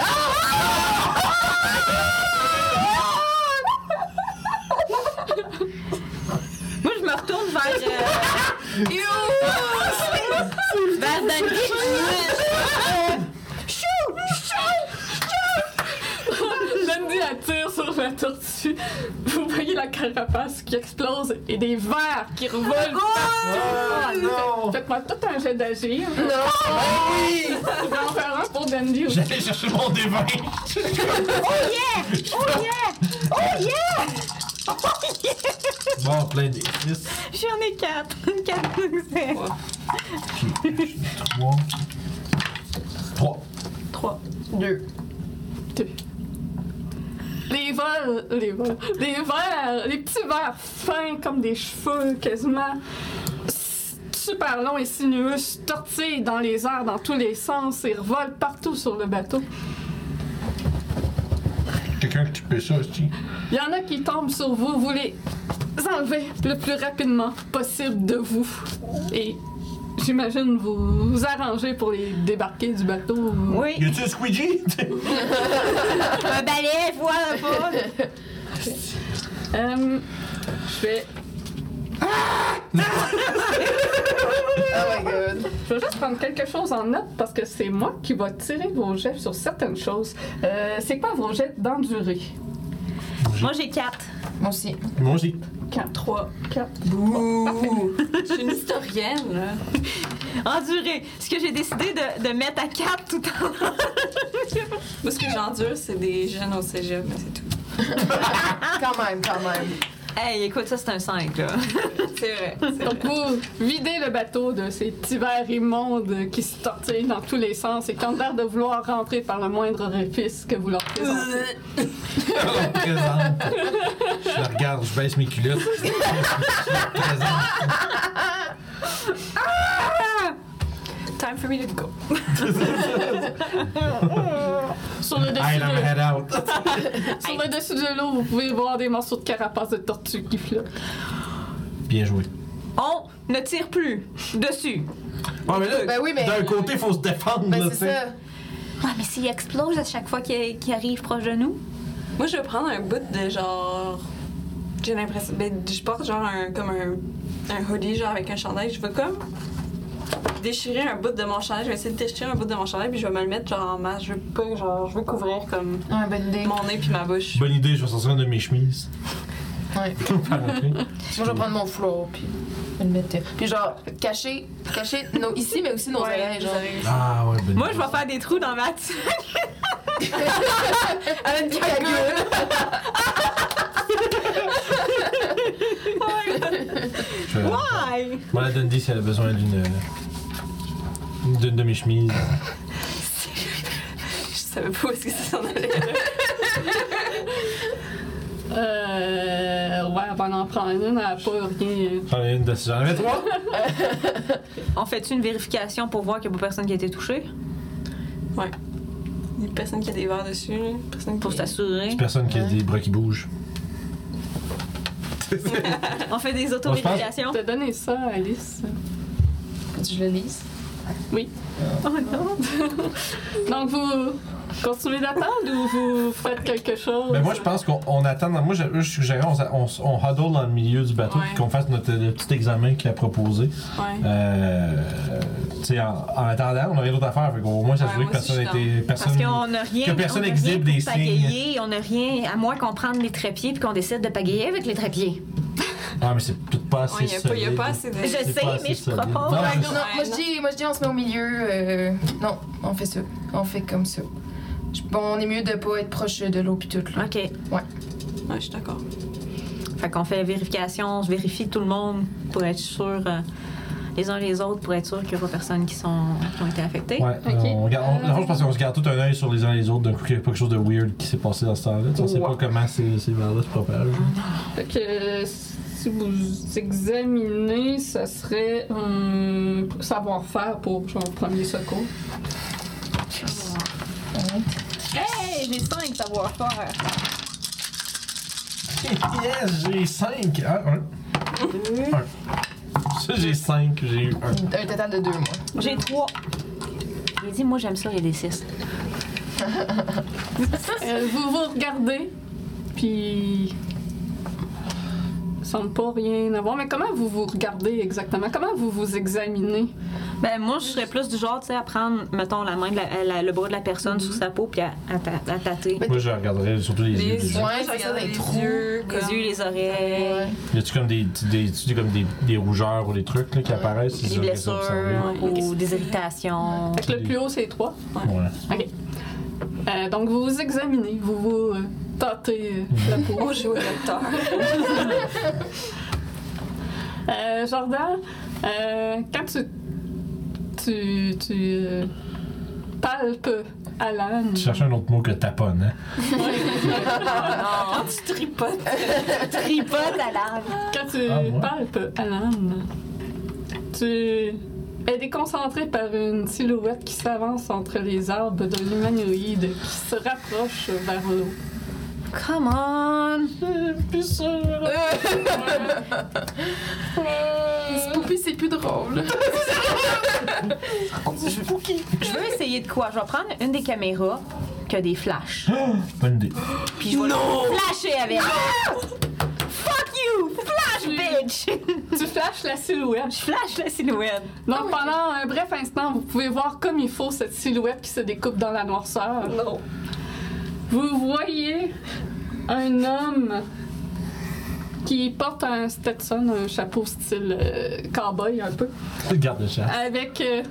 Speaker 6: Moi, je me retourne vers. euh, vers Danny.
Speaker 1: Lundi attire sur la tortue. Vous voyez la carapace qui explose et des vers qui revolent.
Speaker 6: oh!
Speaker 2: Ah non!
Speaker 1: Faites-moi tout un jet d'agir. Oh!
Speaker 2: Oui!
Speaker 1: Je vais en faire un pour Dandy aussi.
Speaker 2: J'allais chercher mon dévin! Bon, plein des 6,
Speaker 6: J'en ai quatre. Une Quatre succès.
Speaker 2: 3, 3.
Speaker 4: 3.
Speaker 3: 2.
Speaker 1: Les vols, les vols, les vers, les petits vers fins comme des cheveux quasiment. s- Super longs et sinueux, se tortillent dans les airs dans tous les sens et revolent partout sur le bateau.
Speaker 2: Quelqu'un qui peut ça aussi.
Speaker 1: Il y en a qui tombent sur vous, vous les enlevez le plus rapidement possible de vous. Et j'imagine vous vous arrangez pour les débarquer du bateau.
Speaker 6: Oui.
Speaker 2: Y a-tu un squeegee?
Speaker 6: Un balai, voilà, pas.
Speaker 1: Euh, je vais,
Speaker 3: Oh my god.
Speaker 1: je vais juste prendre quelque chose en note parce que c'est moi qui va tirer vos jets sur certaines choses. Euh, c'est quoi vos jets d'endurée?
Speaker 6: Moi, j'ai quatre.
Speaker 3: Moi aussi.
Speaker 2: Moi aussi.
Speaker 1: 4, 3, 4.
Speaker 3: Bouh!
Speaker 4: Je suis une historienne, là.
Speaker 6: Enduré. Ce que j'ai décidé de, de mettre à quatre tout en.
Speaker 4: Moi, ce que j'endure, c'est des jeunes au cégep, mais c'est tout.
Speaker 3: Quand même, quand même.
Speaker 6: Hey, écoute, ça, c'est un 5, là.
Speaker 4: C'est vrai. c'est vrai.
Speaker 1: Donc vous videz le bateau de ces petits vers immondes qui se tortillent dans tous les sens et qui ont l'air de vouloir rentrer par le moindre orifice que vous leur présentez.
Speaker 2: Je la présente. Je la regarde, je baisse mes culottes. Je la présente.
Speaker 4: Time for me to go.
Speaker 1: Sur le dessus
Speaker 2: Hey, I'm
Speaker 1: de-
Speaker 2: head out.
Speaker 1: Sur le dessus de l'eau, vous pouvez voir des morceaux de carapace de tortue qui flottent.
Speaker 2: Bien joué.
Speaker 6: On ne tire plus dessus.
Speaker 2: Ouais, Ah, mais là,
Speaker 3: Ben oui, mais-
Speaker 2: d'un côté, faut se défendre. là,
Speaker 3: Ben,
Speaker 2: tu sais.
Speaker 3: c'est ça.
Speaker 6: Ouais, Ah, mais s'il explose à chaque fois qu'il qu'il arrive proche de nous.
Speaker 4: Moi, je vais prendre un bout de genre. J'ai l'impression. Ben, je porte genre un. comme un. un hoodie, genre avec un chandail. Je vais comme. déchirer un bout de mon chandail. Je vais essayer de déchirer un bout de mon chandail, puis je vais me le mettre genre en masse. Je veux pas, genre. Je veux couvrir comme.
Speaker 3: Ouais, bonne idée.
Speaker 4: mon nez puis ma bouche.
Speaker 2: Bonne idée, je vais sortir une de mes chemises.
Speaker 3: Ouais.
Speaker 2: Par après.
Speaker 3: Moi, je vais prendre mon foulard, puis je vais le mettre. Puis genre, cacher, cacher nos, ici, mais aussi nos
Speaker 4: Ouais,
Speaker 3: oreilles, genre.
Speaker 4: j'aurais-
Speaker 2: Ah ouais, bonne
Speaker 6: Moi, je
Speaker 2: idée.
Speaker 6: vais faire des trous dans ma tête.
Speaker 3: Elle a une cagoule.
Speaker 2: Je vais-
Speaker 6: Aïe.
Speaker 2: Euh, Moi, la Dundee, si elle a besoin d'une. euh, d'une de mes chemises.
Speaker 4: Je savais pas où est-ce que ça s'en allait.
Speaker 1: Euh. Ouais, on en prend une, elle n'a pas rien.
Speaker 2: J'en ai une de ces. J'en avais trois!
Speaker 6: On fait une vérification pour voir qu'il n'y a pas personne qui a été touchée?
Speaker 4: Il y a personne qui a des verres dessus. Personne
Speaker 6: Pour
Speaker 4: qui...
Speaker 6: s'assurer.
Speaker 2: Personne qui a des bras qui bougent.
Speaker 6: On fait des
Speaker 2: pense-
Speaker 6: auto-vérifications.
Speaker 1: Je t'ai donné ça, Alice.
Speaker 3: Je le lise.
Speaker 6: Oh non.
Speaker 1: Donc vous Continuez d'attendre ou vous faites quelque chose?
Speaker 2: Mais Ben, moi, je pense qu'on on attend. dans- Moi, je, je suggérais, on, s- on, s- on huddle dans le milieu du bateau
Speaker 4: Ouais.
Speaker 2: puis qu'on fasse notre le petit examen qu'il a proposé.
Speaker 4: Ouais.
Speaker 2: Euh, tu sais, en, en attendant, on n'a rien d'autre à faire. Fait qu'au moins, s'assurer
Speaker 4: Ouais,
Speaker 2: que
Speaker 4: moi
Speaker 2: personne
Speaker 4: aussi, je suis
Speaker 2: n'était.
Speaker 6: Parce
Speaker 2: Personne...
Speaker 6: qu'on n'a rien,
Speaker 2: que personne
Speaker 6: on n'a
Speaker 2: exhibe
Speaker 6: rien
Speaker 2: des
Speaker 6: pour pagayer, on n'a rien, à moins qu'on prenne les trépieds puis qu'on décide de pagayer avec les trépieds.
Speaker 2: Ah, mais c'est tout pas assez.
Speaker 4: Il n'y a,
Speaker 2: solide.
Speaker 4: pas assez de.
Speaker 6: Ben, Je
Speaker 2: C'est
Speaker 6: sais,
Speaker 2: pas assez
Speaker 6: mais je
Speaker 2: solide.
Speaker 6: propose.
Speaker 2: Non,
Speaker 3: Ouais,
Speaker 2: je-
Speaker 3: non, moi, je dis, moi je dis on se met au milieu. euh, non, on fait ça. On fait comme ça. Je- Bon, on est mieux de pas être proche de l'eau pis tout. Là.
Speaker 6: OK.
Speaker 4: Ouais, je suis d'accord.
Speaker 6: Fait qu'on fait vérification, je vérifie tout le monde pour être sûr, euh, les uns les autres, pour être sûr qu'il n'y aura personne qui, sont, qui ont été affectées.
Speaker 2: Ouais,
Speaker 1: Ok.
Speaker 2: on garde, on-
Speaker 1: Euh,
Speaker 2: dans le fond, je pense qu'on se garde tout un œil sur les uns les autres d'un coup qu'il y a pas quelque chose de weird qui s'est passé dans ce temps-là. Tu sais, On sait pas
Speaker 1: Ouais.
Speaker 2: comment ces, ces vers-là se propagent.
Speaker 1: Fait que euh, si vous examinez, ça serait un savoir-faire pour genre premier secours.
Speaker 5: Hey, j'ai 5 savoir-faire.
Speaker 2: yes, j'ai 5! Ah, un. Un. Ça, j'ai 5, j'ai eu un.
Speaker 3: Un total de deux, moi.
Speaker 6: J'ai trois. J'ai dit, moi j'aime ça, les D6.
Speaker 1: Euh, vous vous regardez, puis. Ça semble pas rien avoir. Mais comment vous vous regardez exactement? Comment vous vous examinez?
Speaker 6: Ben, moi, je serais plus du genre, tu sais, à prendre, mettons, la main, de la- la- le bras de la personne sur sa peau, puis à, à ta- à tâter.
Speaker 2: Moi, je regarderais surtout les, yeux. des gens.
Speaker 3: Ouais, c'est ça, des trous.
Speaker 6: Les yeux, les oreilles.
Speaker 3: Ouais.
Speaker 2: Y a-tu comme des, des, tu dis comme des, des rougeurs ou des trucs là, qui apparaissent?
Speaker 6: Des
Speaker 2: c'est ça que ça
Speaker 6: blessures
Speaker 2: observe.
Speaker 6: ou des irritations.
Speaker 1: Fait que le plus haut, c'est 3.
Speaker 2: Ouais.
Speaker 1: Euh, donc, vous vous examinez, vous vous euh, tâtez euh, la peau.
Speaker 4: On joue au docteur.
Speaker 1: Euh, Jordan, euh, quand tu, tu, tu euh, palpes Alan,
Speaker 2: Tu cherches un autre mot que taponne, hein?
Speaker 4: non, tu tripotes.
Speaker 6: Tripote à l'arbre.
Speaker 1: quand tu
Speaker 2: Ah, moi?
Speaker 1: palpes Alan, tu es déconcentré par une silhouette qui s'avance entre les arbres de l'humanoïde qui se rapproche vers l'eau.
Speaker 6: Come on!
Speaker 3: Poupée, c'est plus drôle.
Speaker 6: Je veux essayer de quoi? Je vais prendre une des caméras qui a des flashs.
Speaker 2: Bonne idée.
Speaker 6: Puis je vais le flasher avec. Fuck you! Flash, bitch!
Speaker 1: Tu flashes la silhouette.
Speaker 6: Je flash la silhouette.
Speaker 1: Donc, pendant un bref instant, vous pouvez voir comme il faut cette silhouette qui se découpe dans la noirceur.
Speaker 4: Non.
Speaker 1: Vous voyez un homme qui porte un Stetson, un chapeau style euh, cowboy un peu,
Speaker 2: Garde le chat.
Speaker 1: avec euh,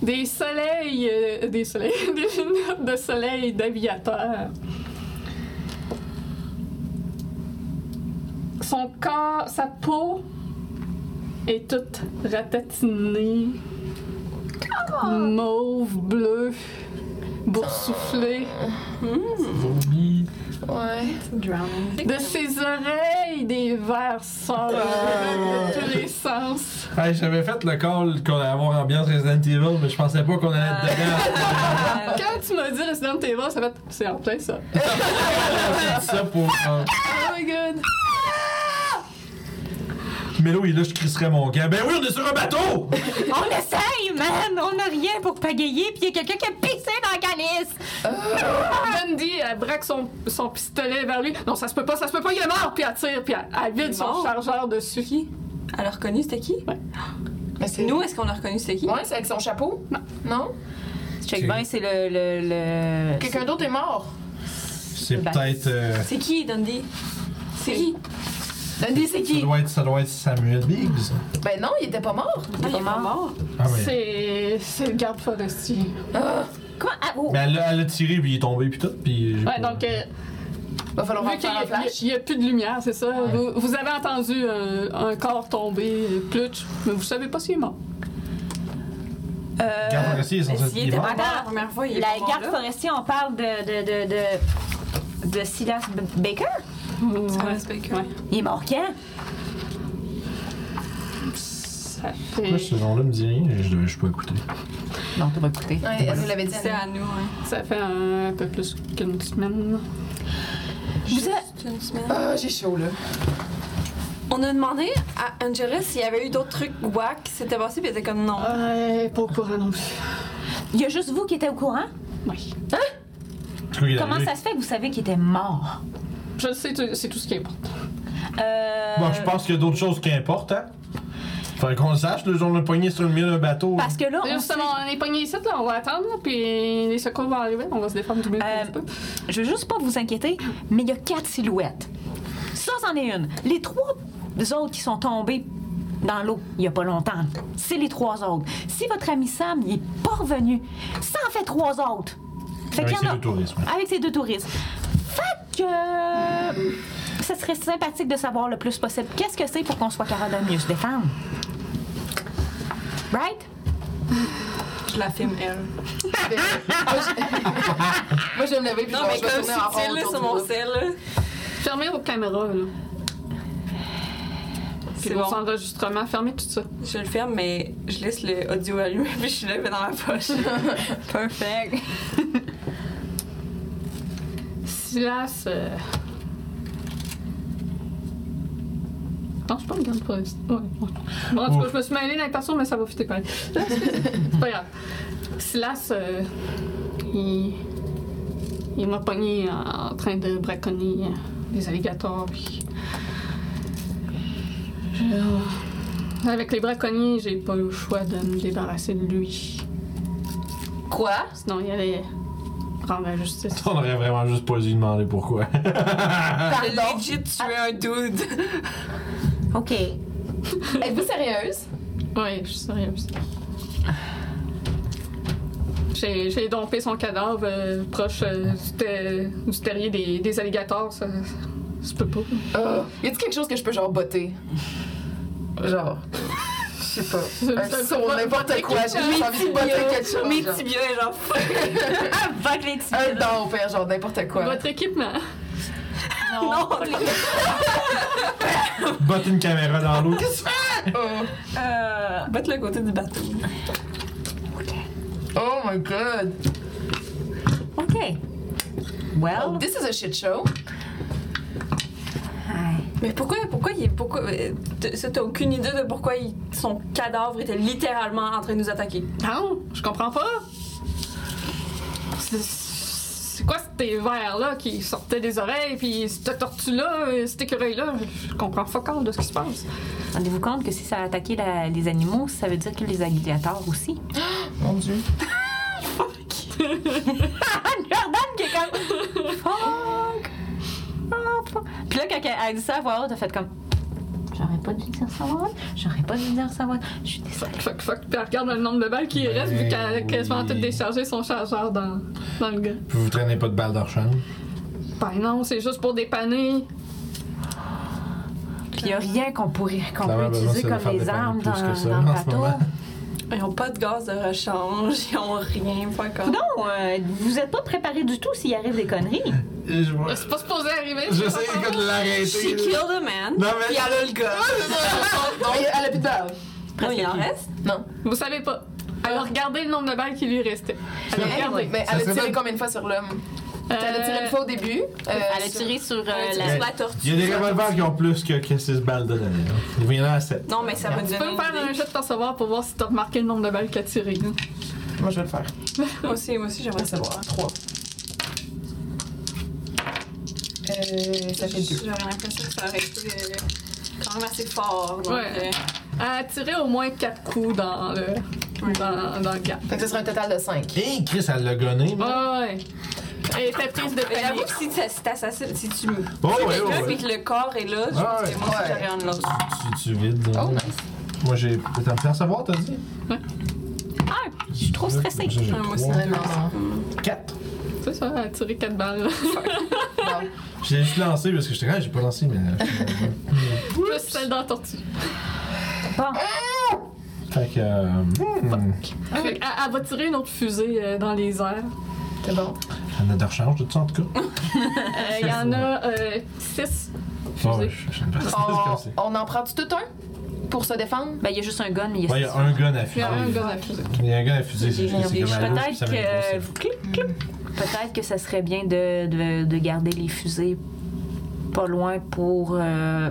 Speaker 1: des soleils, euh, des soleils, des lunettes de soleil d'aviateur. Son corps, sa peau est toute ratatinée, mauve, bleue, boursouflée.
Speaker 3: Ouais.
Speaker 1: De ses oreilles, des vers sortent de tous les sens.
Speaker 2: Hey, j'avais fait le call qu'on allait avoir ambiance Resident Evil, mais je pensais pas qu'on allait être dedans.
Speaker 1: Quand tu m'as dit Resident Evil, ça fait. C'est en plein ça.
Speaker 2: J'ai dit ça pour. euh,
Speaker 1: Oh my god!
Speaker 2: Mélo, il est là, je crisserais mon gars. Ben oui, on est sur un bateau!
Speaker 6: On essaye, man! On n'a rien pour pagayer, puis il y a quelqu'un qui a pissé dans la calice!
Speaker 1: Bundy, elle braque son, son pistolet vers lui. Non, ça se peut pas, ça se peut pas, il est mort! Puis elle tire, puis elle, elle
Speaker 4: Il
Speaker 1: vide
Speaker 4: est
Speaker 1: son
Speaker 4: mort?
Speaker 1: chargeur dessus.
Speaker 4: Qui Elle a reconnu c'était qui
Speaker 3: Mais c'est
Speaker 4: Nous, est-ce qu'on a reconnu c'était qui
Speaker 3: Ouais, c'est avec son chapeau? Non.
Speaker 6: Check
Speaker 2: Ok.
Speaker 6: bien, c'est le. le, le-
Speaker 3: Quelqu'un d'autre est mort.
Speaker 2: C'est
Speaker 6: Ben.
Speaker 2: peut-être. euh,
Speaker 4: C'est qui, Dundee C'est qui
Speaker 3: Dundee, Ben, c'est
Speaker 2: ça,
Speaker 3: qui?
Speaker 2: doit être, ça doit être Samuel Biggs.
Speaker 3: Ben non, il était pas mort.
Speaker 4: Ah, il est pas mort.
Speaker 2: Ah oui.
Speaker 1: C'est. C'est le garde forestier.
Speaker 6: Quoi? Ah, oh.
Speaker 2: Mais Ben, elle l'a elle l'a tiré, puis il est tombé, puis tout. Puis j'ai
Speaker 1: Ouais,
Speaker 2: pas-
Speaker 1: donc, euh,
Speaker 3: Va falloir
Speaker 1: vu
Speaker 3: en faire un flash.
Speaker 1: qu'il n'y a, plus de lumière, c'est ça. Vous, vous avez entendu euh, un corps tomber, euh, plutch, mais vous savez pas s'il est mort.
Speaker 6: Euh,
Speaker 2: Garde forestier, il est censé
Speaker 4: Mais
Speaker 2: être-
Speaker 4: s'il
Speaker 2: il est
Speaker 4: était
Speaker 2: mort.
Speaker 4: pas mort la première fois, il est
Speaker 6: la
Speaker 4: pas mort
Speaker 6: garde
Speaker 4: là.
Speaker 6: forestier, on parle de. de. de. de, de Silas B- Baker?
Speaker 4: C'est un respect, ouais.
Speaker 6: Il est mort quand?
Speaker 1: Ça
Speaker 2: Pourquoi
Speaker 1: fait,
Speaker 2: ce nom-là me dit rien? Je devais, je peux écouter.
Speaker 6: Non, t'as pas écouté.
Speaker 3: Ouais, elle nous l'avait dit.
Speaker 4: C'est
Speaker 3: Annie.
Speaker 4: à nous, ouais.
Speaker 1: ça fait un peu plus qu'une semaine.
Speaker 4: Vous êtes une semaine.
Speaker 3: Ah, j'ai chaud, là.
Speaker 4: On a demandé à Angela s'il y avait eu d'autres trucs wack qui s'étaient passés, puis elle était comme non.
Speaker 3: Ah.
Speaker 1: Ouais, pas au courant non plus.
Speaker 6: Il y a juste vous qui étiez au courant?
Speaker 1: Oui.
Speaker 2: cru qu'il
Speaker 6: Comment
Speaker 2: allait.
Speaker 6: ça se fait que vous savez qu'il était mort?
Speaker 1: Je le sais, tu- c'est tout ce qui importe.
Speaker 6: Euh,
Speaker 2: Bon, je pense qu'il y a d'autres choses qui importent, hein. Faudrait qu'on le sache, le jour de le poignet sur le milieu d'un bateau.
Speaker 6: Parce que là, on sait-
Speaker 1: Justement, on est poigné ici, là, on va attendre, là, puis les secours vont arriver, on va se défendre tout de
Speaker 6: Euh,
Speaker 1: un petit peu.
Speaker 6: je veux juste pas vous inquiéter, mais il y a quatre silhouettes. Ça, c'en est une. Les trois autres qui sont tombés dans l'eau il y a pas longtemps, c'est les trois autres. Si votre ami Sam il est pas revenu, ça en fait trois autres. Fait
Speaker 2: Avec
Speaker 6: qu'il y en
Speaker 2: ces deux
Speaker 6: a-
Speaker 2: touristes, ouais.
Speaker 6: Avec ces deux touristes. Fait que... Ça serait sympathique de savoir le plus possible qu'est-ce que c'est pour qu'on soit capable de mieux se défendre. Right?
Speaker 4: Je la filme, elle.
Speaker 3: Moi, je vais me lever puis
Speaker 4: Non,
Speaker 3: je vais-
Speaker 4: mais
Speaker 3: je vais
Speaker 4: comme
Speaker 3: tourner en rond
Speaker 4: subtil, là,
Speaker 3: autour
Speaker 4: sur
Speaker 3: du
Speaker 4: mon
Speaker 3: groupe.
Speaker 4: sel, là.
Speaker 1: Fermez vos caméras, là.
Speaker 4: C'est
Speaker 1: Puis
Speaker 4: bon.
Speaker 1: vos enregistrements, fermez tout ça.
Speaker 4: Je le ferme, mais je laisse le audio allumé, puis je le mets dans ma poche. Perfect.
Speaker 1: Silas. euh, Non, je parle garde forest. Ouais. ouais. Bon, en tout cas,
Speaker 2: Ouf.
Speaker 1: je me suis mêlée d'intention, mais ça va fitter quand même. C'est pas grave. Silas, euh, il, il m'a pogné en train de braconner euh, des alligators. Puis... Je- Avec les braconniers, j'ai pas eu le choix de me débarrasser de lui.
Speaker 3: Quoi?
Speaker 1: Sinon, il allait prendre la justice.
Speaker 2: On aurait vraiment juste pas dû demander pourquoi.
Speaker 4: J'ai
Speaker 3: Pardon?
Speaker 4: legit tué un dude.
Speaker 6: OK.
Speaker 3: Êtes-vous sérieuse?
Speaker 1: Ouais, je suis sérieuse. J'ai j'ai dompé son cadavre euh, proche euh, du, ter- du terrier des, des alligators, ça, se peut pas.
Speaker 3: Ah, y a-t-il quelque chose que je peux genre botter? Genre. Je sais pas. Un
Speaker 1: C'est-
Speaker 3: saut,
Speaker 1: c'est-
Speaker 3: n'importe quoi. J'ai juste envie de botter quelque chose.
Speaker 4: Mes
Speaker 3: genre.
Speaker 4: tibias, genre, fuck.
Speaker 6: Fuck les petits-
Speaker 3: Un don, père, genre n'importe quoi.
Speaker 1: Votre équipement.
Speaker 4: Non,
Speaker 2: Botte une caméra dans l'eau. Qu'est-ce que tu
Speaker 3: Oh.
Speaker 4: euh, Botte le côté du bateau.
Speaker 3: Oh my god.
Speaker 6: OK. Well...
Speaker 3: Oh, this is a shit show.
Speaker 4: Mais pourquoi, pourquoi, il, pourquoi, euh, t- ça, t'as aucune idée de pourquoi il- son cadavre était littéralement en train de nous attaquer.
Speaker 1: Non, je comprends pas. C'est- C'est quoi ces vers-là qui sortaient des oreilles, puis cette tortue-là, euh, cet écureuil-là? Je comprends pas encore de ce qui se passe.
Speaker 6: Rendez-vous compte que si ça a attaqué la- les animaux, ça veut dire que les alligators aussi.
Speaker 3: Mon dieu.
Speaker 6: Jordan qui est comme Fuck! Ah, fuck. Puis là, quand elle a dit ça à voix haute, elle a fait comme J'aurais pas dû dire ça à voix haute. J'aurais pas dû dire ça à voix haute. Je suis désolée.
Speaker 1: Fuck, fuck, fuck. Puis elle regarde le nombre de balles qui
Speaker 2: Ben
Speaker 1: reste, vu qu'elle a quasiment
Speaker 2: oui.
Speaker 1: tout déchargé son chargeur dans, dans le gars.
Speaker 2: Vous vous traînez pas de balles d'argent.
Speaker 1: Ben non, c'est juste pour dépanner.
Speaker 6: Puis il n'y a rien qu'on pourrait qu'on
Speaker 2: Ça va,
Speaker 6: peut
Speaker 2: ben,
Speaker 6: utiliser
Speaker 2: ça va
Speaker 6: comme
Speaker 2: faire
Speaker 6: des armes
Speaker 2: dépanner
Speaker 6: dans,
Speaker 2: plus que ça,
Speaker 6: dans le
Speaker 2: en ce
Speaker 6: bateau.
Speaker 2: moment.
Speaker 4: Ils ont pas de gaz de rechange, ils ont rien, pas encore.
Speaker 6: Non, euh, vous êtes pas préparé du tout s'il arrive des conneries.
Speaker 2: Et Je vois.
Speaker 1: C'est pas supposé arriver.
Speaker 2: Euh, Je
Speaker 1: c'est
Speaker 2: sais
Speaker 1: pas
Speaker 2: que de
Speaker 4: She
Speaker 2: l'arrêter.
Speaker 4: killed a man.
Speaker 2: Non, mais-
Speaker 4: Puis elle a le gars.
Speaker 3: Non, elle a plus de balles.
Speaker 4: non, il en reste.
Speaker 3: Non.
Speaker 1: Vous savez pas. Alors regardez le nombre de balles qui lui restait. Alors,
Speaker 3: Mais,
Speaker 1: regardez.
Speaker 3: mais
Speaker 2: Ça
Speaker 3: elle a
Speaker 2: serait
Speaker 3: tiré
Speaker 2: pas-
Speaker 3: combien de fois sur l'homme? Elle a
Speaker 1: Euh,
Speaker 3: tiré une fois au début. euh,
Speaker 6: Elle a
Speaker 3: sur-
Speaker 6: tiré sur euh,
Speaker 4: Elle
Speaker 6: la.
Speaker 4: a tiré
Speaker 2: la-
Speaker 4: sur la tortue.
Speaker 2: Il y a des revolvers qui ont plus que, que 6 balles de données. là. Il y en a à 7.
Speaker 4: Non, mais ça va nous
Speaker 1: Tu
Speaker 4: donner
Speaker 1: peux me faire
Speaker 4: une
Speaker 1: un
Speaker 4: idée.
Speaker 1: jet de percevoir pour voir si t'as remarqué le nombre de balles qu'elle a tiré.
Speaker 3: Moi, je vais le faire.
Speaker 4: Moi aussi, moi aussi, j'aimerais savoir.
Speaker 3: Trois. Euh, ça fait deux.
Speaker 4: J'aurais l'impression que ça aurait été euh, quand même assez fort. Donc,
Speaker 1: Ouais.
Speaker 4: euh,
Speaker 1: Elle a tiré au moins quatre coups dans le, dans, dans le gap.
Speaker 3: Fait que ce sera un total de cinq.
Speaker 2: Et Chris, elle l'a gonné. là.
Speaker 1: Ouais. Elle était prise de
Speaker 4: Mais j'avoue
Speaker 1: panique.
Speaker 4: que si tu si t'assassines, si tu me
Speaker 2: Oh, ouais,
Speaker 4: là,
Speaker 2: ouais, ouais.
Speaker 4: puis que le corps est là, je
Speaker 2: Ouais,
Speaker 4: pense
Speaker 2: ouais.
Speaker 4: que moi,
Speaker 3: Ouais.
Speaker 4: j'aurais un autre.
Speaker 2: Tu, tu vides. là.
Speaker 3: Oh, nice.
Speaker 2: Moi, j'ai. T'as me faire savoir, t'as dit
Speaker 6: Ah, je suis trop stressée.
Speaker 2: J'ai
Speaker 4: Ah, moi aussi.
Speaker 2: 3,
Speaker 3: Ouais, non, non.
Speaker 2: 4.
Speaker 1: C'est ça, elle a tiré quatre balles.
Speaker 3: non.
Speaker 2: Je l'ai juste lancé parce que j'étais. Ah, j'ai pas lancé, mais.
Speaker 1: Plus celle dans la tortue.
Speaker 2: fait que. euh, hmm,
Speaker 3: Ah
Speaker 1: Fait qu'elle- elle va tirer une autre fusée euh, dans les airs.
Speaker 3: C'est bon.
Speaker 2: Il y en a de rechange de tout ça, en tout cas.
Speaker 1: Euh, Il y en a euh, six.
Speaker 2: Bon, Ah, ouais, je je suis une personne comme
Speaker 3: On,
Speaker 2: ça.
Speaker 3: on en prend-tu tout un pour se défendre?
Speaker 6: Ben, il y a juste un gun, mais il y a
Speaker 2: Ouais, il y a un gun à
Speaker 1: Il y
Speaker 2: fusil.
Speaker 1: en a un gars à fusée.
Speaker 2: Il y a un gun à fusil, c'est juste c'est comme à l'eau, puis ça
Speaker 6: Peut-être
Speaker 2: met une
Speaker 6: que,
Speaker 2: grosse-
Speaker 6: peut-être que ça serait bien de, de- de garder les fusées pas loin pour euh,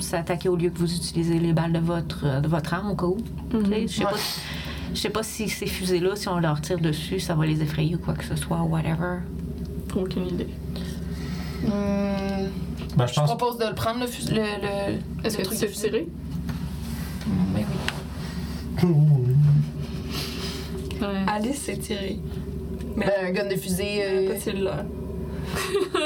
Speaker 6: s'attaquer au lieu que vous utilisez les balles de votre, euh, de votre arme au cas où. Tu sais, Je sais
Speaker 3: Ouais.
Speaker 6: pas. Je sais pas si ces fusées-là, si on leur tire dessus, ça va les effrayer ou quoi que ce soit, whatever.
Speaker 1: aucune idée.
Speaker 3: Hum,
Speaker 2: Ben, je
Speaker 3: je
Speaker 2: pense.
Speaker 3: propose de le prendre, le fusil. Le, le,
Speaker 1: Est-ce que
Speaker 3: le
Speaker 1: tu
Speaker 3: truc
Speaker 1: sais
Speaker 3: de fusil.
Speaker 1: tirer?
Speaker 3: Hum, ben oui.
Speaker 1: Ouais.
Speaker 4: Alice s'est tirée. Mais
Speaker 3: Ben, un gun de fusil.
Speaker 4: elle a
Speaker 3: euh,
Speaker 4: pas celle-là.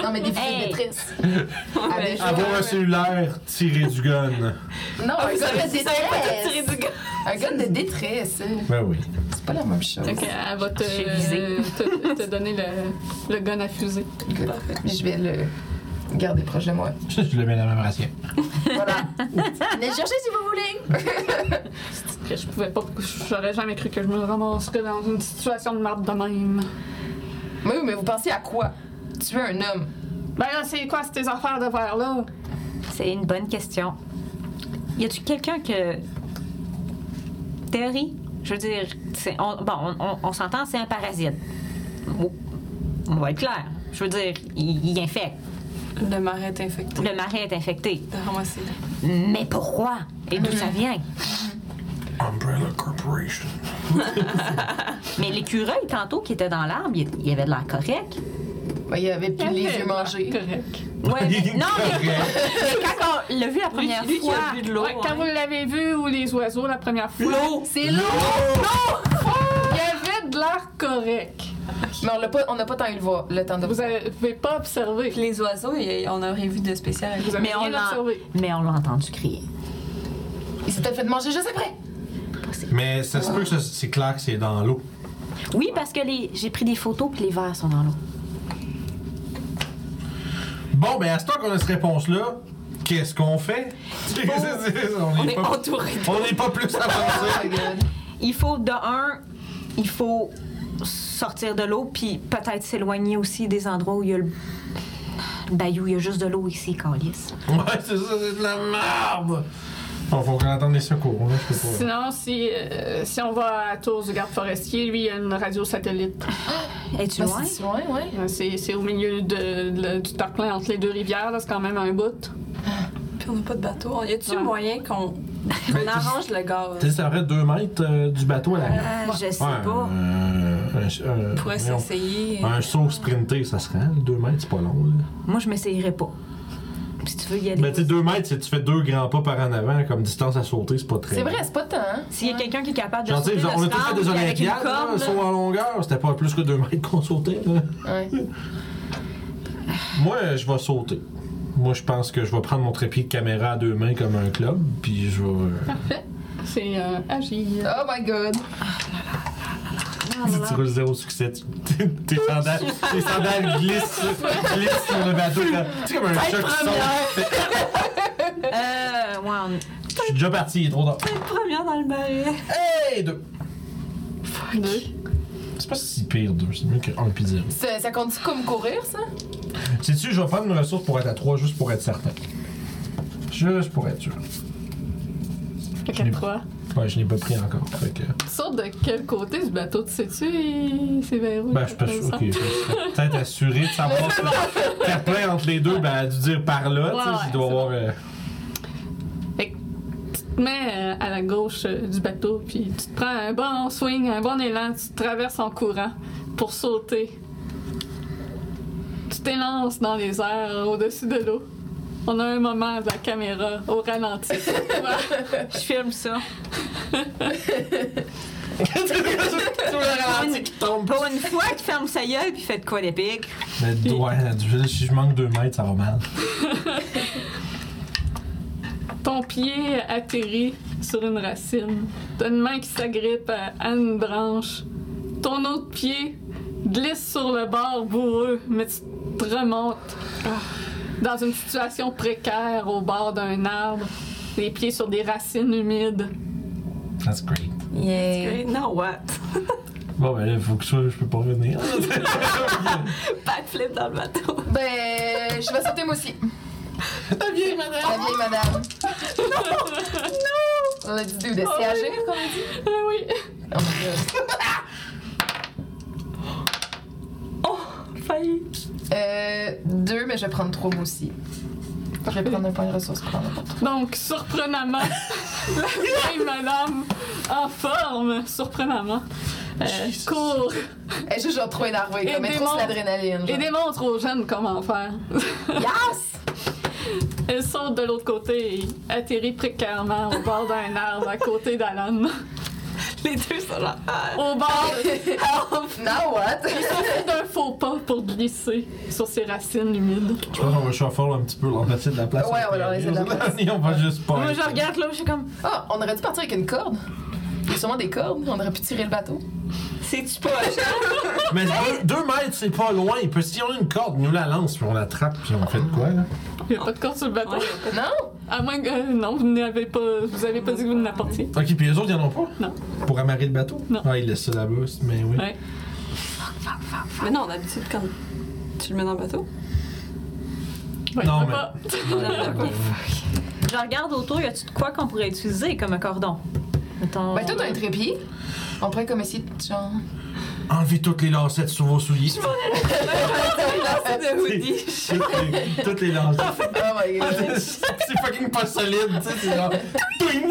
Speaker 3: non, mais des fusils
Speaker 8: Hey.
Speaker 3: de maîtrise.
Speaker 4: Ouais,
Speaker 3: Avec-
Speaker 2: Avoir un cellulaire, tirer du gun.
Speaker 3: Non, un
Speaker 4: vous
Speaker 3: gun
Speaker 4: avez-
Speaker 3: de
Speaker 4: vous avez pas tiré
Speaker 3: détresse.
Speaker 4: du gars.
Speaker 3: Un gun de détresse. euh,
Speaker 2: Ben oui.
Speaker 3: C'est pas la même chose.
Speaker 1: Ok, elle va te, euh,
Speaker 6: J'ai visé.
Speaker 1: te, te donner le, le gun à fusée.
Speaker 3: Je vais le garder proche de moi.
Speaker 2: Je le mets dans la même assiette.
Speaker 3: Voilà. Venez le chercher si vous voulez.
Speaker 1: Que je pouvais pas, j'aurais jamais cru que je me ramasserais dans une situation de marde de même.
Speaker 3: Mais oui, mais vous pensez à quoi Tuer un homme.
Speaker 1: Ben là, c'est quoi ces affaires de verre là?
Speaker 6: C'est une bonne question. Y a-tu quelqu'un que. Théorie? Je veux dire, c'est- on, bon, on, on- on s'entend, c'est un parasite. Oh, on va être clair. Je veux dire, il, il infecte.
Speaker 4: Le marais est infecté.
Speaker 6: Le marais est infecté.
Speaker 4: T'as ramassé.
Speaker 6: Mais pourquoi? Et d'où ça vient?
Speaker 2: Umbrella Corporation.
Speaker 6: Mais l'écureuil, tantôt, qui était dans l'arbre, il, il avait de l'air correct.
Speaker 3: Ben, il avait plus les yeux mangés.
Speaker 1: Correct.
Speaker 6: Ouais, mais- non, mais, mais quand on l'a vu la première
Speaker 4: lui qui
Speaker 6: fois.
Speaker 4: a bu de l'eau.
Speaker 1: Ouais, quand
Speaker 4: hein.
Speaker 1: vous l'avez vu ou les oiseaux la première fois,
Speaker 6: L'eau!
Speaker 3: C'est l'eau.
Speaker 1: il y avait de l'air correct.
Speaker 3: Mais on n'a pas, on n'a pas tant eu le, voir, le temps de
Speaker 1: Vous n'avez pas observé.
Speaker 4: Puis Les oiseaux, y- on aurait vu de spécial.
Speaker 1: Vous avez
Speaker 6: Mais on
Speaker 1: rien
Speaker 6: a-
Speaker 1: observé.
Speaker 6: Mais on l'a entendu crier.
Speaker 3: Il s'est peut-être fait manger juste après.
Speaker 2: Mais ça se peut que ça- c'est clair que c'est dans l'eau.
Speaker 6: Oui, parce que les- j'ai pris des photos puis les verres sont dans l'eau.
Speaker 2: Bon, ben à ce temps qu'on a cette réponse-là, qu'est-ce qu'on fait? C'est- c'est- c'est- on
Speaker 4: On
Speaker 2: n'est
Speaker 4: est
Speaker 2: pas,
Speaker 4: entouré.
Speaker 2: on n'est pas plus avancé.
Speaker 6: Il faut, de un, il faut sortir de l'eau puis peut-être s'éloigner aussi des endroits où il y a le, le bayou. Il y a juste de l'eau ici, Calice.
Speaker 2: ouais, c'est ça, c'est de la merde! Bon, faut qu'on attende les secours, là, je sais pas.
Speaker 1: Sinon, si, euh, si on va à Tours du garde forestier, lui, il y a une radio satellite.
Speaker 6: Es-tu
Speaker 3: Ben,
Speaker 6: loin?
Speaker 3: c'est loin, ouais.
Speaker 1: Euh, C'est c'est au milieu de, le- du terre-plein entre les deux rivières, là, c'est quand même un bout.
Speaker 4: Puis on n'a pas de bateau. Y a-tu
Speaker 1: Ouais.
Speaker 4: moyen qu'on
Speaker 2: Mais
Speaker 4: on arrange le gars?
Speaker 2: Tu sais, ça aurait 2 mètres euh, du bateau à la mer.
Speaker 6: Ah, je sais
Speaker 2: Ouais,
Speaker 6: pas.
Speaker 2: euh, un, un-
Speaker 4: On pourrait
Speaker 2: voyons,
Speaker 4: s'essayer.
Speaker 2: un saut sprinté, ça serait 2 mètres, c'est pas long. Là.
Speaker 6: Moi, je m'essayerai pas. Si tu veux y aller.
Speaker 2: Mais tu sais, 2 mètres, si tu fais Ben, deux grands pas par en avant, comme distance à sauter, c'est pas très.
Speaker 3: C'est
Speaker 2: long.
Speaker 3: vrai, c'est pas tant. hein?
Speaker 6: S'il y a quelqu'un qui est capable de
Speaker 2: Genre, tu sais,
Speaker 6: sauter
Speaker 2: on a
Speaker 6: de ce
Speaker 2: tous fait
Speaker 6: arbre
Speaker 2: des
Speaker 6: avec une
Speaker 2: Olympiades, là,
Speaker 6: corde,
Speaker 2: le saut en longueur, c'était pas plus que 2 mètres qu'on sautait. là.
Speaker 3: Ouais.
Speaker 2: Moi, euh, je vais sauter. Moi, je pense que je vais prendre mon trépied de caméra à deux mains comme un club, puis je vais. euh,
Speaker 1: C'est euh, agile.
Speaker 3: Oh my god.
Speaker 6: Ah,
Speaker 2: Si tu roules zéro succès, tu- tes- tes sandales, tes sandales glissent, sur- glissent sur le bateau. comme- Tu sais, comme un chat qui saute.
Speaker 6: Euh, ouais,
Speaker 2: Je suis déjà parti, il est trop tard.
Speaker 4: Première dans le marais.
Speaker 2: Hey, deux!
Speaker 1: Deux.
Speaker 2: C'est pas si pire, deux. C'est mieux qu'un puis zéro.
Speaker 3: Ça, ça compte comme courir, ça?
Speaker 2: Sais-tu, je vais prendre une ressource pour être à trois, juste pour être certain. Juste pour être sûr.
Speaker 1: Fait
Speaker 2: Je l'ai-
Speaker 1: que trois.
Speaker 2: Ouais, je n'ai pas pris encore. Fait que.
Speaker 1: Tu sautes de quel côté du bateau, euh, tu sais-tu? Il- C'est vers où?
Speaker 2: Ben, je suis pas sûr.
Speaker 1: Ça.
Speaker 2: Ok, je serais peut-être assuré de savoir ça. Faire plein entre les deux, ben, dû dire par là, tu
Speaker 1: Ouais,
Speaker 2: sais, il
Speaker 1: ouais,
Speaker 2: doit
Speaker 1: c'est
Speaker 2: avoir.
Speaker 1: bon.
Speaker 2: euh,
Speaker 1: te mets euh, à la gauche euh, du bateau, puis tu te prends un bon swing, un bon élan, tu traverses en courant pour sauter. Tu t'élances dans les airs au-dessus de l'eau. On a un moment de la caméra au ralenti.
Speaker 6: je filme ça.
Speaker 2: Sur le ralenti qui tombe.
Speaker 6: Pour une fois qu'il ferme sa gueule puis fait de quoi d'épique.
Speaker 2: Mais ouais, ben, je- si je manque deux mètres, ça va mal.
Speaker 1: Ton pied atterrit sur une racine. T'as une main qui s'agrippe à, à une branche. Ton autre pied glisse sur le bord bourreux, mais tu te remontes ah, dans une situation précaire au bord d'un arbre, les pieds sur des racines humides.
Speaker 2: That's great.
Speaker 4: Great, Now what?
Speaker 2: Bon, ben là, faut que je, je peux pas revenir.
Speaker 4: Backflip dans le bateau.
Speaker 3: Ben, je vais sauter moi aussi.
Speaker 1: Ta vieille madame!
Speaker 3: La vieille madame. non! Non! Let's do this. C'est agir, comme on dit?
Speaker 1: Ah oui!
Speaker 3: Oh my god. Oh,
Speaker 4: Failli.
Speaker 3: Euh, deux, mais je vais prendre trois moi aussi. Je vais prendre un point de ressource pour en avoir trois.
Speaker 1: Donc, surprenamment, la vieille madame en forme, surprenamment, euh,
Speaker 2: Jesus.
Speaker 1: cours
Speaker 3: Elle est juste genre trop énervée,
Speaker 1: Et
Speaker 3: comme elle est trop sur
Speaker 1: démontre-
Speaker 3: l'adrénaline.
Speaker 1: et
Speaker 3: genre.
Speaker 1: démontre aux jeunes comment faire.
Speaker 3: Yes!
Speaker 1: Elle saute de l'autre côté et atterrit précairement au bord d'un arbre à côté d'Alan.
Speaker 4: Les deux sont là. Ah.
Speaker 1: Au bord
Speaker 3: Now what?
Speaker 1: d'un faux pas pour glisser sur ses racines humides.
Speaker 2: Je pense qu'on va shuffle un petit peu, on va laisser de la place.
Speaker 3: Ouais, on va laisser de la place.
Speaker 2: Et on va juste pas.
Speaker 6: Moi, je regarde là, je suis comme.
Speaker 3: Ah, on aurait dû partir avec une corde. Il y a sûrement des cordes, on aurait pu tirer le bateau.
Speaker 4: C'est-tu poche?
Speaker 2: Mais deux, deux mètres, c'est pas loin. Il peut- si on a une corde, nous la lance, puis on l'attrape, puis on fait de quoi, là?
Speaker 1: Il n'y a pas de corde sur le bateau.
Speaker 3: Non?
Speaker 1: À moins que. euh, non, vous n'avez pas. Vous avez pas dit que vous n'apportiez.
Speaker 2: Ok, puis les autres, ils en ont pas?
Speaker 1: Non.
Speaker 2: Pour amarrer le bateau?
Speaker 1: Non.
Speaker 2: Ah, ils laissent ça là-bas, c'est- mais oui.
Speaker 1: Ouais.
Speaker 4: Mais non, d'habitude, quand tu le mets dans le bateau,
Speaker 1: Ouais,
Speaker 2: Non,
Speaker 1: je peux
Speaker 2: mais-
Speaker 1: pas.
Speaker 2: Ouais,
Speaker 6: Je regarde autour, y a-tu de quoi qu'on pourrait utiliser comme un cordon? Mettons.
Speaker 3: Ben, toi, t'as un trépied. On pourrait comme essayer de genre.
Speaker 2: Enlevez toutes les lancettes sur vos souliers.
Speaker 4: c'est de hoodie.
Speaker 2: toutes les lancettes.
Speaker 3: Oh my god.
Speaker 2: c'est fucking pas solide, tu sais, c'est genre. Twing!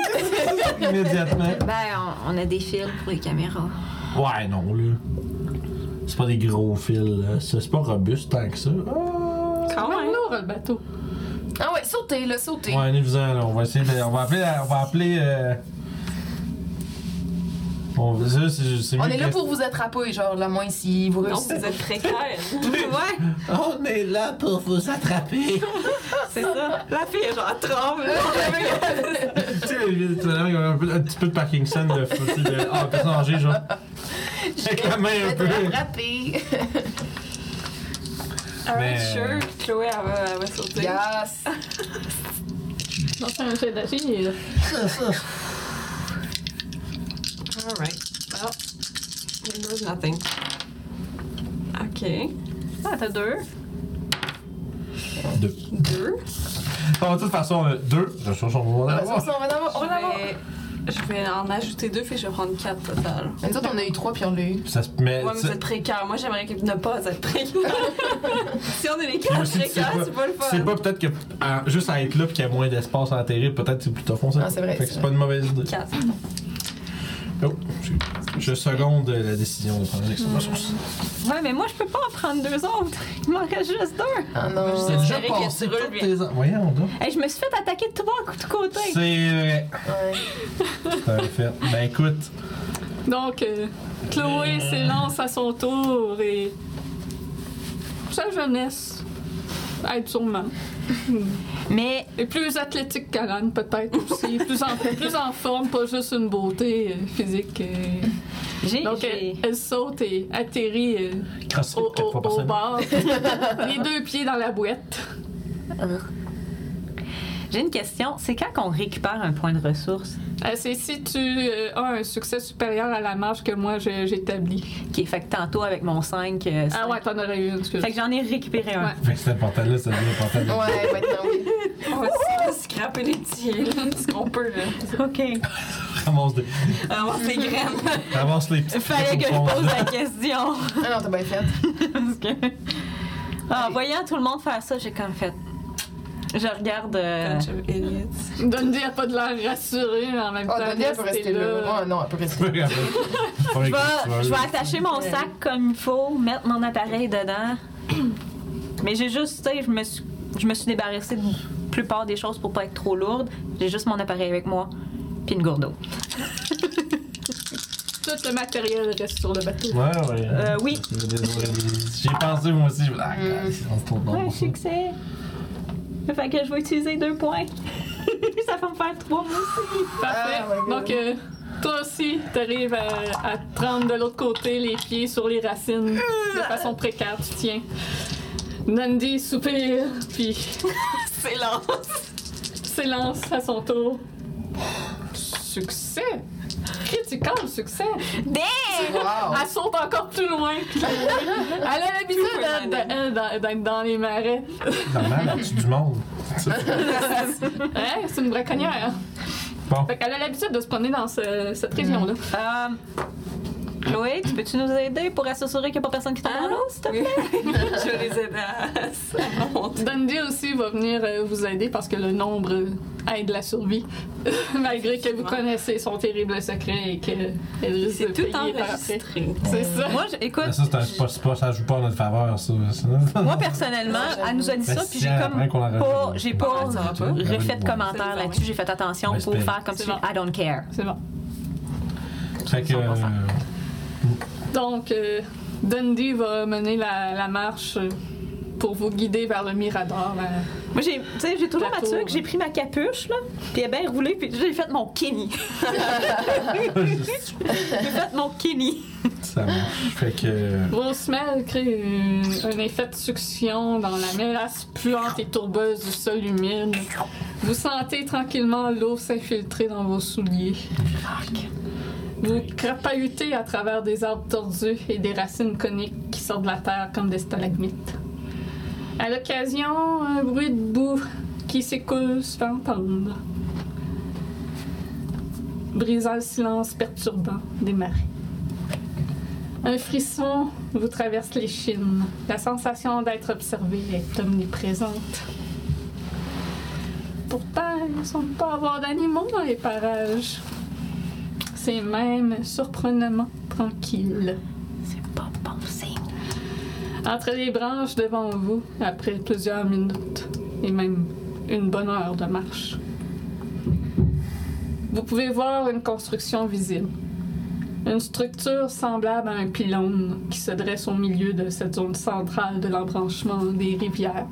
Speaker 2: Immédiatement.
Speaker 5: Ben, on, on a des fils pour les caméras.
Speaker 2: Ouais, non, là. C'est pas des gros fils, là. Ça, C'est pas robuste tant que ça. Ah!
Speaker 4: Quand
Speaker 1: Ouais,
Speaker 4: même.
Speaker 1: lourd le bateau.
Speaker 3: Ah ouais, sauter, là, sauter.
Speaker 2: Ouais, en là. On va essayer de. On va appeler. la- On va appeler. euh, On va. Ça, c'est c'est mieux
Speaker 3: On est là
Speaker 2: que-
Speaker 3: pour vous attraper, genre, la main si vous
Speaker 4: Non,
Speaker 3: réussissez.
Speaker 4: vous êtes précaire.
Speaker 5: ouais,
Speaker 2: On est là pour vous attraper.
Speaker 5: c'est ça.
Speaker 4: La fille est genre tremble.
Speaker 2: tu sais, les- tout à l'heure, il y avait un, peu- un petit peu de Parkinson de. tu sais, de ah, personne âgée, genre. Avec la main un peu.
Speaker 3: attraper.
Speaker 4: Alright,
Speaker 2: Mais-
Speaker 4: Ah, sure. Chloé, elle va, elle va sauter.
Speaker 3: Yes.
Speaker 1: Non, c'est un jet d'agir.
Speaker 4: Alright. Well, it does nothing. Ok.
Speaker 6: Ah, t'as deux.
Speaker 2: Deux.
Speaker 4: Deux.
Speaker 2: Bon, de toute façon, euh, deux. Je cherche son mot.
Speaker 3: On va l'avoir, on
Speaker 4: Je
Speaker 3: va l'avoir.
Speaker 4: vais, Oh, je vais en ajouter deux, fait que je vais prendre quatre total.
Speaker 3: Mais nous autres, on a eu trois, puis on l'a eu.
Speaker 2: Ça se met.
Speaker 4: Ouais, mais vous êtes précaire. Moi, j'aimerais que- ne pas être précaire. si on est les
Speaker 2: Puis
Speaker 4: quatre
Speaker 2: aussi, tu sais
Speaker 4: précaires,
Speaker 2: pas-
Speaker 4: c'est pas le fun.
Speaker 2: C'est pas peut-être que à- juste à être là puis qu'il y a moins d'espace à atterrir, peut-être c'est plus tough, on sait
Speaker 3: Ah,
Speaker 2: pas.
Speaker 3: c'est vrai,
Speaker 2: Fait que
Speaker 3: c'est
Speaker 2: c'est pas une mauvaise idée.
Speaker 4: Quatre.
Speaker 2: Oh, je- je seconde euh, la décision de prendre l'extra ressource.
Speaker 6: Ouais, mais moi, je peux pas en prendre deux autres. Il m'en reste juste deux.
Speaker 3: Ah non.
Speaker 4: Je
Speaker 2: T'as
Speaker 4: sais.
Speaker 2: déjà
Speaker 4: espérer que
Speaker 2: passé
Speaker 4: tu
Speaker 2: toutes
Speaker 4: releves.
Speaker 2: tes ans. Voyons donc.
Speaker 6: Hey, je me suis fait attaquer de trois coups de côté.
Speaker 2: C'est vrai.
Speaker 3: Ouais.
Speaker 2: T'as fait. Ben écoute,
Speaker 1: Donc, euh, Chloé s'élance à son tour et. Sa jeunesse aide sûrement.
Speaker 6: Mais
Speaker 1: Et plus athlétique qu'Alan, peut-être aussi. plus, en, plus en forme, pas juste une beauté euh, physique. euh.
Speaker 6: j'ai.
Speaker 1: Donc, euh, elle,
Speaker 6: j'ai-
Speaker 1: elle saute et atterrit euh,
Speaker 2: crossfit
Speaker 1: au,
Speaker 2: 4
Speaker 1: au,
Speaker 2: fois par
Speaker 1: au
Speaker 2: semaine.
Speaker 1: bord. Les deux pieds dans la boîte.
Speaker 6: J'ai une question. C'est quand qu'on récupère un point de ressource?
Speaker 1: Euh, c'est si tu euh, as un succès supérieur à la marge que moi j'ai- j'établis.
Speaker 6: Qui fait que tantôt avec mon 5.
Speaker 1: Ah ouais, t'en aurais eu une, excuse.
Speaker 6: Fait que j'en ai récupéré un.
Speaker 1: Ouais.
Speaker 2: Fait que c'est important là, ça devient important.
Speaker 3: Ouais, maintenant, oui.
Speaker 4: On va essayer de scraper les petits, là, ce qu'on peut, là.
Speaker 6: OK.
Speaker 2: Ramasse, des...
Speaker 4: Avoir ses graines.
Speaker 2: Ramasse les petits.
Speaker 6: Fallait que je pose la question.
Speaker 3: Ah non, t'as bien fait.
Speaker 6: Parce que. Ah, en voyant tout le monde faire ça, j'ai comme fait. Je regarde. euh,
Speaker 4: Bunch of idiots.
Speaker 1: Donne a pas de l'air rassuré mais en même
Speaker 3: Oh,
Speaker 1: temps.
Speaker 3: Daniel peut
Speaker 1: restez
Speaker 3: rester là. Ouais, non, elle peut rester.
Speaker 2: Faudrait
Speaker 6: Je
Speaker 2: que tu
Speaker 6: vais,
Speaker 2: vas-
Speaker 6: je vais attacher mon sac comme il faut, mettre mon appareil dedans. Mais j'ai juste, tu sais, je me suis, je me suis débarrassée de la plupart des choses pour pas être trop lourde. J'ai juste mon appareil avec moi, puis une gourde d'eau.
Speaker 1: Tout le matériel reste sur le bateau.
Speaker 2: Ouais, ouais.
Speaker 6: Euh, oui.
Speaker 2: Désolé. J'y ai pensé moi aussi. Je me dis, ah, on se tourne dans
Speaker 6: Ouais, succès! Fait que je vais utiliser deux points. Ça va me faire trois, moi aussi.
Speaker 1: Parfait.
Speaker 3: Ah, my God.
Speaker 1: Donc, euh, toi aussi, t'arrives euh, à, à te prendre de l'autre côté, les pieds sur les racines, de façon précaire, tu tiens. Nandi soupire, puis s'élance à son tour. Succès! Critical succès!
Speaker 3: Wow.
Speaker 1: Elle saute encore plus loin. Elle a l'habitude d'être d'être dans, d'être dans les marais.
Speaker 2: Normal, là-dessus du monde.
Speaker 1: Hein? C'est une braconnière.
Speaker 2: Bon.
Speaker 1: Fait qu'elle a l'habitude de se promener dans ce- cette région-là.
Speaker 6: Euh, Chloé, tu peux-tu nous aider pour assurer qu'il n'y a pas personne qui tombe dans l'eau, s'il te plaît?
Speaker 4: Oui. je vais les aider à, à monter.
Speaker 1: Dundee aussi va venir euh, vous aider parce que le nombre euh, aide la survie. Malgré que vous
Speaker 4: Effectivement.
Speaker 1: connaissez son terrible secret et qu'elle risque de
Speaker 4: C'est tout
Speaker 1: payer par après.
Speaker 4: enregistré.
Speaker 1: C'est ça.
Speaker 6: Moi, je- écoute,
Speaker 2: Mais ça, c'est un- c'est pas, c'est pas- ça joue pas en notre faveur, ça. ça.
Speaker 6: moi personnellement,
Speaker 3: j'avoue.
Speaker 6: elle nous a dit
Speaker 2: Ben,
Speaker 6: ça,
Speaker 2: si
Speaker 6: puis j'ai
Speaker 2: elle
Speaker 6: comme
Speaker 2: apprend qu'on la
Speaker 6: pas,
Speaker 2: rajoute.
Speaker 6: j'ai
Speaker 4: Ah,
Speaker 6: pas
Speaker 4: ça va pas?
Speaker 6: refait
Speaker 2: hein.
Speaker 6: de commentaire
Speaker 4: C'est
Speaker 6: là-dessus. J'ai fait attention
Speaker 2: Ouais,
Speaker 6: pour
Speaker 2: c'est-
Speaker 6: faire comme si
Speaker 1: c'est bon.
Speaker 6: I don't care.
Speaker 1: C'est bon.
Speaker 2: Fait que. euh,
Speaker 6: 100%.
Speaker 1: Donc, euh, Dundee va mener la, la marche euh, pour vous guider vers le Mirador. euh, la-
Speaker 6: Moi, j'ai, tu sais, j'ai toujours
Speaker 1: La
Speaker 6: ma
Speaker 1: tour.
Speaker 6: tuque, j'ai pris ma capuche là, puis elle est bien roulée, puis j'ai fait mon Kenny.
Speaker 2: juste-
Speaker 6: j'ai fait mon Kenny.
Speaker 2: ça marche. Fait que. euh,
Speaker 1: Rosemel crée une- un effet de succion dans la mélasse puante et tourbeuse du sol humide. Vous sentez tranquillement l'eau s'infiltrer dans vos souliers. Vous crapahutez à travers des arbres tordus et des racines coniques qui sortent de la terre comme des stalagmites. À l'occasion, un bruit de boue qui s'écoule se fait entendre, brisant le silence perturbant des marais. Un frisson vous traverse les chines. La sensation d'être observé est omniprésente. Pourtant, il ne semble pas avoir d'animaux dans les parages. C'est même surprenamment tranquille.
Speaker 6: C'est pas bon signe.
Speaker 1: Entre les branches devant vous, après plusieurs minutes et même une bonne heure de marche, vous pouvez voir une construction visible. Une structure semblable à un pylône qui se dresse au milieu de cette zone centrale de l'embranchement des rivières.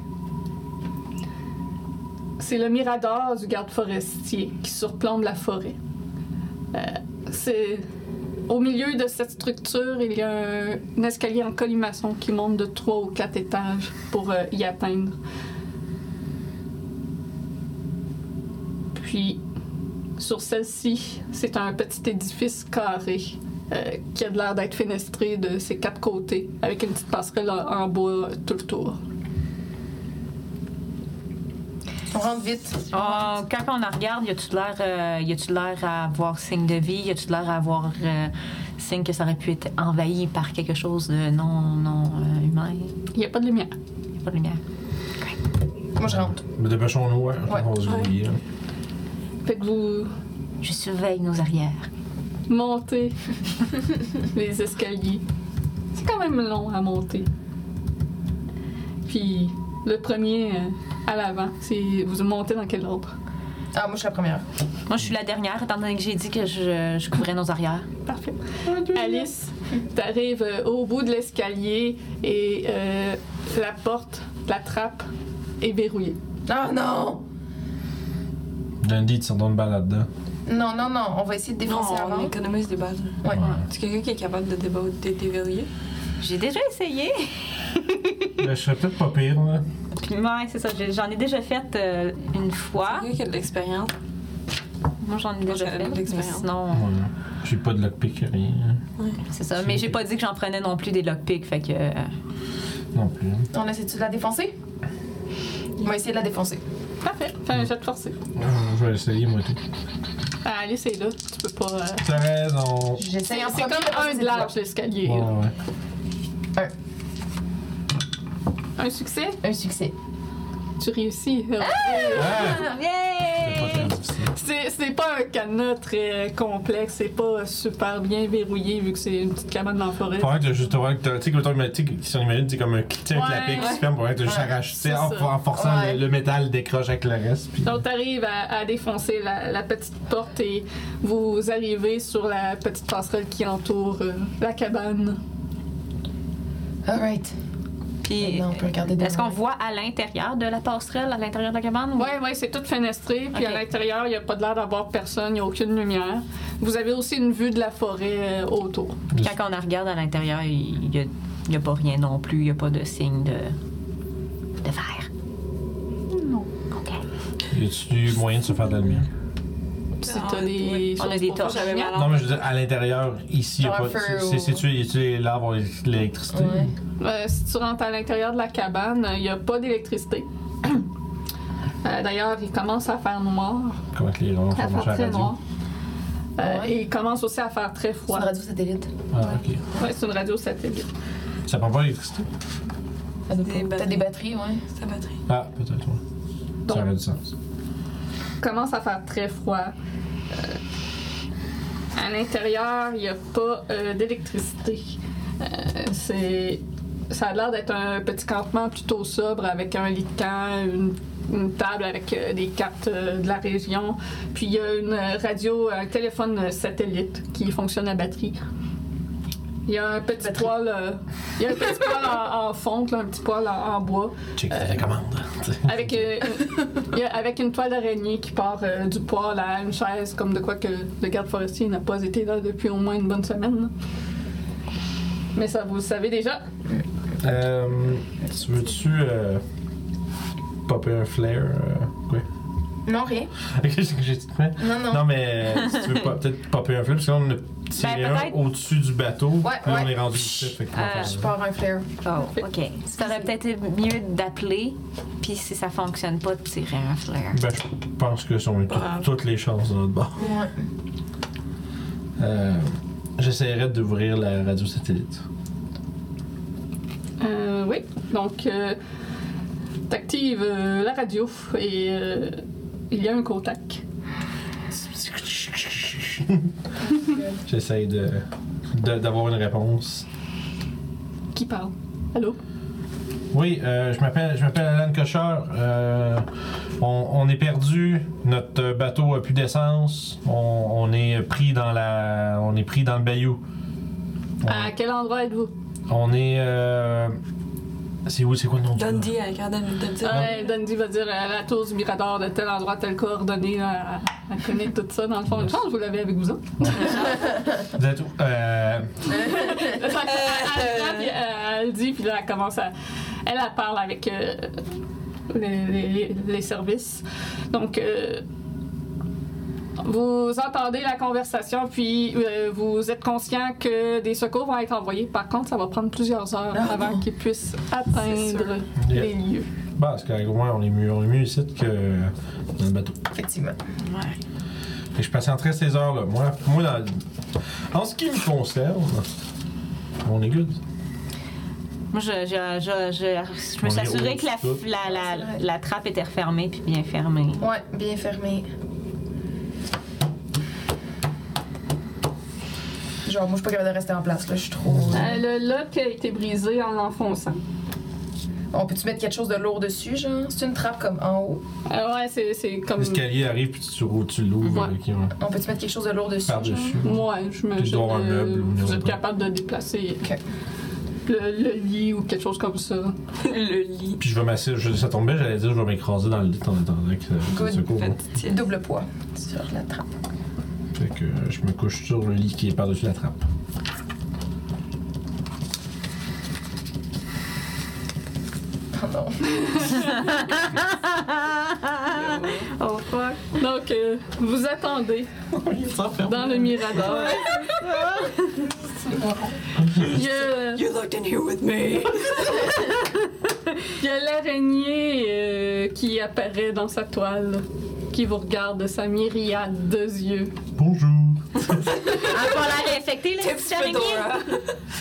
Speaker 1: C'est le mirador du garde forestier qui surplombe la forêt. Euh, c'est au milieu de cette structure, il y a un, un escalier en colimaçon qui monte de trois ou quatre étages pour euh, y atteindre. Puis, sur celle-ci, c'est un petit édifice carré euh, qui a de l'air d'être fenestré de ses quatre côtés, avec une petite passerelle en en bois euh, tout le tour.
Speaker 3: On rentre vite.
Speaker 6: Ah, quand on la regarde, y a-tu de l'air, euh, y a-tu de l'air à avoir signe de vie, y a-tu de l'air à avoir euh, signe que ça aurait pu être envahi par quelque chose de non non euh, humain,
Speaker 1: Il n'y a pas de lumière.
Speaker 6: y a pas de lumière.
Speaker 3: Moi, je rentre.
Speaker 2: Mais dépêchons-nous, ouais.
Speaker 3: Ouais.
Speaker 2: On va se grouiller, là.
Speaker 1: Fait que vous
Speaker 6: Je surveille nos arrières.
Speaker 1: montez les escaliers. C'est quand même long à monter. Puis le premier euh, à l'avant, c'est vous montez dans quel ordre
Speaker 3: Ah, moi, je suis la première.
Speaker 6: Moi, je suis la dernière, étant donné que j'ai dit que je, je couvrais nos arrières.
Speaker 1: Parfait. Alice, t'arrives euh, au bout de l'escalier et euh, la porte, la trappe est verrouillée.
Speaker 3: Ah non!
Speaker 2: Dundee tire donc une balle là-dedans.
Speaker 3: Non, non, non, on va essayer de
Speaker 4: Non,
Speaker 3: défoncer
Speaker 4: on
Speaker 3: avant.
Speaker 4: économise des balles.
Speaker 3: Ouais.
Speaker 4: C'est quelqu'un qui est capable de déba- de déverrouiller.
Speaker 6: J'ai déjà essayé.
Speaker 2: Ben, je serais peut-être pas pire, là.
Speaker 6: Puis, ouais, c'est ça. j'ai- J'en ai déjà fait euh, une fois.
Speaker 4: Quelqu'un qui a de l'expérience.
Speaker 6: Moi, j'en ai
Speaker 4: Moi,
Speaker 6: déjà
Speaker 4: j'en ai
Speaker 6: fait.
Speaker 4: de
Speaker 6: mais
Speaker 4: l'expérience.
Speaker 6: Sinon,
Speaker 2: Ouais. J'ai pas de lockpick, rien. hein,
Speaker 6: c'est ça. Mais j'ai pas dit que j'en prenais non plus des lockpicks, fait que. euh,
Speaker 2: Non plus.
Speaker 3: On essaie-tu de la défoncer? On va essayer de la défoncer.
Speaker 1: Parfait. Fais un jet de forcé.
Speaker 2: Je vais essayer, moi, tout.
Speaker 1: Ah, Alice est là, tu peux pas. euh,
Speaker 2: T'as raison.
Speaker 3: J'essaie en
Speaker 1: C'est
Speaker 3: premier,
Speaker 1: comme
Speaker 3: ensuite,
Speaker 1: un de
Speaker 3: c'est toi.
Speaker 1: large l'escalier.
Speaker 2: Ouais,
Speaker 1: là.
Speaker 2: ouais.
Speaker 1: Un succès,
Speaker 3: Un succès.
Speaker 1: tu réussis. Euh,
Speaker 2: Ah! C'est pas
Speaker 6: Yay!
Speaker 2: très difficile.
Speaker 1: C'est c'est pas un cadenas très complexe, c'est pas super bien verrouillé vu que c'est une petite cabane dans la forêt.
Speaker 2: Faudrait que juste faudrait que t'as- tu sais que mettons, mais tu sais, si on imagine c'est comme un clic avec la
Speaker 1: Ouais,
Speaker 2: pique qui
Speaker 1: ouais.
Speaker 2: se ferme pour être juste
Speaker 3: Ouais,
Speaker 2: arraché tu sais,
Speaker 1: c'est
Speaker 2: en,
Speaker 1: ça.
Speaker 2: en forçant
Speaker 3: Ouais.
Speaker 2: le, le métal décroche avec le reste puis
Speaker 1: Donc t'arrives à, à défoncer la, la petite porte et vous arrivez sur la petite passerelle qui entoure euh, la cabane.
Speaker 3: Alright.
Speaker 6: Puis,
Speaker 3: Maintenant, on peut regarder des
Speaker 6: est-ce qu'on voit à l'intérieur de la passerelle, à l'intérieur de la cabane? ou-
Speaker 1: Ouais, ouais, c'est tout fenestré, puis
Speaker 6: Ok.
Speaker 1: à l'intérieur, il n'y a pas de l'air d'avoir personne, il n'y a aucune lumière. Vous avez aussi une vue de la forêt euh, autour.
Speaker 6: Quand on la regarde à l'intérieur, il n'y a, il y a pas rien non plus, il n'y a pas de signe de, de verre. Oh,
Speaker 2: y a-tu moyen de se faire de la lumière
Speaker 1: Si
Speaker 4: Ah,
Speaker 1: t'as
Speaker 4: oui.
Speaker 1: des
Speaker 6: On a
Speaker 1: choses
Speaker 6: des
Speaker 1: pour faire
Speaker 6: torches.
Speaker 1: la
Speaker 4: J'avais
Speaker 1: lumière.
Speaker 4: mal
Speaker 2: Non mais
Speaker 4: entendu.
Speaker 2: je veux dire à l'intérieur ici y a
Speaker 3: Genre
Speaker 2: pas
Speaker 3: un feu
Speaker 2: c'est-
Speaker 3: ou-
Speaker 2: c'est c'est tu les l'arbre ou l'électricité
Speaker 3: Ouais.
Speaker 1: Euh, si tu rentres à l'intérieur de la cabane, il n'y a pas d'électricité. Euh, D'ailleurs, il commence à faire noir.
Speaker 2: comment que les gens font
Speaker 1: Ça
Speaker 2: marcher
Speaker 1: fait
Speaker 2: à la
Speaker 1: très
Speaker 2: radio
Speaker 1: noir. Euh,
Speaker 3: Ouais.
Speaker 1: et il commence aussi à faire très
Speaker 3: C'est
Speaker 1: froid.
Speaker 3: une radio satellite.
Speaker 2: Ah, ok.
Speaker 1: Ouais, c'est une radio satellite.
Speaker 2: Ça prend pas l'électricité?
Speaker 3: Ça doit
Speaker 4: Des
Speaker 3: pas- T'as
Speaker 4: batteries.
Speaker 3: des batteries, ouais.
Speaker 4: Sa batterie.
Speaker 2: Ah, peut-être, ouais.
Speaker 1: Donc,
Speaker 2: Ça aurait du sens.
Speaker 1: commence à faire très froid. Euh, à l'intérieur, il n'y a pas euh, d'électricité. Euh, c'est, ça a l'air d'être un petit campement plutôt sobre avec un lit de camp, une, une table avec euh, des cartes euh, de la région. Puis il y a une euh, radio, un téléphone satellite qui fonctionne à batterie. Il y a un petit
Speaker 3: Batterie.
Speaker 1: poêle, euh, il y a un petit poêle en, en fonte, là, un petit poêle en- en bois
Speaker 2: Check tes commandes.
Speaker 1: avec, euh, une- il y a- avec une toile d'araignée qui part euh, du poêle à une chaise, comme de quoi que le garde forestier n'a pas été là depuis au moins une bonne semaine. là. Mais ça, vous le savez déjà.
Speaker 2: Euh, tu veux-tu euh, popper un flair? euh, quoi?
Speaker 3: Non, rien.
Speaker 2: Ok, j'ai- j'ai dit quoi?
Speaker 3: Non, non.
Speaker 2: Non, mais euh, si tu veux pas- peut-être popper un flair, parce que là, on a tiré
Speaker 6: Ben,
Speaker 2: un
Speaker 6: peut-être.
Speaker 2: au-dessus du bateau.
Speaker 3: Ouais,
Speaker 2: puis là, on
Speaker 3: ouais.
Speaker 2: est rendu ici. Fait qu'on va
Speaker 6: Euh,
Speaker 2: faire
Speaker 3: Je
Speaker 2: ça.
Speaker 3: pars un flare.
Speaker 6: Oh, ok. Ça aurait peut-être été mieux d'appeler, puis si ça fonctionne pas, de tirer un flair.
Speaker 2: Ben, je pense que sont
Speaker 4: Ah.
Speaker 2: toutes les chances de notre bord.
Speaker 3: Ouais.
Speaker 2: Euh, J'essaierai d'ouvrir la radio satellite.
Speaker 1: Euh, oui, donc euh, t'actives euh, la radio et euh, il y a un contact.
Speaker 2: J'essaie de de- d'avoir une réponse.
Speaker 1: Qui parle? Allô?
Speaker 2: Oui, euh, je m'appelle je m'appelle Alan Cocheur. Euh, on, on est perdu, notre bateau a plus d'essence, on, on est pris dans la on est pris dans le bayou.
Speaker 1: À quel endroit êtes-vous?
Speaker 2: On, on est euh, c'est où c'est quoi le nom du-
Speaker 4: Dundee, elle regarde, elle me dit.
Speaker 1: Ouais, Dundee va dire euh, la tour du mirador de tel endroit, telle coordonnée. là, Elle, elle connaît tout ça dans le fond. Je pense que vous l'avez avec vous autres.
Speaker 2: Vous êtes où? Euh,
Speaker 1: Fait que elle, elle prend, puis, euh, elle dit, puis là, elle commence à. Elle, elle parle avec euh, les, les- les services. Donc, euh, vous entendez la conversation, puis euh, vous êtes conscient que des secours vont être envoyés. Par contre, ça va prendre plusieurs heures avant qu'ils puissent atteindre
Speaker 2: Yeah.
Speaker 1: les lieux.
Speaker 2: bah, parce qu'au moins on est mieux on est mieux ici que dans le bateau.
Speaker 3: Effectivement.
Speaker 2: Fait que je patienterai ces heures-là. Moi, moi dans- en ce qui me concerne, on est good.
Speaker 6: Moi, je, je- je- je- je me
Speaker 2: On
Speaker 6: suis
Speaker 2: est
Speaker 6: assurée que la,
Speaker 2: au-dessus de tout.
Speaker 6: la, la-
Speaker 3: C'est vrai.
Speaker 6: la trappe était refermée puis bien fermée.
Speaker 3: Ouais, bien fermé. Genre, moi, je suis pas capable de rester en place, là. Je suis trop.
Speaker 1: Euh, le lock a été brisé en l'enfonçant.
Speaker 3: On peut-tu mettre quelque chose de lourd dessus, genre? C'est une trappe comme en haut.
Speaker 1: Euh, ouais, c'est- c'est comme.
Speaker 2: L'escalier arrive, puis tu, roules- tu l'ouvres
Speaker 1: Ouais.
Speaker 2: euh, qui va
Speaker 3: On peut-tu mettre quelque chose de lourd dessus? genre?
Speaker 2: par-dessus.
Speaker 1: Moi, je me.
Speaker 2: Tu
Speaker 1: je-
Speaker 2: dois avoir un
Speaker 1: euh,
Speaker 2: meuble ou une
Speaker 1: Vous
Speaker 2: autre
Speaker 1: êtes
Speaker 2: chose.
Speaker 1: capable de déplacer
Speaker 3: Ok.
Speaker 1: le, le lit ou quelque chose comme ça.
Speaker 4: Le lit.
Speaker 2: Puis je vais m'asseoir. je- Ça tombait, j'allais dire, je vais m'écraser dans le lit en attendant que ça- que ça
Speaker 3: Good.
Speaker 2: secours.
Speaker 4: Fait-
Speaker 3: Double poids sur la trappe.
Speaker 2: Fait que euh, je me couche sur le lit qui est par-dessus la trappe.
Speaker 3: Oh non.
Speaker 6: Oh fuck.
Speaker 1: Donc, euh, vous attendez dans le mirador. il y a,
Speaker 4: You looked in here with me.
Speaker 1: il y a l'araignée euh, qui apparaît dans sa toile, qui vous regarde de sa myriade de yeux.
Speaker 2: Bonjour.
Speaker 3: Ah,
Speaker 6: Encore l'air infecté, là, petite araignée.
Speaker 4: Fedora.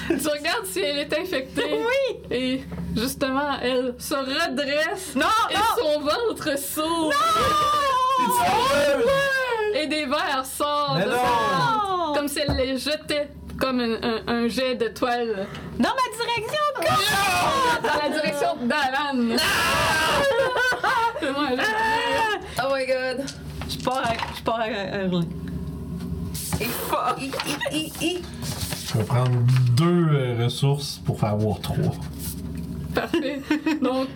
Speaker 1: Tu regardes si elle est infectée. Oui! Et justement, elle se redresse
Speaker 6: Non,
Speaker 1: et
Speaker 6: non,
Speaker 1: son ventre s'ouvre. Et des vers sortent
Speaker 2: Mais
Speaker 1: de
Speaker 2: non!
Speaker 1: sa-
Speaker 6: non!
Speaker 1: Comme si elle les jetait comme un, un- un jet de toile
Speaker 6: Dans ma direction,
Speaker 1: dans la direction d'Alan. C'est moi, là.
Speaker 2: Ah!
Speaker 3: Oh my god.
Speaker 6: Je pars à, je pars à hurler.
Speaker 3: I, I, I,
Speaker 2: Je vais prendre deux euh, ressources pour faire avoir trois.
Speaker 1: Parfait. Donc,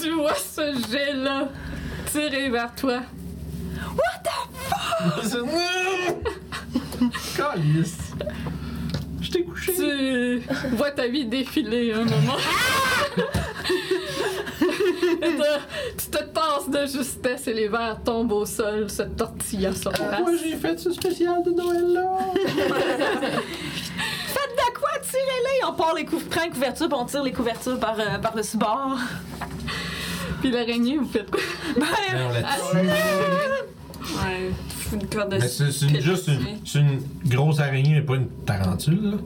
Speaker 1: tu vois ce jet-là tirer vers toi.
Speaker 2: Calice. Je t'ai couché.
Speaker 1: Tu vois ta vie défiler un moment.
Speaker 2: Ah!
Speaker 1: Et te- tu te tasses de justesse et les verres tombent au sol, se tortillant sur place.
Speaker 2: Pourquoi j'ai fait ce spécial de Noël là?
Speaker 6: Faites de quoi? Tirez-les! On part les couv- prend les couvertures, puis on tire les couvertures par, euh, par le bord.
Speaker 1: Puis l'araignée, vous faites quoi?
Speaker 2: Ben, on l'a tué.
Speaker 4: Ouais. une corde de
Speaker 2: Mais c'est c'est une- juste une, c'est une grosse araignée, mais pas une tarentule, là.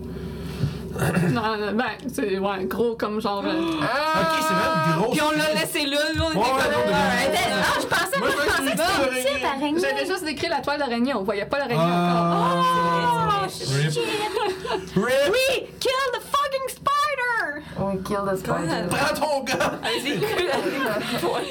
Speaker 1: Non, non, ben, c'est ouais, gros comme genre. euh,
Speaker 2: Ok, c'est même grosse.
Speaker 4: Puis on l'a laissé là, là, on
Speaker 2: Ouais,
Speaker 4: était
Speaker 2: ouais,
Speaker 4: comme,
Speaker 2: non,
Speaker 4: alright,
Speaker 2: mais-
Speaker 6: Ah,
Speaker 4: là.
Speaker 6: je pensais,
Speaker 2: Moi, je
Speaker 6: je
Speaker 2: pensais que c'était
Speaker 6: pensais que c'était une petite
Speaker 2: une araignée.
Speaker 1: J'avais
Speaker 6: araignée.
Speaker 1: juste décrit la toile d'araignée, on voyait pas l'araignée encore.
Speaker 2: Ah.
Speaker 6: Oh,
Speaker 2: Rip. Rip.
Speaker 6: Oui, kill the fucking spider!
Speaker 3: On kill the spider.
Speaker 2: Prends ton gars!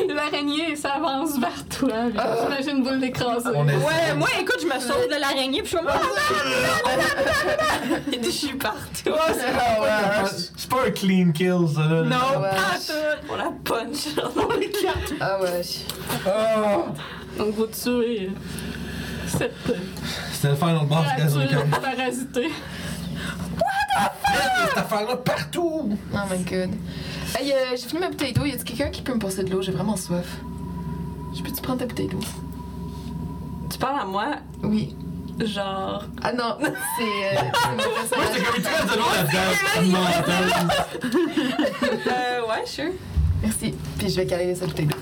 Speaker 1: L'araignée s'avance vers toi, puis j'imagine vous l'écraser.
Speaker 2: On est-
Speaker 6: Ouais, moi, écoute, je me sauve de l'araignée, puis je suis comme,
Speaker 4: Je suis partout.
Speaker 2: Ouais, c'est pas-
Speaker 3: ouais.
Speaker 2: C'est pas un clean kill, ça, là.
Speaker 6: non,
Speaker 3: Ouais.
Speaker 6: pas tout.
Speaker 4: On la punch.
Speaker 3: Ah ouais.
Speaker 2: Ah!
Speaker 1: Donc vous tuez euh, cette euh,
Speaker 2: C'était le final boss
Speaker 1: créature
Speaker 2: d'Azuka.
Speaker 1: parasitée.
Speaker 2: Cette affaire-là partout!
Speaker 3: Oh my god. Hey, euh, j'ai fini ma bouteille d'eau. Y a-t-il quelqu'un qui peut me passer de l'eau? J'ai vraiment soif. Je peux-tu prendre ta bouteille d'eau?
Speaker 4: Tu parles à moi,
Speaker 3: Oui.
Speaker 4: genre.
Speaker 3: Ah non, c'est. euh, c'est mon
Speaker 2: Moi, j'étais
Speaker 3: personnage.
Speaker 2: comme une trace de l'eau là-dedans.
Speaker 4: Euh, ouais, sure.
Speaker 3: Merci. Puis je vais caler sa bouteille d'eau.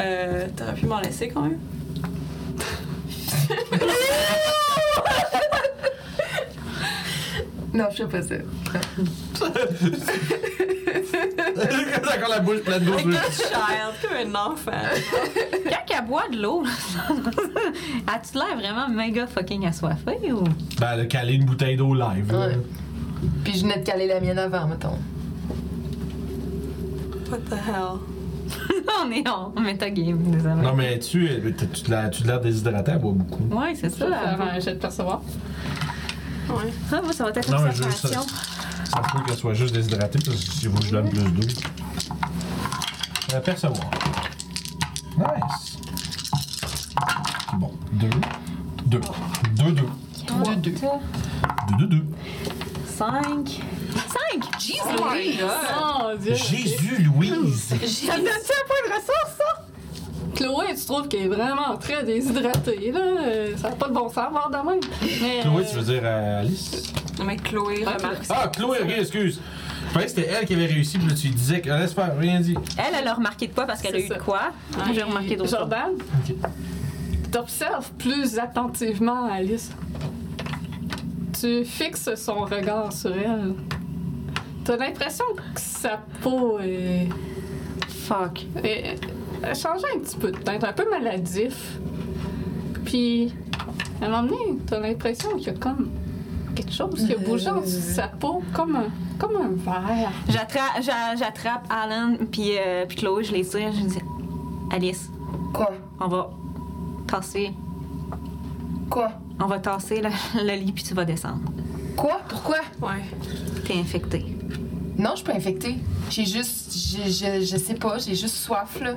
Speaker 4: Euh, t'aurais pu m'en laisser quand même.
Speaker 3: Non, je fais pas ça.
Speaker 2: J'ai encore la bouche pleine d'eau.
Speaker 4: Like a child, comme un enfant.
Speaker 6: Quand elle boit de l'eau, as-tu l'air vraiment méga fucking assoiffée ou.
Speaker 2: Ben, elle a calé une bouteille d'eau live. là.
Speaker 3: Ouais. Puis je venais de caler la mienne avant, mettons.
Speaker 4: What the hell?
Speaker 6: on est en metagame, désolé.
Speaker 2: Non, mais tu, euh, t'as- tu te l'as- tu te l'air déshydratée, elle boit beaucoup.
Speaker 6: Ouais, c'est
Speaker 1: Je
Speaker 6: ça.
Speaker 1: vais faire un jet de percevoir.
Speaker 4: Ouais.
Speaker 6: Ah, moi, ça va être
Speaker 2: Non,
Speaker 6: une
Speaker 2: mais je veux
Speaker 6: observation.
Speaker 2: Ça peut qu'elle soit juste déshydratée, parce que si vous, je donne plus d'eau. On va percevoir. Nice! Bon, deux. Deux. Deux, deux.
Speaker 3: Toi, deux.
Speaker 2: Deux, deux, deux.
Speaker 6: 5. 5! Jesus!
Speaker 4: my god!
Speaker 1: Oh dieu!
Speaker 2: Jésus Louise!
Speaker 6: Ça me donne-tu un point de ressource, ça?
Speaker 1: Chloé, tu trouves qu'elle est vraiment très déshydratée, là? Euh, Ça n'a pas de bon sens, voir de même. Mais,
Speaker 2: Chloé,
Speaker 1: euh,
Speaker 2: tu veux dire euh, Alice?
Speaker 4: Mais Chloé remarque.
Speaker 2: Ah, Chloé, ok, excuse. Je pensais que c'était elle qui avait réussi, puis là, tu lui disais que. Laisse faire, rien dit.
Speaker 6: Elle, elle a remarqué de quoi parce qu'elle a
Speaker 1: C'est
Speaker 6: eu
Speaker 1: ça.
Speaker 6: de quoi? Moi, Ah, J'ai remarqué d'autres choses.
Speaker 1: Jordan, t'observes plus attentivement Alice. Tu fixes son regard sur elle. T'as l'impression que sa peau est...
Speaker 6: Fuck.
Speaker 1: est- a changé un petit peu de teinte, un peu maladif. Puis, à un moment donné, t'as l'impression qu'il y a comme quelque chose qui a bougé en dessous de sa peau, comme un, comme un verre.
Speaker 6: J'attrape, j'a- j'attrape Alan puis, euh, puis Chloé, je les tire, je dis Alice,
Speaker 3: Quoi?
Speaker 6: on va tasser,
Speaker 3: Quoi?
Speaker 6: on va tasser le, le lit puis tu vas descendre.
Speaker 3: Quoi? Pourquoi?
Speaker 4: Ouais.
Speaker 6: T'es infectée.
Speaker 3: Non, je suis pas infectée. J'ai juste. j'ai- Je, je sais pas, j'ai juste soif, là.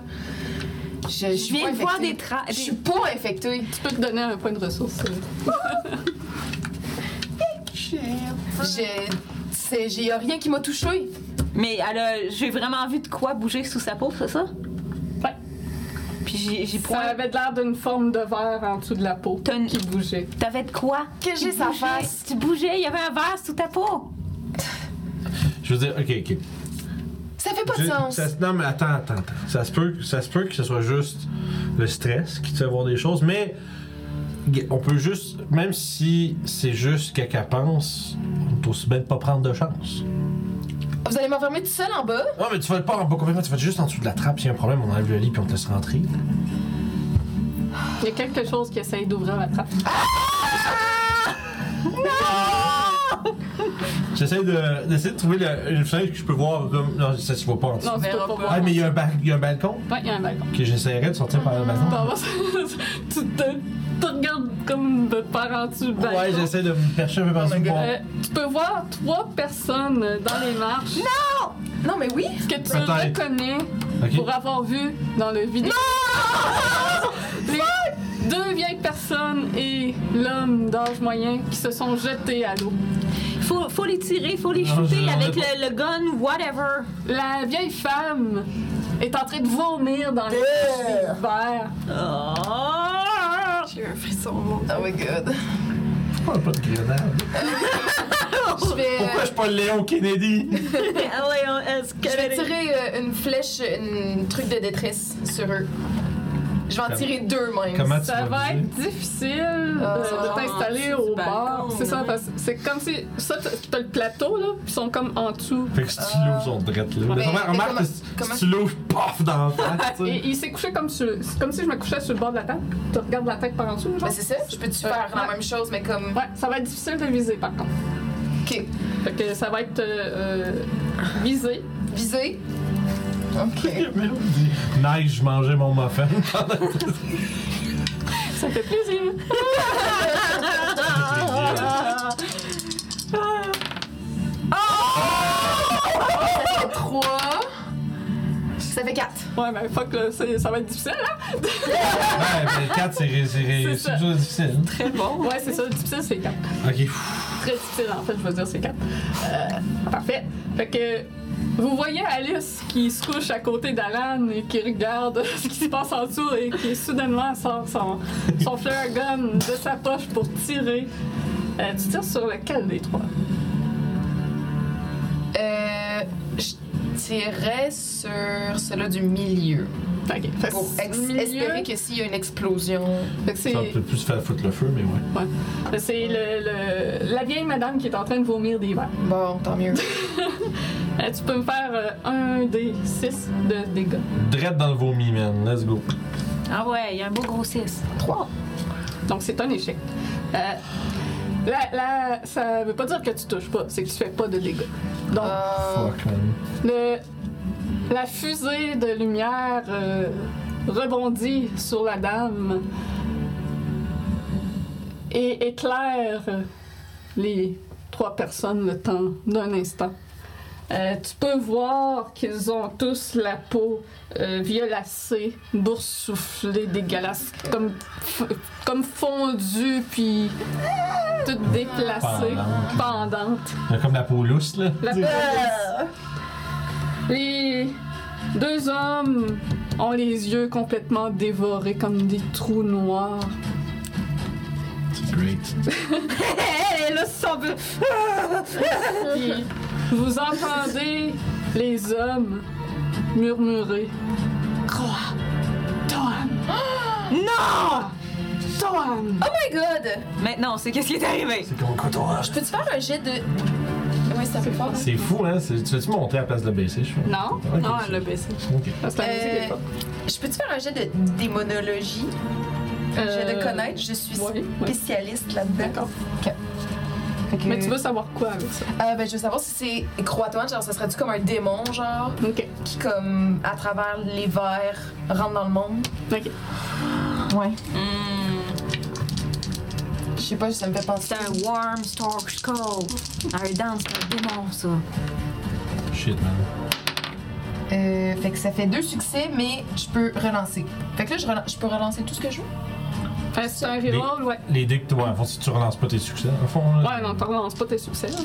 Speaker 3: Je, je
Speaker 6: Je
Speaker 3: suis
Speaker 6: viens
Speaker 3: pas
Speaker 6: de voir
Speaker 3: infectée.
Speaker 6: des traces.
Speaker 3: Je suis pas infectée.
Speaker 1: Tu peux te donner un point de ressource. euh.
Speaker 3: J'ai. c'est- J'ai y a rien qui m'a touchée.
Speaker 6: Mais elle a- j'ai vraiment vu de quoi bouger sous sa peau, c'est ça?
Speaker 1: Ouais.
Speaker 6: Puis j'ai, j'ai
Speaker 1: Ça
Speaker 6: point.
Speaker 1: avait l'air d'une forme de verre en dessous de la peau
Speaker 6: T'as une-
Speaker 1: qui bougeait.
Speaker 6: T'avais de quoi?
Speaker 3: Que
Speaker 6: Tu
Speaker 3: j'ai sa
Speaker 6: bougeais-
Speaker 3: face.
Speaker 6: Tu bougeais, il y avait un verre sous ta peau.
Speaker 2: Je veux dire, ok, ok.
Speaker 3: Ça fait pas de
Speaker 2: Je-
Speaker 3: sens.
Speaker 2: ça se- non, mais attends, attends, attends. Ça se, peut, ça se peut que ce soit juste le stress qui te fait voir des choses, mais g- on peut juste, même si c'est juste que qu'elle pense, on peut aussi bien de pas prendre de chance.
Speaker 3: Vous allez m'enfermer tout seul en bas?
Speaker 2: Non, mais tu vas pas en bas complètement, tu vas juste en dessous de la trappe. S'il y a un problème, on enlève le lit puis on te laisse rentrer.
Speaker 1: Il y a quelque chose qui essaye d'ouvrir la trappe.
Speaker 2: J'essaie de, d'essayer de trouver le- une fenêtre que je peux voir comme. Non, ça se voit pas en dessous.
Speaker 1: Non, tu peux
Speaker 4: verras
Speaker 1: pas
Speaker 4: pas.
Speaker 1: voir.
Speaker 2: Ah, mais il y, a un ba- il y a un balcon
Speaker 1: Ouais, il y a un balcon.
Speaker 2: que j'essaierai de sortir par le balcon.
Speaker 1: T'en vas- tu te, tu regardes comme de par en dessous du balcon.
Speaker 2: Ouais, j'essaie de me percher un peu par-dessus. pour-
Speaker 1: Euh, tu peux voir trois personnes dans les marches
Speaker 3: Non, mais oui.
Speaker 1: que tu
Speaker 2: Peut-être.
Speaker 1: reconnais
Speaker 2: Ok.
Speaker 1: pour avoir vu dans le vidéo. les deux vieilles personnes et l'homme d'âge moyen qui se sont jetés à l'eau.
Speaker 6: Faut, faut les tirer, faut les
Speaker 2: Non,
Speaker 6: shooter
Speaker 2: je-
Speaker 6: avec le, le gun, whatever.
Speaker 1: La vieille femme est en train de vomir dans les verres.
Speaker 6: Oh!
Speaker 4: J'ai eu un frisson, mon
Speaker 3: Oh my god.
Speaker 2: Pourquoi pas de grenade?
Speaker 3: Je vais.
Speaker 2: Pourquoi je suis pas Léon Kennedy?
Speaker 6: Léon S.
Speaker 3: Je vais
Speaker 6: Kennedy.
Speaker 3: tirer euh, une flèche, un truc de détresse sur eux. Je vais en tirer deux même.
Speaker 2: Comment tu
Speaker 1: Ça
Speaker 2: vas
Speaker 1: va
Speaker 2: viser?
Speaker 1: être difficile
Speaker 3: Ah,
Speaker 1: euh,
Speaker 4: ça
Speaker 1: de
Speaker 4: va
Speaker 1: t'installer
Speaker 4: en dessous
Speaker 1: au
Speaker 4: du
Speaker 1: bord.
Speaker 4: balcon,
Speaker 1: C'est ça,
Speaker 4: ouais.
Speaker 1: parce que c'est comme si. Ça, t'as t'as le plateau, là, puis ils sont comme en dessous.
Speaker 2: Fait que stylos sont drettes là. Mais
Speaker 3: Mais- mais
Speaker 2: remarque,
Speaker 3: comment-
Speaker 2: que
Speaker 3: comment-
Speaker 2: stylo, paf, dans la face, tu sais.
Speaker 1: Ah, Et il s'est couché comme, sur- comme si je me couchais sur le bord de la table. Tu regardes la tête par en dessous, genre.
Speaker 3: Ben, c'est ça, je peux-tu
Speaker 1: Euh,
Speaker 3: faire la
Speaker 1: ouais.
Speaker 3: même chose, mais comme.
Speaker 1: Ouais, ça va être difficile de viser par contre.
Speaker 3: Ok,
Speaker 1: Fait que ça va être euh, euh, visé.
Speaker 3: viser. Ok.
Speaker 2: Nice, je mangeais mon muffin. Ah,
Speaker 1: Ça fait plaisir.
Speaker 3: Trois. Ça fait quatre.
Speaker 1: Ouais, mais fuck, là, c'est- ça va être difficile, hein?
Speaker 2: Ouais, mais 4, c'est ré- c'est ré-
Speaker 1: C'est
Speaker 2: c'est
Speaker 1: ça.
Speaker 2: toujours difficile.
Speaker 4: Très bon.
Speaker 1: Ouais, c'est ça, difficile, c'est 4.
Speaker 2: Ok, pff,
Speaker 1: Très difficile, en fait, je veux dire, c'est 4. parfait. Fait que vous voyez Alice qui se couche à côté d'Alan et qui regarde ce qui se passe en dessous et qui soudainement sort son, son flare gun de sa poche pour tirer. Euh, tu tires sur lequel des trois?
Speaker 3: Euh. Je tirais sur celui du milieu.
Speaker 1: Ok. Fait que
Speaker 3: Pour ex-
Speaker 1: milieu-
Speaker 3: espérer que s'il y a une explosion.
Speaker 1: fait que c'est-
Speaker 2: ça peut plus faire foutre le feu, mais ouais.
Speaker 1: c'est le- le- la vieille madame qui est en train de vomir des verres.
Speaker 3: Bon, tant mieux.
Speaker 1: Euh, tu peux me faire euh, un des six de dégâts.
Speaker 2: Drette dans le vomi, man. Let's go.
Speaker 6: Ah ouais, il y a un beau gros 6.
Speaker 3: Trois.
Speaker 1: Donc c'est un échec. Euh, là, là, ça veut pas dire que tu touches pas, c'est que tu fais pas de dégâts. Donc
Speaker 3: Euh,
Speaker 2: Fuck, man.
Speaker 1: le, la fusée de lumière euh, rebondit sur la dame et éclaire les trois personnes le temps d'un instant. Euh, tu peux voir qu'ils ont tous la peau euh, violacée, boursouflée, dégueulasse, comme, f- comme fondue, puis toute déplacée,
Speaker 2: Pendante.
Speaker 1: pendante.
Speaker 2: T'as comme la peau lousse, là.
Speaker 1: La police. Euh, Les deux hommes ont les yeux complètement dévorés comme des trous noirs.
Speaker 2: C'est great.
Speaker 1: Et là, ça veut- Puis Vous entendez les hommes murmurer. Croix, Toan. Non! Toan.
Speaker 3: Oh my god!
Speaker 6: Maintenant, c'est qu'est-ce qui est arrivé?
Speaker 2: C'est comme un coton hein?
Speaker 3: Je peux-tu faire un jet de. Oui, ça fait fort. hein?
Speaker 2: C'est fou, hein? C'est- Tu vas-tu monter à la place de baisser, je crois?
Speaker 1: Non,
Speaker 4: Non, Ah, elle l'a baissé.
Speaker 2: Ok.
Speaker 1: parce que la musique est pas.
Speaker 3: Je peux-tu faire un jet de démonologie? Un jet de connaître, je suis
Speaker 1: ouais, ouais.
Speaker 3: spécialiste là-dedans.
Speaker 1: D'accord.
Speaker 3: Fait que-
Speaker 1: Mais tu veux savoir quoi avec ça?
Speaker 3: Euh, ben, je veux savoir si c'est croatement, genre, ça serait-tu comme un démon, genre,
Speaker 1: Ok.
Speaker 3: qui, comme, à travers les verres, rentre dans le monde? Hmm.
Speaker 1: Ok.
Speaker 3: Ouais. Je sais pas, ça me fait penser.
Speaker 6: C'est un warm stork skull. Un dance, c'est un démon, ça.
Speaker 2: Shit, man.
Speaker 3: Euh, fait que ça fait deux succès, mais je peux relancer. Fait que là, je, relan- je peux relancer tout ce que je veux.
Speaker 1: Fait que Euh, C'est un reroll, ouais.
Speaker 2: Les dés que toi, en fond, si tu relances pas tes succès, en fond, là.
Speaker 1: Ouais, non, t'en relances pas tes succès. là.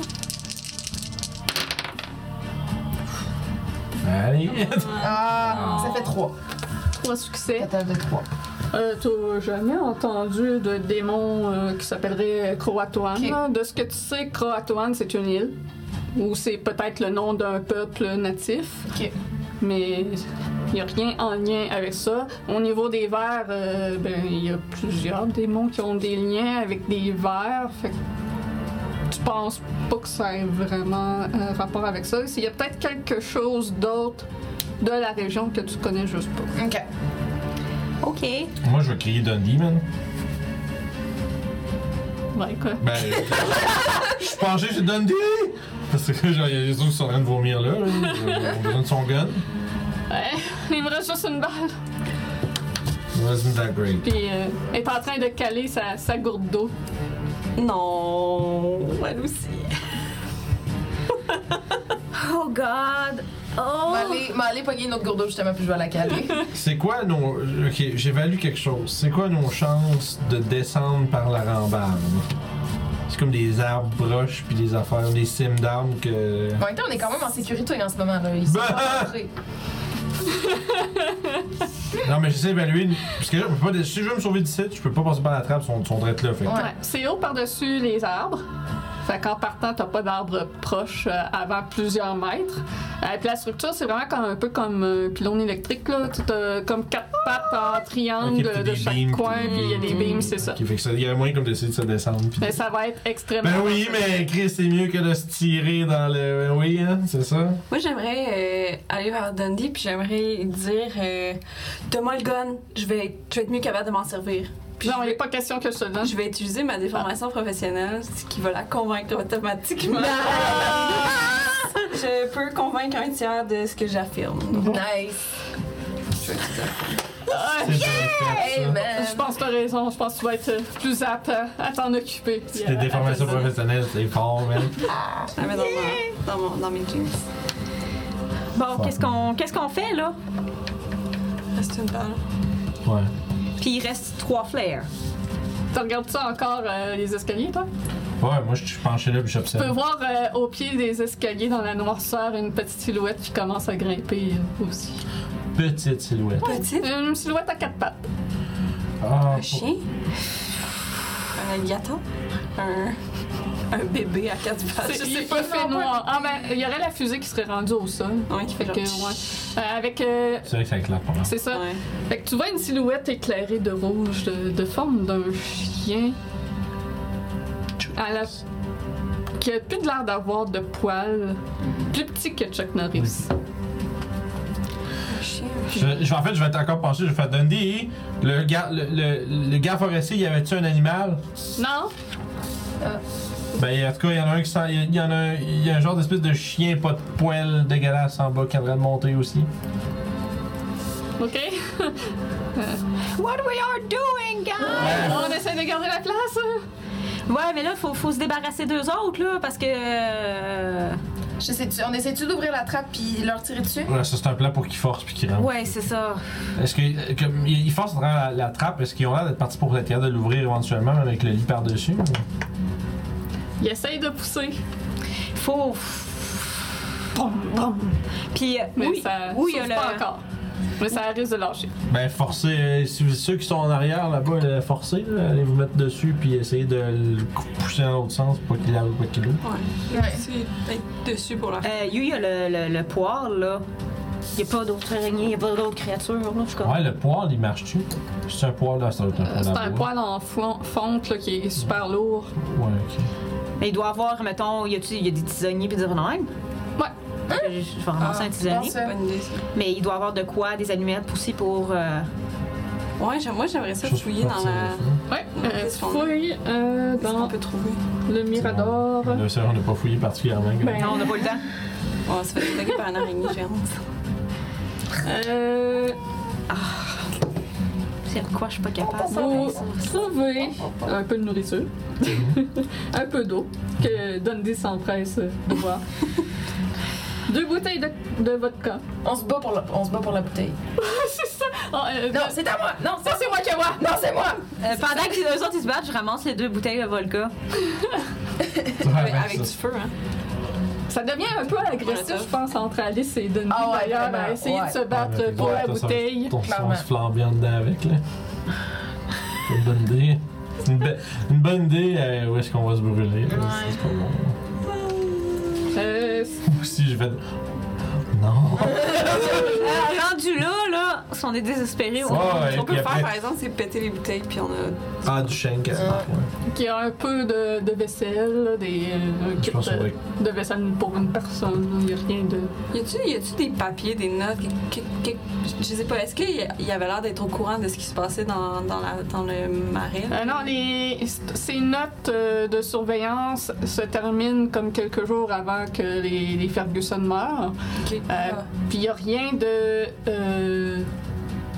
Speaker 2: Allez.
Speaker 3: Ah, ça fait trois.
Speaker 1: Trois succès.
Speaker 3: Total de trois.
Speaker 1: Euh, T'as jamais entendu de démon euh, qui s'appellerait Croatoan?
Speaker 3: Ok.
Speaker 1: là? De ce que tu sais, Croatoan, c'est une île. Ou c'est peut-être le nom d'un peuple natif.
Speaker 3: Ok.
Speaker 1: Mais il n'y a rien en lien avec ça. Au niveau des vers, euh, ben, il y a plusieurs démons qui ont des liens avec des vers. Fait que tu penses pas que ça ait vraiment un rapport avec ça. Il y a peut-être quelque chose d'autre de la région que tu connais juste pas.
Speaker 3: Ok.
Speaker 6: OK.
Speaker 2: Moi, je vais crier Dundee, man.
Speaker 1: Ouais, quoi.
Speaker 2: Ben. je suis penché chez Dundee! Parce que, genre, il y a les autres qui sont en train de vomir là. Ils ont besoin de son gun.
Speaker 1: Ouais, il me reste euh, juste une balle.
Speaker 2: Wasn't that great?
Speaker 1: Puis euh, elle est en train de caler sa, sa gourde d'eau.
Speaker 4: Non, elle aussi.
Speaker 6: Oh God.
Speaker 3: On
Speaker 6: Oh.
Speaker 3: va aller, on va aller pogner notre gourde d'eau, justement, puis je vais la caler.
Speaker 2: C'est quoi nos. Ok, j'évalue quelque chose. C'est quoi nos chances de descendre par la rambarde? C'est comme des arbres broches puis des affaires, des cimes d'arbres que.
Speaker 3: en même temps, on est quand même en sécurité en ce moment, là.
Speaker 2: Ben!
Speaker 3: Ils sont pas rentrés.
Speaker 2: Non, mais j'essaie d'évaluer. Parce que là, je peux pas. dé- Si je veux me sauver d'ici, je peux pas passer par la trappe, ils sont, sont drette là. Fait. que-
Speaker 3: Ouais.
Speaker 1: Ouais. C'est haut par-dessus les arbres. Fait qu'en partant, t'as pas d'arbre proche euh, avant plusieurs mètres. Euh, puis la structure, c'est vraiment comme, un peu comme un pylône électrique, là. Tout, euh, comme quatre pattes en
Speaker 2: Ok,
Speaker 1: triangle
Speaker 2: puis
Speaker 1: de
Speaker 2: des
Speaker 1: chaque
Speaker 2: beams,
Speaker 1: coin,
Speaker 2: puis-
Speaker 1: puis il y a des beams, c'est ça.
Speaker 2: Qui fait que ça, il y a moyen comme d'essayer de se descendre. puis-
Speaker 1: Mais ça va être extrêmement...
Speaker 2: Ben oui, mais Chris, c'est mieux que de se tirer dans le. Ben oui, hein, c'est ça?
Speaker 4: Moi, j'aimerais euh, aller vers Dundee, puis j'aimerais dire euh, Donne-moi le gun, je vais, être- je vais être mieux capable de m'en servir. Puis
Speaker 1: Non,
Speaker 4: je,
Speaker 1: il n'est
Speaker 4: vais,
Speaker 1: pas question que je te le donne.
Speaker 4: je vais utiliser ma déformation professionnelle, ce qui va la convaincre automatiquement. je peux convaincre un tiers de ce que j'affirme. Donc,
Speaker 3: Nice.
Speaker 4: je vais utiliser ça.
Speaker 1: Ouais,
Speaker 2: C'est bien fait,
Speaker 3: Hey,
Speaker 2: ça.
Speaker 3: man.
Speaker 1: je pense que t'as raison. Je pense que tu vas être euh, plus apte à, à t'en occuper. puis à-
Speaker 2: C'était des formations
Speaker 1: à faire ça.
Speaker 2: professionnelles, c'est fort, man.
Speaker 4: Je la mets dans, ma- dans mon- dans mes jeans.
Speaker 6: Bon, qu'est-ce qu'on qu'est-ce qu'on fait là?
Speaker 4: Reste une balle.
Speaker 2: Ouais.
Speaker 6: Puis il reste trois flares.
Speaker 1: Tu regardes ça encore euh, les escaliers, toi?
Speaker 2: Ouais, moi, je suis penché là puis
Speaker 1: Tu peux
Speaker 2: j'observe.
Speaker 1: voir euh, au pied des escaliers, dans la noirceur, une petite silhouette qui commence à grimper euh, aussi.
Speaker 2: Petite silhouette.
Speaker 4: Petite,
Speaker 1: Une silhouette à quatre pattes.
Speaker 2: Ah,
Speaker 4: un chien, un alligator, un, un bébé à quatre pattes.
Speaker 1: C'est c'est pas fait noir. Ah ben, il y aurait la fusée qui serait rendue au sol.
Speaker 4: Ouais, qui fait
Speaker 1: Fait que,
Speaker 4: genre-
Speaker 1: ouais. Euh, avec... euh,
Speaker 2: C'est vrai que ça éclate pas hein. mal.
Speaker 1: c'est ça.
Speaker 4: Ouais.
Speaker 1: Fait que tu vois une silhouette éclairée de rouge, de, de forme d'un chien. À la... Qui a plus de l'air d'avoir de poils. Plus petit que Chuck Norris.
Speaker 4: Un chien, un
Speaker 2: Je, je- en fait, je vais être encore penché. Je vais faire Dundee. Le gars, le, le, le gars forestier, y avait-tu un animal?
Speaker 1: Non?
Speaker 2: Ben, en tout cas, il y en a un qui sent. Il y en a un, il y a un genre d'espèce de chien pas de poil dégueulasse en bas qui est en train de monter aussi.
Speaker 1: OK.
Speaker 6: What we are doing, guys!
Speaker 1: On essaie de garder la place.
Speaker 6: Ouais, mais là, faut, faut se débarrasser d'eux autres, là, parce que. euh,
Speaker 3: Je sais-tu- on essaie-tu d'ouvrir la trappe puis leur tirer dessus?
Speaker 2: Ouais, ça, c'est un plan pour qu'il force puis qu'il rentre.
Speaker 6: Ouais, c'est ça.
Speaker 2: Est-ce que. Comme, ils ils forcent à travers la, la trappe. Est-ce qu'ils ont l'air d'être partis pour être capables de l'ouvrir éventuellement avec le lit par-dessus? ou-
Speaker 1: Il essaye de pousser.
Speaker 6: Faut. Boum, boum. Puis, euh,
Speaker 1: Mais
Speaker 6: oui,
Speaker 1: ça
Speaker 6: oui,
Speaker 1: s'ouvre
Speaker 6: il y a
Speaker 1: pas
Speaker 6: le-
Speaker 1: encore. Mais ça risque de lâcher.
Speaker 2: Ben, forcer. euh, si- ceux qui sont en arrière là-bas, euh, forcez. là, allez vous mettre dessus puis essayez de le pousser dans l'autre sens pour qu'il arrive, pas qu'il ouvre.
Speaker 4: chien.
Speaker 3: Ouais.
Speaker 4: C'est peut-être dessus pour la
Speaker 6: Euh, Yu, il y a le, le, le poire, là. Il n'y a pas d'autres araignées, il n'y a pas d'autres créatures, là. Je suis comme.
Speaker 2: Ouais, le poil, il marche-tu? C'est un poil là, c'est un,
Speaker 1: Euh,
Speaker 2: ben
Speaker 1: C'est un poil en fon- fonte là, qui est super lourd.
Speaker 2: Ouais, ok.
Speaker 6: Mais il doit avoir, mettons, il y a-tu- il y a des tisonniers, puis des renards.
Speaker 1: Ouais.
Speaker 6: Je je vais ramasser
Speaker 5: Ah,
Speaker 6: un
Speaker 3: je
Speaker 6: tisonnier.
Speaker 3: pense, euh,
Speaker 4: bonne idée. ça.
Speaker 6: Mais il doit avoir de quoi, des allumettes aussi pour. euh,
Speaker 4: Ouais, j'aime- moi j'aimerais ça
Speaker 2: Chose
Speaker 4: fouiller
Speaker 2: pour
Speaker 4: dans
Speaker 2: partir,
Speaker 4: la.
Speaker 1: Ouais.
Speaker 4: Ouais,
Speaker 1: Euh,
Speaker 4: qu'est-ce qu'on-
Speaker 1: fouille euh,
Speaker 4: Qu'est-ce qu'on
Speaker 1: dans
Speaker 4: peut trouver?
Speaker 1: le mirador.
Speaker 2: là. Là, c'est vrai, on n'a pas fouillé particulièrement. gars.
Speaker 1: Ben,
Speaker 6: Non, on n'a pas le temps.
Speaker 4: On se fait attaquer par une araignée géante.
Speaker 1: Euh,
Speaker 6: C'est pourquoi je suis pas capable.
Speaker 1: vous trouvez un peu de nourriture, un peu d'eau que Dundee s'empresse de boire. Deux bouteilles de, de vodka.
Speaker 3: On se bat pour la, on se bat pour la bouteille.
Speaker 1: c'est ça. Ah, euh,
Speaker 3: Non, c'est à moi! Non, ça c'est moi qui ai moi! Non, c'est moi!
Speaker 6: Euh, pendant que les deux autres ils se battent, je ramasse les deux bouteilles de Volca.
Speaker 2: Ouais,
Speaker 4: Mais
Speaker 2: ben,
Speaker 4: avec
Speaker 2: ça.
Speaker 4: du feu, hein.
Speaker 1: Ça devient un peu agressif, je pense, entre Alice et Dundee
Speaker 3: Ah ouais,
Speaker 1: d'ailleurs,
Speaker 3: vraiment,
Speaker 1: à essayer de
Speaker 3: ouais.
Speaker 1: se battre
Speaker 2: Ouais, mais
Speaker 1: pour
Speaker 2: toi,
Speaker 1: la
Speaker 2: toi, ça-
Speaker 1: bouteille.
Speaker 2: Ton
Speaker 3: Clairement.
Speaker 2: sens flambiant dedans avec, là. C'est une bonne idée. C'est Une, be- une bonne idée euh, où est-ce qu'on va se brûler. là. C'est pas bon.
Speaker 1: Euh,
Speaker 2: Ou si je vais. Non!
Speaker 6: Euh, rendu là, là, si on est désespéré, on...
Speaker 2: Ouais,
Speaker 4: Ce
Speaker 2: et
Speaker 4: qu'on peut
Speaker 2: puis
Speaker 4: faire,
Speaker 2: après.
Speaker 4: par exemple, c'est péter les bouteilles, puis on a.
Speaker 2: Ah, du shank, elle marque, ouais.
Speaker 1: qui a un peu de, de vaisselle, là, des, euh, un
Speaker 2: Je
Speaker 1: kit
Speaker 2: pense qu'on va.
Speaker 1: de, de vaisselle pour une personne. Il n'y a rien de.
Speaker 4: Y a-tu- Y a-tu des papiers, des notes, que- que- que- je sais pas, est-ce qu'il y- y avait l'air d'être au courant de ce qui se passait dans, dans, la, dans le marais?
Speaker 1: Euh, non, les, ces notes euh, de surveillance se terminent comme quelques jours avant que les, les Ferguson meurent.
Speaker 4: Ok. Ah.
Speaker 1: Euh, Puis il n'y a rien de euh,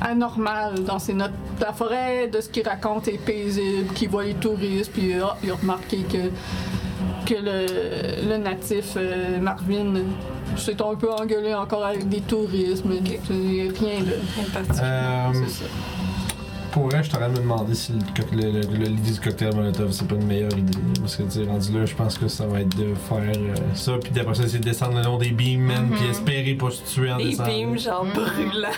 Speaker 1: anormal dans ces notes. La forêt, de ce qu'ils racontent, est paisible, qu'ils voient les touristes, puis ah, ils ont remarqué que, que le, le natif euh, Marvin euh, s'est un peu engueulé encore avec des touristes, mais c'est rien de.
Speaker 4: Rien de particulier.
Speaker 2: Euh,
Speaker 1: C'est ça.
Speaker 2: Pour vrai, je t'aurais me demander si le, co- le, le- le- l'idée du cocktail Molotov, c'est pas une meilleure idée. Parce que, tu sais, rendu là, je pense que ça va être de faire euh, ça, puis d'après ça, c'est de descendre le long des beams, man, puis espérer pas se tuer en
Speaker 4: Des
Speaker 2: descendant.
Speaker 4: beams, genre brûlants.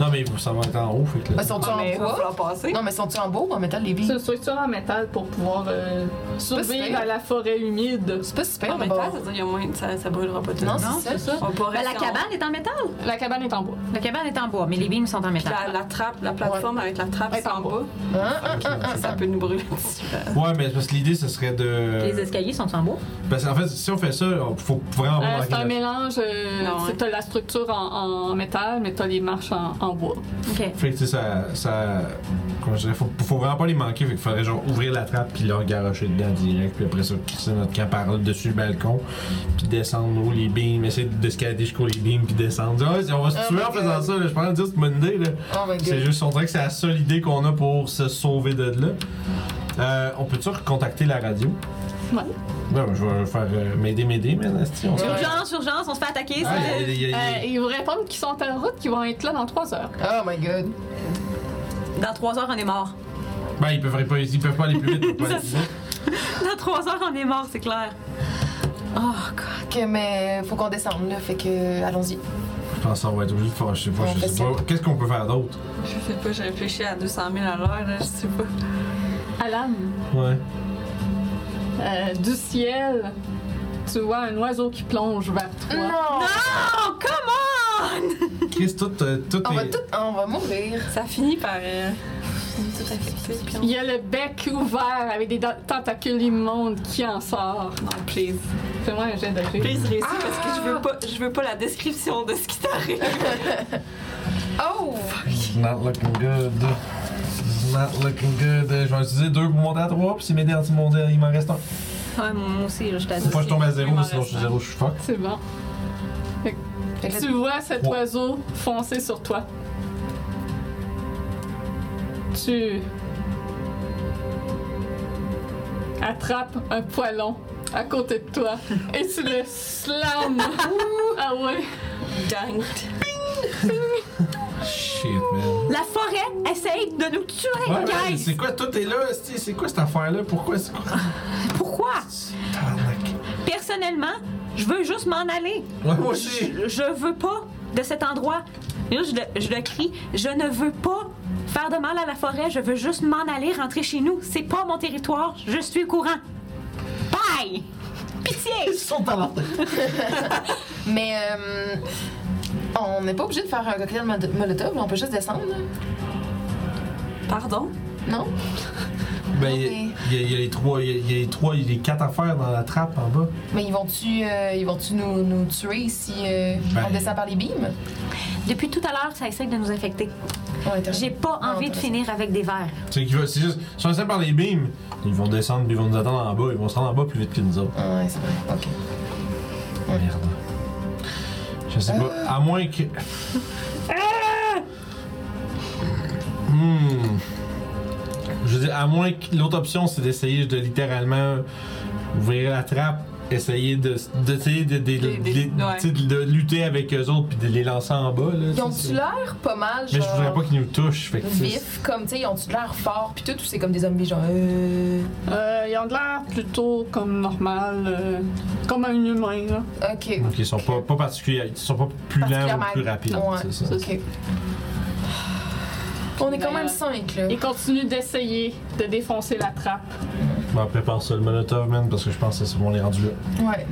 Speaker 2: Non, mais ça va être en haut, fait que.
Speaker 3: Ben, sont-tu
Speaker 4: Ah, mais
Speaker 3: en
Speaker 4: il va
Speaker 3: bois?
Speaker 4: falloir passer.
Speaker 3: Non, mais sont-tu en bois ou en métal, les billes?
Speaker 1: C'est une structure en métal pour pouvoir euh, survivre
Speaker 3: super.
Speaker 1: à la forêt humide.
Speaker 3: C'est pas super,
Speaker 4: En
Speaker 3: mais
Speaker 4: métal,
Speaker 3: bon.
Speaker 4: ça veut dire qu'il y a moins de- ça, ça brûlera pas tout.
Speaker 3: Non,
Speaker 5: Non,
Speaker 3: c'est
Speaker 5: c'est
Speaker 3: ça.
Speaker 5: ça.
Speaker 4: On pourrait
Speaker 5: Ben, la
Speaker 4: si on-
Speaker 5: cabane est en métal.
Speaker 1: La cabane est en bois.
Speaker 5: La cabane est en bois, mais les beams sont en métal.
Speaker 4: La, la trappe, la plateforme avec la trappe,
Speaker 1: Ouais,
Speaker 4: c'est en
Speaker 1: en
Speaker 4: bas.
Speaker 3: Hein, hein, hein, hein,
Speaker 4: ah, Ça
Speaker 3: hein.
Speaker 4: peut nous brûler dessus.
Speaker 2: Ouais, mais c'est parce que l'idée, ce serait
Speaker 5: Les
Speaker 2: de.
Speaker 5: escaliers sont en bois.
Speaker 2: Parce qu'en fait, si on fait ça, on- faut vraiment
Speaker 1: Euh,
Speaker 2: avoir
Speaker 1: c'est un
Speaker 2: la
Speaker 1: mélange. euh,
Speaker 4: Non,
Speaker 1: c'est-
Speaker 4: hein.
Speaker 1: T'as la structure en, en métal, mais t'as les marches en, en bois.
Speaker 5: OK.
Speaker 2: Fait que, tu sais, ça. ça comment je dirais, faut, faut vraiment pas les manquer. Fait qu'il faudrait, genre, ouvrir la trappe, puis leur garrocher dedans direct, puis après ça, pisser notre camp par là dessus le balcon, puis descendre haut les beams, essayer d'escalader jusqu'au les beams, puis descendre. Dire, Ah, on va se
Speaker 3: Oh
Speaker 2: tuer
Speaker 3: my
Speaker 2: en
Speaker 3: God.
Speaker 2: faisant ça, là. Je pense que c'est une bonne idée, là.
Speaker 3: Oh my
Speaker 2: C'est
Speaker 3: god.
Speaker 2: juste, on dirait que c'est la seule idée qu'on a pour se sauver de là. Euh, on peut-tu recontacter la radio?
Speaker 1: Ouais.
Speaker 2: Ouais, ben, je vais faire euh, m'aider, m'aider, mais Nasty, on
Speaker 3: Ouais.
Speaker 5: Urgence, urgence, on se fait attaquer.
Speaker 2: Ah,
Speaker 5: c'est-
Speaker 2: il y a- il y a-
Speaker 1: Euh, ils vous répondent qu'ils sont en route, qu'ils vont être là dans trois heures.
Speaker 3: Oh my god.
Speaker 5: Dans trois heures, on est mort.
Speaker 2: Ben, ils peuvent pas, ils peuvent pas aller plus vite. ils peuvent pas aller plus vite.
Speaker 5: Dans trois heures, on est mort, c'est clair. Oh, God.
Speaker 3: Ok, mais faut qu'on descende, là. Fait que, allons-y.
Speaker 2: Je pense qu'on Ah, va être obligé de faire, je sais pas, je sais pas. Qu'est-ce qu'on peut faire d'autre?
Speaker 4: Je sais pas, j'ai réfléchi à 200 000 à l'heure, là, je sais pas.
Speaker 1: Alan,
Speaker 2: Ouais.
Speaker 1: euh, du ciel, tu vois un oiseau qui plonge vers toi.
Speaker 3: Non!
Speaker 5: Oh, come on!
Speaker 2: Chris, tout, euh, tout
Speaker 3: On va
Speaker 2: est-
Speaker 3: tout. On va mourir.
Speaker 4: Ça finit par. euh, finit tout affecter, puis on...
Speaker 1: Il y a le bec ouvert avec des dent- tentacules immondes qui en sort.
Speaker 4: Non, please.
Speaker 1: Fais-moi un jet de G.
Speaker 4: Please réussis parce que je veux pas, je veux pas la description de ce qui t'arrive.
Speaker 3: Oh!
Speaker 2: It's Not looking good. It's Not looking good. Je vais utiliser deux pour monter à trois, puis si mes derniers, mon dernier, il m'en reste un.
Speaker 5: Ouais, moi aussi, là, je
Speaker 2: Faut
Speaker 5: t'adore.
Speaker 2: pas que je tombe à zéro,
Speaker 4: il m'en
Speaker 2: sinon je suis
Speaker 4: reste un.
Speaker 2: zéro, je suis fuck.
Speaker 1: C'est bon.
Speaker 3: Fait que là,
Speaker 1: Tu vois cet
Speaker 2: Ouais.
Speaker 1: oiseau foncer sur toi. Tu attrapes un poilon à côté de toi et tu le slams. ah ouais.
Speaker 4: Dunked.
Speaker 2: Ah, Shit, man.
Speaker 5: La forêt essaye de nous tuer,
Speaker 2: Ouais, man,
Speaker 5: guys!
Speaker 2: c'est quoi, tout est là, esti, c'est quoi cette affaire-là? Pourquoi? C'est quoi?
Speaker 5: Pourquoi?
Speaker 2: Tabarnak.
Speaker 5: Personnellement, je veux juste m'en aller.
Speaker 2: Ouais, moi aussi.
Speaker 5: Je, je veux pas de cet endroit. Et là, je le, je le crie, je ne veux pas faire de mal à la forêt, je veux juste m'en aller, rentrer chez nous. C'est pas mon territoire, je suis au courant. Bye! Pitié!
Speaker 2: sont talentés.
Speaker 3: Mais euh, on n'est pas obligé de faire un cocktail mo- molotov, là, on peut juste descendre. là.
Speaker 4: Pardon?
Speaker 3: Non?
Speaker 2: Ben, il y, a- il y a les trois, il y a- il y a les trois, il y a les quatre affaires dans la trappe en bas.
Speaker 3: Mais ils vont-tu euh, ils vont-tu nous, nous tuer si euh,
Speaker 2: Ben.
Speaker 3: on descend par les beams?
Speaker 5: Depuis tout à l'heure, ça essaye de nous infecter.
Speaker 3: Ouais, t'as
Speaker 5: J'ai
Speaker 3: raison.
Speaker 5: pas
Speaker 3: Ah,
Speaker 5: envie de
Speaker 3: t'as
Speaker 5: finir avec des vers.
Speaker 2: C'est qu'ils veulent- c'est juste, si on essaie par les beams, ils vont descendre puis ils vont nous attendre en bas, ils vont se rendre en bas plus vite que nous autres.
Speaker 3: Ah, ouais, c'est vrai. Ok.
Speaker 2: Merde. Je sais pas, à moins que.
Speaker 4: Ah!
Speaker 2: Hmm. Je veux dire, à moins que l'autre option, c'est d'essayer de littéralement ouvrir la trappe, essayer de, de, tu sais, de, de-
Speaker 4: Des- des-
Speaker 2: de-
Speaker 4: ouais.
Speaker 2: tu sais, de- de lutter avec eux autres puis de les lancer en bas. Là,
Speaker 3: Ils
Speaker 2: ça,
Speaker 3: ont-tu
Speaker 2: c'est-
Speaker 3: l'air pas mal,
Speaker 2: Mais
Speaker 3: genre,
Speaker 2: je
Speaker 4: euh,
Speaker 2: voudrais pas qu'ils nous touchent, fait que tu sais,
Speaker 3: vifs, comme, tu sais, ils ont-tu l'air forts, puis tout, ou c'est comme des zombies, genre, euh...
Speaker 1: Euh, ils ont de l'air plutôt comme normal, euh, comme un humain. Là.
Speaker 3: Ok.
Speaker 2: Donc ils sont pas, pas particuliers, ils sont pas plus lents ou
Speaker 3: Particulièrement-
Speaker 2: plus rapides.
Speaker 3: Ouais,
Speaker 2: c'est ça.
Speaker 3: Ok. On est quand
Speaker 1: Mais,
Speaker 3: même
Speaker 1: euh,
Speaker 3: cinq, là.
Speaker 1: Ils continuent d'essayer de défoncer la trappe.
Speaker 2: Bon, prépare ça le molotov, man, parce que je pense que c'est bon, on est rendu là.
Speaker 3: Ouais.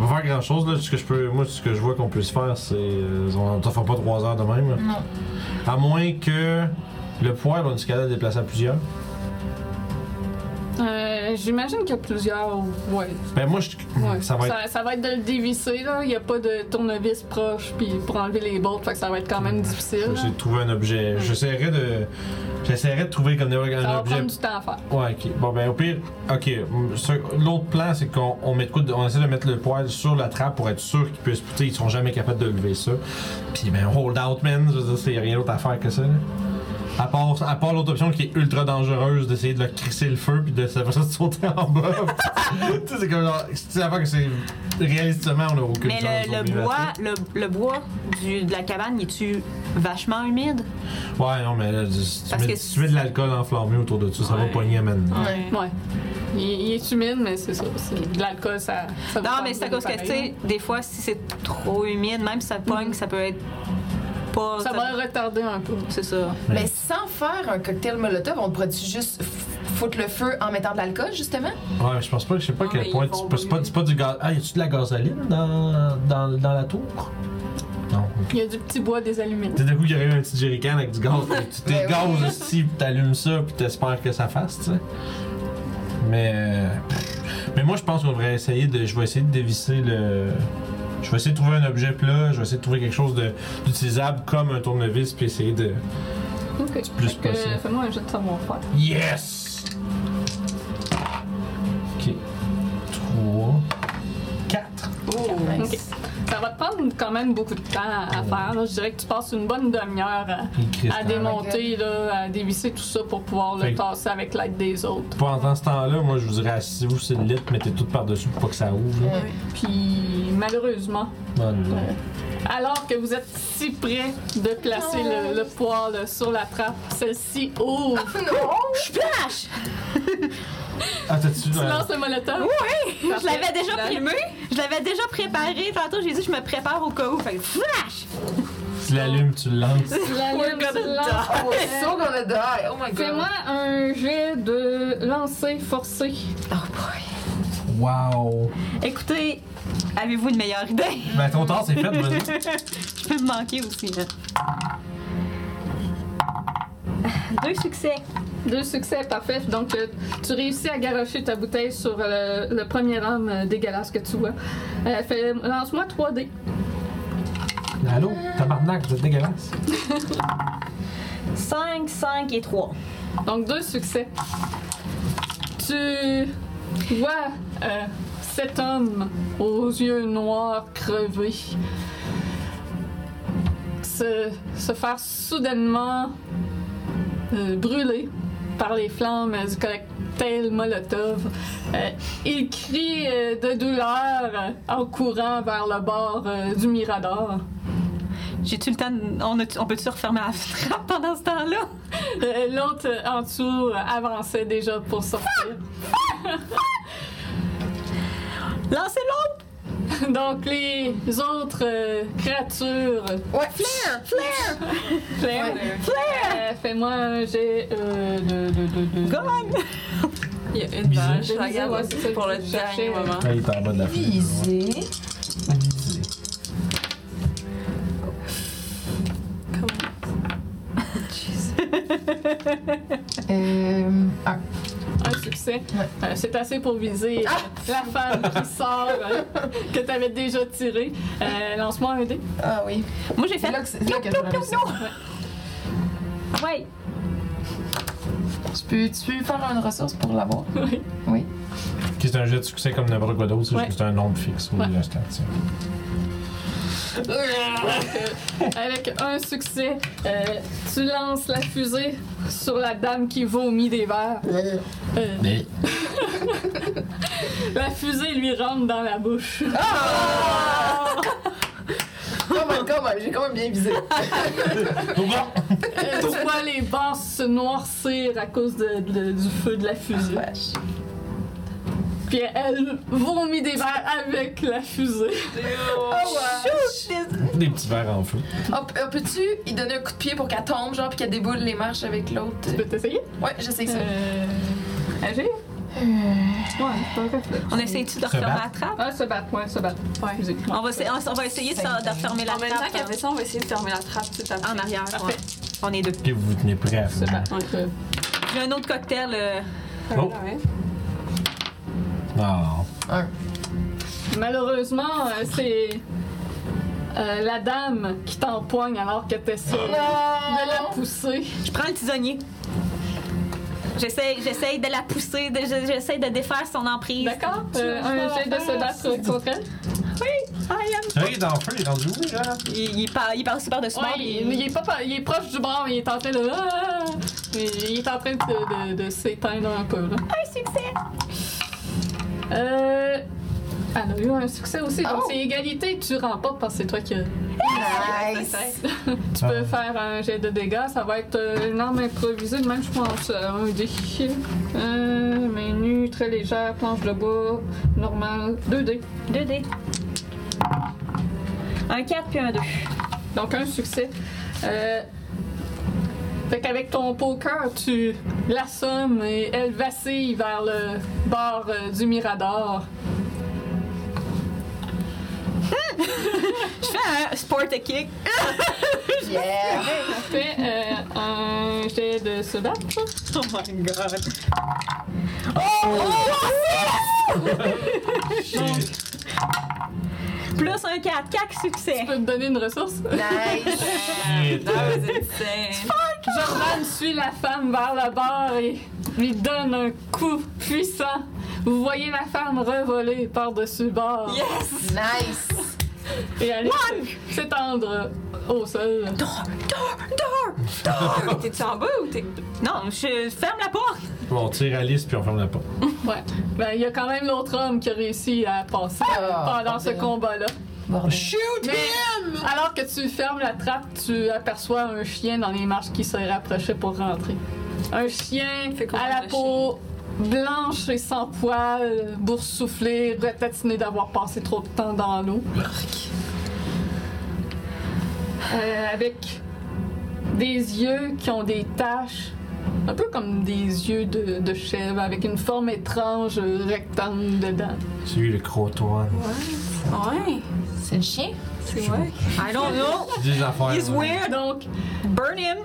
Speaker 2: On va faire grand chose, là. Ce que je peux, moi, ce que je vois qu'on peut se faire, c'est. euh, on ne fera pas trois heures de même. là.
Speaker 3: Non.
Speaker 2: À moins que le poil, on est capable de déplacer à plusieurs.
Speaker 1: Euh, J'imagine qu'il y a plusieurs. Ouais.
Speaker 2: Ben, moi, je.
Speaker 1: ouais.
Speaker 2: Ça va être.
Speaker 1: ça, va être de le dévisser, là. Il n'y a pas de tournevis proche puis pour enlever les bolts, fait que ça va être quand même difficile.
Speaker 2: Je vais
Speaker 1: là.
Speaker 2: essayer de trouver un objet. J'essaierai de. J'essaierai de trouver comme des-
Speaker 1: Ça
Speaker 2: un
Speaker 1: va
Speaker 2: objet.
Speaker 1: prendre du temps à faire.
Speaker 2: Ouais, ok. Bon, ben, au pire, ok. mm, ce- L'autre plan, c'est qu'on on met de quoi de- on essaie de mettre le poil sur la trappe pour être sûr qu'ils puissent. Tu sais, ils seront jamais capables de lever ça. Puis, ben, hold out, man. Je veux dire, c'est rien d'autre à faire que ça, là. À part, à part l'autre option qui est ultra dangereuse d'essayer de leur crisser le feu puis de ça va sauter en bas. tu sais, c'est comme genre. C'est la fois que c'est. Réalistement, on a aucune
Speaker 5: Mais
Speaker 2: chance de
Speaker 5: le, le
Speaker 2: survivre à
Speaker 5: bois, le, le bois du- de la cabane, il est-tu vachement humide?
Speaker 2: ça. Ouais, non, mais là, si tu
Speaker 5: Parce
Speaker 2: mets,
Speaker 5: que
Speaker 2: si tu mets de l'alcool enflammé autour de tout, ça va
Speaker 4: Ouais.
Speaker 2: pogner, man.
Speaker 4: Ouais.
Speaker 1: Ouais. Il, il est humide, mais c'est ça. c'est- De l'alcool, ça, ça vous
Speaker 5: Non,
Speaker 1: tente
Speaker 5: mais c'est à
Speaker 1: de
Speaker 5: cause que, tu
Speaker 1: pareil,
Speaker 5: sais, des fois, si c'est trop humide, même si ça pogne, ça peut être pas.
Speaker 1: Ça va le retarder un peu.
Speaker 5: C'est ça.
Speaker 3: Mais Ben, sans faire un cocktail molotov, on pourrait-tu juste f- foutre le feu en mettant de l'alcool, justement?
Speaker 2: Ouais, je pense pas, je sais pas à
Speaker 4: Non, mais
Speaker 2: quel
Speaker 4: ils
Speaker 2: point.
Speaker 4: vont
Speaker 2: tu- C'est pas,
Speaker 4: brûler.
Speaker 2: c'est pas du gaz. Ah, y a-tu de la gasoline dans, dans, dans la tour? Non.
Speaker 1: Il y a du petit bois des allumettes.
Speaker 2: Tu sais, d'un coup, il arrive un petit jerrycan avec du gaz. puis Tu
Speaker 3: Ben oui.
Speaker 2: t'égazes ici, puis t'allumes ça, puis t'espères que ça fasse, tu sais. Mais. euh, pff. Mais moi, je pense qu'on devrait essayer de. Je vais essayer de dévisser le. Je vais essayer de trouver un objet plat, je vais essayer de trouver quelque chose de- d'utilisable comme un tournevis, puis essayer de.
Speaker 1: Ok.
Speaker 2: plus
Speaker 1: Fait que, euh,
Speaker 2: possible.
Speaker 1: Fais-moi un jeu de savoir-faire.
Speaker 2: Yes! Ok. 3. 4.
Speaker 3: Nice.
Speaker 1: Ok. Ça va te prendre quand même beaucoup de temps à, à faire. là. Je dirais que tu passes une bonne demi-heure à, à démonter, là, à dévisser tout ça pour pouvoir le
Speaker 2: Fait que-
Speaker 1: tasser avec l'aide des autres.
Speaker 2: Pendant ce temps-là, moi, je vous dirais, asseyez-vous sur le lit, mettez tout par-dessus pour pas que ça ouvre. là.
Speaker 3: Ouais.
Speaker 1: Puis malheureusement,
Speaker 2: Oh non.
Speaker 1: alors que vous êtes si près de placer le, le poêle sur la trappe, celle-ci ouvre.
Speaker 2: Ah, t'as-tu.
Speaker 1: Tu
Speaker 2: euh,
Speaker 1: lances le molotov.
Speaker 6: Je l'avais déjà
Speaker 5: l'as
Speaker 6: préparé. Je l'avais déjà préparé. Tantôt, j'ai dit je me prépare au cas où. Fait que flash!
Speaker 2: Tu l'allumes, tu le lances.
Speaker 1: Tu l'allumes,
Speaker 5: We're gonna
Speaker 1: tu lances.
Speaker 3: Oh, so gonna die. Oh my god.
Speaker 1: Fais-moi un jet de lancer forcé.
Speaker 2: Wow!
Speaker 6: Écoutez, avez-vous une meilleure idée?
Speaker 2: Mais trop tard, c'est fait, vas-y.
Speaker 6: je peux me manquer aussi. là. Deux succès.
Speaker 1: Deux succès, parfait. Donc, euh, tu réussis à garrocher ta bouteille sur euh, le, premier homme euh, dégueulasse que tu vois. Euh, fais- Lance-moi 3D.
Speaker 2: Allô? Tabarnak, vous êtes dégueulasse.
Speaker 6: 5, 5 et 3.
Speaker 1: Donc, deux succès. Tu vois euh, cet homme aux yeux noirs crevés se, se faire soudainement euh, brûler par les flammes euh, du cocktail Molotov. Euh, il crie euh, de douleur euh, en courant vers le bord euh, du Mirador.
Speaker 6: J'ai-tu le temps? de- On, a- on peut-tu refermer la frappe pendant ce temps-là?
Speaker 1: Euh, L'autre euh, en dessous euh, avançait déjà pour sortir.
Speaker 6: Lancez l'autre!
Speaker 1: Donc, les autres euh, créatures.
Speaker 3: Ouais.
Speaker 1: Flair, euh, Fais-moi un jet euh, de, de, de, de-
Speaker 6: Gone!
Speaker 4: Il y a une
Speaker 2: Bisous.
Speaker 4: page, je la garde
Speaker 1: Ouais,
Speaker 4: aussi
Speaker 1: c'est ça
Speaker 4: pour
Speaker 1: que
Speaker 4: le
Speaker 1: je cherchais.
Speaker 4: dernier moment.
Speaker 2: Ah, il est en bas de la file.
Speaker 3: Easy.
Speaker 2: Visé.
Speaker 3: Euh, un.
Speaker 1: un succès.
Speaker 3: Ouais.
Speaker 1: Euh, C'est assez pour viser euh, la femme qui sort, euh, que tu avais déjà tiré. Euh, Lance-moi un dé.
Speaker 3: Ah oui.
Speaker 6: Moi, j'ai
Speaker 3: C'est
Speaker 6: fait.
Speaker 3: là que c'est là que je réussis.
Speaker 6: Ouais!
Speaker 3: Tu peux, tu peux faire une ressource pour l'avoir?
Speaker 1: Oui.
Speaker 3: Oui.
Speaker 2: Qui c'est un jet de succès comme n'importe quoi d'autre, c'est
Speaker 1: Ouais.
Speaker 2: juste que c'est un nombre fixe. Oui,
Speaker 1: Ouais.
Speaker 2: le stat, ça.
Speaker 1: Euh, Avec un succès, euh, tu lances la fusée sur la dame qui vomit des verres. Euh,
Speaker 2: Mais.
Speaker 1: la fusée lui rentre dans la bouche.
Speaker 3: Come on, come on, j'ai quand même bien visé.
Speaker 2: Bon, bon.
Speaker 1: Euh, tu vois les bancs se noircir à cause de- de- du feu de la fusée.
Speaker 3: Wesh.
Speaker 1: Puis elle vomit des verres avec la fusée.
Speaker 3: Oh, ouais.
Speaker 2: Des petits verres en feu.
Speaker 3: Oh, p- euh, Peux-tu y donner un coup de pied pour qu'elle tombe, genre, puis qu'elle déboule les marches avec l'autre?
Speaker 1: Tu peux t'essayer?
Speaker 3: Ouais, j'essaie ça.
Speaker 1: Euh. Agir? Ouais, c'est un réflexe.
Speaker 6: On essaie-tu de
Speaker 2: Se
Speaker 6: refermer
Speaker 2: battre.
Speaker 6: la trappe?
Speaker 1: Ah, se battre, ouais, se battre.
Speaker 4: Ouais.
Speaker 1: Excusez.
Speaker 6: On va, essayer- on va essayer de, se- de refermer la
Speaker 4: En même temps
Speaker 6: trappe. hein.
Speaker 4: qu'elle fait ça, on va essayer de fermer la trappe tout à
Speaker 6: En arrière, ouais. On est deux.
Speaker 2: Puis vous vous tenez prêt à
Speaker 1: Se
Speaker 2: faire.
Speaker 1: battre. Euh,
Speaker 6: J'ai un autre cocktail. euh,
Speaker 2: Oh. Non.
Speaker 3: Un.
Speaker 1: Malheureusement, euh, c'est. euh, la dame qui t'empoigne alors que t'essaies de la pousser.
Speaker 6: Je prends le tisonnier. J'essaie j'essaie de la pousser, de- je- j'essaie de défaire son emprise.
Speaker 1: D'accord? Euh, un jet de se battre contre elle.
Speaker 6: I am-
Speaker 2: C'est vrai qu'il est en feu, il est rendu où, là?
Speaker 6: Ah, Il, il, par- il passe super de
Speaker 1: Ouais, il, il est pas, par- il est proche du bord, mais il est en train de. Ah! Mais il est en train de, de- de s'éteindre un peu. Là.
Speaker 6: Un succès!
Speaker 1: Euh, elle a eu un succès aussi, donc
Speaker 3: Oh!
Speaker 1: c'est égalité, tu remportes parce que c'est toi qui. as-
Speaker 3: Nice.
Speaker 2: Ah.
Speaker 1: Tu peux faire un jet de dégâts, ça va être euh, une arme improvisée, de même je pense, euh, un dé. Euh, main nue, très légère, planche de bois, normal, 2 dés.
Speaker 6: 2 dés. Un 4 puis un 2.
Speaker 1: Donc un succès. Euh, fait qu'avec ton poker, tu l'assommes et elle vacille vers le bord euh, du Mirador.
Speaker 6: Je fais un sport a kick.
Speaker 3: Yeah!
Speaker 1: Fais euh, un jet de se battre.
Speaker 6: Oh my god.
Speaker 2: Shit.
Speaker 6: Plus un 4, 4 succès.
Speaker 1: Je peux te donner une ressource.
Speaker 3: Nice!
Speaker 2: Shit.
Speaker 4: That was insane.
Speaker 1: Jordan suit la femme vers la barre et lui donne un coup puissant. Vous voyez la femme revoler par-dessus bord
Speaker 4: Yes!
Speaker 3: Nice!
Speaker 1: et aller se- s'étendre au sol.
Speaker 4: Mais T'es-tu en bas ou t'es.
Speaker 6: Non, je ferme la porte.
Speaker 2: Bon, on tire Alice puis on ferme la porte.
Speaker 1: Ouais. Ben, il y a quand même l'autre homme qui a réussi à passer
Speaker 3: Ah,
Speaker 1: pendant ce
Speaker 3: bordel.
Speaker 1: combat-là.
Speaker 3: Bordel.
Speaker 1: Mais alors que tu fermes la trappe, tu aperçois un chien dans les marches qui se rapprochait pour rentrer. Un chien
Speaker 4: Fait qu'on
Speaker 1: à la
Speaker 4: rentre le
Speaker 1: peau blanche et sans poils, boursouflé, retatiné d'avoir passé trop de temps dans l'eau. Euh, avec des yeux qui ont des taches, un peu comme des yeux de, de chèvre, avec une forme étrange euh, rectangle dedans.
Speaker 2: C'est lui le crotoine.
Speaker 4: Ouais,
Speaker 3: C'est le chien?
Speaker 4: c'est vrai.
Speaker 6: I don't know.
Speaker 2: Dis les affaires.
Speaker 6: He's
Speaker 2: là.
Speaker 6: weird.
Speaker 1: Donc,
Speaker 6: Burn him.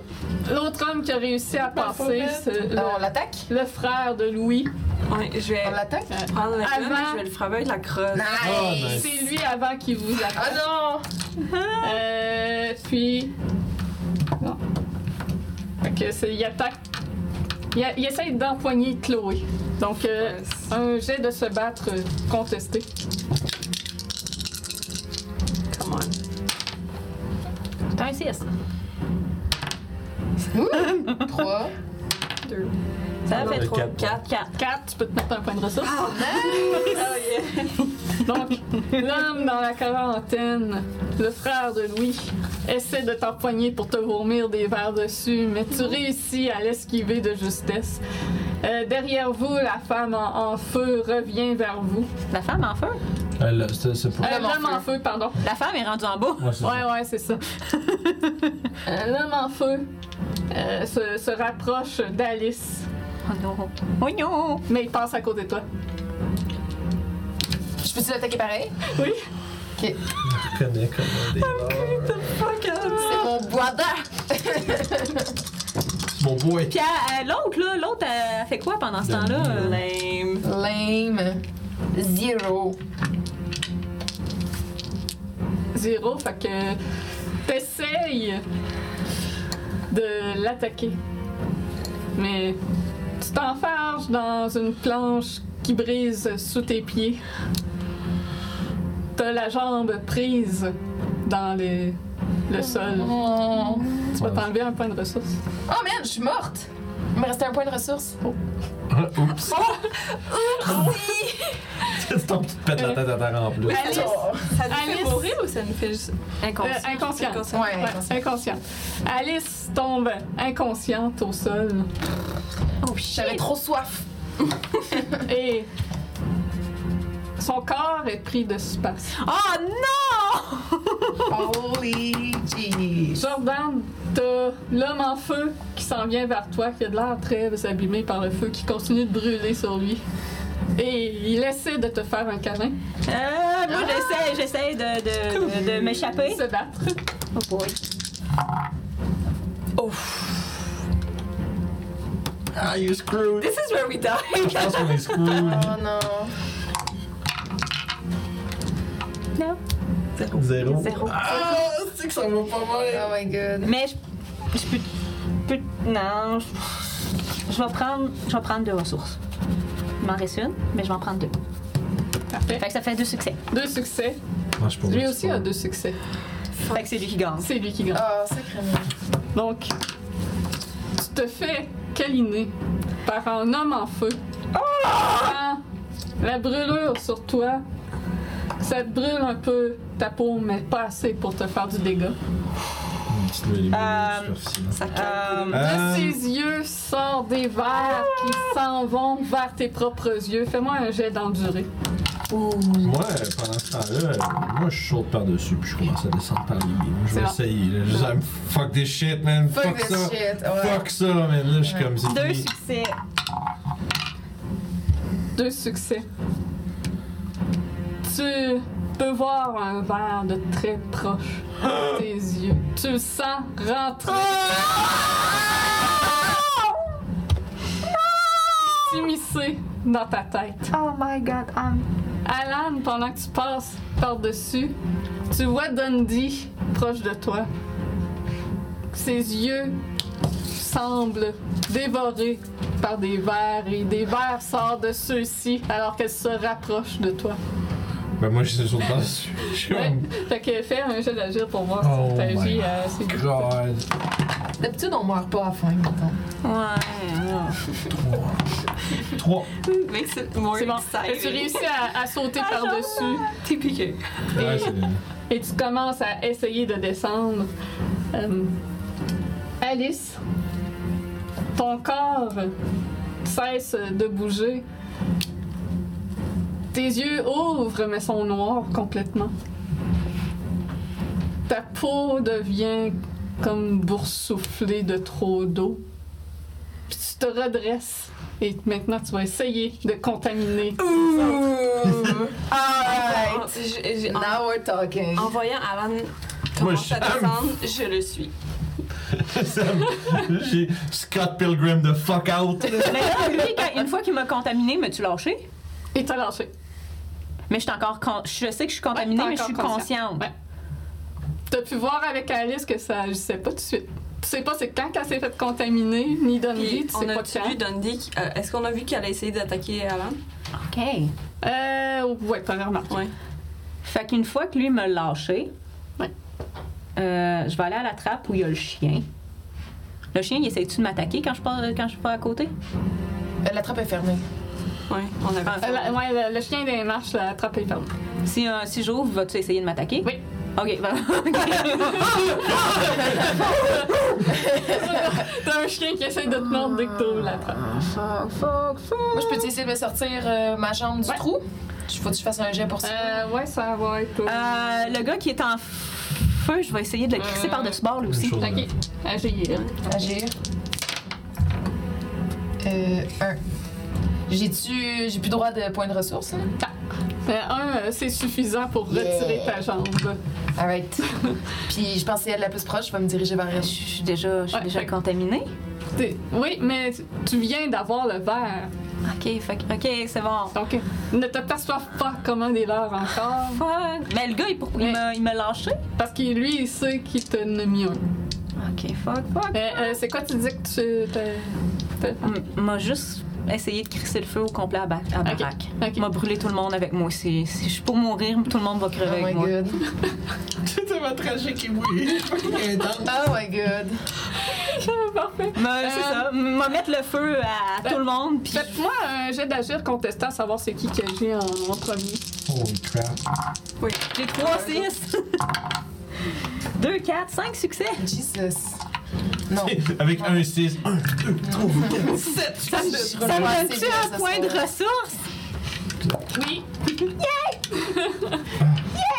Speaker 1: l'autre homme qui a réussi à passer, c'est le-
Speaker 3: Ah, on l'attaque?
Speaker 1: le frère de Louis.
Speaker 4: Ouais, je vais
Speaker 3: On l'attaque?
Speaker 4: prendre le gun,
Speaker 1: Avant-
Speaker 4: puis je vais le frapper avec la crosse.
Speaker 2: Ah, nice.
Speaker 1: C'est lui avant qu'il vous
Speaker 3: Ah
Speaker 1: attaque.
Speaker 3: non!
Speaker 1: Euh, puis. Non. Fait que c'est. Il attaque. Il, a- il essaye d'empoigner Chloé. Donc, euh,
Speaker 4: Yes.
Speaker 1: un jet de se battre euh, contesté.
Speaker 4: Come on.
Speaker 6: C'est un 6.
Speaker 3: 3.
Speaker 4: Deux.
Speaker 6: Ça fait
Speaker 2: Le
Speaker 6: 3.
Speaker 2: quatre.
Speaker 6: 4, 4.
Speaker 1: 4, tu peux te mettre un point de ressource.
Speaker 3: Ah,
Speaker 4: Oh yeah.
Speaker 1: Donc, l'homme dans la quarantaine, le frère de Louis, essaie de t'empoigner pour te vomir des verres dessus, mais tu réussis à l'esquiver de justesse. Euh, derrière vous, la femme en, en feu revient vers vous.
Speaker 6: La femme en feu.
Speaker 2: Euh, là, c'est c'est pas.
Speaker 1: Euh,
Speaker 3: L'homme en
Speaker 1: L'homme en feu, pardon.
Speaker 6: La femme est rendue en bas.
Speaker 2: Ouais, c'est
Speaker 1: Ouais,
Speaker 2: ça.
Speaker 1: ouais, c'est ça. Euh, L'homme en feu euh, se, se rapproche d'Alice,
Speaker 6: Oh non. Oh non.
Speaker 1: mais il passe à côté de toi.
Speaker 3: Je peux-tu l'attaquer pareil?
Speaker 1: Oui.
Speaker 2: Je connais comment des barres.
Speaker 6: euh,
Speaker 3: C'est mon bois d'art!
Speaker 2: Mon boy.
Speaker 6: Puis euh, euh, l'autre, là, l'autre, euh, elle fait quoi pendant ce
Speaker 2: Le
Speaker 6: temps-là? Euh, ben,
Speaker 2: mien.
Speaker 6: Lame.
Speaker 3: Lame. Zero.
Speaker 1: Zéro, fait que t'essayes de l'attaquer. Mais tu t'enfarges dans une planche qui brise sous tes pieds. T'as la jambe prise dans les- le sol.
Speaker 3: Oh,
Speaker 1: Tu vas t'enlever un point de ressource.
Speaker 3: oh man, je suis morte! Il me restait un point de ressource.
Speaker 2: Oups. C'est ton petit pète la tête à terre en plus.
Speaker 1: Alice,
Speaker 3: Oh.
Speaker 4: Ça nous fait
Speaker 1: Alice.
Speaker 4: mourir ou ça nous fait juste.
Speaker 1: euh,
Speaker 6: Inconscient.
Speaker 1: inconsciente.
Speaker 4: Inconscient.
Speaker 3: Ouais,
Speaker 1: Ouais,
Speaker 3: inconscient.
Speaker 1: inconsciente. Alice tombe inconsciente au sol.
Speaker 6: Oh shit.
Speaker 3: J'avais trop soif.
Speaker 1: Et son corps est pris de space.
Speaker 6: Oh non!
Speaker 3: Holy jeez.
Speaker 1: Jordan, t'as l'homme en feu qui s'en vient vers toi, qui a de l'air très abîmé par le feu, qui continue de brûler sur lui. Et il essaie de te faire un câlin,
Speaker 6: Euh, moi, j'essaie, j'essaie de, Euh, de, de, de m'échapper.
Speaker 1: se battre.
Speaker 6: Oh boy.
Speaker 2: Ah, you screwed.
Speaker 4: This is where we die.
Speaker 2: Je pense qu'on est screwed.
Speaker 3: Oh non.
Speaker 2: Zéro.
Speaker 6: Zéro.
Speaker 2: Ah, c'est que ça va pas mal.
Speaker 3: Oh my god.
Speaker 6: Mais je, je peux, je peux- Non, je, je vais prendre, je vais prendre deux ressources. Il m'en reste une, mais je vais en prendre deux.
Speaker 1: Parfait.
Speaker 6: Fait que ça fait deux succès.
Speaker 1: Deux succès.
Speaker 2: Non, je peux
Speaker 1: Lui aussi hein. a deux succès.
Speaker 6: Fait que c'est lui qui gagne.
Speaker 1: C'est lui qui gagne.
Speaker 3: Oh, sacrément.
Speaker 1: Donc, tu te fais câliner par un homme en feu. Prends La brûlure sur toi, ça te brûle un peu ta peau, mais pas assez pour te faire du dégât.
Speaker 2: Une petite levée des
Speaker 6: Euh,
Speaker 2: boules superficielles.
Speaker 4: Ça calme.
Speaker 6: Euh,
Speaker 2: Euh,
Speaker 1: De ses yeux sortent des vers qui s'en vont vers tes propres yeux. Fais-moi un jet d'endurée.
Speaker 2: Moi, euh, pendant ce temps-là, euh, moi, je saute par-dessus, puis je commence à descendre par les lignes. Je vais
Speaker 1: C'est
Speaker 2: essayer, là. Juste, I'm- fuck this shit, man. Fuck,
Speaker 3: Fuck this
Speaker 2: ça.
Speaker 3: shit. Ouais.
Speaker 2: Fuck ça, man. Là, je suis comme, c'est
Speaker 6: Deux
Speaker 2: fini.
Speaker 6: succès.
Speaker 1: Deux succès. Tu peux voir un verre de très proche de tes yeux. Tu le sens rentrer. S'immiscer dans ta tête.
Speaker 9: Oh my god, I'm
Speaker 1: Alan, pendant que tu passes par-dessus, tu vois Dundee proche de toi. Ses yeux semblent dévorés par des vers et des vers sortent de ceux-ci alors qu'elle se rapproche de toi.
Speaker 2: Ben, moi, je saute par-dessus. Je suis
Speaker 1: Ouais.
Speaker 2: comme,
Speaker 1: Fait que fais un jeu d'agir pour voir
Speaker 2: Hmm. Oh
Speaker 1: si euh,
Speaker 2: my
Speaker 1: t'agis à ces
Speaker 2: God.
Speaker 3: D'habitude, on meurt pas à faim, mettons.
Speaker 4: Ouais.
Speaker 2: Trois.
Speaker 4: Makes it more
Speaker 1: C'est bon.
Speaker 4: exciting.
Speaker 1: Tu réussis à, à sauter par-dessus
Speaker 4: T'es piqué.
Speaker 2: Ouais, c'est.
Speaker 1: et tu commences à essayer de descendre. Euh, Alice, ton corps cesse de bouger. Tes yeux ouvrent mais sont noirs complètement. Ta peau devient comme boursouflée de trop d'eau. Puis tu te redresses et maintenant tu vas essayer de contaminer.
Speaker 3: Ouh!
Speaker 4: En-
Speaker 3: Alright!
Speaker 4: j'ai- j'ai- en-
Speaker 3: Now we're talking.
Speaker 4: En voyant Alan
Speaker 2: Moi,
Speaker 4: commencer
Speaker 2: je-
Speaker 4: à descendre, je le suis.
Speaker 2: J'ai Scott Pilgrim de fuck out.
Speaker 6: Mais là, lui, quand- une fois qu'il m'a contaminé, m'as-tu lâché?
Speaker 1: Et t'as lâché.
Speaker 6: Mais je suis encore. con- Je sais que je suis contaminée,
Speaker 1: Ouais, t'es
Speaker 6: mais je suis
Speaker 1: encore
Speaker 6: consciente.
Speaker 1: Ouais. T'as pu voir avec Alice que ça agissait pas tout de suite. Tu sais pas c'est quand qu'elle s'est fait contaminer, ni Dundee,
Speaker 4: Puis,
Speaker 1: tu sais
Speaker 4: on
Speaker 1: pas
Speaker 4: a tu
Speaker 1: quand.
Speaker 4: vu Dundee. qui- euh, Est-ce qu'on a vu qu'elle a essayé d'attaquer Alan?
Speaker 6: OK.
Speaker 1: Euh, ouais, t'avais remarqué.
Speaker 4: Ouais.
Speaker 6: Fait qu'une fois que lui m'a lâché,
Speaker 1: Ouais.
Speaker 6: euh, je vais aller à la trappe où il y a le chien. Le chien, il essaie-tu de m'attaquer quand je pars- quand je suis pas à côté?
Speaker 3: Euh, La trappe est fermée.
Speaker 4: Ouais, on avait
Speaker 1: Euh, la- ouais, le, le chien des marches l'a attrapé, pardon.
Speaker 6: Si, euh, si j'ouvre, vas-tu essayer de m'attaquer?
Speaker 1: Oui.
Speaker 6: OK. ben- OK.
Speaker 1: T'as un chien qui essaie de te mordre dès que t'ouvres la trappe.
Speaker 3: Moi, je peux essayer de me sortir euh, ma jambe du
Speaker 1: Ouais.
Speaker 3: trou? Je- Faut que je fasse un jet pour ça.
Speaker 1: Euh, ouais, ça va être.
Speaker 6: Euh, le gars qui est en feu, je vais essayer de le crisser
Speaker 1: Euh,
Speaker 6: par-dessus bord, lui aussi.
Speaker 2: Même chose.
Speaker 1: Ok, euh, agir.
Speaker 3: Agir. Euh, un. J'ai-tu. J'ai plus droit de point de ressource, là?
Speaker 1: Euh, un, euh, c'est suffisant pour
Speaker 3: Yeah.
Speaker 1: retirer ta jambe.
Speaker 3: Alright. Puis je pensais à la plus proche, je vais me diriger vers elle.
Speaker 6: Je suis déjà, je suis
Speaker 1: Ouais,
Speaker 6: déjà
Speaker 1: fait-
Speaker 6: contaminée.
Speaker 1: T'es- Oui, mais tu viens d'avoir le verre.
Speaker 6: OK, fait que- OK, c'est bon.
Speaker 1: Donc, ne te perçois pas comme un des leurs encore.
Speaker 6: Fuck. Mais le gars, il, pour- il
Speaker 1: Mais-
Speaker 6: m'a- il m'a lâché.
Speaker 1: Parce que lui, il sait qu'il te a mis un.
Speaker 6: OK, fuck, fuck.
Speaker 1: Mais euh, c'est quoi tu dis que tu Ah, t'es.
Speaker 6: M- m'a juste essayé de crisser le feu au complet à, ba- à
Speaker 1: Ok.
Speaker 6: baraque.
Speaker 1: Ok.
Speaker 6: M'a brûlé tout le monde avec moi. Si, si je suis pour mourir, tout le monde va crever
Speaker 3: Oh my
Speaker 6: avec moi.
Speaker 3: god.
Speaker 2: C'est tellement tragique et oui.
Speaker 3: Oh my god.
Speaker 1: Parfait.
Speaker 6: Mais c'est
Speaker 1: Euh,
Speaker 6: ça. M'a mettre le feu à
Speaker 1: ben,
Speaker 6: tout le monde. Puis
Speaker 1: Faites-moi un jet euh, d'agir contestant, savoir c'est qui qui agit en, en premier.
Speaker 2: Holy crap.
Speaker 6: j'ai 3, 6. 2, 4, 5 succès.
Speaker 3: Jesus. Non.
Speaker 2: Avec un 6. Un, deux, trois, quatre.
Speaker 6: Ça me,
Speaker 3: Je
Speaker 6: ça
Speaker 3: relance
Speaker 6: me
Speaker 3: assez
Speaker 6: donne-tu
Speaker 3: bien
Speaker 6: un
Speaker 3: ce
Speaker 6: point de
Speaker 3: soir.
Speaker 6: ressource?
Speaker 1: Oui.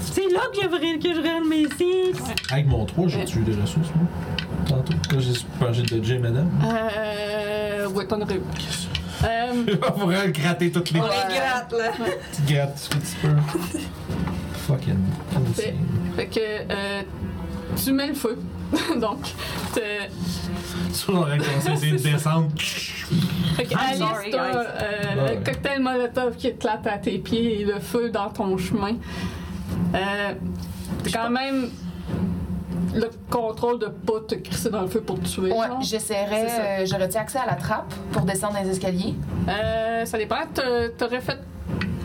Speaker 6: C'est là que je vrais- que je règle mes six.
Speaker 2: Avec mon 3, j'ai tué des ressources, moi. Tantôt. Quand j'ai spongé de Jay, madame.
Speaker 1: Euh. Ouais, t'en aurais eu. Euh,
Speaker 2: Il va vraiment gratter toutes les petites grattes, ce petit peu. Fucking.
Speaker 1: Parfait. fait que. euh, tu mets le feu. Donc, t'es-
Speaker 2: Ça, j'aurais conseillé d'essayer de descendre.
Speaker 1: Fait que
Speaker 6: I'm
Speaker 1: Alice,
Speaker 6: sorry,
Speaker 1: t'as,
Speaker 6: guys.
Speaker 1: euh,
Speaker 2: Ouais, ouais.
Speaker 1: le cocktail Molotov qui éclate à tes pieds et le feu dans ton chemin. Euh, t'as quand même le contrôle de pas te crisser dans le feu pour te tuer.
Speaker 3: Ouais,
Speaker 1: genre. C'est ça.
Speaker 3: j'essaierai. Euh, J'aurais-tu accès à la trappe pour descendre dans les escaliers?
Speaker 1: Euh, ça dépend. T'a- T'aurais fait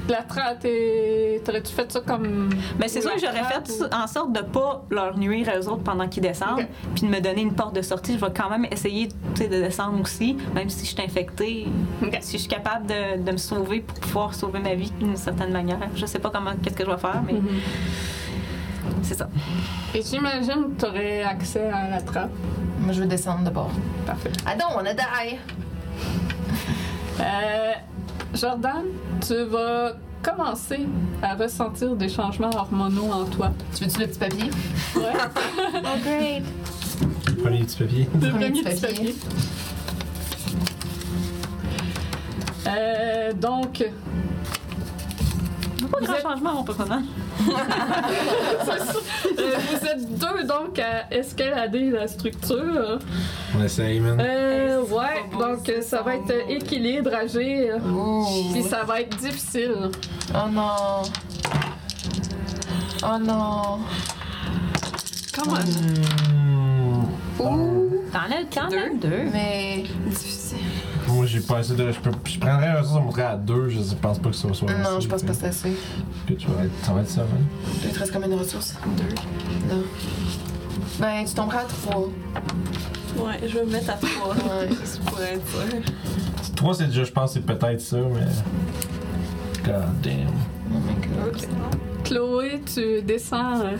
Speaker 1: la trappe, t'aurais-tu fait ça comme.
Speaker 6: Mais Ben, c'est
Speaker 1: ou
Speaker 6: sûr
Speaker 1: la
Speaker 6: que j'aurais
Speaker 1: trappe
Speaker 6: fait
Speaker 1: ou-
Speaker 6: en sorte de pas leur nuire aux autres pendant qu'ils descendent,
Speaker 1: Ok.
Speaker 6: puis de me donner une porte de sortie. Je vais quand même essayer tu sais, de descendre aussi, même si je suis infectée.
Speaker 1: Ok.
Speaker 6: Si je suis capable de, de me sauver pour pouvoir sauver ma vie d'une certaine manière. Je sais pas comment, qu'est-ce que je vais faire, mais
Speaker 1: Mhm.
Speaker 6: c'est ça.
Speaker 1: Et j'imagine que t'aurais accès à la trappe.
Speaker 3: Moi, je veux descendre de bord.
Speaker 1: Parfait.
Speaker 3: Ah non, on a die!
Speaker 1: Euh, Jordan, tu vas commencer à ressentir des changements hormonaux en toi.
Speaker 3: Tu veux-tu le petit papier?
Speaker 1: Ouais,
Speaker 6: Oh, great.
Speaker 2: Prenez les petits papiers.
Speaker 1: le
Speaker 3: Prends
Speaker 1: premier
Speaker 3: le petit
Speaker 1: petit papier. Euh, donc,
Speaker 6: Pas grand
Speaker 1: êtes-
Speaker 6: changement, on peut comment?
Speaker 1: Euh, vous êtes deux donc à escalader la structure.
Speaker 2: On essaye, man.
Speaker 1: Euh,
Speaker 4: Hey, c'est
Speaker 1: ouais,
Speaker 4: pas beau,
Speaker 1: donc
Speaker 4: ça,
Speaker 1: euh, ça va
Speaker 4: ça
Speaker 1: être
Speaker 4: va.
Speaker 1: équilibre, agir,
Speaker 3: Oh.
Speaker 1: puis ça va être difficile.
Speaker 3: Oh non. Oh non.
Speaker 4: Come on.
Speaker 2: Hmm.
Speaker 6: T'en as, t'en as
Speaker 4: Deux.
Speaker 6: deux.
Speaker 3: Mais
Speaker 4: Difficile.
Speaker 2: Moi, j'ai pas assez de. Je, peux- je prendrais un ça, ça monterait à deux. Je pense pas que ça soit.
Speaker 3: non,
Speaker 2: assez,
Speaker 3: je pense
Speaker 2: fait
Speaker 3: pas que c'est assez.
Speaker 2: Que tu vas être, ça va être ça, hein?
Speaker 3: Il te reste combien de ressources? Deux. Non. Ben, tu tomberas à trois.
Speaker 4: Ouais, je vais me mettre à trois.
Speaker 3: Ouais.
Speaker 4: Juste pour être sûr.
Speaker 2: Trois, c'est déjà, je pense, c'est peut-être ça, mais. God damn.
Speaker 4: Ok.
Speaker 1: Chloé, tu descends. euh,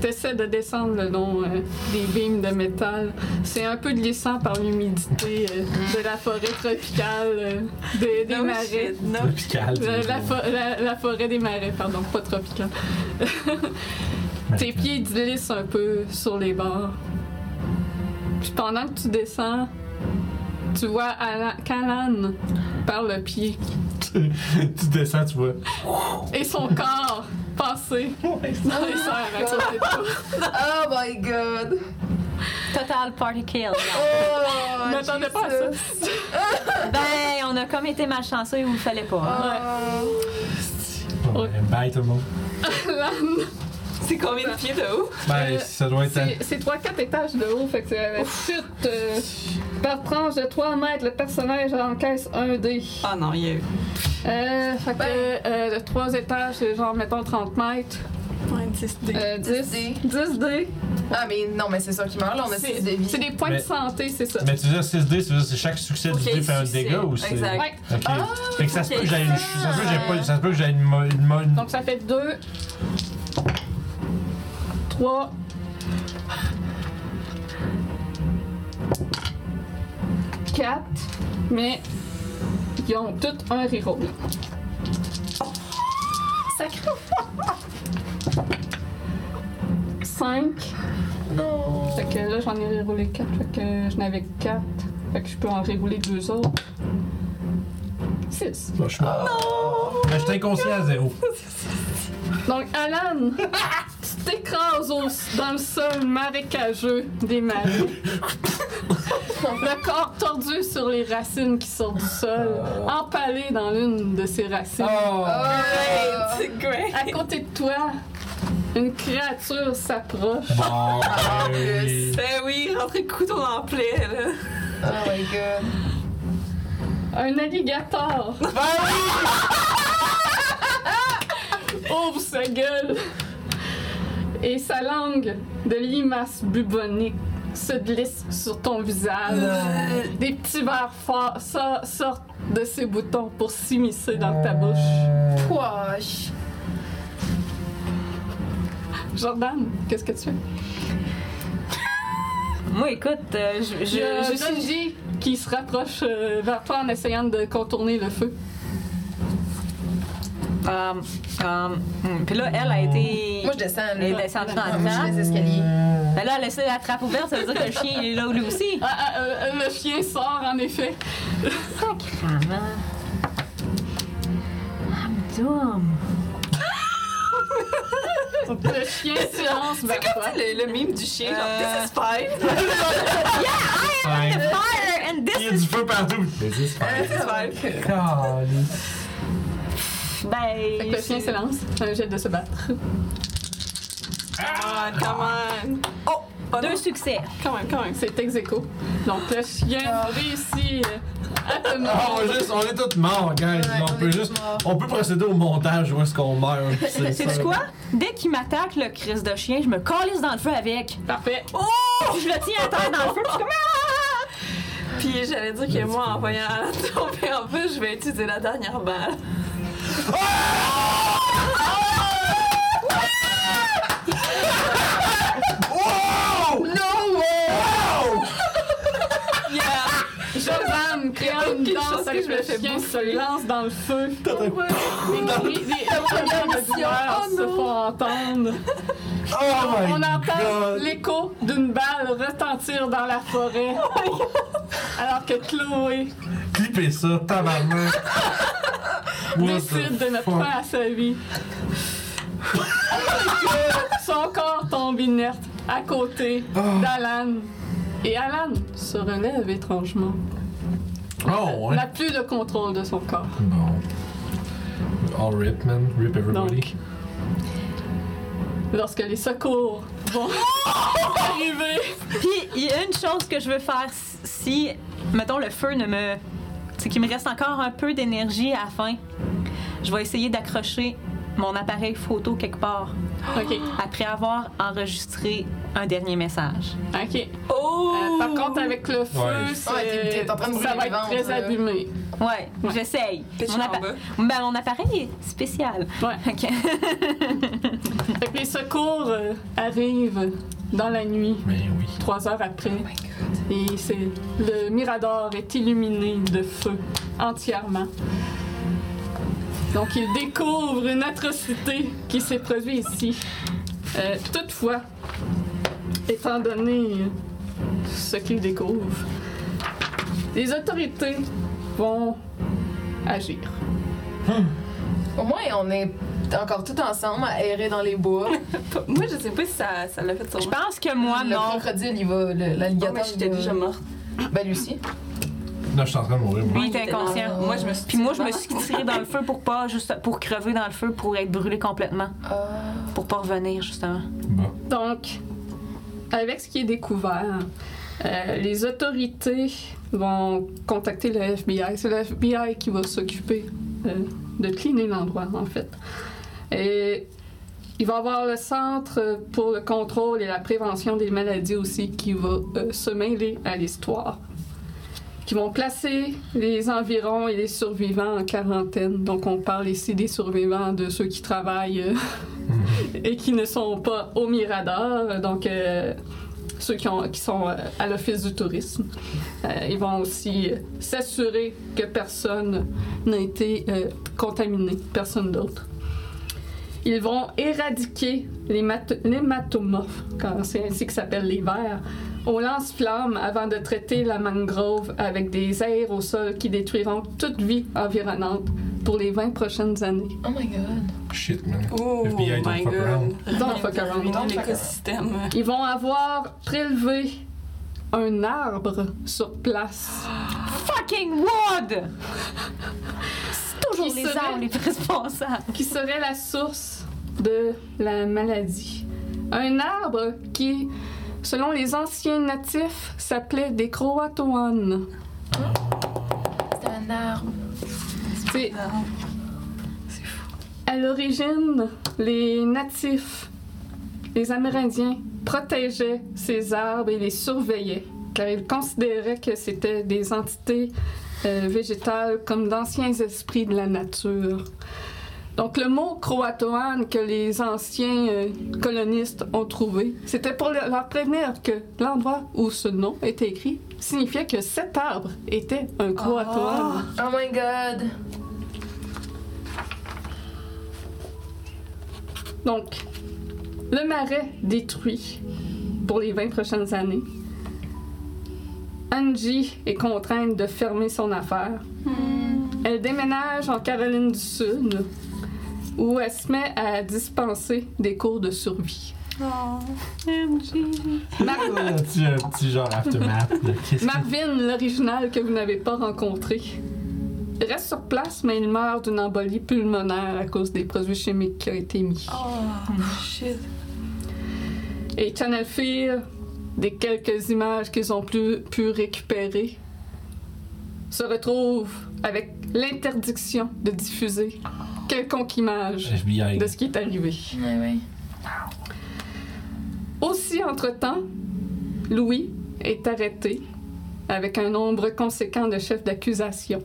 Speaker 1: T'essaies de descendre le long euh, des beams de métal. C'est un peu glissant par l'humidité euh, de la forêt tropicale, euh, des, des
Speaker 4: No
Speaker 1: marais.
Speaker 4: Oh, shit, no
Speaker 2: Tropical.
Speaker 1: La, la
Speaker 2: disons.
Speaker 1: fo- la- la forêt des marais, pardon, pas tropicale. Tes pieds glissent un peu sur les bords. Puis pendant que tu descends, tu vois Alan, qu'Alan par le pied
Speaker 2: tu descends, tu vois.
Speaker 1: et son corps passer dans les airs à côté de toi.
Speaker 3: Oh my god!
Speaker 6: Total party kill.
Speaker 3: Oh!
Speaker 1: Je m'attendais pas à ça.
Speaker 6: ben, on a comme été malchanceux où il fallait pas.
Speaker 3: Oh.
Speaker 2: Bon,
Speaker 1: Ouais.
Speaker 2: ben, Bye, tout le monde.
Speaker 4: C'est combien de pieds de haut?
Speaker 2: Ben,
Speaker 1: Euh,
Speaker 2: ça doit être. à-
Speaker 1: C'est- C'est 3-4 étages de haut, fait que ça va être chute. euh, par tranche de 3 mètres, le personnage encaisse 1 dé.
Speaker 4: Ah non, il y a eu.
Speaker 1: Euh, fait que euh, le 3 étages, c'est genre, mettons, 30 mètres.
Speaker 4: Ouais, 10 dés.
Speaker 1: Euh, 10
Speaker 3: dés.
Speaker 1: 10 dés.
Speaker 3: Ah, mais non, mais c'est sûr qu'il meurt, là. On a six de vie.
Speaker 1: C'est des points
Speaker 2: Mais-
Speaker 1: de santé, c'est ça.
Speaker 2: Mais tu dis 6D, tu veux dire, c'est chaque succès
Speaker 4: Ok,
Speaker 2: du dé fait un
Speaker 4: succès.
Speaker 2: dégât ou c'est.
Speaker 4: Exact.
Speaker 1: Ouais,
Speaker 2: Ok. fait que ça se peut
Speaker 4: ok.
Speaker 2: que j'aie une. Ça se peut que j'aie pas- ça se peut que j'aie une. mo- une, mo- une-
Speaker 1: donc ça fait 2, 3, 4, mais ils ont tous un reroll. Sacré! 5. Fait que là, j'en ai reroulé 4, fait que j'en avais 4. Fait que je peux en rerouler deux autres. 6.
Speaker 2: Bon, je suis
Speaker 1: Ah.
Speaker 2: mort. Ben, j'étais inconscient à zéro.
Speaker 1: Donc, Alan, tu t'écrases au- dans le sol marécageux des marais. le corps tordu sur les racines qui sortent du sol, empalé dans l'une de ces racines.
Speaker 2: Oh!
Speaker 3: Oh.
Speaker 4: C'est great.
Speaker 1: À côté de toi, une créature s'approche.
Speaker 2: Bon,
Speaker 3: Ah,
Speaker 2: ben oui.
Speaker 4: Ben oui, rentrez couteau dans le plaie, là.
Speaker 3: Oh my god.
Speaker 1: Un alligator. Ouvre sa gueule. Et sa langue de limace bubonique se glisse sur ton visage. Des petits vers forts so- sortent de ses boutons pour s'immiscer dans ta bouche.
Speaker 3: Pouache.
Speaker 1: Jordan, qu'est-ce que tu fais?
Speaker 6: Moi, écoute, euh, je,
Speaker 1: Il y a
Speaker 6: je, je suis-
Speaker 1: Shinji qui se rapproche euh, vers toi en essayant de contourner le feu.
Speaker 6: Um, um, mm. Puis là, elle a été.
Speaker 3: Moi, je descends,
Speaker 6: Elle
Speaker 3: là.
Speaker 6: est descendue dans
Speaker 3: Ah,
Speaker 6: le
Speaker 3: moi, je
Speaker 6: trappe.
Speaker 3: suis les escaliers.
Speaker 6: Mais Ben là, elle a laissé la trappe ouverte, ça veut dire que le chien il est là lui aussi.
Speaker 1: Ah, ah, euh, le chien sort en effet.
Speaker 6: Sacrement. Abdoum.
Speaker 1: Le chien silence vers toi.
Speaker 4: Le, le mime du chien, genre, this is fine.
Speaker 2: Cinq.
Speaker 6: Fire and
Speaker 2: Il y
Speaker 6: this.
Speaker 2: a du feu partout. Mais c'est super. Calice.
Speaker 1: Fait que le chien
Speaker 6: Ben.
Speaker 1: silence. Un jet de se battre.
Speaker 4: Ah, come on. Oh, oh
Speaker 6: Deux
Speaker 4: non.
Speaker 6: succès.
Speaker 4: Quand même, quand même.
Speaker 1: C'est ex aequo. Donc le chien réussit euh, à te
Speaker 2: Ah,
Speaker 1: mordre.
Speaker 2: on, est juste- on est tous morts, guys.
Speaker 3: Ouais,
Speaker 2: on,
Speaker 3: on
Speaker 2: peut
Speaker 3: est
Speaker 2: juste,
Speaker 3: tous morts.
Speaker 2: on peut procéder au montage où est-ce qu'on meurt. C'est
Speaker 6: C'est
Speaker 2: ça.
Speaker 6: quoi? Dès qu'il m'attaque, le crise de chien, je me calisse dans le feu avec.
Speaker 1: Parfait.
Speaker 6: Oh! Je le tiens à terre dans le feu, puis je suis comme Ah!
Speaker 4: Puis j'allais dire que moi, en voyant Alan tomber en bas, je vais utiliser la dernière balle.
Speaker 2: Oh!
Speaker 3: No
Speaker 4: Yeah!
Speaker 1: Jordan créant une
Speaker 4: Aucune
Speaker 1: danse
Speaker 4: chance
Speaker 1: avec
Speaker 4: que je
Speaker 1: le
Speaker 4: me fais
Speaker 1: chien
Speaker 4: bouffer.
Speaker 1: se lance dans le feu. Les cris, les cris de douleur se font entendre.
Speaker 2: Oh my
Speaker 1: On entend
Speaker 2: god!
Speaker 1: l'écho d'une balle retentir dans la forêt.
Speaker 2: Oh
Speaker 1: Alors que Chloé
Speaker 2: Clippez ça, tabarnak! What the
Speaker 1: décide de mettre
Speaker 2: fuck?
Speaker 1: fin à sa vie. Son corps tombe inerte à côté
Speaker 2: Ah.
Speaker 1: d'Alan. Et Alan se relève étrangement.
Speaker 2: Oh, ouais.
Speaker 1: n'a plus le contrôle de son corps.
Speaker 2: Bon. All rip, man. Rip everybody.
Speaker 1: Donc. Lorsque les secours vont arriver,
Speaker 6: Puis, il y a une chose que je veux faire si- si, mettons, le feu ne me. C'est qu'il me reste encore un peu d'énergie à la fin. Je vais essayer d'accrocher mon appareil photo quelque part
Speaker 1: ok,
Speaker 6: après avoir enregistré un dernier message.
Speaker 1: ok.
Speaker 4: Oh!
Speaker 1: Euh, par contre, avec le feu,
Speaker 2: Ouais.
Speaker 1: c'est-
Speaker 3: Ouais, Ah, t'es- t'es en train de
Speaker 1: ça va
Speaker 3: brûler
Speaker 1: être
Speaker 3: le ventre,
Speaker 1: très
Speaker 3: là.
Speaker 1: abîmé.
Speaker 6: Ouais,
Speaker 1: Ouais.
Speaker 6: j'essaye.
Speaker 4: Pitch
Speaker 6: Mon,
Speaker 4: en
Speaker 6: appa-
Speaker 4: bas.
Speaker 6: Ben, mon appareil est spécial.
Speaker 1: Ouais.
Speaker 6: Ok.
Speaker 1: Fait que les secours euh, arrivent dans la nuit,
Speaker 2: Mais oui.
Speaker 1: trois heures après. et c'est le mirador est illuminé de feu entièrement. Donc, ils découvrent une atrocité qui s'est produite ici. Euh, toutefois, étant donné ce qu'ils découvrent, les autorités vont agir.
Speaker 3: Au moins, on est encore tout ensemble à errer dans les bois.
Speaker 4: Moi, je sais pas si ça ça l'a fait sur
Speaker 6: Je
Speaker 4: moi.
Speaker 6: pense que moi,
Speaker 3: le
Speaker 6: non.
Speaker 3: crocodile, il va. le-
Speaker 4: Oh,
Speaker 3: L'alligator.
Speaker 4: mais j'étais
Speaker 3: il va-
Speaker 4: déjà morte.
Speaker 3: Ben, lui aussi.
Speaker 2: Là, je suis en train de mourir, moi.
Speaker 6: Lui, il était inconscient.
Speaker 4: Moi, je me suis
Speaker 6: Puis moi, je me suis tirée dans le feu pour pas, juste pour crever dans le feu, pour être brûlée complètement,
Speaker 3: Ah.
Speaker 6: pour pas revenir, justement.
Speaker 2: Bon.
Speaker 1: Donc, avec ce qui est découvert, euh, les autorités vont contacter le FBI. C'est le FBI qui va s'occuper euh, de cleaner l'endroit, en fait. Et il va y avoir le Centre pour le contrôle et la prévention des maladies aussi qui va euh, se mêler à l'histoire. Qui vont placer les environs et les survivants en quarantaine. Donc, on parle ici des survivants, de ceux qui travaillent euh, et qui ne sont pas au Mirador, donc euh, ceux qui, ont- qui sont euh, à l'Office du tourisme. Euh, ils vont aussi euh, s'assurer que personne n'a été euh, contaminé, personne d'autre. Ils vont éradiquer les, mat- les matomorphes, quand- c'est ainsi que s'appellent les vers, au lance-flammes avant de traiter la mangrove avec des aérosols qui détruiront toute vie environnante pour les 20 prochaines années.
Speaker 3: Oh my god.
Speaker 2: Shit, man.
Speaker 4: Oh
Speaker 2: FBI, don't
Speaker 4: my
Speaker 2: fuck around.
Speaker 4: god.
Speaker 1: Don't fuck around.
Speaker 4: Dans l'écosystème.
Speaker 1: Ils vont avoir prélevé un arbre sur place.
Speaker 6: Fucking wood! C'est toujours
Speaker 1: Qui
Speaker 6: les
Speaker 1: serait-
Speaker 6: arbres les plus responsables.
Speaker 1: qui serait la source de la maladie. Un arbre qui, selon les anciens natifs, s'appelait des croatoanes.
Speaker 3: C'est un arbre.
Speaker 1: C'est
Speaker 4: C'est fou.
Speaker 1: à l'origine les natifs, les Amérindiens, protégeaient ces arbres et les surveillaient, car ils considéraient que c'était des entités euh, végétales comme d'anciens esprits de la nature. Donc le mot croatoan que les anciens euh, colonistes ont trouvé, c'était pour le- leur prévenir que l'endroit où ce nom était écrit signifiait que cet arbre était un croatoan.
Speaker 3: Oh my god.
Speaker 1: Donc, le marais détruit pour les 20 prochaines années. Angie est contrainte de fermer son affaire. Elle déménage en Caroline du Sud, où elle se met à dispenser des cours de survie. Mar-
Speaker 2: Ah, tu as un petit genre aftermath. là. Qu'est-ce que
Speaker 1: Marvin, l'original que vous n'avez pas rencontré, reste sur place, mais il meurt d'une embolie pulmonaire à cause des produits chimiques qui ont été mis.
Speaker 4: Oh shit.
Speaker 1: Et Channel Fear, des quelques images qu'ils ont pu, pu récupérer, se retrouve avec l'interdiction de diffuser quelconque image
Speaker 2: FBI.
Speaker 1: de ce qui est arrivé.
Speaker 3: Ouais, ouais.
Speaker 1: Aussi, entre-temps, Louis est arrêté avec un nombre conséquent de chefs d'accusation.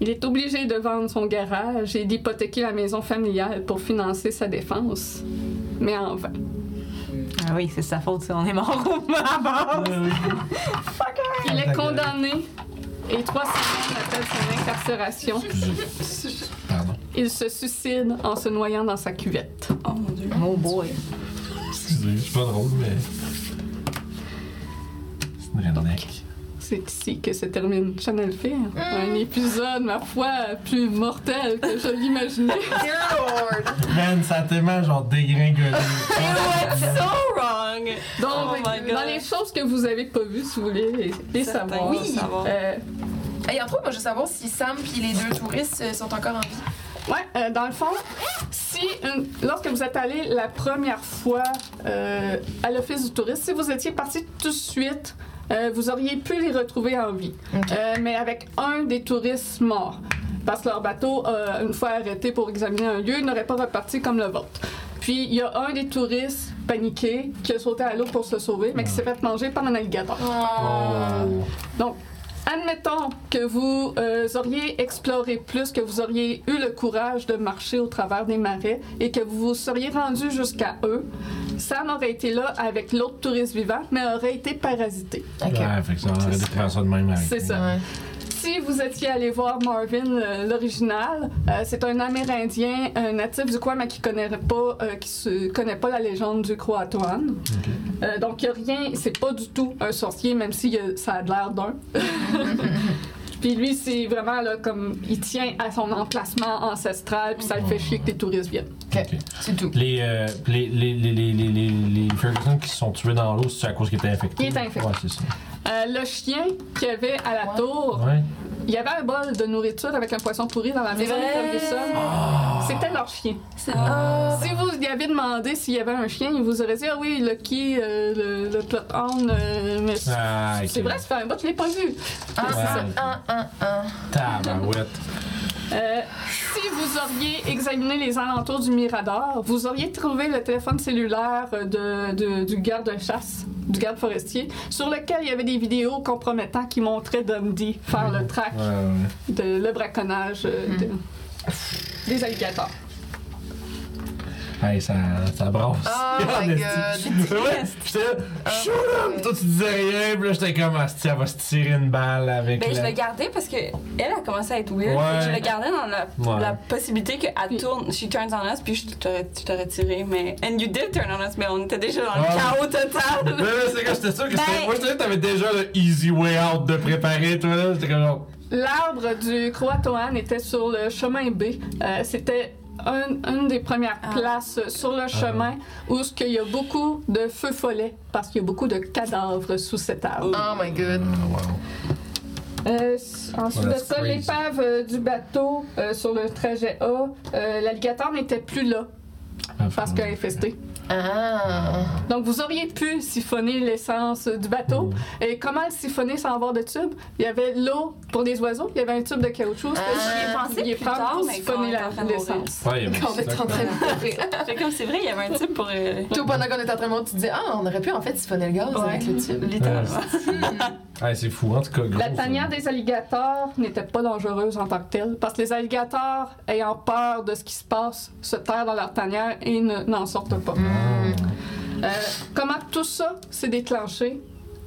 Speaker 1: Il est obligé de vendre son garage et d'hypothéquer la maison familiale pour financer sa défense, mais en vain.
Speaker 6: Ah oui, c'est sa faute si on est mort ou pas.
Speaker 2: Ah, oui.
Speaker 1: Il est
Speaker 2: Ta gueule.
Speaker 1: condamné et trois semaines après son incarcération,
Speaker 2: Pardon.
Speaker 1: il se suicide en se noyant dans sa cuvette.
Speaker 4: Oh mon dieu.
Speaker 5: Oh boy.
Speaker 2: Excusez, c'est pas drôle, mais. C'est une redneck.
Speaker 1: C'est ici que se termine Channel Fear. Un épisode, ma foi, plus mortel que je l'imaginais.
Speaker 3: Dear Lord!
Speaker 2: Man, ça a tellement genre dégringolé.
Speaker 4: What's so wrong?
Speaker 1: Donc,
Speaker 4: Oh my
Speaker 1: dans
Speaker 4: God.
Speaker 1: les choses que vous avez pas vues, si vous voulez les, les
Speaker 4: Certains,
Speaker 1: savoir.
Speaker 4: oui, savoir.
Speaker 1: euh,
Speaker 3: Hey, entre autres, moi, je veux savoir si Sam puis les deux touristes euh, sont encore en vie.
Speaker 1: Ouais, euh, dans le fond, si une- lorsque vous êtes allé la première fois euh, à l'office du tourisme, si vous étiez parti tout de suite, euh, vous auriez pu les retrouver en vie,
Speaker 3: Ok.
Speaker 1: Euh, mais avec un des touristes morts. Parce que leur bateau, euh, une fois arrêté pour examiner un lieu, n'aurait pas reparti comme le vôtre. Puis il y a un des touristes paniqué qui a sauté à l'eau pour se sauver, mais qui s'est fait manger par un alligator.
Speaker 2: Oh.
Speaker 1: Donc, admettons que vous euh, auriez exploré plus, que vous auriez eu le courage de marcher au travers des marais et que vous vous seriez rendu jusqu'à eux. Sam aurait été là avec l'autre touriste vivant, mais aurait été parasité.
Speaker 3: Ok.
Speaker 2: Ouais, fait que ça, on aurait dû faire ça de même avec.
Speaker 1: C'est ça.
Speaker 3: Ouais.
Speaker 1: Si vous étiez allé voir Marvin, euh, l'original, euh, c'est un Amérindien, un natif du coin, mais qui connaît pas, euh, qui se connaît pas la légende du Croatoan.
Speaker 2: Ok.
Speaker 1: Euh, donc, il n'y a rien, c'est pas du tout un sorcier, même si euh, ça a de l'air d'un. puis lui, c'est vraiment là, comme il tient à son emplacement ancestral, puis ça le fait chier que les touristes viennent.
Speaker 2: Ok.
Speaker 3: C'est tout.
Speaker 2: Les, euh, les, les, les, les, les, les, les Ferguson qui se sont tués dans l'eau, c'est à cause qu'ils étaient infectés.
Speaker 1: Ils étaient infectés.
Speaker 2: Ouais, c'est ça.
Speaker 1: Euh, le chien qu'il y avait à la
Speaker 3: Ouais.
Speaker 1: tour,
Speaker 2: Ouais.
Speaker 1: il y avait un bol de nourriture avec un poisson pourri dans la
Speaker 3: C'est
Speaker 1: maison de
Speaker 3: vrai.
Speaker 1: Ferguson. C'était leur chien.
Speaker 3: Ah,
Speaker 1: Si vous lui avez demandé s'il y avait un chien, il vous aurait dit Ah oui, Lucky, euh, le, le plot hound, euh, mais c'est-
Speaker 2: Ah, ok.
Speaker 1: c'est vrai, ça Ah, fait un bout, je l'ai pas vu.
Speaker 3: un,
Speaker 2: Ouais.
Speaker 3: un, un, un.
Speaker 2: Tabarouette.
Speaker 1: Euh, si vous auriez examiné les alentours du Mirador, vous auriez trouvé le téléphone cellulaire de, de- du garde-chasse, du garde forestier, sur lequel il y avait des vidéos compromettantes qui montraient Dundee faire le track
Speaker 2: Ouais, ouais.
Speaker 1: de le braconnage euh, de- des alligators.
Speaker 2: Hey, ça, ça brasse.
Speaker 3: Oh my God.
Speaker 2: Ouais, j'étais là, shoot him! Toi, tu disais rien, puis là, j'étais comme, Asti, elle va se tirer une balle avec.
Speaker 4: Ben, je
Speaker 2: la-
Speaker 4: le gardais parce que elle a commencé à être weird.
Speaker 2: Ouais.
Speaker 4: Fait que Je le gardais dans la,
Speaker 2: Ouais.
Speaker 4: la possibilité qu'elle tourne. She turns on us, puis je t'aurais- tu t'aurais tiré. Mais. And you did turn on us, mais on était déjà dans
Speaker 2: Ouais.
Speaker 4: le chaos total.
Speaker 2: Mais là, c'est quand j'étais sûr que c'était.
Speaker 4: Ben-
Speaker 2: Moi, j'étais sûr que t'avais déjà le easy way out de préparer, toi, là. J'étais comme, genre,
Speaker 1: L'arbre du Croatoan était sur le chemin B. Euh, C'était un- une des premières places sur le chemin où ce qu'il y a beaucoup de feux follets parce qu'il y a beaucoup de cadavres sous cet arbre.
Speaker 3: Oh my God.
Speaker 2: ah, wow.
Speaker 1: Euh, s- ensuite
Speaker 2: Well,
Speaker 1: de
Speaker 2: that's
Speaker 1: ça,
Speaker 2: crazy.
Speaker 1: l'épave euh, du bateau euh, sur le trajet A, euh, l'alligator n'était plus là
Speaker 2: Ah,
Speaker 1: parce
Speaker 2: Mm.
Speaker 1: qu'il a infesté.
Speaker 3: Ah.
Speaker 1: Donc vous auriez pu siphonner l'essence euh, du bateau.
Speaker 2: Mm.
Speaker 1: Et comment le siphonner sans avoir de tube? Il y avait l'eau pour les oiseaux, il y avait un tube de caoutchouc. c'était
Speaker 3: Ah.
Speaker 1: juste
Speaker 4: J'y ai pensé
Speaker 1: oublié
Speaker 4: plus
Speaker 1: prendre
Speaker 4: tard,
Speaker 1: pour
Speaker 4: mais
Speaker 1: siphonner
Speaker 4: quand on est en train de
Speaker 1: l'essence.
Speaker 2: Ouais, il y avait
Speaker 3: Quand on
Speaker 2: ça,
Speaker 3: est en
Speaker 2: quoi.
Speaker 3: train de mourir.
Speaker 4: Fait comme c'est vrai, il y avait un type pour. euh,
Speaker 3: Tout pendant qu'on est en train de mourir, tu te dis Ah, on aurait pu en fait siphonner le gaz
Speaker 4: Ouais.
Speaker 3: avec le tube.
Speaker 4: littéralement.
Speaker 2: Ah, c'est fou, en tout cas. gros,
Speaker 1: La
Speaker 2: ça.
Speaker 1: tanière des alligators n'était pas dangereuse en tant que telle, parce que les alligators, ayant peur de ce qui se passe, se terrent dans leur tanière et ne- n'en sortent pas.
Speaker 2: Ah.
Speaker 1: Euh, comment tout ça s'est déclenché?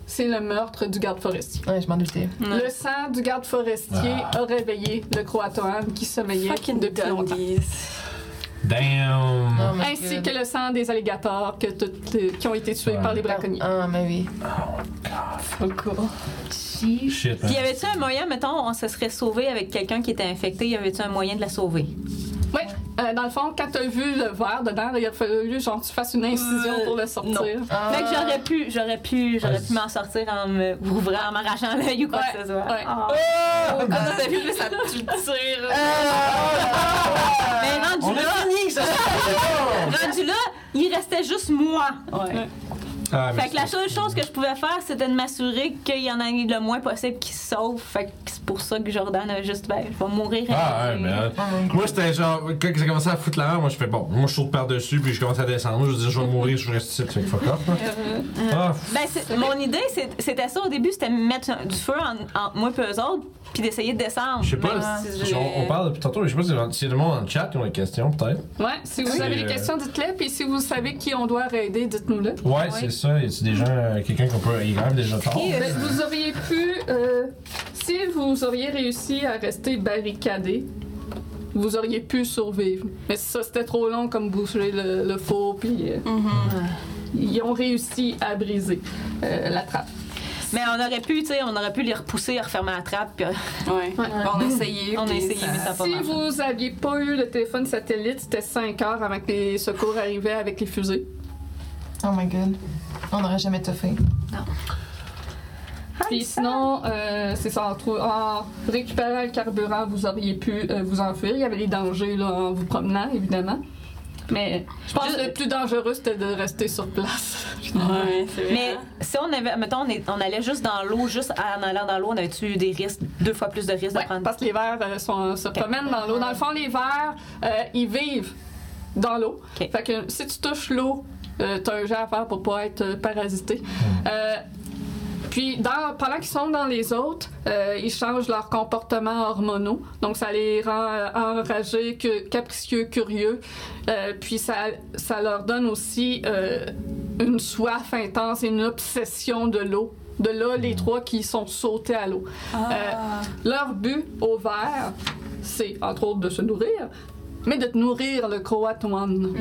Speaker 1: C'est le meurtre du garde forestier.
Speaker 3: Ouais, je m'en doutais.
Speaker 1: Le sang du garde forestier a réveillé le Croatoan qui sommeillait
Speaker 4: Fucking
Speaker 1: depuis longtemps.
Speaker 4: doggies.
Speaker 2: Damn!
Speaker 3: Oh my
Speaker 1: Ainsi
Speaker 3: God.
Speaker 1: que le sang des alligators que toutes- euh, qui ont été tués
Speaker 2: Ouais.
Speaker 1: par les braconniers.
Speaker 3: Ah, mais oui.
Speaker 6: Si.
Speaker 2: Shit, man.
Speaker 6: Puis y avait-tu un moyen, mettons, on se serait sauvé avec quelqu'un qui était infecté, y avait-tu un moyen de la sauver?
Speaker 1: Oui, euh, dans le fond, quand t'as vu le verre dedans, il a fallu genre tu fasses une incision
Speaker 6: Euh,
Speaker 1: pour le sortir.
Speaker 3: Ah.
Speaker 6: Fait que j'aurais pu, j'aurais pu, j'aurais pu
Speaker 2: Ouais.
Speaker 6: m'en sortir en me ouvrant, en m'arrachant l'œil ou quoi que ce soit.
Speaker 1: Ouais, ouais.
Speaker 6: Ah.
Speaker 2: Ah!
Speaker 4: Ah non, t'as vu, là, ça tu le tires.
Speaker 6: Mais rendu
Speaker 2: Euh, On
Speaker 6: là,
Speaker 2: a fini, ça!
Speaker 6: rendu là, il restait juste moi.
Speaker 2: Ah, mais
Speaker 6: Fait que la seule chose que je pouvais faire, c'était de m'assurer qu'il y en ait le moins possible qui se sauve. Fait que c'est pour ça que Jordan a juste, ben, je vais mourir.
Speaker 2: Ah ouais,
Speaker 6: avec-
Speaker 2: mais euh, moi j'étais genre, quand j'ai commencé à foutre la merde, moi je fais bon, moi je saute par-dessus, puis je commence à descendre, je dis je vais mourir, je reste ici, fait que fuck off. là. Ah, f-
Speaker 6: Ben, c'est- mon idée, c'est- c'était ça au début, c'était mettre un- du feu en, en moi et eux autres, puis d'essayer de descendre.
Speaker 2: je sais pas,
Speaker 6: Mais
Speaker 2: si-
Speaker 6: j'ai-
Speaker 2: si on, on parle depuis tantôt, mais je sais pas si- si y a du monde en chat qui ont des questions peut-être.
Speaker 1: Ouais, si vous
Speaker 2: Oui.
Speaker 1: avez
Speaker 2: Et,
Speaker 1: des
Speaker 2: euh,
Speaker 1: questions, dites-les, puis si vous savez qui on doit aider, dites-nous-le.
Speaker 2: Ouais, c'est ça, y a-tu des gens, euh, quelqu'un qu'on peut, il rêve déjà tard?
Speaker 1: Ben, vous auriez pu, euh, si vous auriez réussi à rester barricadé, vous auriez pu survivre. Mais ça, c'était trop long comme boucher le, le four, puis euh,
Speaker 4: Mm-hmm.
Speaker 1: ils ont réussi à briser euh, la trappe.
Speaker 6: Mais on aurait pu, tu sais, on aurait pu les repousser, refermer la trappe. puis, euh,
Speaker 4: Ouais. On a essayé.
Speaker 6: On a
Speaker 4: puis
Speaker 6: essayé, mais ça- a pas
Speaker 1: Si
Speaker 6: marché.
Speaker 1: vous aviez pas eu le téléphone satellite, c'était 5 heures avant que les secours arrivaient avec les fusées.
Speaker 3: Oh my god. On n'aurait jamais toffé.
Speaker 1: Puis sinon, euh, c'est ça, en, trou- en récupérant le carburant, vous auriez pu euh, vous enfuir. Il y avait des dangers là, en vous promenant, évidemment. Mais je pense que le plus dangereux, c'était de rester sur place.
Speaker 4: Ouais, c'est vrai.
Speaker 6: Mais si on avait, mettons, on, est- on allait juste dans l'eau, juste en allant dans l'eau, on avait-tu eu des risques, deux fois plus de risques
Speaker 1: Ouais,
Speaker 6: de prendre.
Speaker 1: parce que les vers euh, sont- se promènent dans l'eau. Dans le fond, les vers, euh, ils vivent dans l'eau.
Speaker 6: Ok.
Speaker 1: Fait que si tu touches l'eau, euh, t'as un jet à faire pour pas être euh, parasité. Euh, puis, dans- pendant qu'ils sont dans les autres, euh, ils changent leur comportement hormonaux. Donc, ça les rend euh, enragés, que, capricieux, curieux. Euh, puis, ça, ça leur donne aussi euh, une soif intense et une obsession de l'eau. De là, les trois qui sont sautés à l'eau. Euh,
Speaker 4: Ah.
Speaker 1: Leur but au vert, c'est entre autres de se nourrir, mais de nourrir le Croatoan. Donc,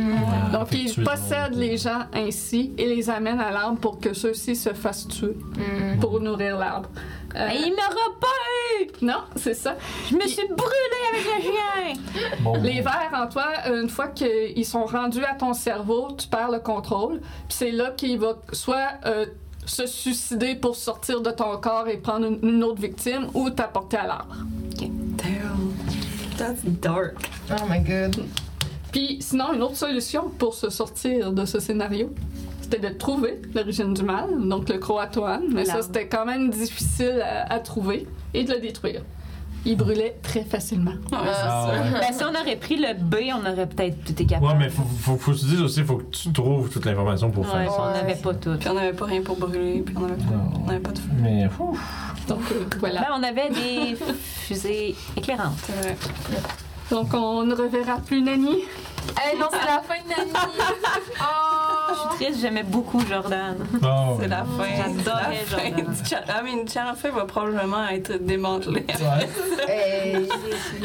Speaker 2: Ah, Fait que tu
Speaker 1: ils
Speaker 2: es-
Speaker 1: possèdent les gens ainsi et les amènent à l'arbre pour que ceux-ci se fassent tuer
Speaker 2: Mm.
Speaker 1: pour nourrir l'arbre. Euh,
Speaker 6: Et il m'aura pas eu!
Speaker 1: Non, c'est ça.
Speaker 2: Mm.
Speaker 6: Je me suis brûlée avec le chien!
Speaker 2: Bon,
Speaker 1: Les vers en toi, une fois qu'ils sont rendus à ton cerveau, tu perds le contrôle. Puis c'est là qu'il va soit euh, se suicider pour sortir de ton corps et prendre une, une autre victime ou t'apporter à l'arbre.
Speaker 4: Damn. That's dark.
Speaker 3: Oh my god.
Speaker 1: Puis sinon, une autre solution pour se sortir de ce scénario, c'était de trouver l'origine du mal, donc le croatoan, mais ça
Speaker 5: L'arbre.
Speaker 1: c'était quand même difficile à, à trouver, et de le détruire. Il brûlait très facilement.
Speaker 2: ah, ouais.
Speaker 6: Ben, si on aurait pris le B, on aurait peut-être tout été capable.
Speaker 2: Ouais, mais faut, faut, faut se dire aussi, faut que tu trouves toute l'information pour
Speaker 6: Ouais,
Speaker 2: faire ça.
Speaker 6: on
Speaker 3: Ouais.
Speaker 6: n'avait pas tout.
Speaker 4: Puis on n'avait pas rien pour brûler, puis on n'avait pas,
Speaker 2: Non.
Speaker 4: on avait pas de feu.
Speaker 2: Mais fou.
Speaker 1: Donc euh, voilà.
Speaker 6: Ben, on avait des fusées éclairantes.
Speaker 4: C'est vrai.
Speaker 1: Donc on ne reverra plus Nani.
Speaker 3: Hey, non, c'est la fin de l'année. Oh.
Speaker 6: Triste, j'aimais beaucoup Jordan.
Speaker 2: Ah,
Speaker 4: C'est
Speaker 2: ouais.
Speaker 4: la fin.
Speaker 6: J'adorais
Speaker 4: C'est la fin
Speaker 6: Jordan.
Speaker 4: du chat. Ah, mais une chat en fait va probablement être démantelée.
Speaker 2: Ouais.
Speaker 3: Hey.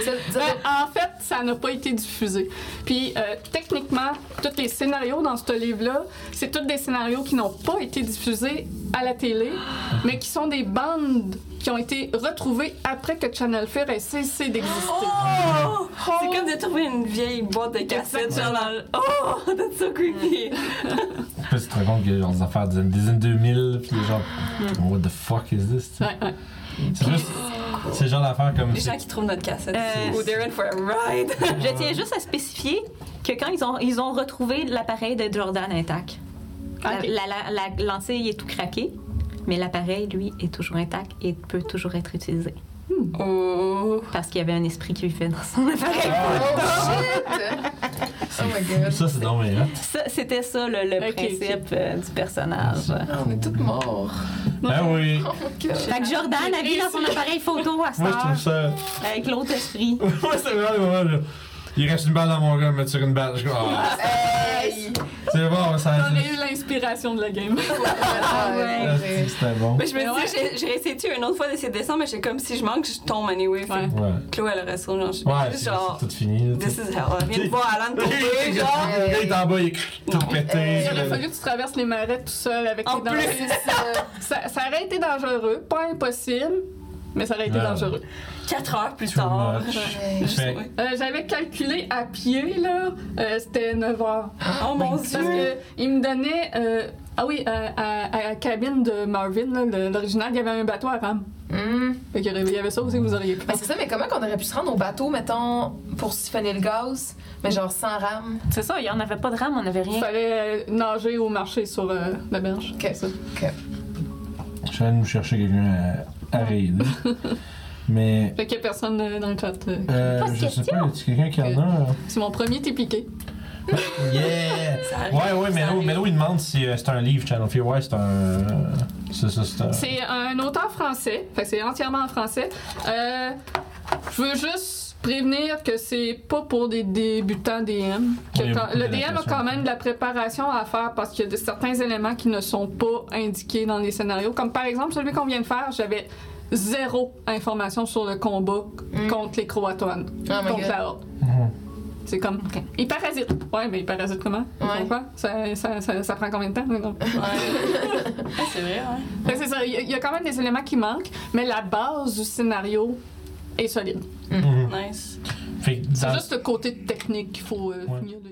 Speaker 3: Ça- ça-
Speaker 1: Ben, en fait, ça n'a pas été diffusé. Puis euh, techniquement, tous les scénarios dans ce livre-là, c'est tous des scénarios qui n'ont pas été diffusés à la télé, mais qui sont des bandes qui ont été retrouvées après que Channel 4 ait cessé d'exister.
Speaker 4: Oh! C'est comme de trouver une vieille boîte de cassettes, genre dans le. Oh! That's so creepy!
Speaker 2: Puis tu te rends compte que genre des affaires des dizaines 2000, puis les gens. What the fuck is this? tu sais.
Speaker 1: Ouais, ouais.
Speaker 2: C'est juste. C'est le genre d'affaires comme.
Speaker 4: Les gens qui trouvent notre cassette.
Speaker 6: Euh,
Speaker 4: Oh, they're in for a ride!
Speaker 6: Je tiens juste à spécifier que quand ils ont, ils ont retrouvé l'appareil de Jordan intact, la-
Speaker 1: Ok.
Speaker 6: la, la- la lentille est tout craquée, mais l'appareil, lui, est toujours intact et peut toujours être utilisé.
Speaker 4: Oh!
Speaker 6: Parce qu'il y avait un esprit qui vivait dans son appareil.
Speaker 2: Ah
Speaker 3: Oh shit. Oh my god.
Speaker 2: Ça, c'est hein. donc mais hot.
Speaker 6: Ça, C'était ça, le, le
Speaker 1: Ok,
Speaker 6: principe euh, du personnage.
Speaker 3: On est toutes morts.
Speaker 2: Ben oui.
Speaker 3: Oh my god.
Speaker 6: Fait que Jordan a vu dans son appareil photo à
Speaker 2: Moi, je
Speaker 6: Star
Speaker 2: trouve ça.
Speaker 6: avec l'autre esprit.
Speaker 2: Moi, c'est vraiment le moment, là. Il reste une balle dans mon gars, me tire une balle. Je go, ah,
Speaker 3: Hey.
Speaker 2: c'est bon, ça.
Speaker 1: J'en ai eu l'inspiration de la game.
Speaker 3: Ah
Speaker 2: Ah,
Speaker 3: ouais.
Speaker 2: c'est- C'était bon.
Speaker 4: Mais je me dis, j'ai- j'ai essayé une autre fois d'essayer de descendre, mais j'ai comme si je manque, je tombe anyway. Fait
Speaker 1: Ouais.
Speaker 4: que
Speaker 2: Ouais.
Speaker 4: Chloé, elle aurait sauvé. genre, je suis
Speaker 2: Ouais,
Speaker 4: juste
Speaker 2: c'est
Speaker 4: genre.
Speaker 2: c'est tout fini. là, tu
Speaker 4: This
Speaker 2: sais.
Speaker 4: is hell. Viens de voir Alan tomber,
Speaker 2: Le
Speaker 4: genre.
Speaker 2: gars, il est en bas, il est tout pété.
Speaker 1: Il aurait fallu que tu traverses les marais tout seul avec
Speaker 4: En
Speaker 1: tes dents.
Speaker 4: plus.
Speaker 1: Ça, ça aurait été dangereux, pas impossible, mais ça aurait été
Speaker 2: Ouais.
Speaker 1: dangereux.
Speaker 4: 4 heures plus
Speaker 2: Too
Speaker 4: tard.
Speaker 2: much.
Speaker 3: Ouais.
Speaker 4: Juste,
Speaker 2: Fait-
Speaker 4: ouais.
Speaker 1: Euh, J'avais calculé à pied, là, euh, c'était 9 heures.
Speaker 4: Oh mon
Speaker 1: Parce
Speaker 4: dieu!
Speaker 1: que il me donnait. euh, ah oui, à, à- à la cabine de Marvin, là, le- l'original, il y avait un bateau à rame.
Speaker 3: Hmm.
Speaker 1: Fait qu'il y avait- il y avait ça aussi que vous auriez pu.
Speaker 3: Ben, c'est ça, mais comment qu'on aurait pu se rendre au bateau, mettons, pour siphonner le gaz, mais genre sans rame?
Speaker 6: C'est ça, il n'y en avait pas de rame, on n'avait
Speaker 1: Il
Speaker 6: rien.
Speaker 1: fallait euh, nager ou marcher sur euh, la berge.
Speaker 3: Ok.
Speaker 1: C'est ça.
Speaker 2: Je suis allé nous chercher quelqu'un à, à raider. Mais.
Speaker 1: Fait qu'il y a personne euh, dans le chat. euh.
Speaker 2: Euh,
Speaker 6: Pas de
Speaker 2: je sais
Speaker 6: question.
Speaker 2: pas, est-ce quelqu'un qui en a?
Speaker 1: C'est mon premier t'es piqué.
Speaker 2: euh? Yeah!
Speaker 4: Ça arrive,
Speaker 2: Ouais, ouais,
Speaker 4: ça
Speaker 2: Melo,
Speaker 4: arrive.
Speaker 2: Melo, il demande si euh, c'est un livre, Channel Fear. Ouais, c'est un. euh, C'est ça, c'est un.
Speaker 1: Euh, C'est un auteur français. Fait que c'est entièrement en français. Euh, je veux juste prévenir que c'est pas pour des débutants DM. Que
Speaker 2: Il y
Speaker 1: quand-
Speaker 2: a beaucoup
Speaker 1: le DM a
Speaker 2: d'adaptations.
Speaker 1: quand même de la préparation à faire parce qu'il y a de- certains éléments qui ne sont pas indiqués dans les scénarios. Comme par exemple celui qu'on vient de faire, j'avais zéro information sur le combat contre les Croatoans,
Speaker 3: Mm. Oh my
Speaker 1: contre
Speaker 3: God.
Speaker 1: la Horde.
Speaker 2: Mhm.
Speaker 1: C'est comme,
Speaker 5: Ok.
Speaker 1: ils parasitent. Ouais, mais ils parasitent comment? Ils font
Speaker 3: Ouais.
Speaker 1: quoi? Ça, ça- ça- ça prend combien de temps? Non.
Speaker 4: Ah, c'est vrai, ouais.
Speaker 1: Fait que c'est ça, il y a- il y a quand même des éléments qui manquent, mais la base du scénario est solide.
Speaker 2: Mhm.
Speaker 4: Nice.
Speaker 2: Fait que
Speaker 1: C'est
Speaker 2: dans-
Speaker 1: juste le côté technique qu'il faut euh,
Speaker 2: Ouais.
Speaker 1: finir de